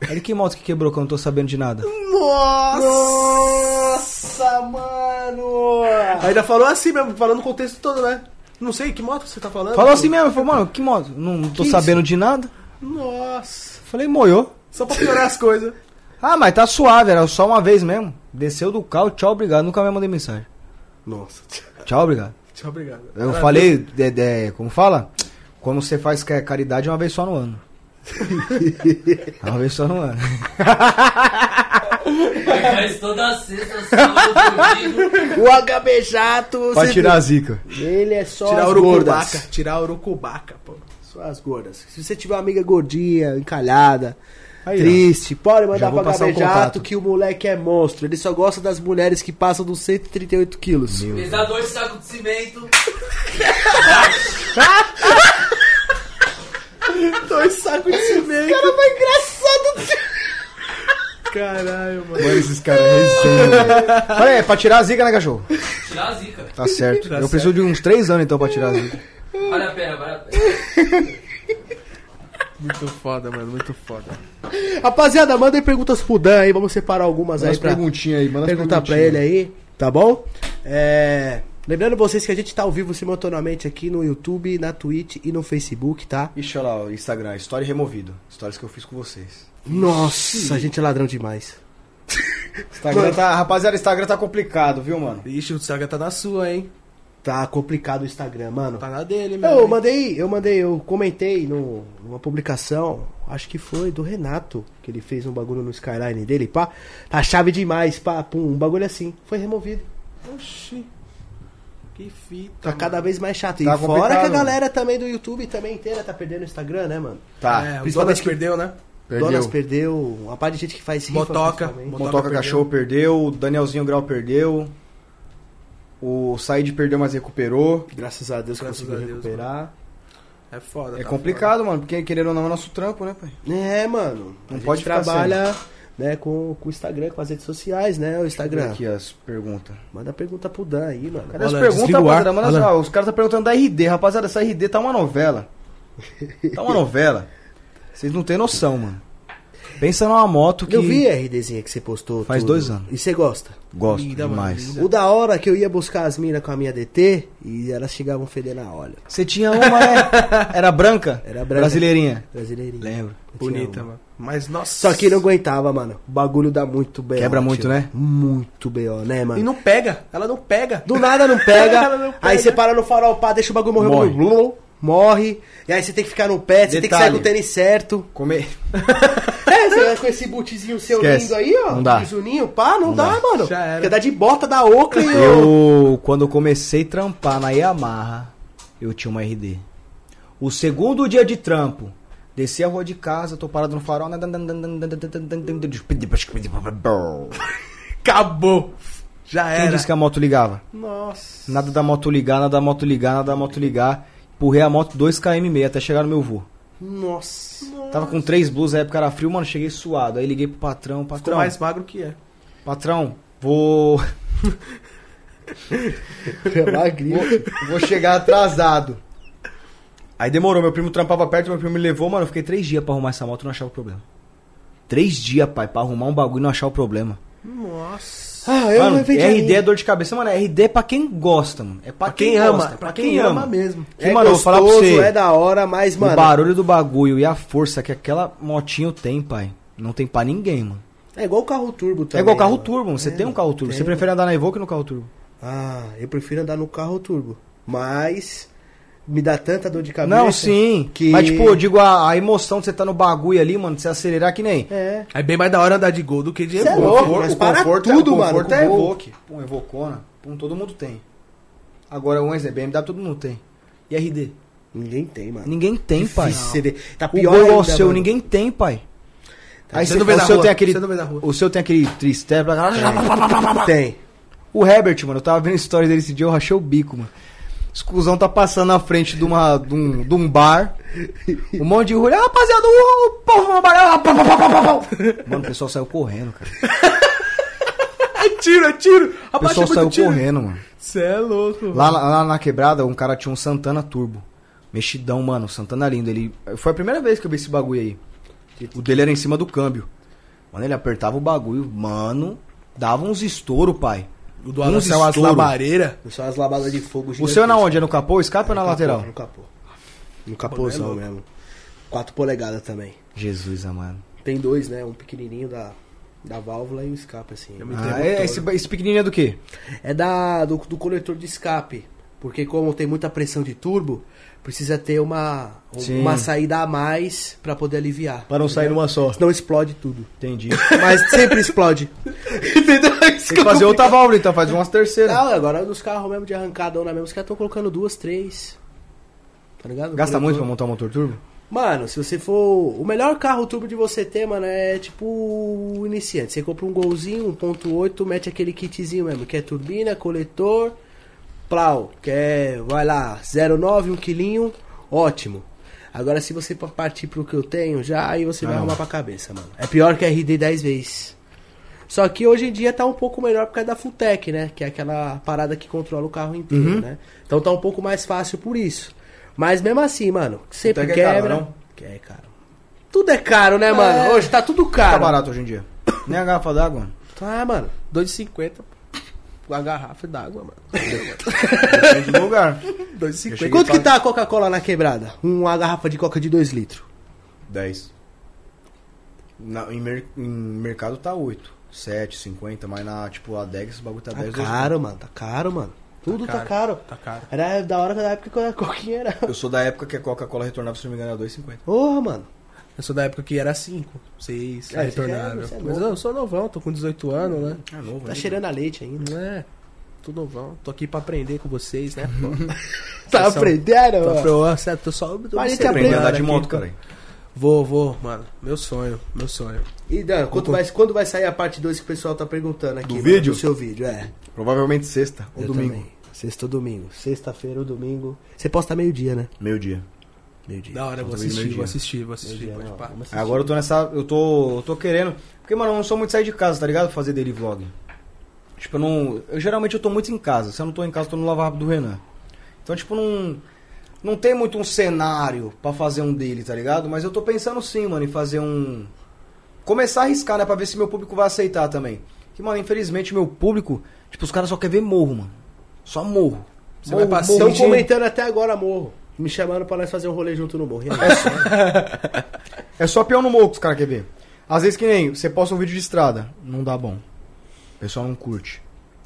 Speaker 3: Aí Ele, que moto que quebrou que eu não tô sabendo de nada?
Speaker 2: Nossa, mano! Ainda falou assim mesmo, falando o contexto todo, né? Não sei que moto você tá falando.
Speaker 3: Falou assim mesmo, ele falou, mano, que moto? Não, não tô
Speaker 2: Que
Speaker 3: sabendo de nada.
Speaker 2: Nossa!
Speaker 3: Eu falei, moiou.
Speaker 2: Só pra piorar as coisas.
Speaker 3: Ah, mas tá suave, era só uma vez mesmo. Desceu do carro, tchau, obrigado. Nunca mais mandei mensagem.
Speaker 2: Nossa.
Speaker 3: Tchau, obrigado.
Speaker 2: Tchau, obrigado.
Speaker 3: Eu falei, de- de- como fala? Quando você faz ca- caridade é uma vez só no <laughs> ano. É uma vez só no ano.
Speaker 5: Mas toda sexta, sábado, domingo.
Speaker 1: O HB Jato.
Speaker 3: Pra
Speaker 1: se-
Speaker 3: tirar a zica.
Speaker 1: Ele é só
Speaker 2: Tirar
Speaker 1: as
Speaker 2: urucubaca.
Speaker 1: gordas.
Speaker 2: Tirar urucubaca, pô.
Speaker 1: Só as gordas. Se você tiver uma amiga gordinha, encalhada,
Speaker 3: Aí, ó.
Speaker 1: triste, pode
Speaker 3: Já
Speaker 1: mandar
Speaker 3: vou
Speaker 1: pra
Speaker 3: passar o
Speaker 1: HB Jato
Speaker 3: contato.
Speaker 1: que o moleque é monstro. Ele só gosta das mulheres que passam dos 138 quilos.
Speaker 5: Pesar dois sacos de cimento.
Speaker 2: Dois sacos de cimento. Cara, vai engraçado. Caralho, mano.
Speaker 3: Mano, esses caras resistem. Falei, é pra tirar a zica, né, cachorro?
Speaker 5: Tirar a zica.
Speaker 3: Tá certo. Eu preciso de uns três anos então pra tirar a zica.
Speaker 5: Vale a pena, vale a pena.
Speaker 2: Muito foda, mano. Muito foda.
Speaker 1: Rapaziada, mandem perguntas pro Dan aí. Vamos separar algumas aí
Speaker 3: Umas
Speaker 1: pra
Speaker 3: perguntinhas aí, manda umas
Speaker 1: perguntar pra ele
Speaker 3: perguntinhas.
Speaker 1: aí, tá bom? É, Lembrando vocês que a gente tá ao vivo simultaneamente aqui no YouTube, na Twitch e no Facebook, tá?
Speaker 3: Ixi, olha lá, o Instagram, história removido. Histórias que eu fiz com vocês.
Speaker 1: Nossa, a gente é ladrão demais.
Speaker 3: Instagram tá, rapaziada, Instagram tá complicado, viu, mano?
Speaker 2: Ixi, o Saga tá na sua, hein?
Speaker 1: Tá complicado o Instagram, mano.
Speaker 2: Tá na dele, mano.
Speaker 1: Eu mandei, eu mandei, eu comentei no, numa publicação, acho que foi do Renato, que ele fez um bagulho no Skyline dele, pá. Tá chave demais, pá, pum, um bagulho assim. Foi removido.
Speaker 2: Oxi. Que fita.
Speaker 1: Tá cada
Speaker 2: mano.
Speaker 1: vez mais chato.
Speaker 3: Tá
Speaker 1: e fora que a
Speaker 3: complicado,
Speaker 1: galera também do YouTube também inteira tá perdendo o Instagram, né, mano?
Speaker 3: Tá.
Speaker 2: É, o
Speaker 1: principalmente
Speaker 2: Donas
Speaker 1: que-
Speaker 2: perdeu, né?
Speaker 3: Perdeu.
Speaker 1: Donas perdeu, uma parte de gente que faz rifa,
Speaker 2: Motoca.
Speaker 1: principalmente.
Speaker 2: Motoca
Speaker 3: Motoca
Speaker 2: perdeu.
Speaker 3: Cachorro perdeu, Danielzinho Grau perdeu, o Said perdeu, mas recuperou. tá?
Speaker 1: Graças a Deus
Speaker 2: Graças a
Speaker 1: conseguiu
Speaker 2: Deus,
Speaker 1: recuperar.
Speaker 2: É foda.
Speaker 3: É
Speaker 2: tá
Speaker 3: complicado, mano, porque querendo ou não é nosso trampo, né, pai?
Speaker 1: É, mano.
Speaker 3: Não
Speaker 1: a gente
Speaker 3: pode ficar
Speaker 1: trabalha né, com, com o Instagram, com as redes sociais, né? O
Speaker 3: tá
Speaker 1: Instagram.
Speaker 3: Aqui as perguntas.
Speaker 1: Manda pergunta pro Dan aí, mano.
Speaker 3: Cadê as
Speaker 2: Alan,
Speaker 3: perguntas,
Speaker 2: desliga o ar,
Speaker 3: rapaziada? Manda
Speaker 2: Alan.
Speaker 3: só, os caras estão perguntando da RD. Rapaziada, essa RD tá uma novela. Tá uma novela. Vocês não têm noção, mano. Pensa numa moto que...
Speaker 1: Eu vi a RDzinha que você postou.
Speaker 3: Faz
Speaker 1: tudo.
Speaker 3: dois anos.
Speaker 1: E você gosta?
Speaker 3: Gosto
Speaker 2: Linda, mano,
Speaker 3: demais.
Speaker 2: linda.
Speaker 1: O da hora é que eu ia buscar as minas com a minha DT e elas chegavam fedendo a óleo.
Speaker 3: Você tinha uma, né? Era branca?
Speaker 1: Era branca.
Speaker 3: Brasileirinha.
Speaker 1: Brasileirinha.
Speaker 3: Lembro.
Speaker 1: Eu tinha
Speaker 2: Bonita,
Speaker 1: uma.
Speaker 2: mano. Mas, nossa.
Speaker 1: Só que
Speaker 3: é
Speaker 1: não aguentava, mano. O bagulho dá muito B.O.
Speaker 3: Quebra muito,
Speaker 1: tio.
Speaker 3: né?
Speaker 1: Muito B.O., né,
Speaker 2: E
Speaker 1: mano?
Speaker 2: não pega. Ela não pega.
Speaker 1: Do nada não pega,
Speaker 2: Ela não pega.
Speaker 1: aí você para no farol, pá, deixa o bagulho morrer.
Speaker 3: Morre.
Speaker 1: o bagulho blum, morre. E aí você tem que ficar no pé, você tem que
Speaker 3: Detalhe.
Speaker 1: sair com o tênis certo. <laughs>
Speaker 3: Come...
Speaker 1: É, você vai com esse bootzinho seu
Speaker 3: Esquece.
Speaker 1: lindo aí, ó.
Speaker 3: Não dá.
Speaker 1: Bisuninho, pá, não, dá, mano.
Speaker 2: Já era.
Speaker 3: Tá
Speaker 1: Porque dá de bota da Oakley, ô.
Speaker 3: Eu, quando eu comecei a trampar na Yamaha, eu tinha uma RD. O segundo dia de trampo, desci a rua de casa, tô parado no farol. né,
Speaker 2: Acabou. Já
Speaker 3: Quem
Speaker 2: era.
Speaker 3: disse que a moto ligava?
Speaker 2: Nossa.
Speaker 3: Nada da moto ligar, nada da moto ligar, nada da moto ligar. Empurrei a moto 2km até chegar no meu voo.
Speaker 1: Nossa.
Speaker 3: Tava com três blusas, na época era frio, mano, cheguei suado. Aí liguei pro patrão,
Speaker 2: Ficou
Speaker 3: patrão,
Speaker 2: mais magro que é.
Speaker 3: patrão, vou...
Speaker 1: Magrinho.
Speaker 3: Vou- Vou chegar atrasado. Aí demorou, meu primo trampava perto, meu primo me levou, mano. Eu fiquei três dias pra arrumar essa moto e não achava o problema. Três dias, pai, pra arrumar um bagulho e não achar o problema.
Speaker 2: Nossa.
Speaker 1: Ah, eu
Speaker 3: Mano,
Speaker 1: não vendi
Speaker 3: RD é dor de cabeça. Mano, RD é pra quem gosta, mano. É pra,
Speaker 2: Pra quem ama,
Speaker 3: gosta,
Speaker 2: pra, quem, ama mesmo.
Speaker 3: Que, mano, eu vou falar pra você.
Speaker 1: é da hora, mas,
Speaker 3: O
Speaker 1: mano...
Speaker 3: barulho do bagulho e a força que aquela motinho tem, pai, não tem pra ninguém, mano.
Speaker 1: É igual o carro turbo também.
Speaker 3: é igual carro
Speaker 1: mano.
Speaker 3: turbo, mano. Você
Speaker 1: É,
Speaker 3: tem um
Speaker 1: mano,
Speaker 3: carro turbo.
Speaker 1: tem,
Speaker 3: Você
Speaker 1: mano.
Speaker 3: prefere andar na Evoque ou no carro turbo?
Speaker 1: Ah, eu prefiro andar no carro turbo. Mas me dá tanta dor de cabeça.
Speaker 3: Não, sim.
Speaker 1: que-
Speaker 3: Mas, tipo, eu digo, a, a emoção de você tá no bagulho ali, mano, de você acelerar que nem...
Speaker 1: É.
Speaker 2: É bem mais da hora andar de gol do que de
Speaker 1: Cê é
Speaker 2: Evoque.
Speaker 1: louco,
Speaker 2: O
Speaker 1: mas
Speaker 2: conforto-
Speaker 1: para
Speaker 2: conforto é-
Speaker 1: tudo,
Speaker 2: o
Speaker 1: mano.
Speaker 2: conforto
Speaker 3: Até
Speaker 2: é bom.
Speaker 3: Evoque. Pum, Evocona. Pum, todo mundo tem. Agora, um exemplo, BMW todo mundo tem. E RD?
Speaker 1: Ninguém tem, mano.
Speaker 3: Ninguém tem, pai.
Speaker 1: Difícil você ver. Tá
Speaker 3: O
Speaker 1: pior
Speaker 3: gol é o
Speaker 1: ainda,
Speaker 3: seu,
Speaker 1: mano.
Speaker 3: ninguém tem, pai. Aí
Speaker 2: Você
Speaker 3: você
Speaker 2: não vê
Speaker 3: o
Speaker 2: na
Speaker 3: seu
Speaker 2: rua,
Speaker 3: tem aquele,
Speaker 2: você não vê na rua.
Speaker 3: o seu tem aquele tristeza, blá, blá, blá, blá, blá, blá, blá, blá.
Speaker 1: Tem.
Speaker 3: <laughs> O Herbert, mano, eu tava vendo a história dele esse dia, eu rachei o bico, mano. Esse cuzão tá passando na frente de, uma, de, um, de um bar. Um monte de rua. Ah, rapaziada, o o povo no bar. ah, pá, pá, pá, pá, pá, pá. Mano, o pessoal saiu correndo, cara.
Speaker 2: É tiro, é tiro.
Speaker 3: O
Speaker 2: Abaixa
Speaker 3: pessoal
Speaker 2: muito
Speaker 3: saiu
Speaker 2: tiro.
Speaker 3: correndo, mano.
Speaker 2: Você é louco. mano.
Speaker 3: Lá, lá na quebrada, um cara tinha um Santana Turbo. Mexidão, mano. Santana lindo. Ele... Foi a primeira vez que eu vi esse bagulho aí. O dele era em cima do câmbio. Mano, ele apertava o bagulho, mano. Dava uns estouro, pai.
Speaker 2: O do Alan
Speaker 3: uns
Speaker 2: saiu as
Speaker 3: estouro.
Speaker 2: labareira.
Speaker 1: São as labadas de fogo
Speaker 3: O seu é na
Speaker 1: gigantescas.
Speaker 3: onde? É no capô? Escapa ou na
Speaker 1: No capô,
Speaker 3: lateral?
Speaker 1: No capô. No capôzão mesmo. 4 polegadas também.
Speaker 3: Jesus, é, amado.
Speaker 1: Tem dois, né? Um pequenininho da, da válvula e o escape, assim.
Speaker 2: me-
Speaker 3: Ah, é, esse, esse pequenininho é do quê?
Speaker 1: É da, do, do coletor de escape. Porque como tem muita pressão de turbo, precisa ter uma, um-
Speaker 3: Sim.
Speaker 1: uma saída a mais pra poder aliviar.
Speaker 3: Pra não sair numa só.
Speaker 1: Senão explode tudo.
Speaker 3: <laughs> Entendi.
Speaker 1: Mas sempre explode. Entendeu? Isso
Speaker 3: Tem que fazer
Speaker 4: <laughs>
Speaker 3: outra válvula, então. Faz umas terceiras.
Speaker 1: Não, agora nos carros mesmo de arrancadão na mesma, os caras estão colocando duas, três. Tá ligado?
Speaker 3: Gasta muito pra
Speaker 1: mano.
Speaker 3: montar um motor turbo?
Speaker 1: Mano, se você for. O melhor carro turbo de você ter, mano, é tipo o iniciante. Você compra um golzinho, 1.8, mete aquele kitzinho mesmo, que é turbina, coletor, plau, que é, vai lá, 0,9, um quilinho, ótimo. Agora se você pa- partir pro que eu tenho, já aí você vai
Speaker 3: Ah, não.
Speaker 1: arrumar pra cabeça, mano. É pior que RD 10 vezes. Só que hoje em dia tá um pouco melhor por causa da Futec, né? Que é aquela parada que controla o carro inteiro,
Speaker 3: Uhum.
Speaker 1: né? Então tá um pouco mais fácil por isso. Mas mesmo assim, mano, sempre
Speaker 3: Futec é
Speaker 1: quebra.
Speaker 3: caro, não?
Speaker 1: Que é caro. Tudo é caro, né, mano? Hoje tá tudo
Speaker 3: Tá
Speaker 1: caro.
Speaker 3: barato hoje em dia. Nem a garrafa d'água, <laughs> mano.
Speaker 1: tá, mano.
Speaker 2: 2,50. pô. Com a garrafa d'água, mano.
Speaker 3: Depende do lugar.
Speaker 2: 2,50.
Speaker 3: cheguei
Speaker 1: Quanto que
Speaker 3: pra-
Speaker 1: tá a Coca-Cola na quebrada? Uma garrafa de Coca de 2 litros.
Speaker 3: 10. Na, em, mer- em mercado tá 8. 7, 50, mas na tipo adega esse bagulho tá
Speaker 1: Tá
Speaker 3: 10
Speaker 1: caro, mano. Tá caro, mano. Tudo tá caro.
Speaker 2: Tá caro.
Speaker 1: Era da hora da época que a coquinha era. <laughs>
Speaker 3: Eu sou da época que a Coca-Cola retornava, se não me engano, era 2,50.
Speaker 1: Porra, mano.
Speaker 2: Eu sou da época que era 5, 6,
Speaker 1: É,
Speaker 2: retornável.
Speaker 1: você é- você é
Speaker 2: Mas
Speaker 1: novo.
Speaker 2: eu sou novão, tô com 18 anos, né?
Speaker 3: É novo,
Speaker 1: Tá cheirando a leite ainda.
Speaker 2: Não é? Tô novão, tô aqui pra aprender com vocês, né? pô?
Speaker 1: Tá
Speaker 2: Vocês são-
Speaker 1: aprendendo,
Speaker 2: Tô,
Speaker 1: mano?
Speaker 2: pro- certo, tô só
Speaker 1: Mas a gente
Speaker 2: observando
Speaker 1: aprende
Speaker 3: Aprendeu a andar de
Speaker 2: aqui.
Speaker 3: moto, cara.
Speaker 2: Vou, vou, mano. Meu sonho, meu sonho.
Speaker 1: E Dan, quanto vai- quando vai sair a parte 2 que o pessoal tá perguntando aqui?
Speaker 3: Do
Speaker 1: mano,
Speaker 3: vídeo?
Speaker 1: Do seu vídeo, é.
Speaker 3: Provavelmente sexta ou
Speaker 1: Eu
Speaker 3: domingo.
Speaker 1: também. Sexta ou domingo. Sexta-feira ou domingo. Você posta meio-dia, né?
Speaker 3: Meio-dia.
Speaker 1: Meio-dia.
Speaker 2: Da hora, eu vou
Speaker 3: Talvez
Speaker 2: assistir,
Speaker 3: meio
Speaker 2: vou
Speaker 3: dia.
Speaker 2: assistir, vou assistir.
Speaker 1: Meio-dia,
Speaker 2: Pode
Speaker 1: não,
Speaker 2: pá.
Speaker 1: vamos assistir.
Speaker 3: Agora eu tô nessa. Eu tô. eu tô querendo. Porque, mano, eu não sou muito sair de casa, tá ligado? Fazer daily vlog. Tipo, eu não. Eu geralmente eu tô muito em casa. Se eu não tô em casa, eu tô no Lava Rápido do Renan. Então, tipo, não. Não tem muito um cenário pra fazer um dele, tá ligado? Mas eu tô pensando sim, mano, em fazer um. Começar a arriscar, né? Pra ver se meu público vai aceitar também. Que, mano, infelizmente meu público. Tipo, os caras só querem ver morro, mano. Só morro. Então,
Speaker 2: Você vai passar
Speaker 1: Estão
Speaker 2: um dia-
Speaker 1: comentando até agora, morro. Me chamaram pra nós fazer um rolê junto no morro. E aí?
Speaker 3: É só peão no morro que os caras querem ver. Às vezes que nem você posta um vídeo de estrada, não dá bom. O pessoal não curte.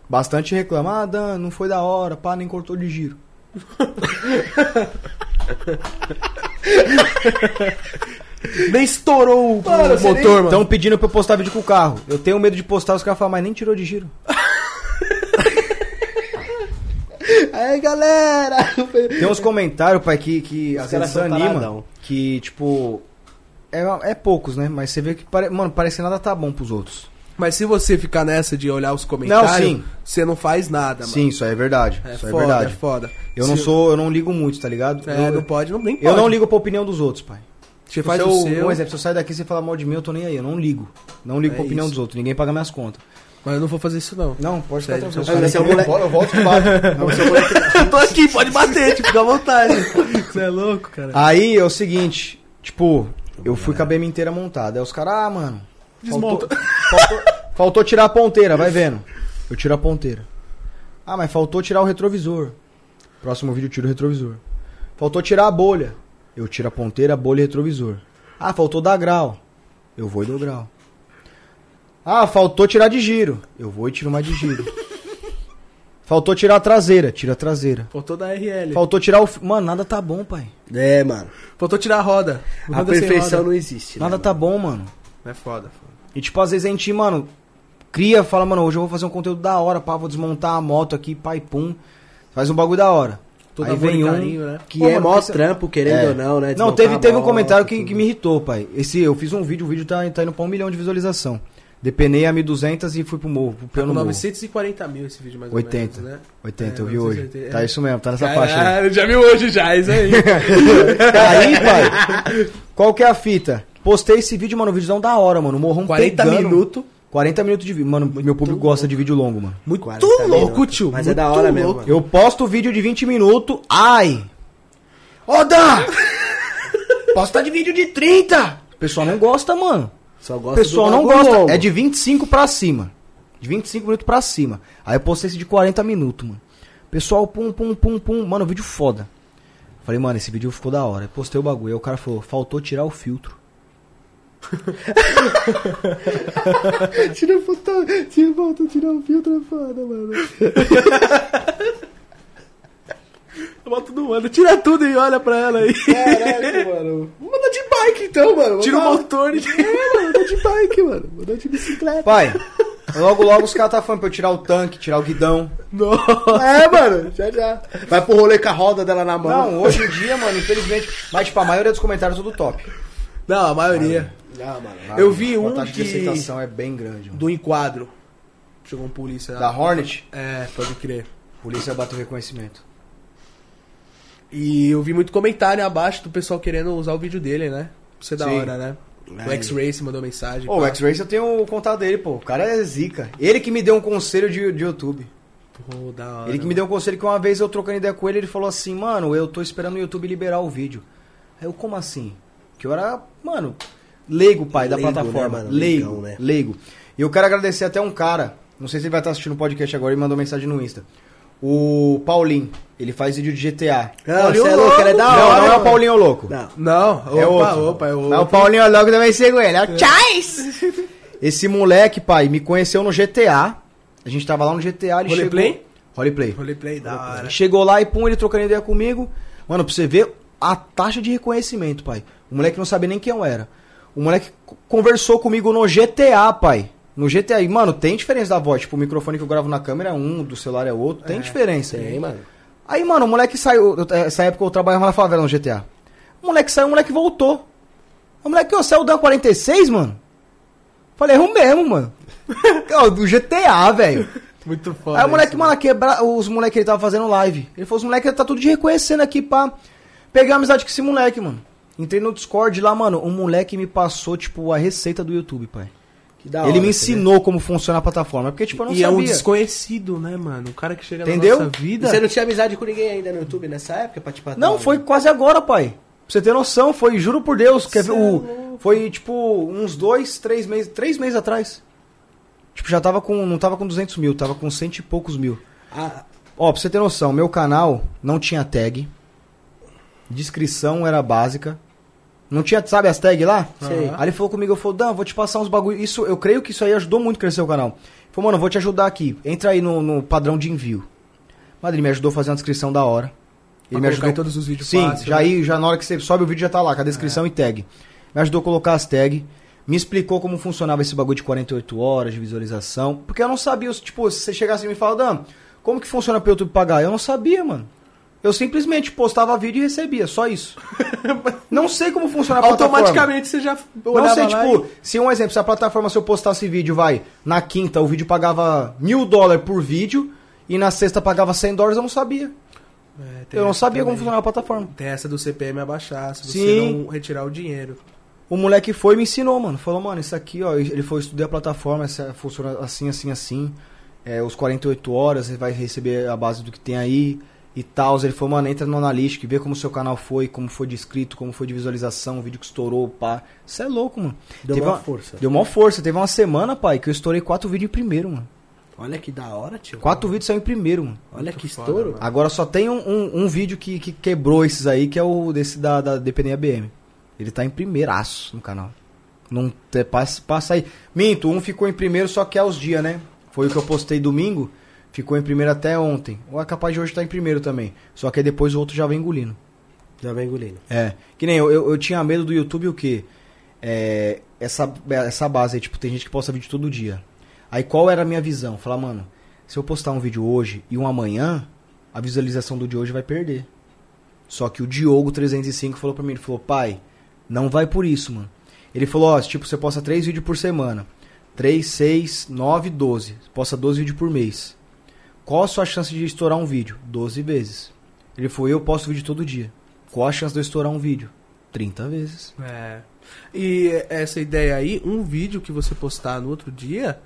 Speaker 3: Bastante reclama, ah, Dan, não foi da hora, pá, nem cortou de giro.
Speaker 2: <laughs> Nem estourou o
Speaker 1: Mano,
Speaker 2: o
Speaker 1: você
Speaker 2: motor, mano.
Speaker 3: Estão pedindo pra eu postar vídeo com o carro. Eu tenho medo de postar, os caras falam, mas nem tirou de giro.
Speaker 1: Aí, galera!
Speaker 3: Tem uns comentários, pai, que, que
Speaker 1: Os
Speaker 3: às
Speaker 1: caras
Speaker 3: vezes
Speaker 1: são
Speaker 3: anima.
Speaker 1: taradão.
Speaker 3: Que, tipo. É, é poucos, né? Mas você vê que, pare... mano, parece que nada tá bom pros outros.
Speaker 2: Mas se você ficar nessa de olhar os comentários,
Speaker 3: sim.
Speaker 2: você não faz nada, mano.
Speaker 3: Sim, isso aí é verdade.
Speaker 2: É
Speaker 3: isso
Speaker 2: foda,
Speaker 3: é
Speaker 2: é
Speaker 3: verdade.
Speaker 2: foda.
Speaker 3: Eu não
Speaker 2: Se-
Speaker 3: sou, eu não ligo muito, tá ligado?
Speaker 2: É,
Speaker 3: eu,
Speaker 2: não pode, não, nem pode.
Speaker 3: eu não ligo pra opinião dos outros, pai.
Speaker 2: Você
Speaker 3: Se
Speaker 2: faz
Speaker 3: eu-
Speaker 2: o seu,
Speaker 3: Um exemplo, se eu sair daqui e você falar mal de mim, eu tô nem aí. Eu não ligo. Não ligo
Speaker 2: É
Speaker 3: pra opinião
Speaker 2: isso.
Speaker 3: dos outros. Ninguém paga minhas contas.
Speaker 2: mas eu não vou fazer isso, não.
Speaker 3: Não, pode
Speaker 2: ficar
Speaker 3: ficar
Speaker 2: tranquilo.
Speaker 3: tranquilo.
Speaker 1: Mas esse é o moleque-
Speaker 3: Eu volto de baixo.
Speaker 2: Eu tô aqui, pode bater, tipo, fica à vontade. <laughs> Você é louco, cara.
Speaker 3: Aí é o seguinte, tipo, eu fui com a BM inteira montada. Aí os caras, ah, mano. Desmonta. Faltou, faltou, faltou tirar a ponteira, vai vendo. Eu tiro a ponteira. Ah, mas faltou tirar o retrovisor. Próximo vídeo eu tiro o retrovisor. Faltou tirar a bolha. Eu tiro a ponteira, bolha e retrovisor. Ah, faltou dar grau. Eu vou e dou grau. Ah, faltou tirar de giro. Eu vou e tiro mais de giro. faltou tirar a traseira. Tira a traseira.
Speaker 2: Faltou da RL.
Speaker 3: Faltou tirar o. fi- Mano, nada tá bom, pai.
Speaker 1: É, mano.
Speaker 2: Faltou tirar a roda.
Speaker 1: A
Speaker 2: Roda é sem
Speaker 1: perfeição
Speaker 2: roda.
Speaker 1: não existe. né,
Speaker 3: Nada
Speaker 1: mano?
Speaker 3: tá bom, mano.
Speaker 2: É foda, foda.
Speaker 3: E tipo, às vezes a gente, mano, cria, fala, mano, hoje eu vou fazer um conteúdo da hora, pá, vou desmontar a moto aqui, pai, pum. Faz um bagulho da hora.
Speaker 2: Todo
Speaker 3: Aí
Speaker 2: amor
Speaker 3: vem
Speaker 2: e
Speaker 3: um.
Speaker 2: carinho, né?
Speaker 1: Que
Speaker 3: Pô,
Speaker 1: é
Speaker 3: mano,
Speaker 1: mó
Speaker 3: por que você-
Speaker 1: trampo, querendo
Speaker 3: É.
Speaker 1: ou não, né?
Speaker 3: Não,
Speaker 1: Desmontar
Speaker 3: teve,
Speaker 1: a
Speaker 3: teve um
Speaker 1: moto,
Speaker 3: comentário que,
Speaker 1: tudo.
Speaker 3: que me irritou, pai. Esse, eu fiz um vídeo, o vídeo tá, tá indo pra um milhão de visualização. Depenei a 1.200 e fui pro morro, pro
Speaker 2: Tá
Speaker 3: plano
Speaker 2: com
Speaker 3: morro.
Speaker 2: 940 mil esse vídeo, mais
Speaker 3: 80.
Speaker 2: ou menos, né? É,
Speaker 3: 80, eu vi hoje.
Speaker 2: 980,
Speaker 3: Tá
Speaker 2: é.
Speaker 3: isso mesmo, tá nessa faixa aí. Tá
Speaker 2: Caralho, já viu hoje já, isso aí.
Speaker 3: <laughs> Aí, pai, qual que é a fita? Postei esse vídeo, mano, um vídeozão da hora, mano. Morrão
Speaker 2: 40
Speaker 3: pegando.
Speaker 2: minutos.
Speaker 3: 40 minutos de vídeo. Mano, meu público gosta de vídeo longo, mano.
Speaker 2: Muito
Speaker 1: 40
Speaker 2: louco,
Speaker 1: minutos.
Speaker 2: tio.
Speaker 1: Mas é da
Speaker 2: muito
Speaker 1: hora mesmo,
Speaker 2: louco.
Speaker 1: mano.
Speaker 3: Eu posto vídeo de 20 minutos, ai! Ô, Dan! Posta de vídeo de 30! O pessoal não gosta, mano.
Speaker 1: Só
Speaker 3: O
Speaker 1: gosta
Speaker 3: pessoal
Speaker 1: do
Speaker 3: não
Speaker 1: bagulho
Speaker 3: gosta.
Speaker 1: longo.
Speaker 3: É de 25 pra cima. De 25 minutos pra cima. Aí eu postei esse de 40 minutos, mano. Pessoal, pum, pum, pum, pum. Mano, vídeo foda. Falei, mano, esse vídeo ficou da hora. Eu postei o bagulho. Aí o cara falou, faltou tirar o filtro.
Speaker 1: Tira o botão, <laughs> tira o botão, tira o filtro, é foda, mano.
Speaker 2: Bota do ano. Tira tudo e olha pra ela
Speaker 3: <laughs>
Speaker 2: aí.
Speaker 1: Caraca, mano. Manda de bike então, mano.
Speaker 2: Tira o motor e...
Speaker 1: É, mano, manda de bike, mano. Manda de bicicleta.
Speaker 3: Pai, <laughs> logo logo os caras tá falando pra eu tirar o tanque, tirar o guidão.
Speaker 2: Nossa.
Speaker 1: É, mano, já já. Vai pro rolê com a roda dela na mão.
Speaker 3: Não, hoje em dia, mano, infelizmente. Mas, tipo, a maioria dos comentários é tudo top.
Speaker 2: Não, a maioria.
Speaker 1: Não, mano.
Speaker 2: Eu vi
Speaker 3: A
Speaker 2: um
Speaker 3: taxa de
Speaker 2: que-
Speaker 3: aceitação é bem grande, mano.
Speaker 2: Do enquadro. Chegou um polícia
Speaker 3: Da
Speaker 2: lá.
Speaker 3: Hornet,
Speaker 2: É, pode crer.
Speaker 3: polícia bateu reconhecimento.
Speaker 2: E eu vi muito comentário abaixo do pessoal querendo usar o vídeo dele, né? Pra ser da
Speaker 3: Sim.
Speaker 2: hora, né? O
Speaker 1: É.
Speaker 2: X-Race mandou mensagem.
Speaker 3: Ô, o X-Race eu tenho o contato dele, pô. O cara é zica. Ele que me deu um conselho de, de YouTube.
Speaker 2: Pô, da hora.
Speaker 3: Ele que me deu um conselho que uma vez eu trocando ideia com ele, ele falou assim, mano, eu tô esperando o YouTube liberar o vídeo. Aí eu, como assim? Que eu era, mano, leigo, pai, da
Speaker 1: Leigo, né,
Speaker 3: plataforma.
Speaker 1: mano?
Speaker 3: Leigo,
Speaker 1: Leigão, né?
Speaker 3: leigo. E eu quero agradecer até um cara, não sei se ele vai estar assistindo o podcast agora, ele mandou mensagem no Insta. O Paulinho, ele faz vídeo de GTA.
Speaker 1: Não,
Speaker 2: Olha
Speaker 1: você é
Speaker 2: o
Speaker 1: louco,
Speaker 2: louco.
Speaker 1: ela é da
Speaker 3: não,
Speaker 1: hora.
Speaker 3: não é o
Speaker 1: mano.
Speaker 3: Paulinho Louco.
Speaker 1: Não.
Speaker 2: Não, opa,
Speaker 3: É outro.
Speaker 2: opa, é outro.
Speaker 3: Mas o Paulinho logo também sigo ele. É o Chais! Esse moleque, pai, me conheceu no GTA. A gente tava lá no GTA, ele
Speaker 2: Roleplay?
Speaker 3: chegou... Roleplay?
Speaker 2: Roleplay da hora.
Speaker 3: Chegou lá e pum, ele trocando ideia comigo. Mano, pra você ver a taxa de reconhecimento, pai. O moleque não sabia nem quem eu era. O moleque co- conversou comigo no GTA, pai. No GTA. E, mano, tem diferença da voz. Tipo, o microfone que eu gravo na câmera é um, do celular é outro. Tem diferença.
Speaker 1: Tem, mano.
Speaker 3: Aí, mano, o moleque saiu. eu- é, Essa época eu trabalhava na favela no GTA. O moleque saiu, o moleque voltou. O moleque, ô, saiu da 46, mano? Falei, erro
Speaker 2: <laughs>
Speaker 3: mesmo, mano. Ó, do GTA, velho.
Speaker 2: Muito foda.
Speaker 3: Aí É o moleque,
Speaker 2: isso,
Speaker 3: mano, quebra... os moleque ele tava fazendo live. Ele falou, os moleque tá tudo de reconhecendo aqui, pá. Peguei amizade com esse moleque, mano. Entrei no Discord lá, mano. O moleque me passou, tipo, a receita do YouTube, pai.
Speaker 1: Que da
Speaker 3: ele
Speaker 1: hora,
Speaker 3: me
Speaker 1: né?
Speaker 3: ensinou como funciona a plataforma. Porque, tipo, eu não
Speaker 2: E é
Speaker 3: sabia.
Speaker 2: um desconhecido, né, mano? Um cara que chega
Speaker 3: Entendeu?
Speaker 2: na nossa vida.
Speaker 1: E Você não tinha amizade com ninguém ainda no YouTube nessa época, pra
Speaker 2: Tá
Speaker 1: te
Speaker 3: Não, foi quase agora, pai. Pra você ter noção, foi, juro por Deus, quer ver,
Speaker 2: é
Speaker 3: o, foi tipo uns dois, três meses, três meses atrás. Tipo, já tava com, não tava com 200 mil, tava com cento e poucos mil.
Speaker 1: Ah,
Speaker 3: Ó, pra você ter noção, meu canal não tinha tag, descrição era básica, não tinha, sabe as tags lá?
Speaker 1: Sei.
Speaker 3: Aí ele falou comigo, eu falei, Dan, vou te passar uns bagulho, isso, eu creio que isso aí ajudou muito a crescer o canal. Ele falou, mano, eu vou te ajudar aqui, entra aí no, no padrão de envio. Mas ele me ajudou a fazer uma descrição da hora.
Speaker 2: Pra
Speaker 3: Ele me
Speaker 2: colocar
Speaker 3: ajudou
Speaker 2: em todos os vídeos
Speaker 3: Sim,
Speaker 2: fácil,
Speaker 3: já
Speaker 2: né? É.
Speaker 3: aí, já na hora que você sobe o vídeo já tá lá, com a descrição e tag. Me ajudou a colocar as tags, me explicou como funcionava esse bagulho de 48 horas de visualização, porque eu não sabia, os- tipo, se você chegasse e me falasse, Dan, como que funciona pro YouTube pagar? Eu não sabia, mano. Eu simplesmente postava vídeo e recebia, só
Speaker 2: <laughs>
Speaker 3: isso. não sei como funciona a plataforma.
Speaker 2: Automaticamente você já
Speaker 3: Não
Speaker 2: olhava
Speaker 3: sei,
Speaker 2: lá
Speaker 3: tipo, se um exemplo, se a plataforma, se eu postasse vídeo, vai, na quinta o vídeo pagava mil dólares por vídeo e na sexta pagava 100 dólares, eu não sabia.
Speaker 2: e- É, tem
Speaker 3: Eu não
Speaker 2: essa
Speaker 3: sabia como
Speaker 2: também.
Speaker 3: funcionava a plataforma.
Speaker 2: Tem essa do CPM abaixar, se você
Speaker 3: Sim.
Speaker 2: não retirar o dinheiro.
Speaker 3: O moleque foi e me ensinou, mano. Falou, mano, isso aqui, ó. Ele foi estudar a plataforma, essa funciona assim, assim, assim. É, os 48 horas, você vai receber a base do que tem aí e tal. Ele falou, mano, entra no Analytics, vê como seu canal foi, como foi de inscrito, como foi de visualização, o vídeo que estourou, pá. Isso é louco, mano.
Speaker 1: Deu
Speaker 3: Teve
Speaker 1: uma força.
Speaker 3: Deu uma força. Teve uma semana, pai, que eu estourei quatro vídeos em primeiro, mano.
Speaker 1: Olha que da hora, tio.
Speaker 3: Quatro vídeos saíram primeiro, mano.
Speaker 1: Olha que
Speaker 2: foda,
Speaker 1: estouro.
Speaker 2: mano.
Speaker 3: Agora só tem um, um- um vídeo que, que quebrou esses aí, que é o desse da, da DPN ABM. Ele tá em primeiraço no canal. Não te- passa, passa aí. Minto, um ficou em primeiro só que aos dias, né? Foi o que eu postei domingo. Ficou em primeiro até ontem. Ou é capaz de hoje estar em primeiro também. Só que aí depois o outro já vem engolindo.
Speaker 1: Já vem engolindo.
Speaker 3: É. Que nem eu, eu, eu tinha medo do YouTube o quê? É, essa, essa base aí, tipo, tem gente que posta vídeo todo dia. Aí qual era a minha visão? Falar, mano, se eu postar um vídeo hoje e um amanhã, a visualização do de hoje vai perder. Só que o Diogo305 falou pra mim, ele falou, pai, não vai por isso, mano. Ele falou, ó, tipo, você posta três vídeos por semana. 3, 6, 9, 12. Você posta 12 vídeos por mês. Qual a sua chance de estourar um vídeo? 12 vezes. Ele falou, eu posto vídeo todo dia. Qual a chance de eu estourar um vídeo? 30 vezes.
Speaker 2: É. E essa ideia aí, um vídeo que você postar no outro dia,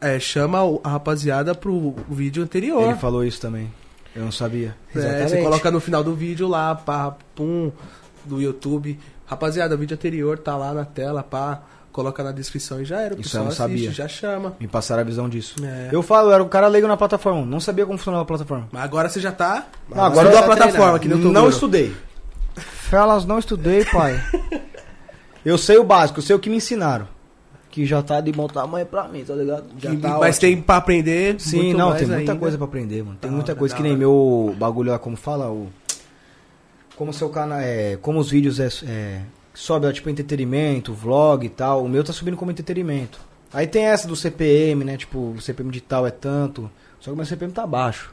Speaker 2: é, chama o- a rapaziada pro vídeo anterior.
Speaker 3: Ele falou isso também. Eu não sabia.
Speaker 2: É, você
Speaker 1: Exatamente.
Speaker 2: coloca no final do vídeo lá, pá, pum, do YouTube. Rapaziada, o vídeo anterior tá lá na tela, pá, coloca na descrição e já era. O
Speaker 3: Isso
Speaker 2: pessoal
Speaker 3: eu não sabia.
Speaker 2: já chama.
Speaker 3: Me passaram a visão disso.
Speaker 2: É.
Speaker 3: Eu falo, eu era um cara leigo na plataforma. Não sabia como funcionava a plataforma.
Speaker 2: Mas agora você já tá.
Speaker 3: Não, agora eu
Speaker 2: da
Speaker 3: dou
Speaker 2: plataforma, que nem o
Speaker 3: Não
Speaker 2: Toguro.
Speaker 3: estudei. Felas, não estudei, pai. eu sei o básico, eu sei o que me ensinaram. Que já tá de bom
Speaker 1: ah, é
Speaker 3: tamanho pra mim, tá ligado? Já
Speaker 2: E-
Speaker 3: tá
Speaker 2: mas
Speaker 3: ótimo.
Speaker 2: tem pra aprender.
Speaker 3: Sim,
Speaker 2: muito
Speaker 3: não,
Speaker 2: mais
Speaker 3: tem muita
Speaker 2: ainda.
Speaker 3: coisa pra aprender, mano.
Speaker 1: Ah,
Speaker 3: Tem
Speaker 2: Da
Speaker 3: muita
Speaker 2: hora,
Speaker 3: coisa
Speaker 2: da
Speaker 3: que nem
Speaker 2: hora.
Speaker 3: meu bagulho lá, como fala, o. Como seu canal. É, como os vídeos é, é, sobe lá, tipo entretenimento, vlog e tal. O meu tá subindo como entretenimento. Aí tem essa do CPM, né? Tipo, o CPM de tal é tanto. Só que meu CPM tá baixo.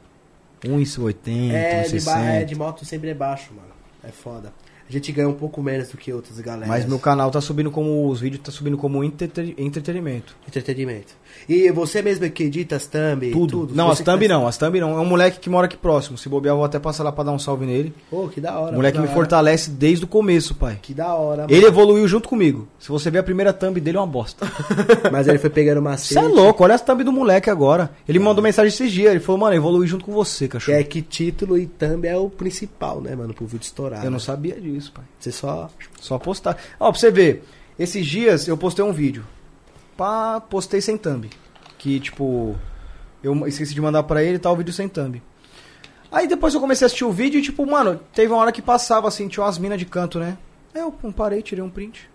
Speaker 3: 1,80,
Speaker 1: É, de, ba- é,
Speaker 3: 1,60.
Speaker 1: de moto sempre é baixo, mano. É foda. A gente ganha um pouco menos do que outras galera.
Speaker 3: Mas meu canal tá subindo como. Os vídeos tá subindo como entrete- entretenimento.
Speaker 1: Entretenimento. E você mesmo que edita as thumb?
Speaker 3: Tudo. Não,
Speaker 1: Você
Speaker 3: as
Speaker 1: que
Speaker 3: thumb
Speaker 1: faz-
Speaker 3: não, as thumb não. É um moleque que mora aqui próximo. Se bobear, eu vou até passar lá pra dar um salve nele.
Speaker 1: Pô, que da
Speaker 3: O
Speaker 1: hora.
Speaker 3: moleque
Speaker 1: que
Speaker 3: me
Speaker 1: da hora.
Speaker 3: fortalece desde o começo, pai.
Speaker 1: Que da hora, mano.
Speaker 3: Ele evoluiu junto comigo. Se você ver a primeira thumb dele, é uma bosta. <laughs>
Speaker 1: Mas ele foi pegando macete.
Speaker 3: Você é louco, olha as thumb do moleque agora. Ele me mandou mensagem esses dias. Ele falou, mano, eu evoluí junto com você,
Speaker 1: Que
Speaker 3: cachorro.
Speaker 1: é que título e thumb é o principal, né, mano? Pro vídeo estourar.
Speaker 3: Eu não
Speaker 1: né?
Speaker 3: sabia disso, pai.
Speaker 1: Você só.
Speaker 3: Só postar. Ó, pra você ver, esses dias eu postei um vídeo. Pá, postei sem thumb. Que, tipo, eu esqueci de mandar pra ele e tal, o vídeo sem thumb. Aí depois eu comecei a assistir o vídeo e, tipo, mano, teve uma hora que passava assim, tinha umas minas de canto, né? Aí eu pum, parei, tirei um print,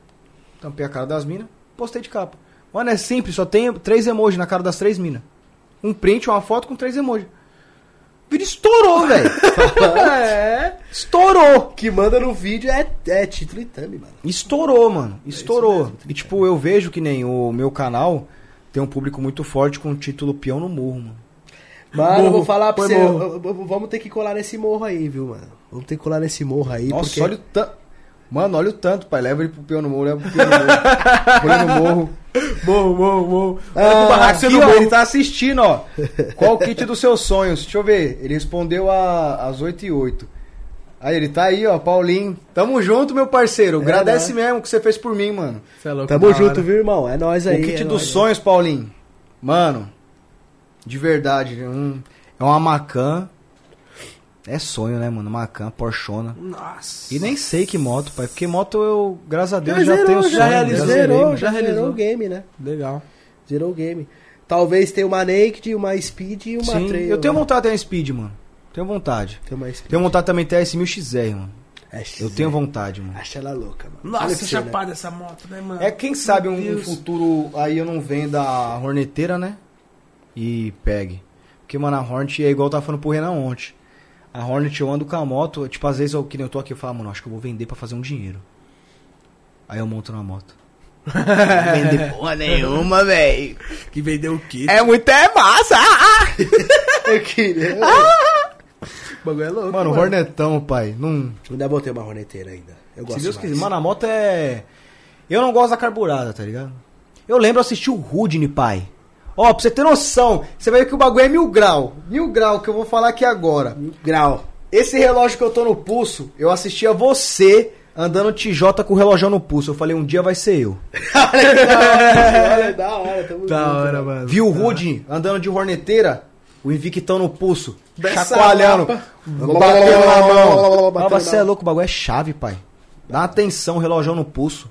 Speaker 3: tampei a cara das minas, postei de capa. Mano, é simples, só tem três emojis na cara das três minas. Um print, uma foto com três emojis. O vídeo estourou, velho. é, estourou.
Speaker 1: O que manda no vídeo é, é título e thumb, mano.
Speaker 3: Estourou, mano. Estourou.
Speaker 1: mesmo,
Speaker 3: e tipo, eu vejo que nem o meu canal tem um público muito forte com o título Peão no Morro, mano.
Speaker 1: Mano, eu vou falar pra
Speaker 2: põe
Speaker 1: você.
Speaker 2: morro.
Speaker 1: eu- eu- eu- vamos ter que colar nesse morro aí, viu, mano? Vamos ter que colar nesse morro aí.
Speaker 3: Nossa,
Speaker 1: porque...
Speaker 3: olha o tanto. Mano, olha o tanto, pai. Leva ele pro Peão no Morro, leva pro Peão no Morro. <laughs> Põe no Morro.
Speaker 2: Bom, bom, bom.
Speaker 3: Ah,
Speaker 2: barraco, você
Speaker 3: aqui,
Speaker 2: não
Speaker 3: ó,
Speaker 2: morre.
Speaker 3: ele tá assistindo, ó. Qual o kit dos seus sonhos? Deixa eu ver. Ele respondeu a- às 8 e 8 Aí, ele tá aí, ó, Paulinho. Tamo junto, meu parceiro. Agradece mesmo o que você fez por mim, mano.
Speaker 2: Você é louco,
Speaker 1: Tamo
Speaker 2: da hora.
Speaker 1: junto, viu, irmão? É nóis aí.
Speaker 3: o kit
Speaker 1: é
Speaker 3: dos
Speaker 1: nóis.
Speaker 3: sonhos, Paulinho. Mano, de verdade, um- é uma Macan. É sonho, né, mano? Macan, Porschona.
Speaker 2: Nossa.
Speaker 3: E nem sei que moto, pai. Porque moto eu, graças a Deus,
Speaker 1: Já
Speaker 3: já,
Speaker 1: zerou,
Speaker 3: tenho
Speaker 1: já
Speaker 3: sonho. né?
Speaker 2: realizei.
Speaker 1: Zerou,
Speaker 2: zerei,
Speaker 1: zerou,
Speaker 2: mano,
Speaker 1: já
Speaker 2: já
Speaker 1: zerou
Speaker 2: realizou.
Speaker 1: o game, né?
Speaker 2: Legal.
Speaker 1: Zerou o game. Talvez tenha uma naked, uma speed e uma
Speaker 3: Sim,
Speaker 1: trail.
Speaker 3: eu tenho
Speaker 1: né?
Speaker 3: vontade de ter uma Speed, mano. Tenho vontade.
Speaker 1: Tem uma speed.
Speaker 3: Tenho vontade também de ter a S1000XR, mano.
Speaker 1: É,
Speaker 3: Eu
Speaker 1: X,
Speaker 3: tenho
Speaker 1: né?
Speaker 3: vontade, mano.
Speaker 1: Acho ela louca, mano. Olha
Speaker 2: Nossa,
Speaker 1: pra você, né?
Speaker 2: chapada essa moto, né, mano?
Speaker 3: É quem sabe um,
Speaker 2: Meu
Speaker 3: um
Speaker 2: Deus.
Speaker 3: futuro aí eu não venho da Horneteira, né? E pegue. Porque, mano, a Hornet é igual eu tava falando pro Renan ontem. A Hornet eu ando com a moto, tipo, às vezes eu que nem eu tô aqui, eu falo, mano, acho que eu vou vender pra fazer um dinheiro. Aí eu monto na moto. vender porra nenhuma, velho.
Speaker 2: Que vendeu o kit.
Speaker 3: É muito é massa!
Speaker 1: Eu queria.
Speaker 2: O bagulho é louco.
Speaker 3: Mano, Hornetão, pai. Não.
Speaker 1: né? Ainda botei uma horneteira ainda. Eu gosto
Speaker 3: Se Deus
Speaker 1: mais.
Speaker 3: quiser. Mano, a moto é. Eu não gosto da carburada, tá ligado? Eu lembro assistir o Rudine, pai. Ó, pra você ter noção, você vai ver que o bagulho é mil grau. Mil grau que eu vou falar aqui agora. <laughs>
Speaker 1: Grau.
Speaker 3: Esse relógio que eu tô no pulso, eu assistia você andando TJ com o relógio no pulso. Eu falei, um dia vai ser eu.
Speaker 1: Olha, da hora, tamo junto, né?
Speaker 2: Da hora,
Speaker 1: mano.
Speaker 2: mano.
Speaker 3: Viu o Rudine andando de horneteira? O Invictão no pulso,
Speaker 2: Dessa
Speaker 3: chacoalhando,
Speaker 2: mapa.
Speaker 3: batendo na mão.
Speaker 1: Batendo
Speaker 3: Ah, você
Speaker 1: na
Speaker 3: é
Speaker 1: mão.
Speaker 3: louco, o bagulho é chave, pai. Dá atenção, relógio no pulso.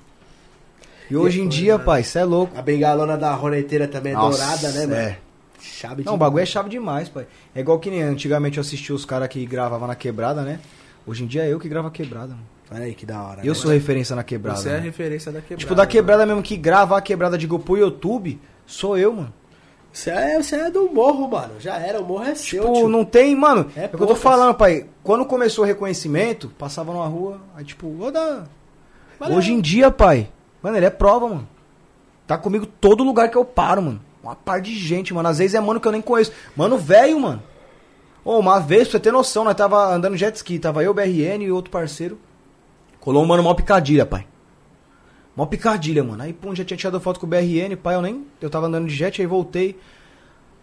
Speaker 3: E hoje em dia, pai, você é louco.
Speaker 1: A bengalona da horneteira também é
Speaker 3: Nossa,
Speaker 1: dourada, né, mano?
Speaker 3: é.
Speaker 1: Chave
Speaker 3: Não, o bagulho é chave demais, pai. É igual que nem antigamente eu assistia os caras que gravavam na quebrada, né? Hoje em dia é eu que gravo a quebrada, mano.
Speaker 1: Olha aí que da hora.
Speaker 3: é- Eu
Speaker 1: né?
Speaker 3: sou referência na quebrada.
Speaker 2: Você é a
Speaker 3: mano.
Speaker 2: referência da quebrada.
Speaker 3: Tipo, da quebrada mesmo que grava a quebrada, digo, pro YouTube, sou eu, mano.
Speaker 1: Você é, você é do morro, mano. Já era, o morro é seu.
Speaker 3: Tipo,
Speaker 1: tio.
Speaker 3: não tem, mano.
Speaker 1: É
Speaker 3: É o que eu tô
Speaker 1: poucas.
Speaker 3: falando, pai. Quando começou o reconhecimento, passava numa rua, aí tipo, ô Dan. Hoje em dia, pai, mano, ele é prova, mano. Tá comigo todo lugar que eu paro, mano. Uma par de gente, mano. Às vezes é mano que eu nem conheço. Mano, velho, mano. Ô, uma vez, pra você ter noção, nós tava andando jet ski. Tava eu, BRN e outro parceiro. Colou um mano mó picadilha, pai. Mó picadilha, mano. Aí, pum, já tinha tirado foto com o BRN, pai. Eu nem. Eu tava andando de jet, aí voltei.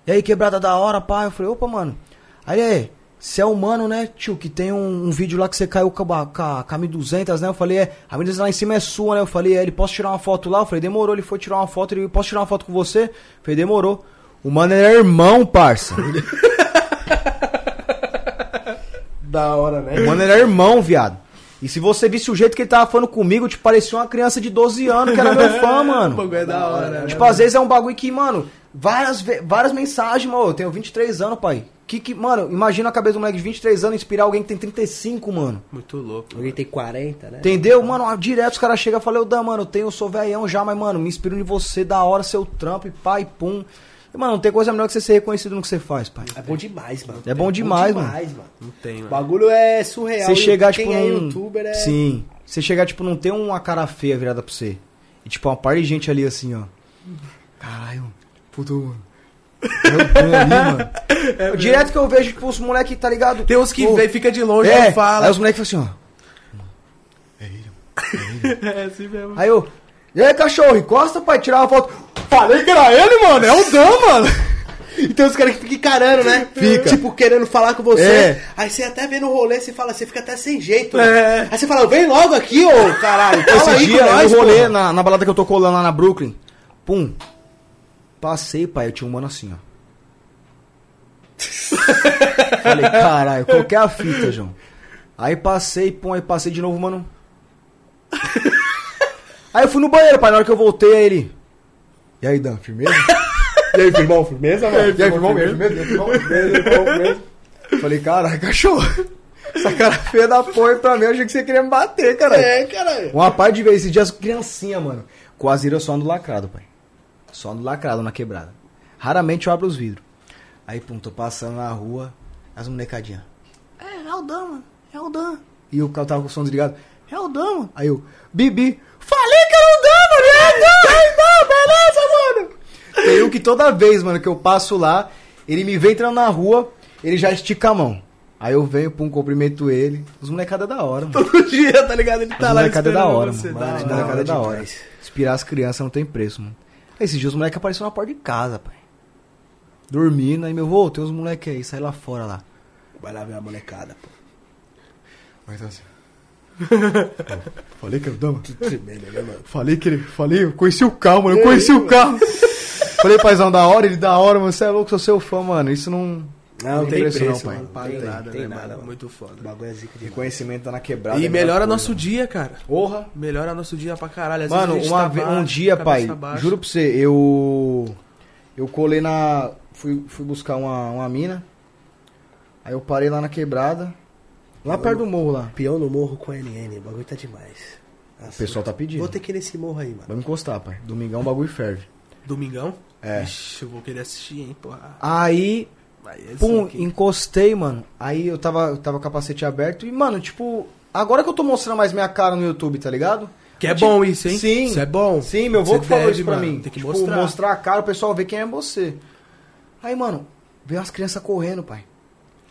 Speaker 3: E aí, quebrada da hora, pá. Eu falei, opa, mano. Aí, é, você é humano, né, tio? Que tem um, um vídeo lá que você caiu com a, com a, com a 1200, né? Eu falei, é, a 1200 lá em cima é sua, né? Eu falei, é, ele, posso tirar uma foto lá? Eu falei, demorou. Ele foi tirar uma foto. Ele, posso tirar uma foto com você? Eu falei, demorou. O mano era irmão, parça.
Speaker 1: Da hora, né?
Speaker 3: O mano era irmão, viado. E se você visse o jeito que ele tava falando comigo, te parecia uma criança de 12 anos que era
Speaker 2: <laughs>
Speaker 3: meu fã,
Speaker 2: O
Speaker 3: mano.
Speaker 2: bagulho é da hora. né?
Speaker 3: Tipo, às vezes é um bagulho que, mano, várias, ve- várias mensagens, mano. Eu tenho 23 anos, pai. Que que, mano, imagina a cabeça do moleque de 23 anos inspirar alguém que tem 35, mano.
Speaker 2: Muito louco.
Speaker 1: Alguém tem 40, né?
Speaker 3: Entendeu? Mano, direto os caras chegam e falam, eu Dan, mano, eu tenho, eu sou velhão já, mas, mano, me inspiro em você, da hora, seu trampo, e pai, pum. E, mano, não tem coisa melhor que você ser reconhecido no que você faz, pai.
Speaker 1: É bom demais, mano.
Speaker 3: É bom demais, mano.
Speaker 1: mano.
Speaker 2: Não tem,
Speaker 1: O
Speaker 2: mano.
Speaker 1: bagulho é surreal.
Speaker 3: Você
Speaker 1: E
Speaker 3: chegar,
Speaker 1: quem
Speaker 3: tipo,
Speaker 1: é
Speaker 3: num-
Speaker 1: youtuber é...
Speaker 3: Sim. Você chegar, tipo, não tem uma cara feia virada pra você. E, tipo, uma par de gente ali, assim, ó. Caralho, puto, mano. Eu tô ali,
Speaker 2: <laughs>
Speaker 3: mano. Direto que eu vejo, tipo, os moleque, tá ligado?
Speaker 2: É Tem uns que
Speaker 3: Pô,
Speaker 2: vem, fica de longe
Speaker 3: é,
Speaker 2: e fala.
Speaker 3: Aí os moleques falam assim, ó.
Speaker 1: <laughs>
Speaker 2: É, assim mesmo.
Speaker 3: Aí eu. E aí, cachorro, encosta, pai, tirar uma foto. Falei que era ele, mano. É o Dan, mano.
Speaker 1: E tem uns caras que ficam encarando, né?
Speaker 3: Fica.
Speaker 1: Tipo, querendo falar com você.
Speaker 3: É.
Speaker 1: Aí você até vê no rolê, você fala, você fica até sem jeito.
Speaker 2: É.
Speaker 1: Né? Aí você fala, vem logo aqui, ô caralho. Fala
Speaker 3: Esse
Speaker 1: aí
Speaker 3: dia,
Speaker 1: com nós,
Speaker 3: eu rolê
Speaker 1: porra.
Speaker 3: na, na balada que eu tô colando lá na Brooklyn. Pum. Passei, pai, eu tinha um mano
Speaker 1: <laughs>
Speaker 3: assim, ó. Falei, caralho, qual que é a fita, João? Aí passei, pum, aí passei de novo, mano. Aí eu fui no banheiro, pai, na hora que eu voltei, aí ele... E aí, Dan,
Speaker 1: <laughs>
Speaker 3: firmeza?
Speaker 1: E aí, firmão, firmeza, mano?
Speaker 3: E aí, firmão, firmeza? firmeza? Firmão, firmeza, firmão, firmeza. Falei, caralho, cachorro. <laughs> Essa cara feia da porra pra mim, eu achei que você queria me bater, caralho.
Speaker 1: É, caralho.
Speaker 3: Uma parte de vez, esses dias, criancinha, mano. Com a Zira eu só ando lacrado, pai. Só ando lacrado na quebrada. Raramente eu abro os vidros. Aí, pum, tô passando na rua, as molecadinhas. É, é o Dan, mano. É o Dan. E o cara tava com o som desligado. É o Dan, mano. Aí eu, Bibi, falei que era o Dan, mano. É o Dan. Aí, não, beleza, mano. Tem um que toda vez, mano, que eu passo lá, ele me vê entrando na rua, ele já estica a mão. Aí eu venho, pum, cumprimento ele. Os molecada é da hora,
Speaker 2: <laughs>
Speaker 3: mano.
Speaker 2: Todo dia, tá ligado? Ele tá
Speaker 3: As
Speaker 2: lá
Speaker 3: molecada é da
Speaker 2: esperando
Speaker 3: hora,
Speaker 2: você,
Speaker 3: mano.
Speaker 2: da
Speaker 3: As
Speaker 2: hora.
Speaker 3: molecada é da
Speaker 1: demais.
Speaker 3: hora. Inspirar as crianças não tem preço, mano. Aí, Esses dias os moleques apareceram na porta de casa, pai. Dormindo, aí meu, vô, tem uns moleques aí, sai lá fora lá.
Speaker 1: Vai lá ver a molecada, pô.
Speaker 3: Mas assim. falei que eu dama.
Speaker 1: Tremendo, né, mano?
Speaker 3: Falei que ele. Falei, eu conheci o carro, mano. Eu conheci o <laughs> carro. falei, paizão, da hora, ele da hora, mano. Você é louco, sou seu fã, mano. Isso não.
Speaker 1: Não, tem
Speaker 3: preço,
Speaker 1: preço,
Speaker 3: não,
Speaker 1: mano.
Speaker 3: pai.
Speaker 1: Tem,
Speaker 2: Tem nada,
Speaker 1: tem
Speaker 2: né,
Speaker 1: nada,
Speaker 2: mano?
Speaker 1: mano.
Speaker 2: Muito
Speaker 1: O
Speaker 2: foda.
Speaker 1: bagulho é zica demais.
Speaker 3: Reconhecimento tá na quebrada.
Speaker 2: E melhora nosso dia, cara.
Speaker 3: Porra.
Speaker 2: Melhora nosso dia pra caralho. Às
Speaker 3: Mano,
Speaker 2: vezes a gente
Speaker 3: uma
Speaker 2: tá
Speaker 3: ve-
Speaker 2: baixo,
Speaker 3: um dia, pai,
Speaker 2: cabeça baixa.
Speaker 3: juro pra você, eu. Eu colei na. Fui, fui buscar uma, uma mina. Aí eu parei lá na quebrada. Lá perto do morro lá.
Speaker 1: Peão no morro com NN, o bagulho tá demais. Nossa,
Speaker 3: O pessoal tá pedindo.
Speaker 1: Vou ter que ir nesse morro aí, mano.
Speaker 3: Vai me encostar, pai. Domingão o bagulho ferve.
Speaker 2: Domingão?
Speaker 3: É.
Speaker 2: Ixi, eu vou querer assistir, hein, porra.
Speaker 3: Aí,
Speaker 2: Vai, é
Speaker 3: pum,
Speaker 2: isso aqui.
Speaker 3: encostei, mano. Aí eu tava, eu tava com o capacete aberto. E, mano, tipo, agora que eu tô mostrando mais minha cara no YouTube, tá ligado?
Speaker 2: Que é bom isso, hein?
Speaker 3: Sim.
Speaker 2: Isso é bom.
Speaker 3: Sim, meu avô
Speaker 2: Você
Speaker 3: que falou
Speaker 2: deve,
Speaker 3: isso pra
Speaker 2: mano.
Speaker 3: mim.
Speaker 2: Tem que
Speaker 3: Tipo,
Speaker 2: mostrar.
Speaker 3: a cara, o pessoal vê quem é você. Aí, mano, veio as crianças correndo, pai.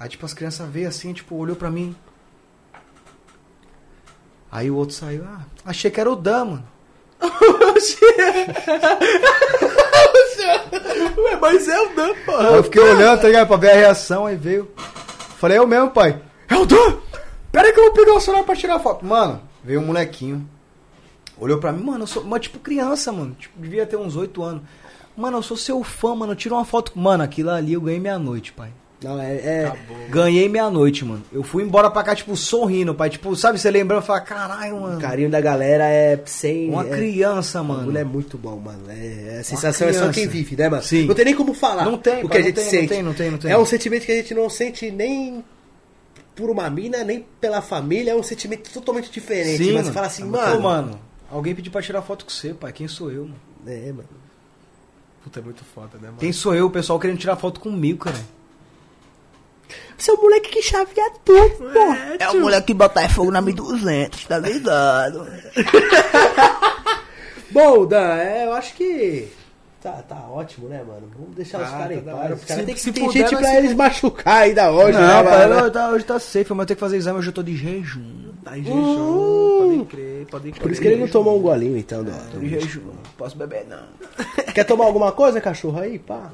Speaker 3: Aí, tipo, as crianças veio assim, tipo, olhou pra mim. Aí o outro saiu, ah, achei que era o Dan, mano.
Speaker 2: <laughs> Ué, mas é o Dan, porra.
Speaker 3: Aí eu fiquei olhando, tá ligado, pra ver a reação, aí veio. Falei, eu mesmo, pai. É o Dan! Pera aí que eu vou pegar o celular pra tirar foto. Mano, veio um molequinho. Olhou pra mim, mano, eu sou. Mas, tipo, criança, mano. Tipo, devia ter uns 8 anos. Mano, eu sou seu fã, mano. Tira uma foto. Mano, aquilo ali eu ganhei meia-noite, pai.
Speaker 1: Não, é. é-
Speaker 3: Ganhei meia-noite, mano. Eu fui embora pra cá, tipo, sorrindo, pai. Tipo, sabe, você lembrando, fala, caralho,
Speaker 1: o
Speaker 3: mano.
Speaker 1: Um carinho da galera é sem.
Speaker 3: uma
Speaker 1: é,
Speaker 3: criança,
Speaker 1: O bagulho
Speaker 3: mano.
Speaker 1: é muito bom, mano. É, a sensação é só
Speaker 3: criança.
Speaker 1: quem vive, né, mano?
Speaker 3: Sim.
Speaker 1: Não tem nem como falar
Speaker 3: Não tem,
Speaker 1: o que
Speaker 3: pai,
Speaker 1: a
Speaker 3: não
Speaker 1: gente
Speaker 3: tem, não
Speaker 1: sente.
Speaker 3: tem, não tem, não tem.
Speaker 1: É um sentimento que a gente não sente nem por uma mina, nem pela família. É um sentimento totalmente diferente. mas você
Speaker 3: mano.
Speaker 2: É
Speaker 1: fala assim,
Speaker 3: Pô,
Speaker 1: mano...
Speaker 3: mano, alguém pediu pra tirar foto com você, pai. Quem sou eu, mano?
Speaker 1: É, mano.
Speaker 2: Puta, é muito foda, né, mano?
Speaker 3: Quem sou eu? O pessoal querendo tirar foto comigo, cara.
Speaker 1: Você é um moleque que chaveia tudo, pô.
Speaker 6: É o moleque que botar fogo na 1200, tá ligado?
Speaker 1: Bom, Dan, é, eu acho que... Tá, tá ótimo, né, mano? Vamos deixar os
Speaker 2: Tá,
Speaker 1: caras em
Speaker 2: tá da
Speaker 1: paz.
Speaker 2: hora.
Speaker 1: Os caras
Speaker 2: Se-
Speaker 1: tem, que-
Speaker 2: se
Speaker 1: tem
Speaker 2: puder,
Speaker 1: gente
Speaker 2: nós
Speaker 1: pra
Speaker 2: se-
Speaker 1: eles machucar ainda hoje, né,
Speaker 3: não, pai,
Speaker 1: mano?
Speaker 3: não, tá- hoje tá safe, mas eu tenho que fazer exame, hoje eu tô de jejum.
Speaker 2: Tá em
Speaker 3: Uh,
Speaker 2: jejum, podem crer, podem crer.
Speaker 1: Por isso que ele não tomou um golinho, então, Dan.
Speaker 3: Tô de jejum. Não posso beber, não.
Speaker 1: Quer tomar alguma coisa, cachorro? Aí, pá.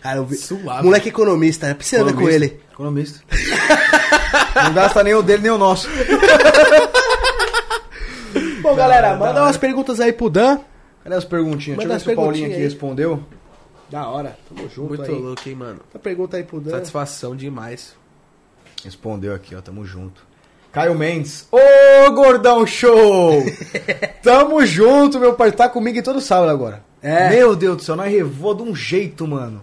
Speaker 1: Cara, eu vi...
Speaker 2: Suave.
Speaker 1: Moleque economista, né? Precisa andar com ele.
Speaker 3: Economista. não gasta nem o dele, nem o nosso.
Speaker 1: Bom, galera, manda umas perguntas aí pro Dan.
Speaker 3: Cadê as perguntinhas?
Speaker 1: Manda
Speaker 3: Deixa eu ver
Speaker 1: as
Speaker 3: se o Paulinho
Speaker 1: perguntinhas
Speaker 3: aqui
Speaker 1: aí.
Speaker 3: respondeu.
Speaker 1: Da hora, tamo junto
Speaker 2: Muito
Speaker 1: aí.
Speaker 2: louco, hein, mano.
Speaker 1: Uma pergunta aí pro Dan.
Speaker 2: Satisfação demais.
Speaker 3: Respondeu aqui, ó. Tamo junto. Caio Mendes. Ô, gordão <laughs> show! tamo junto, meu pai. Tá comigo em todo sábado agora.
Speaker 1: É.
Speaker 3: Meu Deus do céu, nós revoa de um jeito, mano.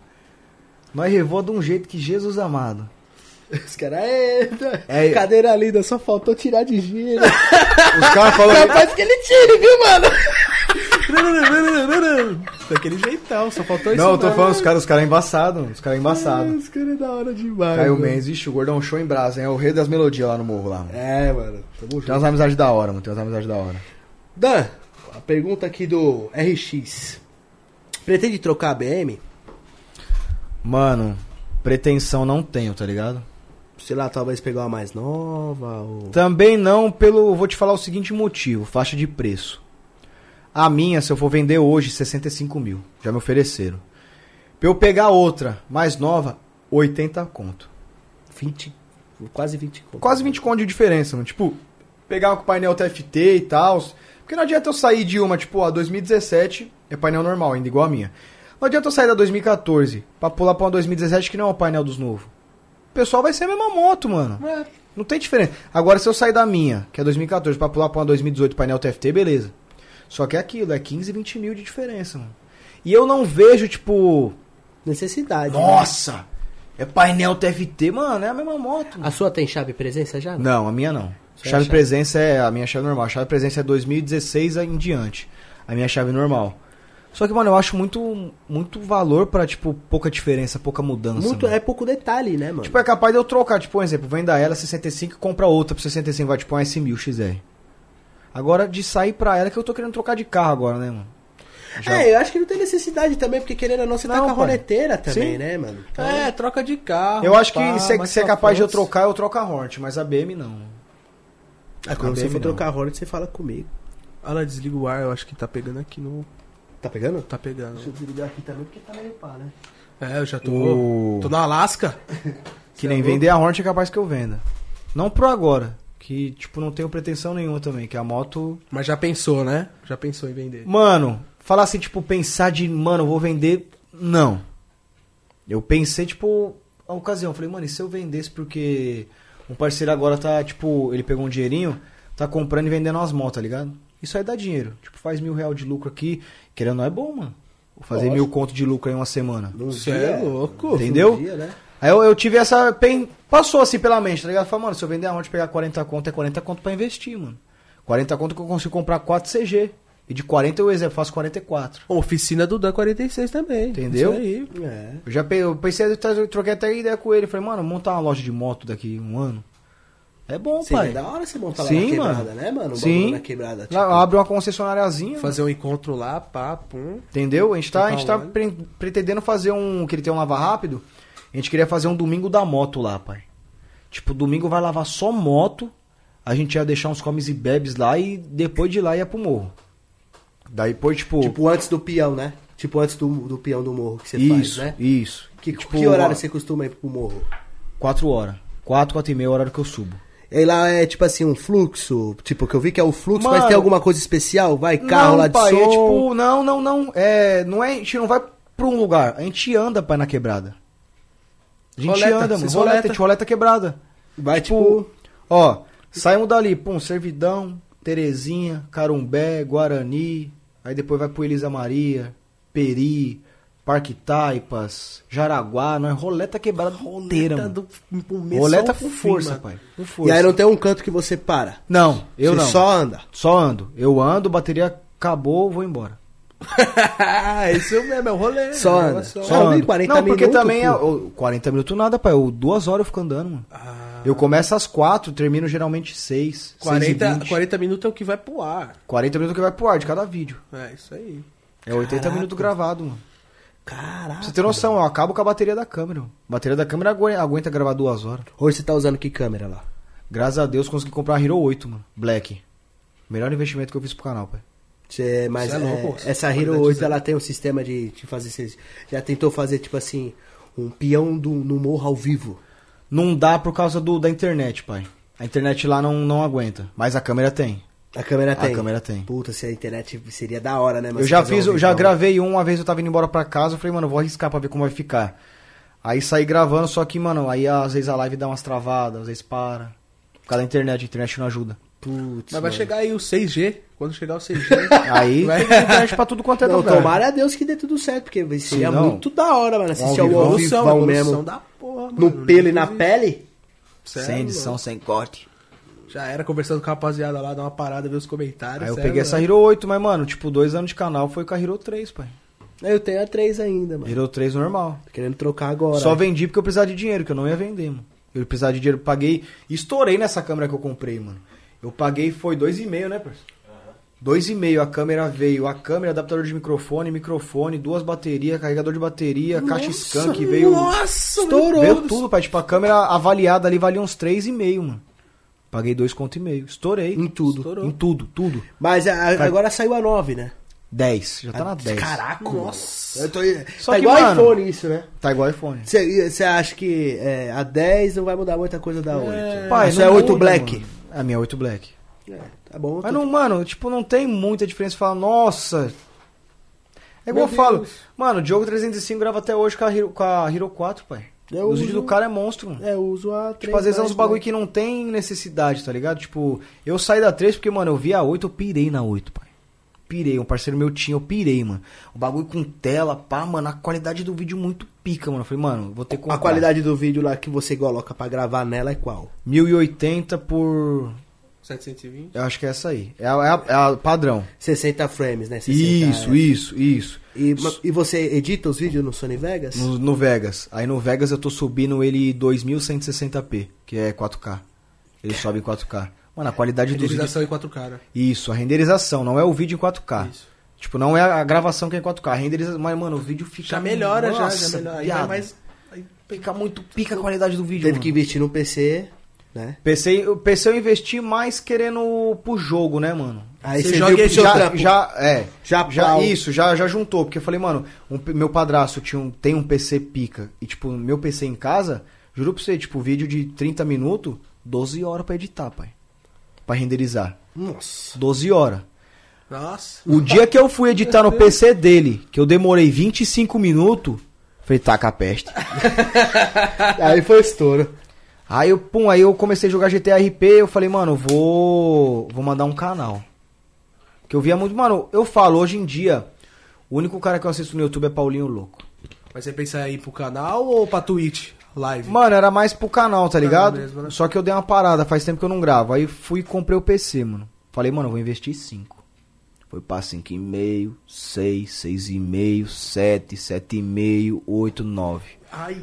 Speaker 3: Nós revoa de um jeito que Jesus amado.
Speaker 1: Os caras, é, Dan,
Speaker 3: É.
Speaker 1: cadeira linda, só faltou tirar de giro.
Speaker 3: Os caras <laughs> falaram.
Speaker 1: Capaz que ele tire, viu, mano?
Speaker 2: Daquele jeitão, só faltou isso.
Speaker 3: Não, eu tô
Speaker 2: mesmo.
Speaker 3: falando, os caras, os caras é embaçado, mano. Os caras é embaçado.
Speaker 1: Os caras é da hora demais.
Speaker 3: Caio
Speaker 1: mano.
Speaker 3: Mendes, ixi, o gordão show em brasa, hein? É o rei das melodias lá no morro lá, mano.
Speaker 1: É, mano, tamo
Speaker 3: Tem
Speaker 1: junto.
Speaker 3: umas amizades da hora, mano. Tem umas amizades da hora.
Speaker 1: Dan, a pergunta aqui do RX. Pretende trocar a BM?
Speaker 3: Mano, pretensão não tenho, tá ligado?
Speaker 1: Sei lá, talvez pegar uma mais nova ou...
Speaker 3: Também não pelo, vou te falar o seguinte motivo, faixa de preço. A minha, se eu for vender hoje, 65 mil, já me ofereceram. Pra eu pegar outra, mais nova, 80 conto.
Speaker 1: 20, quase 20 conto.
Speaker 3: Quase 20 conto de diferença, mano. Tipo, pegar com painel TFT e tal. Porque não adianta eu sair de uma, tipo, a 2017, é painel normal ainda, igual a minha. Não adianta eu sair da 2014 pra pular pra uma 2017 que não é o painel dos novos. O pessoal vai ser a mesma moto, mano. Não tem diferença. Agora, se eu sair da minha, que é 2014, pra pular pra uma 2018 painel TFT, beleza. Só que é aquilo, é 15, 20 mil de diferença, mano. E eu não vejo, tipo,
Speaker 1: Necessidade. né?
Speaker 3: nossa, é painel TFT, mano, é a mesma moto. mano.
Speaker 1: A sua tem chave presença já?
Speaker 3: Não, a minha não.
Speaker 1: Só
Speaker 3: chave
Speaker 1: a chave.
Speaker 3: presença é a minha chave normal. A chave presença é 2016 em diante. A minha chave normal. Só que, mano, eu acho muito, muito valor pra, tipo, pouca diferença, pouca mudança.
Speaker 1: Muito,
Speaker 3: mano.
Speaker 1: é pouco detalhe, né, mano?
Speaker 3: Tipo, é capaz de eu trocar, tipo, um exemplo, venda ela 65 e compra outra por 65, vai tipo um S1000 XR. Agora, de sair pra ela é que eu tô querendo trocar de carro agora, né, mano? Já-
Speaker 1: É, eu acho que não tem necessidade também, porque querendo ou não, você tá
Speaker 3: Não,
Speaker 1: com a
Speaker 3: pai.
Speaker 1: roleteira também,
Speaker 3: Sim.
Speaker 1: né, mano? Então,
Speaker 2: É, troca de carro.
Speaker 3: Eu acho que
Speaker 2: pá,
Speaker 3: se, é-
Speaker 2: mais
Speaker 3: se é
Speaker 2: pra
Speaker 3: capaz de eu
Speaker 2: frente.
Speaker 3: trocar, eu troco a Hornet, mas a BM não.
Speaker 1: ah, quando você
Speaker 3: BM
Speaker 1: for
Speaker 3: não.
Speaker 1: trocar a roda, você fala comigo.
Speaker 2: Ah, lá, desliga o ar, eu acho que tá pegando aqui no.
Speaker 1: Tá pegando?
Speaker 2: Tá pegando.
Speaker 1: desligar aqui também, porque tá meio pá, né?
Speaker 2: É, eu já tô.
Speaker 3: O-
Speaker 2: Tô na
Speaker 3: <laughs>
Speaker 2: Alasca.
Speaker 3: Que nem vender a Hornet é capaz que eu venda. Não pro agora, que, tipo, não tenho pretensão nenhuma também, que a moto...
Speaker 2: Mas já pensou, né? Já pensou em vender.
Speaker 3: Mano, falar assim, tipo, pensar de, mano, eu vou vender. Não. Eu pensei, tipo, a ocasião. Falei, mano, e se eu vendesse porque um parceiro agora tá, tipo, ele pegou um dinheirinho, tá comprando e vendendo umas motos, tá ligado? Isso aí dá dinheiro. Tipo, faz mil real de lucro aqui. Querendo ou não é bom, mano. Vou fazer mil conto de lucro aí uma semana.
Speaker 1: Um
Speaker 2: Você é louco.
Speaker 3: Entendeu?
Speaker 1: dia, né?
Speaker 3: Aí eu, eu tive essa. pen- Passou assim pela mente, tá ligado? Falei, mano, se eu vender a Honda pegar 40 conto, é 40 conto pra investir, mano. 40 conto que eu consigo comprar 4 CG. E de 40 eu exemplo, faço 44.
Speaker 2: Oficina do Dan 46 também.
Speaker 3: Entendeu?
Speaker 2: Isso aí.
Speaker 1: É.
Speaker 3: Eu já pe- eu pensei, eu troquei até ideia com ele. Falei, mano, montar uma loja de moto daqui um ano. É bom,
Speaker 1: Sim,
Speaker 3: pai.
Speaker 1: é da hora você montar lá na
Speaker 3: Sim,
Speaker 1: quebrada,
Speaker 3: mano.
Speaker 1: né, mano? Um
Speaker 3: Sim.
Speaker 1: bagulho Na quebrada, tipo,
Speaker 3: Lá, abre uma concessionariazinha,
Speaker 2: Fazer um encontro lá, pá, pum.
Speaker 3: entendeu? A gente tá, a
Speaker 1: Então,
Speaker 2: Trocar
Speaker 3: gente tá
Speaker 2: um óleo.
Speaker 3: pre- pretendendo fazer um. Que ele tem um lava rápido. A gente queria fazer um domingo da moto lá, pai. Tipo, domingo vai lavar só moto. A gente ia deixar uns comes e bebes lá e depois de lá ia pro morro. Daí, pô, tipo.
Speaker 1: tipo antes do peão, né? Tipo antes do, do peão do morro que você faz,
Speaker 3: isso,
Speaker 1: né?
Speaker 3: isso.
Speaker 1: Que,
Speaker 3: Tipo,
Speaker 1: que horário você costuma ir pro morro?
Speaker 3: 4 horas. 4, 4 e meia é o horário que eu subo.
Speaker 1: E lá é tipo assim, um fluxo, tipo, que eu vi que é o fluxo, mas
Speaker 3: Mano.
Speaker 1: tem alguma coisa especial? Vai carro
Speaker 3: não,
Speaker 1: lá de
Speaker 3: pai,
Speaker 1: som?
Speaker 3: é tipo, não, não, não. É, não é, a gente não vai pra um lugar, a gente anda, pai, na quebrada. A gente
Speaker 2: Roleta,
Speaker 3: anda, mano.
Speaker 2: vocês
Speaker 3: Roleta,
Speaker 2: roleta.
Speaker 3: gente roleta quebrada.
Speaker 1: Vai,
Speaker 3: Tipo,
Speaker 1: tipo...
Speaker 3: ó, saímos dali, pum, Servidão, Terezinha, Carumbé, Guarani, aí depois vai pro Elisa Maria, Peri, Parque Taipas, Jaraguá, nós roleta quebrada inteira, mano.
Speaker 2: do começo
Speaker 3: Roleta
Speaker 2: ao
Speaker 3: tá com
Speaker 2: fim,
Speaker 3: força,
Speaker 2: mano.
Speaker 3: pai. Com força.
Speaker 1: E aí não tem um canto que você para.
Speaker 3: Não, eu
Speaker 1: você
Speaker 3: não.
Speaker 1: só anda.
Speaker 3: Só ando. Eu ando, bateria acabou, vou embora.
Speaker 2: Ah, esse <laughs> é o mesmo, é o rolê.
Speaker 1: Só
Speaker 2: né?
Speaker 1: anda.
Speaker 2: Só-
Speaker 1: Só
Speaker 3: ando.
Speaker 1: anda. 40
Speaker 3: não, porque
Speaker 1: minutos,
Speaker 3: também
Speaker 1: pô.
Speaker 3: é, ô, 40 minutos nada, pai. Eu, duas horas eu fico andando, mano.
Speaker 2: Ah,
Speaker 3: Eu começo às quatro, termino geralmente seis. 40,
Speaker 2: 40, 40 minutos é o que vai pro ar.
Speaker 3: 40 minutos que vai pro ar de cada vídeo.
Speaker 2: É, isso aí.
Speaker 3: É 80 minutos gravado, mano. Pra você
Speaker 1: Caraca.
Speaker 3: ter noção, eu acabo com a bateria da câmera. mano. A bateria da câmera agu- aguenta gravar duas horas.
Speaker 1: Hoje você tá usando que câmera lá?
Speaker 3: Graças a Deus consegui comprar a Hero 8, mano. Black. Melhor investimento que eu fiz pro canal, pai.
Speaker 1: Você, mas
Speaker 2: Isso é
Speaker 1: é,
Speaker 2: louco,
Speaker 3: tá
Speaker 2: essa
Speaker 1: essa Hero
Speaker 2: qualidade
Speaker 1: 8
Speaker 2: de-
Speaker 1: ela tem um sistema de, de fazer. Você já tentou fazer, tipo assim, um peão do, no morro ao vivo.
Speaker 3: Não dá por causa do, da internet, pai. A internet lá não, não aguenta. Mas a câmera tem.
Speaker 1: A câmera
Speaker 3: A
Speaker 1: tem.
Speaker 3: câmera tem.
Speaker 1: Puta, se a internet seria da hora, né? mas
Speaker 3: eu
Speaker 1: você
Speaker 3: já
Speaker 1: fazer um
Speaker 3: fiz,
Speaker 1: ao
Speaker 3: eu já
Speaker 1: vivo.
Speaker 3: gravei um, uma vez eu tava indo embora pra casa, eu falei, mano, eu vou arriscar pra ver como vai ficar. Aí saí gravando, só que, mano, aí às vezes a live dá umas travadas, às vezes para. Por causa da internet, a internet
Speaker 1: <laughs>
Speaker 3: não ajuda.
Speaker 1: Putz,
Speaker 2: Mas vai
Speaker 1: mano.
Speaker 2: chegar aí o 6G. Quando chegar o
Speaker 3: <laughs>
Speaker 2: 6G.
Speaker 3: Aí
Speaker 2: Vai.
Speaker 3: tem internet pra tudo quanto é
Speaker 1: Não,
Speaker 3: lugar.
Speaker 1: tomara a Deus que dê tudo certo, porque seria
Speaker 3: não-
Speaker 1: muito da hora, mano. Assistir
Speaker 3: ao
Speaker 1: ao
Speaker 3: vivão,
Speaker 1: ao
Speaker 2: Evolução,
Speaker 1: vivão
Speaker 2: evolução
Speaker 1: mesmo.
Speaker 2: da porra, mano.
Speaker 1: No pelo e na pele?
Speaker 2: Cê é
Speaker 3: Sem
Speaker 2: louco.
Speaker 3: edição, sem corte.
Speaker 2: Já era conversando com a rapaziada lá, dar uma parada, ver os comentários.
Speaker 3: Aí eu
Speaker 2: cê é
Speaker 3: peguei
Speaker 2: louco.
Speaker 3: essa Hero 8, mas, mano, tipo, dois anos de canal foi com a Hero 3, pai.
Speaker 1: Eu tenho a 3 ainda, mano.
Speaker 3: Hero 3 normal.
Speaker 1: Tô querendo trocar agora.
Speaker 3: Só vendi porque eu precisava de dinheiro, que eu não ia vender, mano. Eu precisava de dinheiro, paguei. Estourei nessa câmera que eu comprei, mano. Eu paguei, foi 2,5, né, parceiro? 2,5, a câmera veio, a câmera, adaptador de microfone, microfone, duas baterias, carregador de bateria, caixa skunk, veio.
Speaker 2: Nossa,
Speaker 3: estourou!
Speaker 2: meu
Speaker 3: Veio
Speaker 2: Deus.
Speaker 3: tudo, pai. Tipo, a câmera avaliada ali valia uns 3,5, mano. Paguei 2,5. Estourei.
Speaker 1: Em tudo.
Speaker 3: Estourou. Em tudo, tudo.
Speaker 1: Mas a- agora saiu a 9, né?
Speaker 3: 10. Já tá na 10.
Speaker 1: Caraca,
Speaker 2: Nossa.
Speaker 1: Eu tô...
Speaker 3: Só
Speaker 1: tá
Speaker 3: que,
Speaker 1: igual
Speaker 3: mano-
Speaker 1: iPhone isso, né?
Speaker 3: Tá igual iPhone.
Speaker 1: Você acha que é, a 10 não vai mudar muita coisa da 8?
Speaker 3: É. Pai,
Speaker 1: Isso
Speaker 3: não
Speaker 1: é 8
Speaker 3: muda,
Speaker 1: Black.
Speaker 3: mano. É a minha 8 Black.
Speaker 1: É, tá bom.
Speaker 3: Mas
Speaker 1: tô-
Speaker 3: não, mano, tipo, não tem muita diferença falar, nossa. É igual
Speaker 2: Meu
Speaker 3: eu falo,
Speaker 2: Deus.
Speaker 3: mano, o Diogo 305 grava até hoje com a Hero, com a Hero 4, pai.
Speaker 1: Eu
Speaker 3: Os vídeos
Speaker 1: uso-
Speaker 3: do cara é monstro, mano.
Speaker 1: É, né? eu uso a 3.
Speaker 3: Tipo, às vezes é uns bagulho que não tem necessidade, tá ligado? Tipo, eu saí da 3 porque, mano, eu vi a 8, eu pirei na 8, pai. Pirei, um parceiro meu tinha, eu pirei, mano. O bagulho com tela, pá, mano, a qualidade do vídeo muito pica, mano. Eu falei, mano, vou ter que
Speaker 1: A
Speaker 3: comprar.
Speaker 1: qualidade do vídeo lá que você coloca pra gravar nela é qual?
Speaker 3: 1080 por...
Speaker 2: 720.
Speaker 3: Eu acho que é essa aí. É a, é a- é a padrão.
Speaker 1: 60 frames, né? 60,
Speaker 3: Isso,
Speaker 1: é.
Speaker 3: isso, isso.
Speaker 1: E, ma- e você edita os vídeos no Sony Vegas?
Speaker 3: No, no Vegas. Aí no Vegas eu tô subindo ele 2160p, que é 4K. Ele sobe em 4K. Mano, a qualidade do vídeo.
Speaker 2: Renderização em 4K. né?
Speaker 3: Isso, a renderização, não é o vídeo em 4K.
Speaker 2: Isso.
Speaker 3: Tipo, não é a gravação que é em 4K. A renderização. Mas, mano, o vídeo fica.
Speaker 2: Já melhora, já,
Speaker 3: Nossa,
Speaker 2: já melhora. Aí
Speaker 3: viado.
Speaker 2: vai mais. aí
Speaker 3: Fica muito pica a qualidade do vídeo.
Speaker 1: Teve
Speaker 3: mano.
Speaker 1: que investir no PC, né?
Speaker 3: Pensei, eu pensei eu investir mais querendo pro jogo, né, mano?
Speaker 1: Aí
Speaker 2: Você
Speaker 1: você,
Speaker 2: joga
Speaker 1: viu que
Speaker 2: esse
Speaker 1: seu
Speaker 3: já,
Speaker 1: trampo.
Speaker 3: já, é,
Speaker 1: Já
Speaker 3: já
Speaker 1: pau.
Speaker 3: isso, já, já juntou, porque eu falei, mano, um pe- meu padrasto tinha um, tem um PC pica, e tipo, meu PC em casa, juro pra você, tipo, vídeo de 30 minutos, 12 horas pra editar, pai. Pra renderizar.
Speaker 1: Nossa.
Speaker 3: 12 horas.
Speaker 2: Nossa.
Speaker 3: O dia que eu fui editar no PC dele, que eu demorei 25 minutos, falei, taca a peste.
Speaker 1: <laughs> Aí foi estouro.
Speaker 3: Aí eu, pum, aí eu comecei a jogar GTA RP, eu falei, mano, vou. vou mandar um canal. Que eu via muito. Mano, eu falo, hoje em dia, o único cara que eu assisto no YouTube é Paulinho Louco.
Speaker 2: Mas você pensa em ir pro canal ou pra Twitch? Live?
Speaker 3: Mano, era mais pro canal, tá ligado?
Speaker 2: mesmo, né?
Speaker 3: Só que eu dei uma parada, faz tempo que eu não gravo. Aí fui e comprei o PC, mano. Falei, mano, eu vou investir 5. Foi pra 5,5, 6, 6,5, 7, 7,5, 8, 9.
Speaker 2: Ai.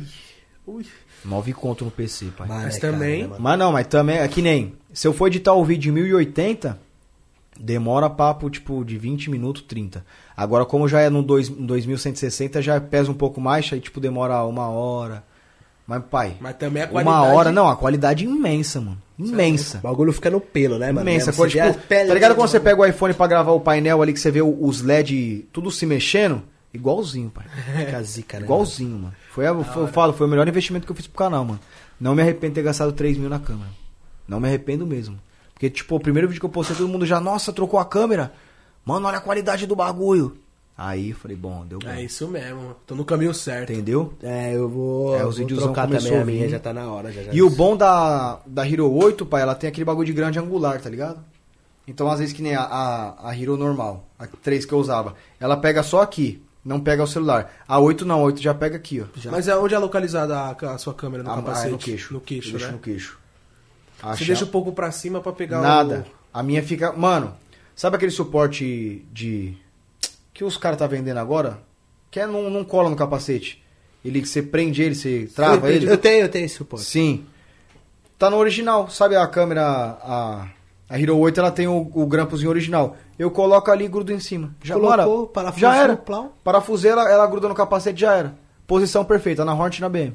Speaker 2: Ui.
Speaker 3: 9 conto no PC, pai.
Speaker 2: Mas
Speaker 1: é
Speaker 2: também-
Speaker 1: caro, né, mano?
Speaker 3: Mas não, mas também é que nem. Se eu for editar o vídeo em 1080, demora papo tipo de 20 minutos, 30. Agora, como já é no dois- no 2160, já pesa um pouco mais, aí tipo demora uma hora. Mas, pai,
Speaker 2: Mas também a qualidade.
Speaker 3: uma hora, não, a qualidade é imensa, mano. Imensa.
Speaker 1: O bagulho fica no pelo, né, mano?
Speaker 3: Imensa.
Speaker 1: Você
Speaker 3: Quando,
Speaker 1: vê
Speaker 3: tipo,
Speaker 1: a pele
Speaker 3: tá ligado
Speaker 1: assim,
Speaker 3: quando você pega o iPhone pra gravar o painel ali que você vê o- os LED tudo se mexendo? Igualzinho, pai.
Speaker 1: <laughs> Fica zica, né?
Speaker 3: Igualzinho, mano. Foi, a- foi- eu falo, foi o melhor investimento que eu fiz pro canal, mano. Não me arrependo de ter gastado 3 mil na câmera. Não me arrependo mesmo. Porque, tipo, o primeiro vídeo que eu postei, todo mundo já, nossa, trocou a câmera. Mano, olha a qualidade do bagulho. Aí eu falei, bom, deu bom.
Speaker 2: É isso mesmo. Tô no caminho certo.
Speaker 3: Entendeu?
Speaker 1: É, eu vou,
Speaker 3: É, os
Speaker 1: vou
Speaker 3: videozão
Speaker 1: trocar
Speaker 3: começou
Speaker 1: também a
Speaker 3: a vir.
Speaker 1: minha, já tá na hora. Já, já.
Speaker 3: E o bom da, da Hero 8, pai, ela tem aquele bagulho de grande angular, tá ligado? Então, às vezes, que nem a, a, a Hero normal, a 3 que eu usava, ela pega só aqui, não pega o celular. A 8 não, a 8 já pega aqui, ó. Já.
Speaker 2: Mas é onde é localizada a, ca- a sua câmera no
Speaker 3: Ah,
Speaker 2: capacete?
Speaker 3: ah, é no queixo.
Speaker 2: No queixo,
Speaker 3: Eu deixo
Speaker 2: né?
Speaker 3: no queixo.
Speaker 2: Você
Speaker 3: Acha-
Speaker 2: deixa um pouco pra cima pra pegar
Speaker 3: Nada.
Speaker 2: o...
Speaker 3: A minha fica... Mano, sabe aquele suporte de... Que os caras tá vendendo agora? Que é, não, não cola no capacete. Ele, você prende ele, você trava ele.
Speaker 1: Eu tenho, eu tenho esse suporte.
Speaker 3: Sim. Tá no original, sabe a câmera, a, a Hero 8, ela tem o, o grampozinho original. Eu coloco ali e grudo em cima. Já,
Speaker 1: Colocou,
Speaker 3: mano,
Speaker 1: parafuso,
Speaker 3: já era.
Speaker 1: plau.
Speaker 3: Parafusei, ela, ela gruda no capacete, já era. Posição perfeita, na Hornet e na BM.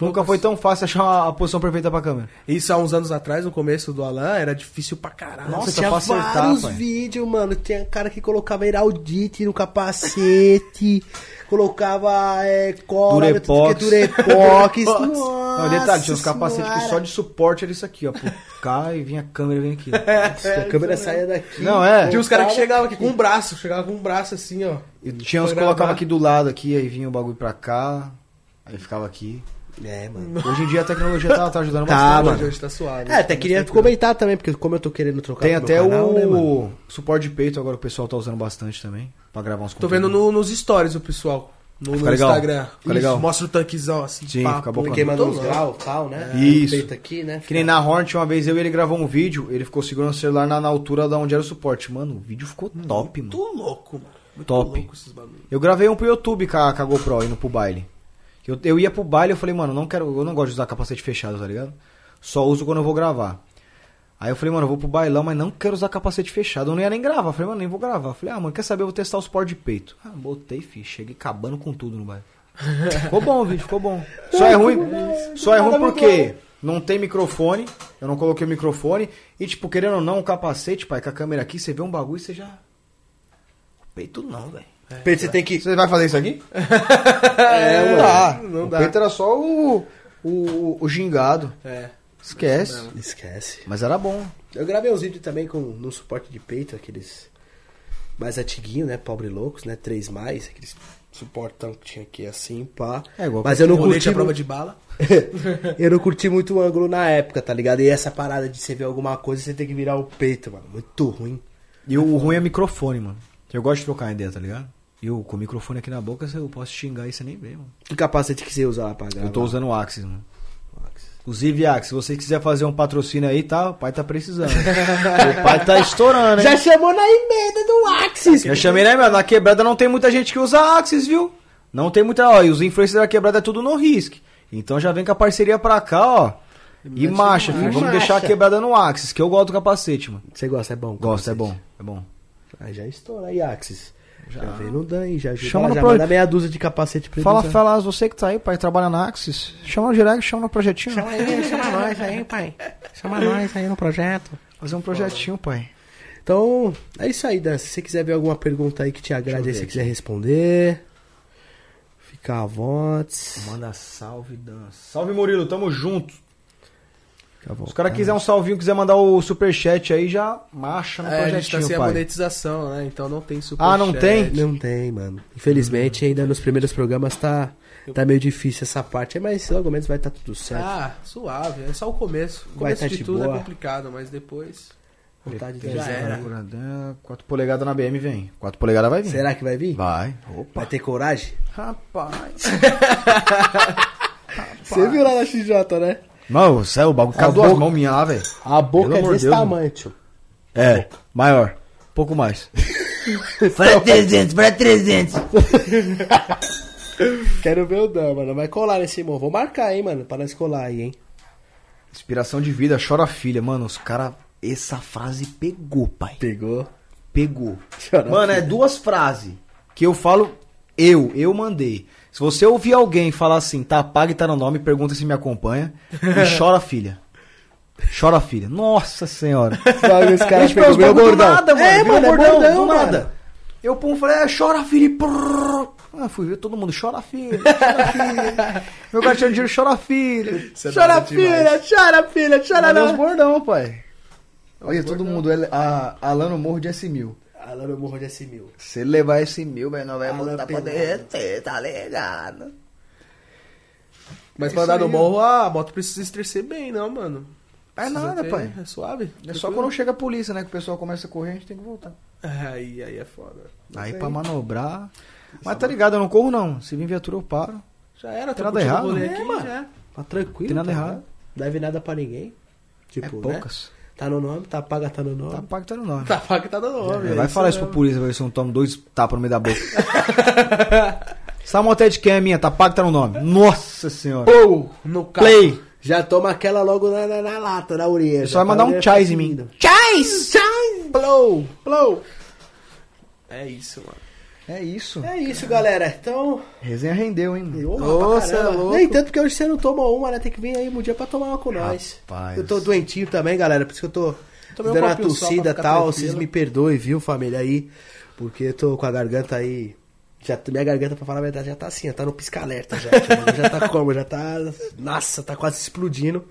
Speaker 3: Nunca foi tão fácil achar uma- a posição perfeita pra câmera.
Speaker 2: Isso há uns anos atrás, no começo do Alan, era difícil pra caralho.
Speaker 3: Nossa,
Speaker 1: tinha
Speaker 3: pra acertar,
Speaker 1: vários
Speaker 3: pai.
Speaker 1: vídeos, mano. Tinha cara que colocava Heraldite no capacete, colocava é, cola,
Speaker 3: Durepox. <laughs>
Speaker 1: Durepox.
Speaker 3: Não, detalhe, tinha uns
Speaker 1: nossa
Speaker 3: capacetes que só
Speaker 1: senhora.
Speaker 3: de suporte era isso aqui, ó. Pô, cá e vinha a câmera, vem aqui.
Speaker 1: <laughs> Nossa, a câmera saía daqui.
Speaker 3: Não, é.
Speaker 2: Tinha uns caras que chegavam aqui com um braço, chegavam com um braço assim, ó.
Speaker 3: E tinha uns que
Speaker 2: Pra
Speaker 3: colocavam
Speaker 2: gravar.
Speaker 3: aqui do lado, aqui, aí vinha o bagulho pra cá, aí ficava aqui.
Speaker 1: É, mano.
Speaker 3: Hoje em dia a tecnologia tá, tá ajudando
Speaker 1: Tá,
Speaker 3: bastante.
Speaker 1: mano.
Speaker 2: Hoje tá suave.
Speaker 1: É, até queria comentar também, porque como eu tô querendo trocar
Speaker 3: Tem
Speaker 1: pro meu
Speaker 3: até
Speaker 1: canal,
Speaker 3: o
Speaker 1: né, mano?
Speaker 3: suporte de peito agora que o pessoal tá usando bastante também. Pra gravar uns
Speaker 2: Tô vendo
Speaker 3: conteúdos.
Speaker 2: no- nos stories o pessoal. No, no
Speaker 3: Fica legal.
Speaker 2: Instagram.
Speaker 3: Fica legal.
Speaker 2: Mostra o tanquezão assim.
Speaker 3: Sim,
Speaker 2: pá,
Speaker 3: fica
Speaker 2: pum.
Speaker 3: bom pra
Speaker 1: Porque manda
Speaker 2: Tô
Speaker 1: uns
Speaker 2: louco.
Speaker 1: graus, tal, né?
Speaker 3: É. Isso.
Speaker 1: Feito aqui, né?
Speaker 3: Que nem na Hornet, uma vez eu e ele gravou um vídeo, ele ficou segurando o celular na, na altura da onde era o suporte. Mano, o vídeo ficou top, mano.
Speaker 2: Tô louco, mano. Muito
Speaker 3: Top.
Speaker 2: louco esses bagulho.
Speaker 3: Eu gravei um pro YouTube com a, com a GoPro indo pro baile. Eu, eu ia pro baile, eu falei, mano, não quero, eu não gosto de usar capacete fechado, tá ligado? Só uso quando eu vou gravar. Aí eu falei, mano, eu vou pro bailão, mas não quero usar capacete fechado. Eu não ia nem gravar. Eu falei, mano, nem vou gravar. Eu falei, ah, mano, quer saber? Eu vou testar o suporte de peito. Ah, botei, fi. Cheguei acabando com tudo no baile. Ficou bom o vídeo, ficou bom. Só é ruim, só é ruim porque não tem microfone. Eu não coloquei o microfone. E, tipo, querendo ou não, o capacete, pai, com a câmera aqui, você vê um bagulho e você já. Peito não, velho.
Speaker 1: Pedro, você tem que.
Speaker 3: Você vai fazer isso aqui? É, não dá.
Speaker 2: não
Speaker 3: o
Speaker 2: dá.
Speaker 3: peito era só o, o, o gingado.
Speaker 2: É.
Speaker 3: Esquece.
Speaker 1: Esquece.
Speaker 3: Mas era bom.
Speaker 1: Eu gravei uns vídeos também com no suporte de peito, aqueles mais antiguinho, né? Pobre loucos, né? Três mais, aqueles suportão que tinha aqui assim, pá.
Speaker 3: É igual
Speaker 1: Mas eu não
Speaker 2: Colete
Speaker 1: curti.
Speaker 2: à prova
Speaker 1: mu-
Speaker 2: de bala.
Speaker 1: <laughs> eu não curti muito o ângulo na época, tá ligado? E essa parada de você ver alguma coisa você tem que virar o peito, mano. Muito ruim.
Speaker 3: E o ruim é microfone, mano. Eu gosto de trocar ideia, tá ligado? E eu com o microfone aqui na boca, eu posso xingar e você nem vê, mano.
Speaker 1: Que capacete que você usa lá pra gravar?
Speaker 3: Eu tô usando o Axis, mano. Inclusive, Axis, se você quiser fazer um patrocínio aí, tá? O pai tá precisando. <laughs> o pai tá estourando, hein?
Speaker 1: Já chamou na emenda do Axis!
Speaker 3: Eu chamei, né, meu? Na quebrada não tem muita gente que usa Axis, viu? Não tem muita. Ó, e os influencers da quebrada é tudo no RISC. Então já vem com a parceria pra cá, ó. E marcha, filho. Vamos
Speaker 1: marcha.
Speaker 3: deixar a quebrada no Axis, que eu gosto do capacete, mano.
Speaker 1: Você gosta, é bom.
Speaker 3: Gosto, é
Speaker 1: capacete.
Speaker 3: bom. É bom.
Speaker 1: Aí já estoura aí, Axis. Já, vem no Dan, já ajuda.
Speaker 3: Chama
Speaker 1: Chama
Speaker 3: no
Speaker 1: já
Speaker 3: pro-
Speaker 1: manda meia dúzia de capacete pra ele
Speaker 3: Fala,
Speaker 1: usar.
Speaker 3: fala, você que tá aí, pai, trabalha na Axis. Chama no direct, chama no projetinho.
Speaker 6: Chama aí, chama nós aí, pai. Chama nós aí no projeto.
Speaker 3: Fazer um projetinho, pai.
Speaker 1: Então, é isso aí, Dan. Se você quiser ver alguma pergunta aí que te agrade, aí, se você quiser responder, fica à vontade.
Speaker 3: Manda salve, Dan. Salve, Murilo, tamo junto.
Speaker 1: Fica à
Speaker 3: Se
Speaker 1: vontade.
Speaker 3: o cara quiser um salvinho, quiser mandar o superchat aí, já marcha no
Speaker 2: É, a gente tá
Speaker 3: projetinho,
Speaker 2: sem a
Speaker 3: pai.
Speaker 2: monetização, né? Então não tem super
Speaker 3: Ah, não tem?
Speaker 1: Não tem, mano. Infelizmente, ainda nos primeiros programas tá, tá meio difícil essa parte, aí, mas logo menos vai estar tudo certo.
Speaker 2: Ah, suave. É só o começo. O
Speaker 1: Vai
Speaker 2: começo
Speaker 1: tá de
Speaker 2: de tudo
Speaker 1: boa.
Speaker 2: é complicado, mas depois...
Speaker 1: Vontade de
Speaker 2: Já era.
Speaker 3: 4 polegadas na BM vem. 4 polegadas vai vir.
Speaker 1: Será que vai vir?
Speaker 3: Vai.
Speaker 1: Vai ter coragem? <laughs>
Speaker 3: Rapaz.
Speaker 1: Você viu lá na XJ, né?
Speaker 3: Mano, sério, o bagulho
Speaker 1: A
Speaker 3: caiu duas
Speaker 1: boca-
Speaker 3: mãos minha lá, velho.
Speaker 1: A boca
Speaker 3: Pelo
Speaker 1: é
Speaker 3: amor
Speaker 1: desse
Speaker 3: de Deus,
Speaker 1: tamanho, tio.
Speaker 3: É, maior. Pouco mais.
Speaker 6: Para 300, para 300.
Speaker 1: Quero ver o Dan, mano. Vai colar nesse morro. Vou marcar, hein, mano, pra nós colar aí, hein.
Speaker 3: Inspiração de vida, chora filha. Mano, os caras. Essa frase pegou, pai.
Speaker 1: Pegou.
Speaker 3: Pegou.
Speaker 1: Chora
Speaker 3: Mano, é duas frases que eu falo. Eu, eu mandei. Se você ouvir alguém falar assim, tá paga e tá no nome, pergunta se me acompanha. E chora, filha. Chora, filha. Nossa senhora.
Speaker 1: Bagulho, Os caras
Speaker 3: Gente, meu,
Speaker 1: pegou
Speaker 3: os
Speaker 1: meu
Speaker 3: bagulho do
Speaker 1: bordão.
Speaker 3: nada, mano.
Speaker 1: É,
Speaker 3: Virou
Speaker 1: mano, é
Speaker 3: bordão, do
Speaker 1: bordão,
Speaker 3: nada.
Speaker 1: mano.
Speaker 3: Eu pum, falei, é, chora, filho. e prrr. Ah, fui ver todo mundo, chora, filho. Chora, filho. Meu cartão de dinheiro, chora, filho.
Speaker 2: Isso é
Speaker 1: Chora,
Speaker 2: nada demais.
Speaker 1: filha, chora, filha, chora,
Speaker 3: Mano, é os
Speaker 1: não.
Speaker 3: É bordão, pai. Olha, todo mundo. ele- A, Alan no Morro de S1000.
Speaker 1: Alan, eu morro de S1000.
Speaker 3: Se ele levar esse mil, velho, não vai
Speaker 6: Vai botar pra
Speaker 1: pelado.
Speaker 6: derreter, tá ligado?
Speaker 2: Mas pra
Speaker 3: Isso
Speaker 2: andar no
Speaker 3: aí,
Speaker 2: morro, a moto precisa estrecer bem, não, mano.
Speaker 3: É
Speaker 2: Precisa
Speaker 3: nada,
Speaker 2: ter-
Speaker 3: pai.
Speaker 2: É suave.
Speaker 3: É só quando chega a polícia, né? Que o pessoal começa a correr, a gente tem que voltar.
Speaker 2: <laughs> Aí, aí é foda.
Speaker 3: Aí pra manobrar. Mas tá ligado, eu não corro não. Se vir viatura, eu paro.
Speaker 2: Já era,
Speaker 3: Tem
Speaker 2: tá curtindo
Speaker 3: nada errado,
Speaker 2: o rolê
Speaker 3: né?
Speaker 2: aqui,
Speaker 1: É, mano.
Speaker 2: <laughs> já.
Speaker 1: Tá tranquilo.
Speaker 3: Tem nada
Speaker 1: tá
Speaker 3: errado.
Speaker 1: ligado? Deve nada pra ninguém. Tipo,
Speaker 3: é
Speaker 1: né?
Speaker 3: poucas.
Speaker 1: Tá no nome, tá paga, tá no nome.
Speaker 3: Tá pago, tá no nome.
Speaker 2: Tá pago que tá dando nome.
Speaker 3: É, vai
Speaker 2: isso
Speaker 3: falar isso pro
Speaker 2: mesmo.
Speaker 3: polícia, vai ver se eu não tomo dois tapas no meio da boca. Essa moto é de quem é minha? Tá pago, tá no nome. Nossa senhora.
Speaker 1: Pou! No carro.
Speaker 3: Play.
Speaker 1: Já toma aquela logo na, na, na lata, na orelha.
Speaker 3: Só vai mandar um chais em mim.
Speaker 6: Chais!
Speaker 1: né? Blow! Blow!
Speaker 2: É isso, mano.
Speaker 3: É isso.
Speaker 1: É isso, galera. Então.
Speaker 3: Resenha rendeu, hein? mano?
Speaker 1: Nossa, é louco. Nem tanto que hoje você não toma uma, né? Tem que vir aí um dia pra tomar uma com nós.
Speaker 3: Rapaz.
Speaker 1: Eu tô doentinho também, galera. Por isso que eu tô
Speaker 2: Tomei um
Speaker 1: dando uma
Speaker 2: copinho só pra
Speaker 1: tossida e
Speaker 2: ficar
Speaker 1: tal.
Speaker 2: tranquilo.
Speaker 1: Vocês me perdoem, viu, família aí? Porque eu tô com a garganta aí. Já, minha garganta, pra falar a verdade, já tá assim, ó, tá no pisca-alerta já. tipo, <laughs> já tá como? Já tá. Nossa, tá quase explodindo.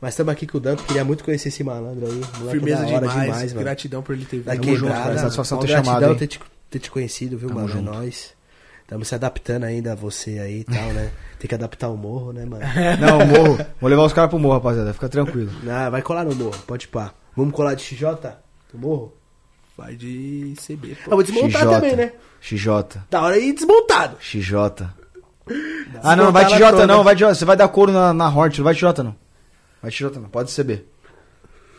Speaker 1: Mas estamos aqui com o Damp, queria muito conhecer esse malandro aí. Moleque é
Speaker 2: Firmeza
Speaker 1: da hora
Speaker 2: demais.
Speaker 1: demais, mano.
Speaker 2: Gratidão por ele ter vindo.
Speaker 1: Da
Speaker 3: Tamo junto,
Speaker 1: quebrada.
Speaker 3: cara. Satisfação ter
Speaker 1: Mó gratidão
Speaker 3: chamado, hein?
Speaker 1: Ter te, ter te conhecido, viu,
Speaker 3: Tamo
Speaker 1: mano?
Speaker 3: junto.
Speaker 1: É nóis. Estamos se adaptando ainda a você aí e tal,
Speaker 3: <laughs>
Speaker 1: né? Tem que adaptar o morro, né, mano?
Speaker 3: Não, morro. Vou levar os caras pro morro, rapaziada. Fica tranquilo.
Speaker 1: Ah, vai colar no morro, pode pá. Vamos colar de XJ? No morro?
Speaker 2: Vai de CB,
Speaker 1: Ah,
Speaker 2: pô.
Speaker 1: vou desmontar
Speaker 3: XJ.
Speaker 1: também, né?
Speaker 3: XJ.
Speaker 1: Da hora aí desmontado.
Speaker 3: XJ. Ah, não, não
Speaker 1: Desmontar
Speaker 3: vai de
Speaker 1: ela
Speaker 3: J
Speaker 1: toda.
Speaker 3: não, vai de J. Você vai dar couro na, na Hort, não vai de J não. Vai de J não, pode ser B.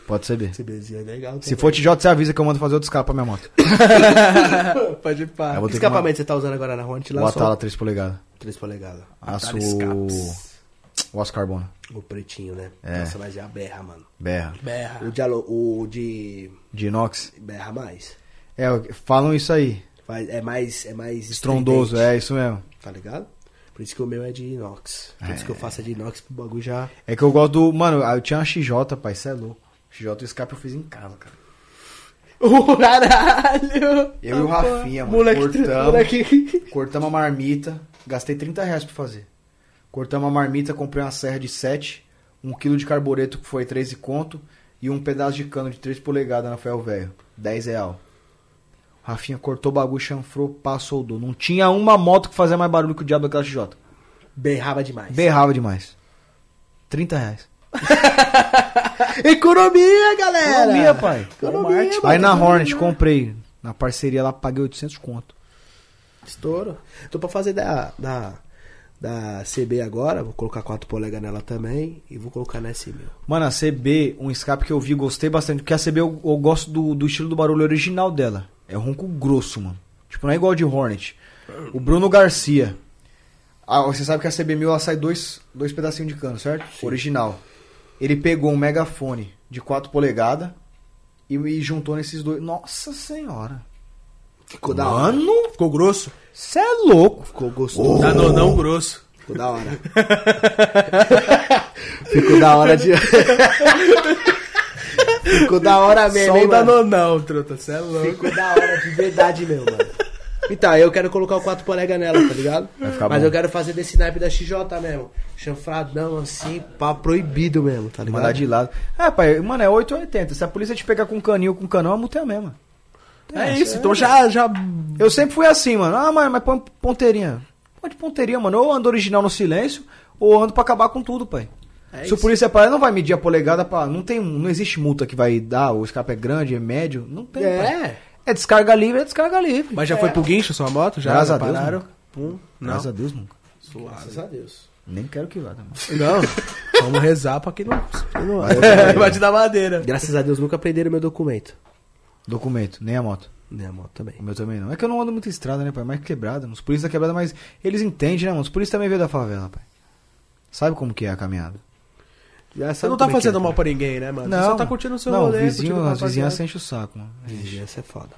Speaker 3: Pode ser B.
Speaker 1: Esse bezinho é legal.
Speaker 3: Se for de J, você avisa que eu mando fazer outros caras pra minha moto.
Speaker 2: <laughs> Pode ir
Speaker 3: Eu
Speaker 2: pra.
Speaker 3: vou
Speaker 1: Que
Speaker 3: ter que mandar.
Speaker 1: escapamento você tá usando agora na Honda lá
Speaker 3: O
Speaker 1: só?
Speaker 3: Atala 3 polegadas.
Speaker 1: 3 polegadas.
Speaker 3: Aço.
Speaker 2: escapes.
Speaker 3: O aço carbono.
Speaker 1: O pretinho, né?
Speaker 3: É.
Speaker 1: Nossa, mas é a berra, mano.
Speaker 3: Berra.
Speaker 2: Berra.
Speaker 1: O de, alo- o de
Speaker 3: De inox.
Speaker 1: berra mais.
Speaker 3: É, o- falam isso aí.
Speaker 1: Faz- É mais, é mais
Speaker 3: Estrondoso,
Speaker 1: estridente,
Speaker 3: é isso mesmo.
Speaker 1: Tá ligado? Por isso que o meu é de inox. Por isso que eu faço é de inox pro bagulho já
Speaker 3: É que eu gosto do. Mano, eu tinha uma XJ, pai, cê é louco. XJ e escape eu fiz em casa, cara.
Speaker 2: O caralho.
Speaker 3: Eu e o Rafinha, mano.
Speaker 1: Moleque,
Speaker 3: cortamos,
Speaker 1: moleque. <laughs>
Speaker 3: cortamos a marmita. Gastei 30 reais pra fazer. Cortamos a marmita, comprei uma serra de 7, um quilo de carbureto que foi 13 conto e um pedaço de cano de 3 polegadas na ferro velho. 10 real. O Rafinha cortou o bagulho, chanfrou, passou o dor. Não tinha uma moto que fazia mais barulho que o diabo daquela XJ.
Speaker 1: berrava demais.
Speaker 3: Berrava demais. 30 reais.
Speaker 1: <laughs> Economia, galera!
Speaker 3: Economia, pai.
Speaker 1: Economia, mano.
Speaker 3: Aí na Hornet, comprei. Na parceria lá, paguei 800 conto.
Speaker 1: Estouro. Tô pra fazer da, da, da CB agora. Vou colocar 4 polegas nela também. E vou colocar na S1000.
Speaker 3: Mano, a CB, um escape que eu vi, gostei bastante. Porque a CB eu, eu gosto do, do estilo do barulho original dela. É ronco grosso, mano. Tipo, não é igual a de Hornet. O Bruno Garcia. Ah, você sabe que a CB1000 ela sai dois, dois pedacinhos de cano, certo? Original. Ele pegou um megafone de 4 polegadas e, e juntou nesses dois. Nossa senhora.
Speaker 1: Ficou da hora.
Speaker 3: Mano,
Speaker 2: Ficou grosso?
Speaker 3: cê é louco.
Speaker 1: Ficou gostoso.
Speaker 2: Tá não, não grosso.
Speaker 1: Ficou da hora. <laughs> Ficou da hora de. Ficou da hora mesmo,
Speaker 2: Só
Speaker 1: hein,
Speaker 2: o
Speaker 1: mano?
Speaker 2: danonão, truta. Você é louco.
Speaker 1: Ficou da hora de verdade mesmo, mano. Então, eu quero colocar o 4 polegas nela, tá ligado?
Speaker 3: Vai ficar
Speaker 1: Mas
Speaker 3: bom.
Speaker 1: eu quero fazer desse naipe da XJ mesmo. Chanfradão assim, pá, proibido mesmo, tá ligado?
Speaker 3: Mandar de lado. É, pai, mano, é 8 ou 80. Se a polícia te pegar com canil ou com canão, a multa é a mesma.
Speaker 2: É isso, então já, já
Speaker 3: Eu sempre fui assim, mano. Ah, mas, mas põe ponteirinha. Põe de ponteirinha, mano. Ou eu ando original no silêncio, ou eu ando pra acabar com tudo, pai.
Speaker 2: É
Speaker 3: Se o polícia parar, não vai medir a polegada pra. Não, tem, não existe multa que vai dar, o escape é grande, é médio. Não tem. pai.
Speaker 1: É.
Speaker 3: É descarga livre, é descarga livre.
Speaker 2: Mas já foi pro guincho sua moto? Já
Speaker 3: Graças
Speaker 2: já
Speaker 3: a Deus,
Speaker 2: pararam?
Speaker 3: nunca.
Speaker 2: Pum, não.
Speaker 3: Graças a Deus nunca.
Speaker 1: Graças a Deus.
Speaker 3: Nem quero que vá, tá, mano.
Speaker 2: <laughs> Não. Vamos rezar pra que <laughs> não. É, Vai te dar madeira.
Speaker 1: Graças a Deus nunca prenderam meu documento.
Speaker 3: Documento, nem a moto.
Speaker 1: Minha moto também.
Speaker 3: O meu também não. É que eu não ando muito em estrada, né, pai? Mais quebrada. Os polícias da quebrada, mas eles entendem, né, mano? Os polícias também veio da favela, pai. Sabe como que é a caminhada?
Speaker 1: Já
Speaker 2: Você
Speaker 1: sabe
Speaker 2: não tá
Speaker 1: como é que
Speaker 2: fazendo
Speaker 1: é,
Speaker 2: mal pra ninguém, né, mano? Você só tá curtindo o seu
Speaker 3: não,
Speaker 2: rolê.
Speaker 3: Vizinho,
Speaker 2: curtindo a
Speaker 3: as vizinhanças
Speaker 2: rapaziada.
Speaker 3: enchem o saco, mano.
Speaker 1: cara. Isso é foda.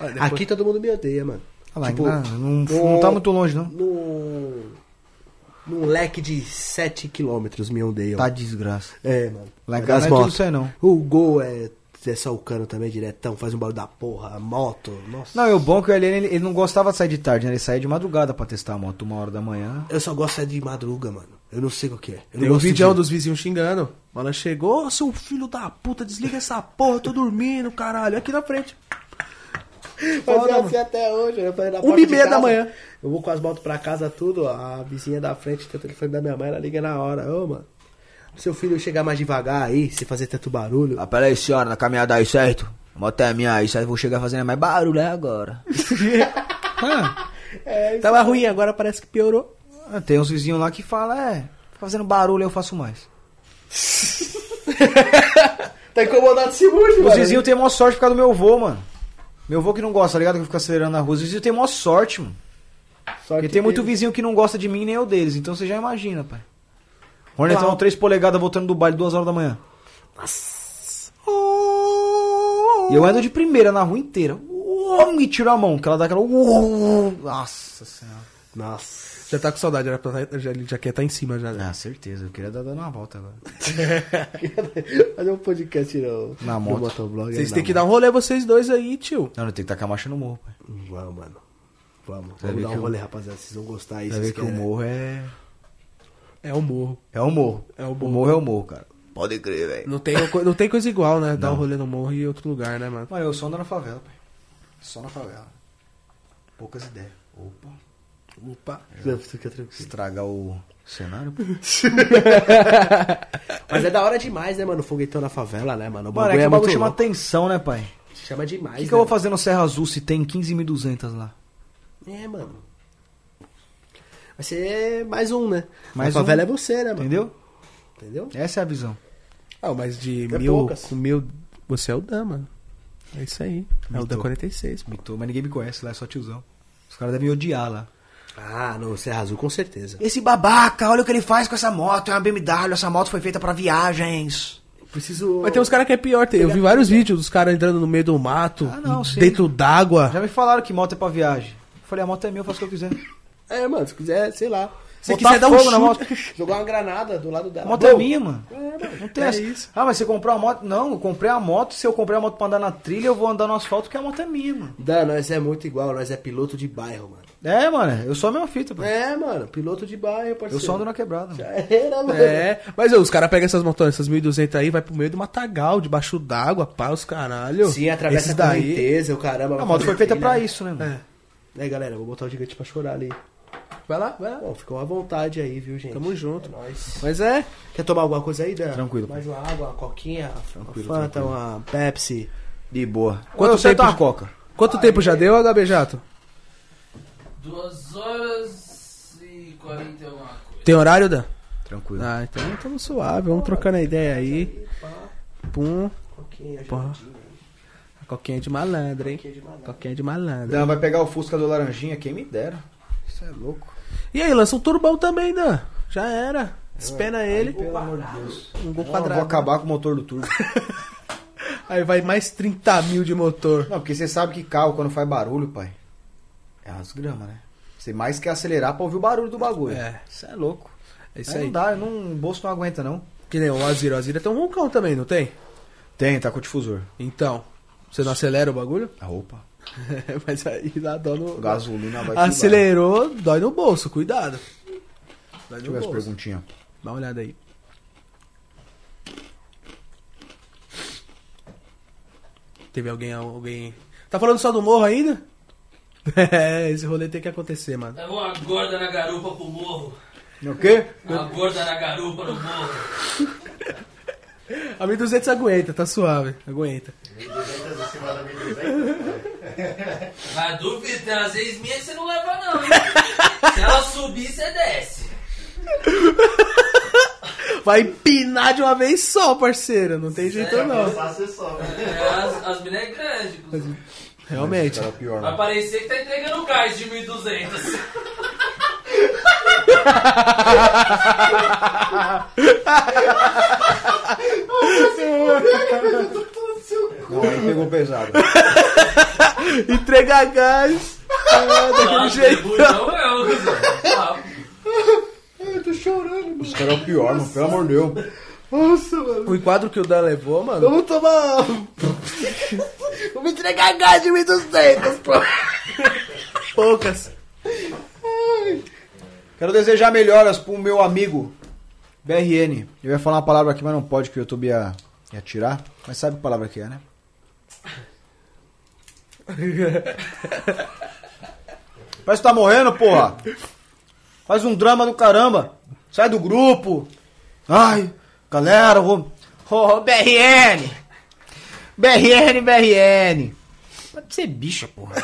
Speaker 2: Ah, depois-
Speaker 1: Aqui todo mundo me odeia, mano.
Speaker 3: Olha lá,
Speaker 1: Tipo,
Speaker 3: Ah, não, não, não tá muito longe, não.
Speaker 1: Num, num leque de 7 km me odeiam.
Speaker 3: Tá desgraça.
Speaker 1: É, mano.
Speaker 3: Lá em
Speaker 1: Mas
Speaker 3: casa
Speaker 1: as
Speaker 3: não é tudo
Speaker 1: motos.
Speaker 3: isso aí, não.
Speaker 1: O gol é, é só o cano também, diretão, faz um barulho da porra. A moto, nossa.
Speaker 3: Não, e o bom é que o Helene, ele, ele não gostava de sair de tarde, né? Ele saía de madrugada pra testar a moto, uma hora da manhã.
Speaker 1: Eu só gosto é de madruga, mano. Eu não sei o que é. Eu
Speaker 2: Tem
Speaker 1: não
Speaker 2: um
Speaker 1: gosto
Speaker 2: vídeo
Speaker 1: de-
Speaker 2: dos vizinhos xingando. Mano, chegou, "Ô, seu filho da puta, desliga essa porra, eu tô dormindo, caralho. Aqui na frente.
Speaker 1: Fazia
Speaker 2: mano.
Speaker 1: assim até hoje, né? Fazia na
Speaker 2: Uma
Speaker 1: porta
Speaker 2: e
Speaker 1: de
Speaker 2: meia da
Speaker 1: casa.
Speaker 2: manhã.
Speaker 1: Eu vou com as motos pra casa, tudo. A vizinha da frente tem o telefone da minha mãe, ela liga na hora. Ô, mano, seu filho chegar mais devagar aí, se fazer tanto barulho.
Speaker 7: Ah, pera aí, senhora, na caminhada aí, certo? A moto é minha aí, certo? Vou chegar fazendo mais barulho é agora.
Speaker 1: Tava Tá ruim, agora parece que piorou.
Speaker 3: Ah, tem uns vizinhos lá que falam, é, fica fazendo barulho eu faço mais.
Speaker 1: Tá incomodado esse mundo,
Speaker 3: Os
Speaker 1: mano.
Speaker 3: vizinhos têm maior sorte por causa do meu vô, mano. Meu vô que não gosta, tá ligado? Que eu fico acelerando na rua. Os vizinhos têm maior sorte, mano.
Speaker 1: Sorte
Speaker 3: Porque tem muito
Speaker 1: dele.
Speaker 3: vizinho que não gosta de mim nem eu deles, então você já imagina, pai. Hornetão
Speaker 1: Claro.
Speaker 3: 3 polegadas voltando do baile 2 horas da manhã. E eu ando de primeira na rua inteira. Uou, me tirou a mão, que ela dá aquela. uou, Nossa senhora.
Speaker 1: Nossa.
Speaker 2: Já tá com saudade, era pra tá- já, ele já quer tá em cima já. né?
Speaker 3: Ah, certeza, eu queria dar dando uma volta agora.
Speaker 1: Fazer um podcast no,
Speaker 3: Na
Speaker 1: no
Speaker 3: moto.
Speaker 1: motoblog.
Speaker 2: Vocês
Speaker 1: aí,
Speaker 2: têm
Speaker 1: na
Speaker 2: que dar um rolê, vocês dois aí, tio.
Speaker 3: Não, eu tenho que tacar a marcha no morro, pai.
Speaker 1: Vamos, mano. Vamos.
Speaker 3: ver
Speaker 1: Vamos dar
Speaker 3: que
Speaker 1: um
Speaker 3: eu-
Speaker 1: rolê, rapaziada. Vocês vão gostar aí.
Speaker 3: Vai
Speaker 1: vocês
Speaker 3: ver que o
Speaker 1: querem.
Speaker 3: morro é.
Speaker 2: É o morro.
Speaker 3: É o morro.
Speaker 2: É o morro.
Speaker 3: O morro é o morro, cara.
Speaker 7: Pode crer, velho.
Speaker 2: Não tem, co- não tem coisa igual, né? Dar um rolê no morro e em outro lugar, né, mano?
Speaker 3: Mano, eu só ando na favela, pai. Só na favela. Poucas ideias. Opa.
Speaker 2: Opa.
Speaker 1: Não, fica tranquilo.
Speaker 3: Estragar o cenário, pô.
Speaker 1: Mas é da hora demais, né, mano? Foguetão na favela, né, mano? O
Speaker 3: Mano,
Speaker 1: bagulho
Speaker 3: é que
Speaker 1: é,
Speaker 3: o
Speaker 1: muito
Speaker 3: bagulho chama
Speaker 1: louco.
Speaker 3: atenção, né, pai?
Speaker 1: Chama demais,
Speaker 3: O que, que
Speaker 1: né,
Speaker 3: eu vou fazer no Serra Azul se tem 15.200 lá?
Speaker 1: É, mano. Vai ser mais um, né?
Speaker 3: Mais
Speaker 1: a favela
Speaker 3: um.
Speaker 1: é você, né, mano?
Speaker 3: Entendeu?
Speaker 1: Entendeu?
Speaker 3: Essa é a visão.
Speaker 2: Ah, mas de
Speaker 1: É
Speaker 2: mil.
Speaker 1: poucas.
Speaker 2: Com mil. Você é o Dan, mano. É isso aí. É o Dan
Speaker 3: Mitou.
Speaker 2: 46, pô.
Speaker 3: Mitou, mas ninguém me conhece lá, é só tiozão. Os caras devem me odiar lá.
Speaker 1: Ah, no Serra Azul, com certeza.
Speaker 3: Esse babaca, olha o que ele faz com essa moto, é uma BMW, essa moto foi feita pra viagens.
Speaker 1: Preciso.
Speaker 2: Mas tem uns caras que é pior. tem- Eu vi vários vídeos dos caras entrando no meio do mato,
Speaker 3: Ah, não, sim.
Speaker 2: dentro d'água.
Speaker 3: Já me falaram que moto é pra viagem. Eu falei, a moto é minha, eu faço o que eu quiser.
Speaker 1: É, mano, se quiser, sei lá. Se
Speaker 3: Botar
Speaker 1: quiser dar um
Speaker 3: fogo na
Speaker 1: chute, jogar uma granada do lado
Speaker 3: A
Speaker 1: dela.
Speaker 3: moto
Speaker 1: Bom,
Speaker 3: é minha, mano. Não tem
Speaker 2: é
Speaker 3: essa.
Speaker 2: isso.
Speaker 3: Ah, mas você comprou a moto? Não, eu comprei a moto. Se eu comprei a moto pra andar na trilha, eu vou andar no asfalto porque a moto é minha, mano.
Speaker 1: Dan, nós é muito igual, nós é piloto de bairro, mano.
Speaker 3: É, mano, eu sou a mesma fita, pô.
Speaker 1: É, mano, piloto de bairro,
Speaker 3: eu um
Speaker 1: parceiro.
Speaker 3: só
Speaker 1: <laughs>
Speaker 3: ando na quebrada. mano.
Speaker 1: Já era, mano.
Speaker 2: É, mas ô, os caras pegam essas motoras, essas 1200 aí, vai pro meio do matagal, debaixo d'água, pá, os caralho.
Speaker 1: Sim, atravessa
Speaker 2: Esses
Speaker 1: a correnteza, o caramba.
Speaker 3: A
Speaker 1: vai
Speaker 3: moto
Speaker 1: fazer
Speaker 3: foi feita
Speaker 1: trilha.
Speaker 3: pra isso, né, mano?
Speaker 2: É.
Speaker 1: É, galera, vou botar o gigante pra chorar ali.
Speaker 2: Vai lá, vai lá.
Speaker 1: Bom, ficam à vontade aí, viu, gente?
Speaker 2: Tamo junto.
Speaker 1: É nóis.
Speaker 2: Mas é.
Speaker 1: Quer tomar alguma coisa aí, Dan?
Speaker 3: Tranquilo,
Speaker 1: Mais uma água, uma coquinha,
Speaker 3: Tranquilo,
Speaker 1: uma Fanta, uma Pepsi.
Speaker 3: De boa.
Speaker 2: Quanto
Speaker 3: Quanto você
Speaker 2: tempo
Speaker 3: tá
Speaker 2: de-
Speaker 3: uma coca?
Speaker 2: Quanto tempo já deu, HB Jato?
Speaker 5: Duas horas e quarenta e alguma coisa.
Speaker 2: Tem horário, Dan?
Speaker 3: Tranquilo.
Speaker 2: Ah, então estamos suave, vamos trocando a ideia aí. Pum,
Speaker 1: Coquinha,
Speaker 2: porra. A coquinha de malandro, hein? Coquinha de malandro.
Speaker 3: Dan, vai pegar o Fusca do Laranjinha, quem me dera. Isso é louco.
Speaker 2: E aí, lança um turbão também, Dan. Já era. Despena ele.
Speaker 3: amor de Deus.
Speaker 2: Um gol
Speaker 3: Não, eu vou né?
Speaker 2: quadrado.
Speaker 3: acabar com o motor do turbo. <laughs>
Speaker 2: Aí vai mais 30 mil de motor.
Speaker 3: Não, porque você sabe que carro, quando faz barulho, pai, é umas gramas, né? Você mais quer acelerar pra ouvir o barulho do bagulho.
Speaker 2: É.
Speaker 3: Isso é louco.
Speaker 2: É isso
Speaker 3: Aí
Speaker 2: aí.
Speaker 3: Não dá, não, o bolso não aguenta, não.
Speaker 2: Que nem o Azira. O Azira tem um roncão também, não tem?
Speaker 3: Tem, tá com o difusor.
Speaker 2: Então, você não acelera o bagulho? <laughs>
Speaker 3: A roupa.
Speaker 2: Mas aí dá dó no...
Speaker 3: Gasolina vai
Speaker 2: Acelerou, dói no bolso, cuidado. Dói
Speaker 3: que vai.
Speaker 2: no
Speaker 3: Deixa eu ver as
Speaker 2: bolso.
Speaker 3: perguntinhas.
Speaker 2: Dá uma olhada aí. Teve alguém, alguém... Tá falando só do morro ainda? <laughs> É, esse rolê tem que acontecer, mano.
Speaker 5: Leva uma gorda na garupa pro morro.
Speaker 3: O quê?
Speaker 5: Uma gorda na garupa no morro.
Speaker 2: A 1200 aguenta, tá suave, aguenta.
Speaker 5: Mas duvido, tem umas vezes minhas que você não leva não, hein? Se ela subir, você desce.
Speaker 2: Vai empinar de uma vez só, parceiro, não tem jeito não.
Speaker 5: É, as, as minas é grande. cuzão.
Speaker 2: Realmente.
Speaker 3: Era pior,
Speaker 5: Vai
Speaker 3: né?
Speaker 5: parecer que tá entregando gás de 1200.
Speaker 3: Não, aí pegou pesado.
Speaker 2: Entregar gás. Ah, daquele jeito.
Speaker 5: Não, eu, cuzão. Ah,
Speaker 3: Os caras é o pior, mano. Pelo amor de Deus.
Speaker 1: Nossa, mano.
Speaker 2: O enquadro que o Dan levou, mano.
Speaker 1: Vamos tomar. Vamos entregar gás de 1200, pô.
Speaker 2: Poucas.
Speaker 3: Quero desejar melhoras pro meu amigo BRN. Eu ia falar uma palavra aqui, mas não pode, <laughs> que o YouTube ia, ia tirar. Mas sabe que palavra que é, né? Parece que tá morrendo, porra. Faz um drama do caramba. Sai do grupo. Ai, galera, vou. Ô, ô, BRN! BRN, BRN! Pode ser bicha, porra.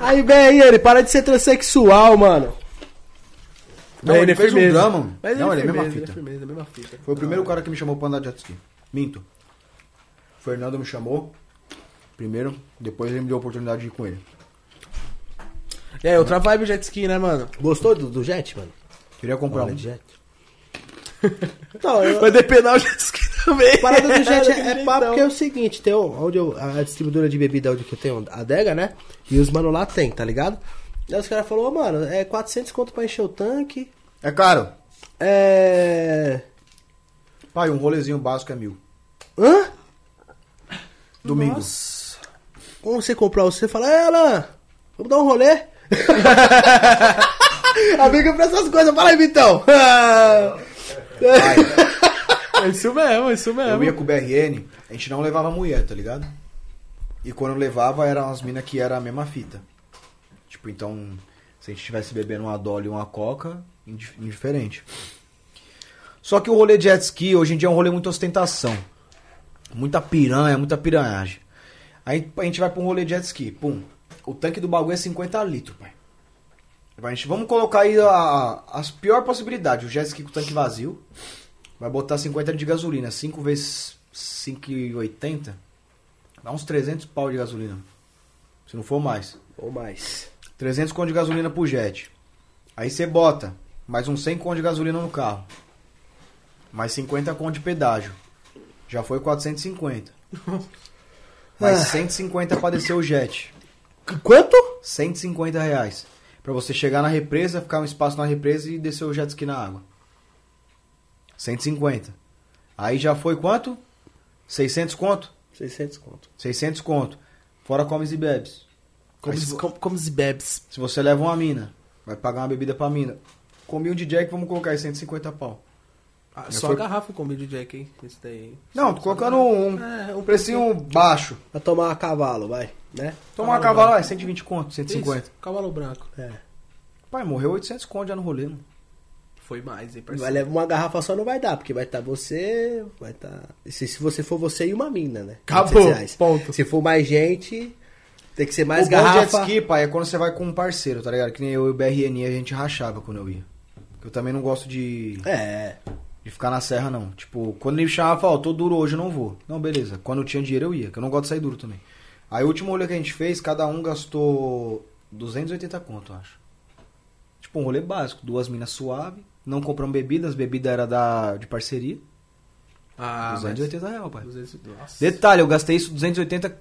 Speaker 1: Aí, bem, ele para de ser transexual, mano.
Speaker 3: Não,
Speaker 1: Bem,
Speaker 3: ele, fez um
Speaker 1: firmeza.
Speaker 3: drama. mano.
Speaker 2: Mas
Speaker 3: não, ele é
Speaker 2: firmeza,
Speaker 3: a mesma
Speaker 2: Ele
Speaker 3: fita.
Speaker 2: é firmeza, é a mesma fita.
Speaker 3: Foi o primeiro cara que me chamou pra andar de jet ski. Minto. O Fernando me chamou. Primeiro, depois ele me deu a oportunidade de ir com ele.
Speaker 2: É, outra vibe o jet ski, né, mano?
Speaker 1: Gostou do, do jet, mano?
Speaker 3: Queria comprar um.
Speaker 1: jet. Não,
Speaker 2: <laughs>
Speaker 1: eu,
Speaker 2: Vai depenar o jet ski também.
Speaker 1: a parada
Speaker 2: <laughs>
Speaker 1: do jet
Speaker 2: Daquele
Speaker 1: é, é papo
Speaker 2: jeitão.
Speaker 1: que é o seguinte, tem um- onde eu, a distribuidora de bebida é onde que eu tenho a adega, né? E os mano lá tem, tá ligado? Aí os caras falaram, ô mano, é 400 conto pra encher o tanque,
Speaker 3: É caro.
Speaker 1: é...
Speaker 3: Pai, um rolezinho básico é mil.
Speaker 1: Hã?
Speaker 3: Domingo.
Speaker 1: Como você comprar você fala, é, Alan, vamos dar um rolê? <laughs> Amiga pra essas coisas, fala aí, Vitão.
Speaker 2: É isso mesmo, é isso mesmo.
Speaker 3: Eu ia com o BRN, a gente não levava mulher, tá ligado? E quando eu levava, eram umas minas que era a mesma fita. Tipo, então, se a gente estivesse bebendo uma Dolly e uma Coca, indif- indiferente. Só que o rolê de jet ski hoje em dia é um rolê muito ostentação. Muita piranha, muita piranhagem. Aí a gente vai pra um rolê de jet ski, pum. O tanque do bagulho é 50 litros, pai. Vai, a gente- Vamos colocar aí a- as piores possibilidades. O jet ski com o tanque vazio. Vai botar 50 de gasolina. 5 vezes 5,80. Dá uns 300 pau de gasolina. Se não for mais.
Speaker 1: <laughs> Ou mais.
Speaker 3: 300 conto de gasolina pro jet. Aí você bota mais uns 100 conto de gasolina no carro. Mais 50 conto de pedágio. Já foi 450. Mais 150 pra descer o jet.
Speaker 1: Quanto?
Speaker 3: 150 reais. Pra você chegar na represa, ficar um espaço na represa e descer o jet ski na água. 150. Aí já foi quanto? 600 conto?
Speaker 1: 600 conto.
Speaker 3: 600 conto. Fora comes e bebes.
Speaker 2: Como,
Speaker 3: Aí se
Speaker 2: se-
Speaker 3: vo-
Speaker 2: como, como se bebes.
Speaker 3: Se você leva uma mina, vai pagar uma bebida pra mina. Comi um de Jack, vamos colocar aí 150 pau.
Speaker 2: Ah,
Speaker 3: Já
Speaker 2: só
Speaker 3: foi-
Speaker 2: a garrafa com vídeo Jack, hein? Esse daí. hein?
Speaker 3: Não, tô colocando um,
Speaker 2: É,
Speaker 3: um
Speaker 2: um
Speaker 3: precinho baixo.
Speaker 1: Pra tomar a cavalo, vai, né?
Speaker 3: Tomar uma cavalo, é 120 conto, 150.
Speaker 2: Isso, cavalo branco.
Speaker 1: É.
Speaker 3: Pai, morreu 800 conto já no rolê, mano.
Speaker 2: Foi mais, hein,
Speaker 1: Vai
Speaker 2: parceiro?
Speaker 1: levar uma garrafa só não vai dar, porque vai estar você, vai estar. Se, se você for você e uma mina, né?
Speaker 2: Acabou,
Speaker 1: 400 reais.
Speaker 2: ponto.
Speaker 1: Se for mais gente, tem que ser mais
Speaker 3: o bom de
Speaker 1: garrafa.
Speaker 3: jet ski, pai, é quando você vai com um parceiro, tá ligado? Que nem eu e o BRN a gente rachava quando eu ia. Eu também não gosto de,
Speaker 1: É,
Speaker 3: de ficar na serra, não. Tipo, quando ele me chamava, falava, "Ó, tô duro hoje, eu não vou. Não, beleza. Quando eu tinha dinheiro, eu ia, que eu não gosto de sair duro também. Aí o último rolê que a gente fez, cada um gastou 280 conto, eu acho. Tipo, um rolê básico. Duas minas suave, não compramos bebidas, bebida era da, de parceria.
Speaker 2: Ah, mas-
Speaker 3: 280 real, pai.
Speaker 2: 200 Nossa.
Speaker 3: Detalhe, eu gastei isso 280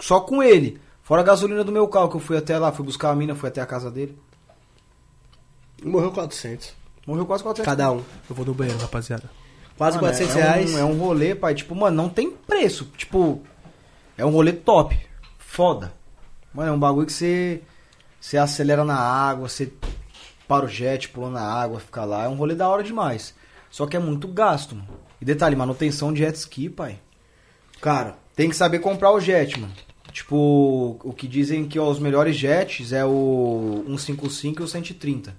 Speaker 3: só com ele. Fora a gasolina do meu carro, que eu fui até lá, fui buscar a mina, fui até a casa dele.
Speaker 1: morreu 400.
Speaker 3: Morreu quase 400
Speaker 1: Cada um.
Speaker 2: Eu vou no banheiro, rapaziada.
Speaker 1: Quase
Speaker 3: Mano,
Speaker 1: 400
Speaker 3: é um-
Speaker 1: reais.
Speaker 3: É um rolê, pai. Tipo, mano, não tem preço. Tipo, é um rolê top. Foda. Mano, é um bagulho que você. Você acelera na água, você para o jet, pula na água, fica lá. É um rolê da hora demais. Só que é muito gasto, mano. E detalhe, manutenção de jet ski, pai.
Speaker 1: Cara,
Speaker 3: Tem que saber comprar o jet, mano. Tipo, o que dizem que ó, os melhores jets é o 155 e o 130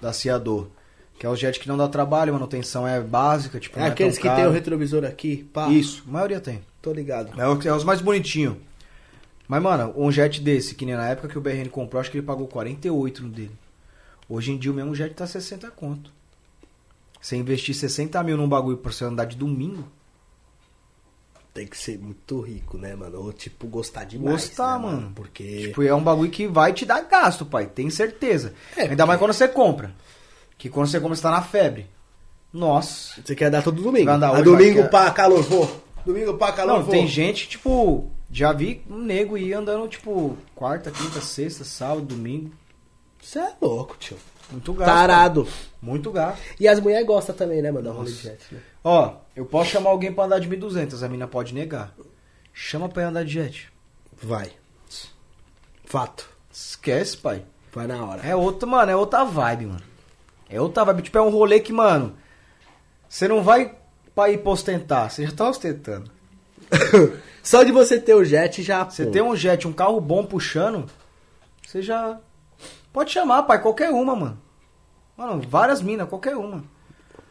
Speaker 3: da Ciador. Que é o jet que não dá trabalho, manutenção é básica, tipo,
Speaker 1: é
Speaker 3: não
Speaker 1: aqueles
Speaker 3: tão
Speaker 1: que tem
Speaker 3: caro.
Speaker 1: o retrovisor aqui, pá.
Speaker 3: Isso, a maioria tem.
Speaker 1: Tô ligado.
Speaker 3: É o- é os mais bonitinhos. Mas, mano, um jet desse, que nem na época que o BRN comprou, acho que ele pagou 48 no dele. Hoje em dia o mesmo jet tá 60 conto. Você investir 60 mil num bagulho pra você andar de domingo,
Speaker 1: Tem que ser muito rico, né, mano? Ou, tipo, gostar demais.
Speaker 3: Gostar,
Speaker 1: né,
Speaker 3: mano.
Speaker 1: Porque.
Speaker 3: tipo, é um bagulho que vai te dar gasto, pai. Tem certeza.
Speaker 1: É,
Speaker 3: Ainda mais quando você compra. Que quando você compra, você tá na febre. Nossa.
Speaker 1: Você quer dar todo domingo.
Speaker 3: Vai andar
Speaker 1: Ah,
Speaker 3: hoje,
Speaker 1: domingo
Speaker 3: vai que- é-
Speaker 1: pá, calor, vou. Domingo pá, calor,
Speaker 3: Não,
Speaker 1: vou.
Speaker 3: tem gente, tipo, já vi um nego ir andando, tipo, quarta, quinta, sexta, sábado, domingo.
Speaker 1: Você é louco, tio.
Speaker 3: Muito gasto.
Speaker 1: Tarado.
Speaker 3: pai. Muito gasto.
Speaker 1: E as mulheres gostam também, né, mano? Da rolê de jet, né?
Speaker 3: Ó, eu posso chamar alguém pra andar de 1200, a mina pode negar. Chama pra ir andar de jet.
Speaker 1: Vai. Fato.
Speaker 3: Esquece, pai.
Speaker 1: Vai na hora. <laughs>
Speaker 3: É outra, mano, é outra vibe, mano. É outra vibe. Tipo, é um rolê que, mano, você não vai pra ir pra ostentar, você já tá ostentando.
Speaker 1: Só de você ter o jet já.
Speaker 3: Você tem um jet, um carro bom puxando, você já. Pode chamar, pai, qualquer uma, mano. Mano, várias minas, qualquer uma.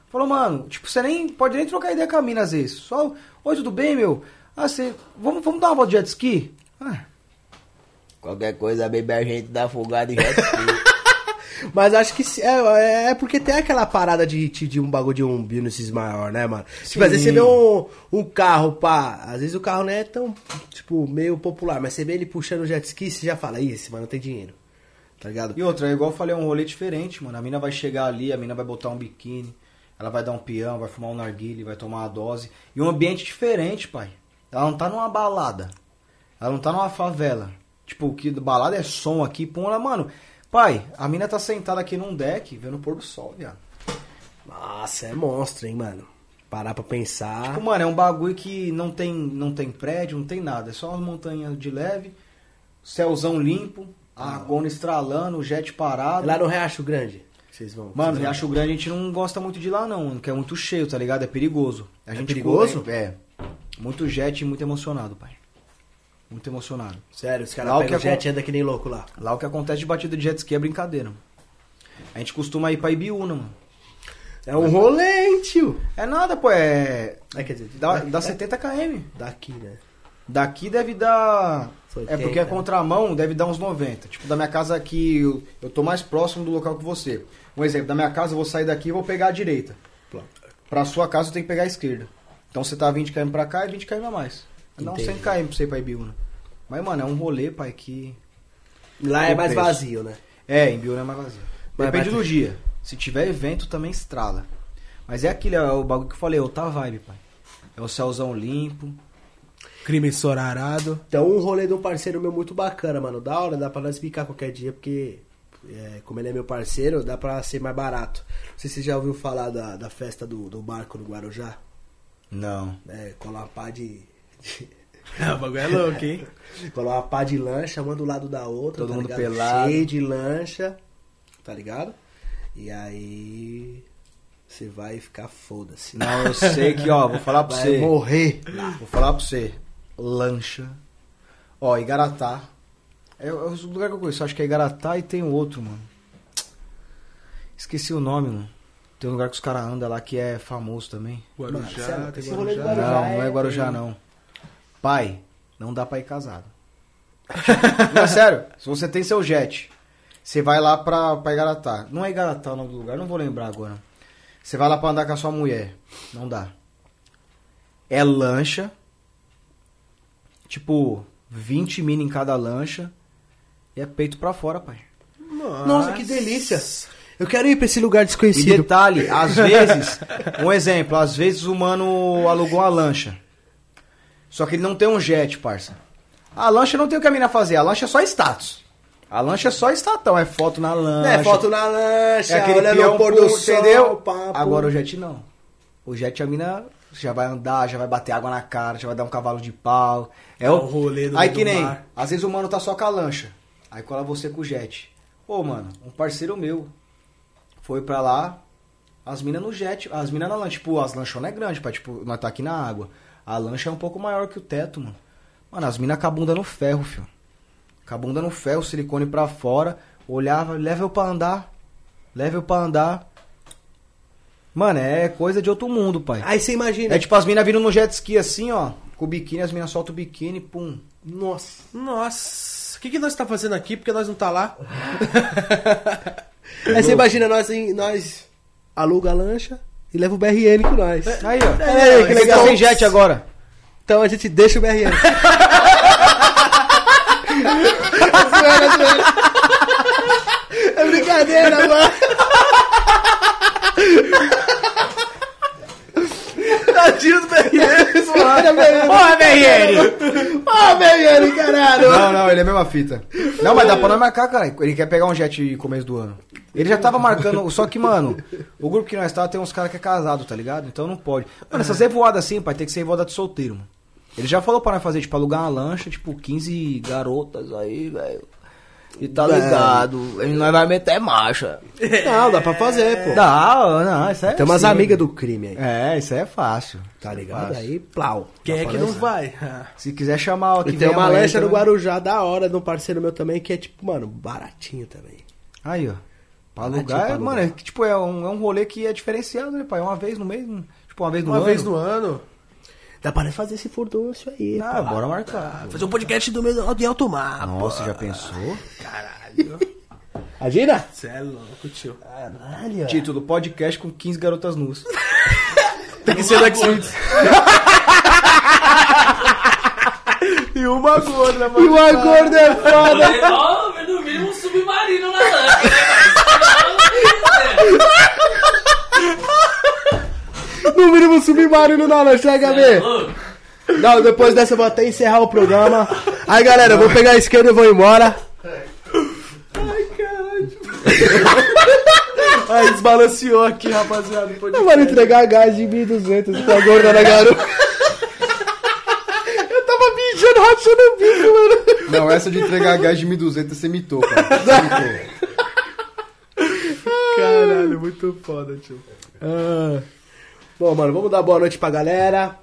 Speaker 3: Falou, mano, tipo, você nem pode nem trocar ideia com a mina às vezes. Só, oi, tudo bem, meu? Ah, você. Vamos, vamos dar uma volta de jet ski? Ah,
Speaker 7: Qualquer coisa, bebe a gente dá folgada e já é
Speaker 1: <laughs> Mas acho que se- é, é porque tem aquela parada de, de, de um bagulho de um business maior, né, mano? Tipo, às vezes você vê um, um carro, pá. Às vezes o carro não é tão, tipo, meio popular, mas você vê ele puxando o jet ski, você já fala, "Ih, esse mano tem dinheiro. Tá ligado?
Speaker 3: E outra, é igual eu falei, é um rolê diferente, mano. A mina vai chegar ali, a mina vai botar um biquíni, ela vai dar um peão, vai fumar um narguile, vai tomar uma dose. E um ambiente diferente, pai. Ela não tá numa balada. Ela não tá numa favela. Tipo, o que balada é som aqui, pum, ela, mano. Pai, a mina tá sentada aqui num deck, vendo o pôr do sol, viado.
Speaker 1: Nossa, é monstro, hein, mano? Parar pra pensar.
Speaker 3: Tipo, mano, é um bagulho que não tem, não tem prédio, não tem nada. É só as montanhas de leve, céuzão limpo, a argona estralando, o jet parado.
Speaker 1: É Lá no Riacho Grande. Vocês vão.
Speaker 3: Mano,
Speaker 1: vocês vão-
Speaker 3: Riacho Grande a gente não gosta muito de ir lá não, mano, que é muito cheio, tá ligado? É perigoso. A gente
Speaker 1: perigoso?
Speaker 3: É. Muito jet e muito emocionado, pai. Muito emocionado.
Speaker 1: Sério, os
Speaker 3: Lá
Speaker 1: caras
Speaker 3: o
Speaker 1: pegam o
Speaker 3: que
Speaker 1: jet e andam que nem louco lá.
Speaker 3: Lá o que acontece de batida de jet ski é brincadeira. mano. A gente costuma ir pra Ibiúna, mano.
Speaker 1: É um rolê, hein, tio?
Speaker 3: É nada, pô, é...
Speaker 1: É, quer dizer,
Speaker 3: Dá,
Speaker 1: da-
Speaker 3: dá 70 km.
Speaker 1: daqui, né?
Speaker 3: Daqui deve dar... É
Speaker 1: 80.
Speaker 3: porque a contramão deve dar uns 90. Tipo, da minha casa aqui, eu, eu tô mais próximo do local que você. Um exemplo, da minha casa eu vou sair daqui e vou pegar a direita. Pra sua casa eu tenho que pegar a esquerda. Então você tá 20 km pra cá e 20 km a mais. Dá uns 100
Speaker 1: Entendi.
Speaker 3: km pra você ir pra Ibiúna. Mas, mano, é um rolê, pai, que...
Speaker 1: Lá é
Speaker 3: Com
Speaker 1: mais
Speaker 3: preço.
Speaker 1: vazio, né?
Speaker 3: É, em Ibiúna é mais vazio.
Speaker 1: Mas
Speaker 3: Depende
Speaker 1: vai
Speaker 3: do
Speaker 1: ter-
Speaker 3: dia. Se tiver evento, também estrala. Mas é aquele, é o bagulho que eu falei, é outra vibe, pai. É o céuzão limpo.
Speaker 2: Crime <laughs> ensorarado.
Speaker 1: Então, um rolê de um parceiro meu muito bacana, mano. Da hora, dá pra nós picar qualquer dia, porque, é, como ele é meu parceiro, dá pra ser mais barato. Não sei se você já ouviu falar da, da festa do, do barco no Guarujá.
Speaker 3: Não.
Speaker 1: É, colar uma pá de.
Speaker 2: o bagulho é louco, hein?
Speaker 1: colar uma pá de lancha, uma do lado da outra.
Speaker 3: Todo
Speaker 1: tá
Speaker 3: mundo
Speaker 1: ligado?
Speaker 3: pelado.
Speaker 1: Cheio de lancha, tá ligado? E aí. Você vai ficar foda-se.
Speaker 3: Não, eu sei que, ó, vou falar pra
Speaker 1: Vai
Speaker 3: você.
Speaker 1: morrer.
Speaker 3: Vou falar pra você. Lancha. Ó, Igaratá. É, é o lugar que eu conheço. Acho que é Igaratá e tem outro, mano. Esqueci o nome, mano. Tem um lugar que os caras andam lá que é famoso também.
Speaker 2: Guarujá,
Speaker 1: Mano, é
Speaker 2: tem
Speaker 1: esse rolê do
Speaker 2: Guarujá.
Speaker 3: Não,
Speaker 1: Guarujá.
Speaker 3: não é
Speaker 1: é-
Speaker 3: Guarujá, não. Pai, não dá pra ir casado. <laughs> não, é sério. Se você tem seu jet, você vai lá pra, pra Igaratá. Não é Igaratá o nome do lugar, não vou lembrar agora. Você vai lá pra andar com a sua mulher. Não dá. É lancha. Tipo, 20 mina em cada lancha. E é peito pra fora, pai.
Speaker 1: Nossa, que delícia. Eu quero ir pra esse lugar
Speaker 3: E
Speaker 1: desconhecido.
Speaker 3: detalhe, às vezes, <laughs> um exemplo, às vezes o mano alugou uma lancha. Só que ele não tem um jet, parça. A lancha não tem o que a mina fazer, a lancha é só status. A lancha é só estatão, é foto na lancha.
Speaker 1: É, foto na lancha,
Speaker 3: é aquele
Speaker 1: olhando
Speaker 3: peão
Speaker 1: o pôr do
Speaker 3: puro,
Speaker 1: sol,
Speaker 3: entendeu?
Speaker 1: papo.
Speaker 3: Agora o jet não. O jet a mina já vai andar, já vai bater água na cara, já vai dar um cavalo de pau. É,
Speaker 2: o um rolê do
Speaker 3: Aí
Speaker 2: meio
Speaker 3: que
Speaker 2: do
Speaker 3: nem,
Speaker 2: mar.
Speaker 3: às vezes o mano tá só com a lancha. Aí cola você com o jet. Pô, mano, um parceiro meu foi pra lá, as minas no jet, as minas na lancha. Tipo, as lanchonas é grande, pra, tipo, nós tá aqui na água. A lancha é um pouco maior que o teto, mano. Mano, as minas com a bunda no ferro, filho. Com a bunda no ferro, silicone pra fora. Olhava, leva eu pra andar. Leva eu pra andar. Mano, é coisa de outro mundo, pai.
Speaker 1: Aí né? você imagina.
Speaker 3: É tipo as minas vindo no jet ski assim, ó. Com o biquíni, as minas soltam o biquíni, pum.
Speaker 1: Nossa.
Speaker 2: Nossa, o que, que nós tá fazendo aqui? Porque nós não tá lá.
Speaker 1: <laughs> Aí você imagina, nós, em- nós aluga a lancha e leva o BRN com nós.
Speaker 3: Aí, ó.
Speaker 1: É,
Speaker 3: Você
Speaker 1: que legal.
Speaker 3: Tá sem jet agora.
Speaker 1: Então a gente deixa o
Speaker 3: <laughs>
Speaker 1: BRN. Zoeira, zoeira. É brincadeira, mano.
Speaker 2: <laughs> Tadinho do BRN,
Speaker 1: Porra,
Speaker 3: é
Speaker 1: BRN! Porra, BRN, caralho!
Speaker 3: Não, não, ele é a mesma fita. Não, mas dá pra nós marcar, cara. Ele quer pegar um jet começo do ano. Ele já tava marcando, só que, mano, o grupo que nós tava tem uns caras que é casado, tá ligado? Então não pode. Mano,
Speaker 1: É.
Speaker 3: essas revoadas assim, pai, tem que ser revoada de solteiro, mano. Ele já falou pra nós fazer, tipo, alugar uma lancha, tipo, 15 garotas aí, velho.
Speaker 7: E tá ligado. Ele não vai meter marcha.
Speaker 1: É. Não, dá pra fazer, pô.
Speaker 3: Dá, não, isso é.
Speaker 1: Tem umas
Speaker 3: assim.
Speaker 1: amigas do crime aí,
Speaker 3: É, isso aí é fácil.
Speaker 1: tá ligado? Aí, plau. Tá
Speaker 2: Quem é que não <laughs> vai?
Speaker 3: Se quiser chamar o que
Speaker 1: E tem
Speaker 3: vem
Speaker 1: uma
Speaker 3: amanhã,
Speaker 1: lancha no
Speaker 3: então-
Speaker 1: Guarujá da hora, de um parceiro meu também, que é tipo, mano, baratinho também.
Speaker 3: Aí, ó. Pra
Speaker 1: tipo,
Speaker 3: alugar,
Speaker 1: pra
Speaker 3: mano,
Speaker 1: alugar.
Speaker 3: é, que, tipo, é um, é um rolê que é diferenciado, né, pai? É uma vez no mês, um- tipo, uma vez no
Speaker 2: Uma
Speaker 3: ano.
Speaker 2: vez no ano.
Speaker 1: Dá pra nós fazer esse furdúncio aí,
Speaker 3: Ah,
Speaker 1: pá.
Speaker 3: bora marcar.
Speaker 2: Fazer um podcast do meio de alto mar.
Speaker 3: Nossa, já pensou?
Speaker 1: Imagina?
Speaker 2: Você é louco, tio.
Speaker 1: Caralho.
Speaker 3: Título, podcast com 15 garotas <laughs> nuas.
Speaker 2: Tem que ser daqui. E uma gorda, mano.
Speaker 1: Uma gorda é foda.
Speaker 5: Levar, no mínimo, um submarino na lancha. né?
Speaker 1: No mínimo submarino né? na lancha, hein,
Speaker 5: Você é
Speaker 1: Gabi?
Speaker 5: louco?
Speaker 1: Não, depois dessa eu vou até encerrar o programa. Aí, galera, eu vou pegar a esquerda e vou embora.
Speaker 2: Aí desbalanceou aqui, rapaziada. Pode...
Speaker 1: Eu vou entregar gás de 1.200 pra gorda na garota. <laughs> Eu tava mijando, rachando o bico, mano.
Speaker 3: Não, essa de entregar gás de 1.200 você mitou, cara. Você mitou.
Speaker 2: Caralho, muito foda, tio.
Speaker 1: Ah. Bom, mano, vamos dar boa noite pra galera.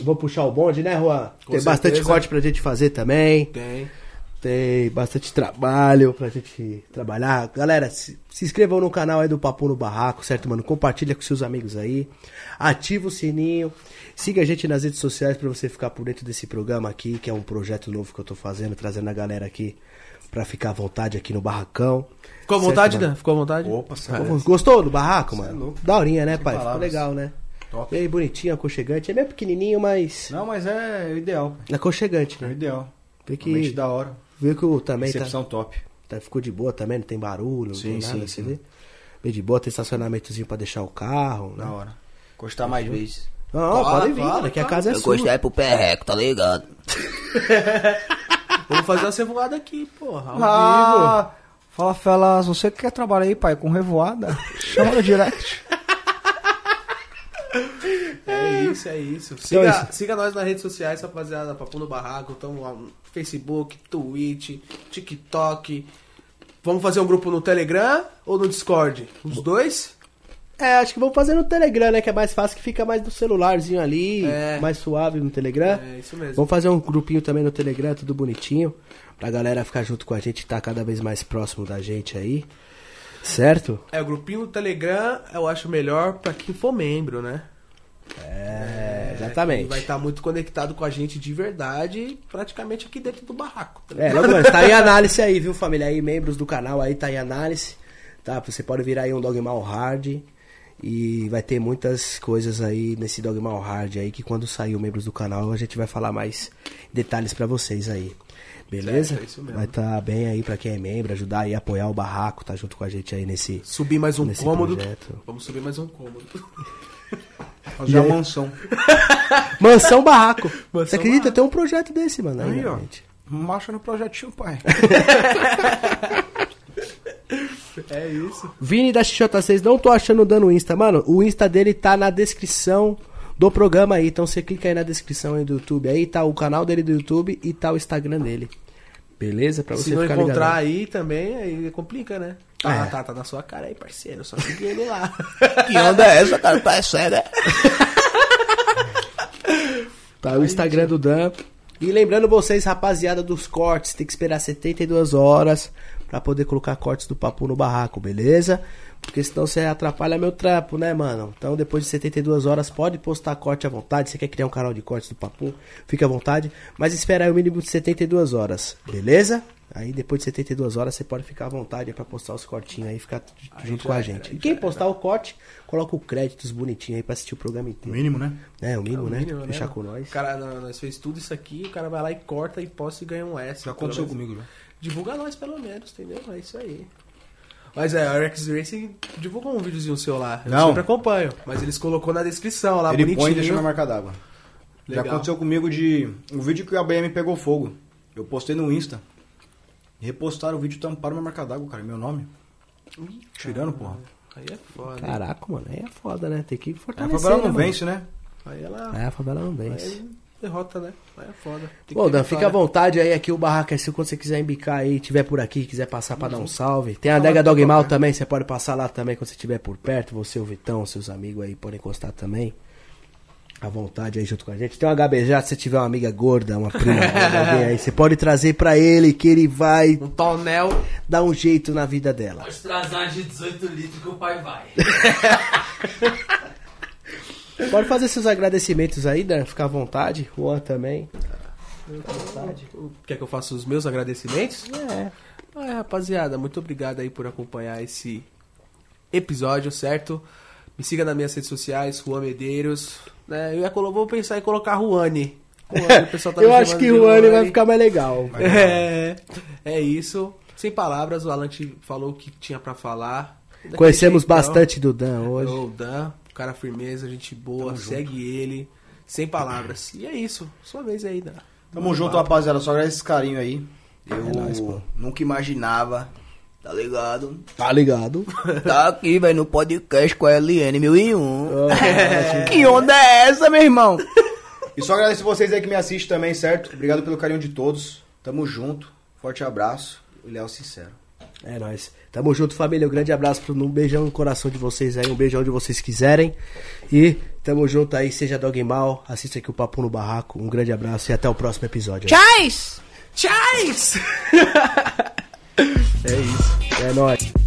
Speaker 1: Vou puxar o bonde, né, Juan? Tem
Speaker 2: certeza.
Speaker 1: bastante corte pra gente fazer também.
Speaker 2: Tem.
Speaker 1: Tem bastante trabalho pra gente trabalhar. Galera, se, se inscrevam no canal aí do Papo no Barraco, certo, mano? Compartilha com seus amigos aí. Ativa o sininho. Siga a gente nas redes sociais pra você ficar por dentro desse programa aqui, que é um projeto novo que eu tô fazendo, trazendo a galera aqui pra ficar à vontade aqui no barracão.
Speaker 2: Ficou à
Speaker 1: Certo,
Speaker 2: vontade,
Speaker 1: mano?
Speaker 2: Dan? Ficou à vontade?
Speaker 3: Opa,
Speaker 1: Tá
Speaker 3: sério.
Speaker 1: bom. Gostou do barraco, mano? Daurinha, né, pai? Ficou
Speaker 3: é palavras.
Speaker 1: legal, né?
Speaker 3: Top.
Speaker 1: Bem bonitinho, aconchegante. É meio pequenininho, mas
Speaker 3: Não, mas é o ideal,
Speaker 1: aconchegante,
Speaker 3: é o
Speaker 1: né?
Speaker 3: ideal.
Speaker 1: Vê
Speaker 3: Realmente
Speaker 1: que,
Speaker 3: da hora.
Speaker 1: viu que o também tá,
Speaker 3: Recepção top.
Speaker 1: tá- ficou de boa também, não tem barulho, não tem
Speaker 3: Sim,
Speaker 1: nada,
Speaker 3: sim,
Speaker 1: você
Speaker 3: sim.
Speaker 1: vê? Bem de boa, tem estacionamentozinho pra deixar o carro, né?
Speaker 3: Da hora. Gostar mais vezes.
Speaker 1: Não, pode vir, mano, que a casa é
Speaker 7: Eu
Speaker 1: sua.
Speaker 7: gostei pro perreco, tá ligado?
Speaker 2: Vamos fazer uma cebolada aqui, porra. ao vivo.
Speaker 3: Ah, fala, Felas, você que quer trabalhar aí, pai, com revoada? <laughs> Chama no direct.
Speaker 2: É isso, é isso. Siga,
Speaker 1: é isso.
Speaker 2: siga nós nas redes sociais, rapaziada. Papo no Barraco. Estamos lá no Facebook, Twitch, TikTok. Vamos fazer um grupo no Telegram ou no Discord? Os dois?
Speaker 1: É, acho que vamos fazer no Telegram, né? Que é mais fácil, que fica mais do celularzinho ali,
Speaker 2: É.
Speaker 1: mais suave no Telegram.
Speaker 2: É, isso mesmo.
Speaker 1: Vamos fazer um grupinho também no Telegram, tudo bonitinho. Pra galera ficar junto com a gente, tá cada vez mais próximo da gente aí. Certo?
Speaker 2: É, o grupinho no Telegram eu acho melhor pra quem for membro, né?
Speaker 1: É,
Speaker 2: E
Speaker 1: exatamente.
Speaker 2: né? Então vai tá- estar muito conectado com a gente de verdade, praticamente aqui dentro do barraco. tá
Speaker 1: É, logo mais, tá em análise aí, viu, família? Aí, membros do canal aí, tá em análise. Tá? Você pode virar aí um Dogmal Hard. E vai ter muitas coisas aí nesse Dogmal Hard aí, que quando sair o membros do canal, a gente vai falar mais detalhes pra vocês aí. Beleza?
Speaker 2: Certo, é isso mesmo.
Speaker 1: Vai tá bem aí pra quem é membro, ajudar aí, apoiar o barraco, tá junto com a gente aí nesse.
Speaker 2: Subir mais um
Speaker 1: Nesse
Speaker 2: cômodo.
Speaker 1: projeto.
Speaker 2: Vamos subir mais um cômodo.
Speaker 3: Fazer a mansão.
Speaker 1: Mansão Barraco! Você
Speaker 2: <laughs> Mansão
Speaker 1: acredita?
Speaker 2: Barraco.
Speaker 1: Tem um projeto desse, mano. Aí,
Speaker 3: Aí, ó.
Speaker 1: gente.
Speaker 3: Marcha no projetinho, pai.
Speaker 2: É isso.
Speaker 1: Vini da XJ6, não tô achando dando o Insta, mano. O Insta dele tá na descrição do programa aí. Então você clica aí na descrição aí do YouTube. Aí tá o canal dele do YouTube e tá o Instagram dele. Beleza? Pra você
Speaker 2: <laughs> Se não
Speaker 1: ficar ligado.
Speaker 2: encontrar
Speaker 1: né? É.
Speaker 2: aí também, aí complica, né? Tá, tá, tá na sua cara aí, parceiro. Só siga ele lá.
Speaker 1: <laughs>
Speaker 7: Que onda é essa, cara? Tá é cego, é?
Speaker 1: Tá o Instagram do Dan. E lembrando vocês, rapaziada, dos cortes. Tem que esperar 72 horas pra poder colocar cortes do papo no barraco, beleza? Porque senão você atrapalha meu trampo, né, mano? Então depois de 72 horas pode postar corte à vontade. Você quer criar um canal de cortes do papo? Fica à vontade. Mas espera aí o mínimo de 72 horas, beleza? Aí depois de 72 horas você pode ficar à vontade pra postar os cortinhos aí, ficar junto com a gente. e quem postar o corte, coloca o créditos bonitinho aí pra assistir o programa inteiro.
Speaker 3: <laughs> Mínimo, né?
Speaker 1: É, o mínimo, né?
Speaker 2: Mínimo, né?
Speaker 1: Fechar com nós.
Speaker 2: O cara, não, nós fez tudo isso aqui, o cara vai lá e corta e posta e ganha um S.
Speaker 3: Já
Speaker 2: pelo
Speaker 3: aconteceu
Speaker 2: menos.
Speaker 3: comigo, já.
Speaker 2: Divulga nós, pelo menos, entendeu? É isso aí. Mas é, a RX Racing divulgou um videozinho seu lá. Eu
Speaker 3: Não.
Speaker 2: sempre acompanho. Mas eles colocou na descrição lá,
Speaker 3: Ele põe e
Speaker 2: bonitinho.
Speaker 3: deixa na marca d'água. Tá Já
Speaker 2: Legal.
Speaker 3: aconteceu comigo de um vídeo que a BM pegou fogo. Eu postei no Insta. Repostaram o vídeo, tamparam minha marca d'água, cara. Meu nome. Tirando, porra.
Speaker 2: Aí é foda. hein?
Speaker 1: Caraca, mano, aí é foda, né? Tem que
Speaker 3: A
Speaker 1: fortalecer.
Speaker 3: favela não
Speaker 1: né, mano?
Speaker 3: vence, né?
Speaker 2: Aí ela.
Speaker 1: É, a favela não vence.
Speaker 2: aí derrota, né? Aí é foda. Tem
Speaker 1: Bom, Dan,
Speaker 2: que né? ter vitória.
Speaker 1: fica à vontade aí, aqui o barraco é seu, quando você quiser embicar aí, tiver por aqui, quiser passar pra dar um salve. Tem a adega Dogmal também, você pode passar lá também quando você estiver por perto, você, o Vitão, seus amigos aí podem encostar também. À vontade aí junto com a gente. Tem um HBJ, se você tiver uma amiga gorda, uma prima, gorda, alguém aí, você pode trazer pra ele que ele vai
Speaker 2: Um tonel.
Speaker 1: dar um jeito na vida dela.
Speaker 5: Pode trazer uma de 18 litros que o pai vai.
Speaker 1: Pode fazer seus agradecimentos aí, Dan, fica à vontade. Juan também.
Speaker 2: Quer que eu faça os meus agradecimentos?
Speaker 1: É.
Speaker 2: É, rapaziada, muito obrigado aí por acompanhar esse episódio, certo? Me siga nas minhas redes sociais, Juan Medeiros. Né? Eu ia colo- vou pensar em colocar Juane. Juane, <laughs> o pessoal tá me
Speaker 1: <laughs> Eu acho
Speaker 2: chamando
Speaker 1: que
Speaker 2: de
Speaker 1: o Anny vai ficar mais legal.
Speaker 2: É, é isso. Sem palavras, o Alante falou o que tinha pra falar. Daquele
Speaker 1: Conhecemos
Speaker 2: jeitão.
Speaker 1: bastante do Dan
Speaker 2: <laughs>
Speaker 1: hoje.
Speaker 2: O Dan, cara firmeza, gente boa, segue ele. Sem palavras. E é isso. Sua vez aí, Dan.
Speaker 3: Tamo junto, rapaziada. Só agradece esse carinho aí.
Speaker 7: Eu nunca imaginava, tá ligado?
Speaker 1: Tá ligado?
Speaker 7: Tá aqui, velho, no podcast com a LN1001. que onda é essa, meu irmão?
Speaker 3: E só agradeço vocês aí que me assistem também, certo? Obrigado pelo carinho de todos. Tamo junto. Forte abraço. E Léo Sincero.
Speaker 1: É nóis. Tamo junto, família. Um grande abraço, pro- um beijão no coração de vocês aí, um beijão onde vocês quiserem. E tamo junto aí, seja dog mal, assista aqui o Papo no Barraco. Um grande abraço e até o próximo episódio.
Speaker 4: Tchau!
Speaker 2: Tchau!
Speaker 1: É nóis.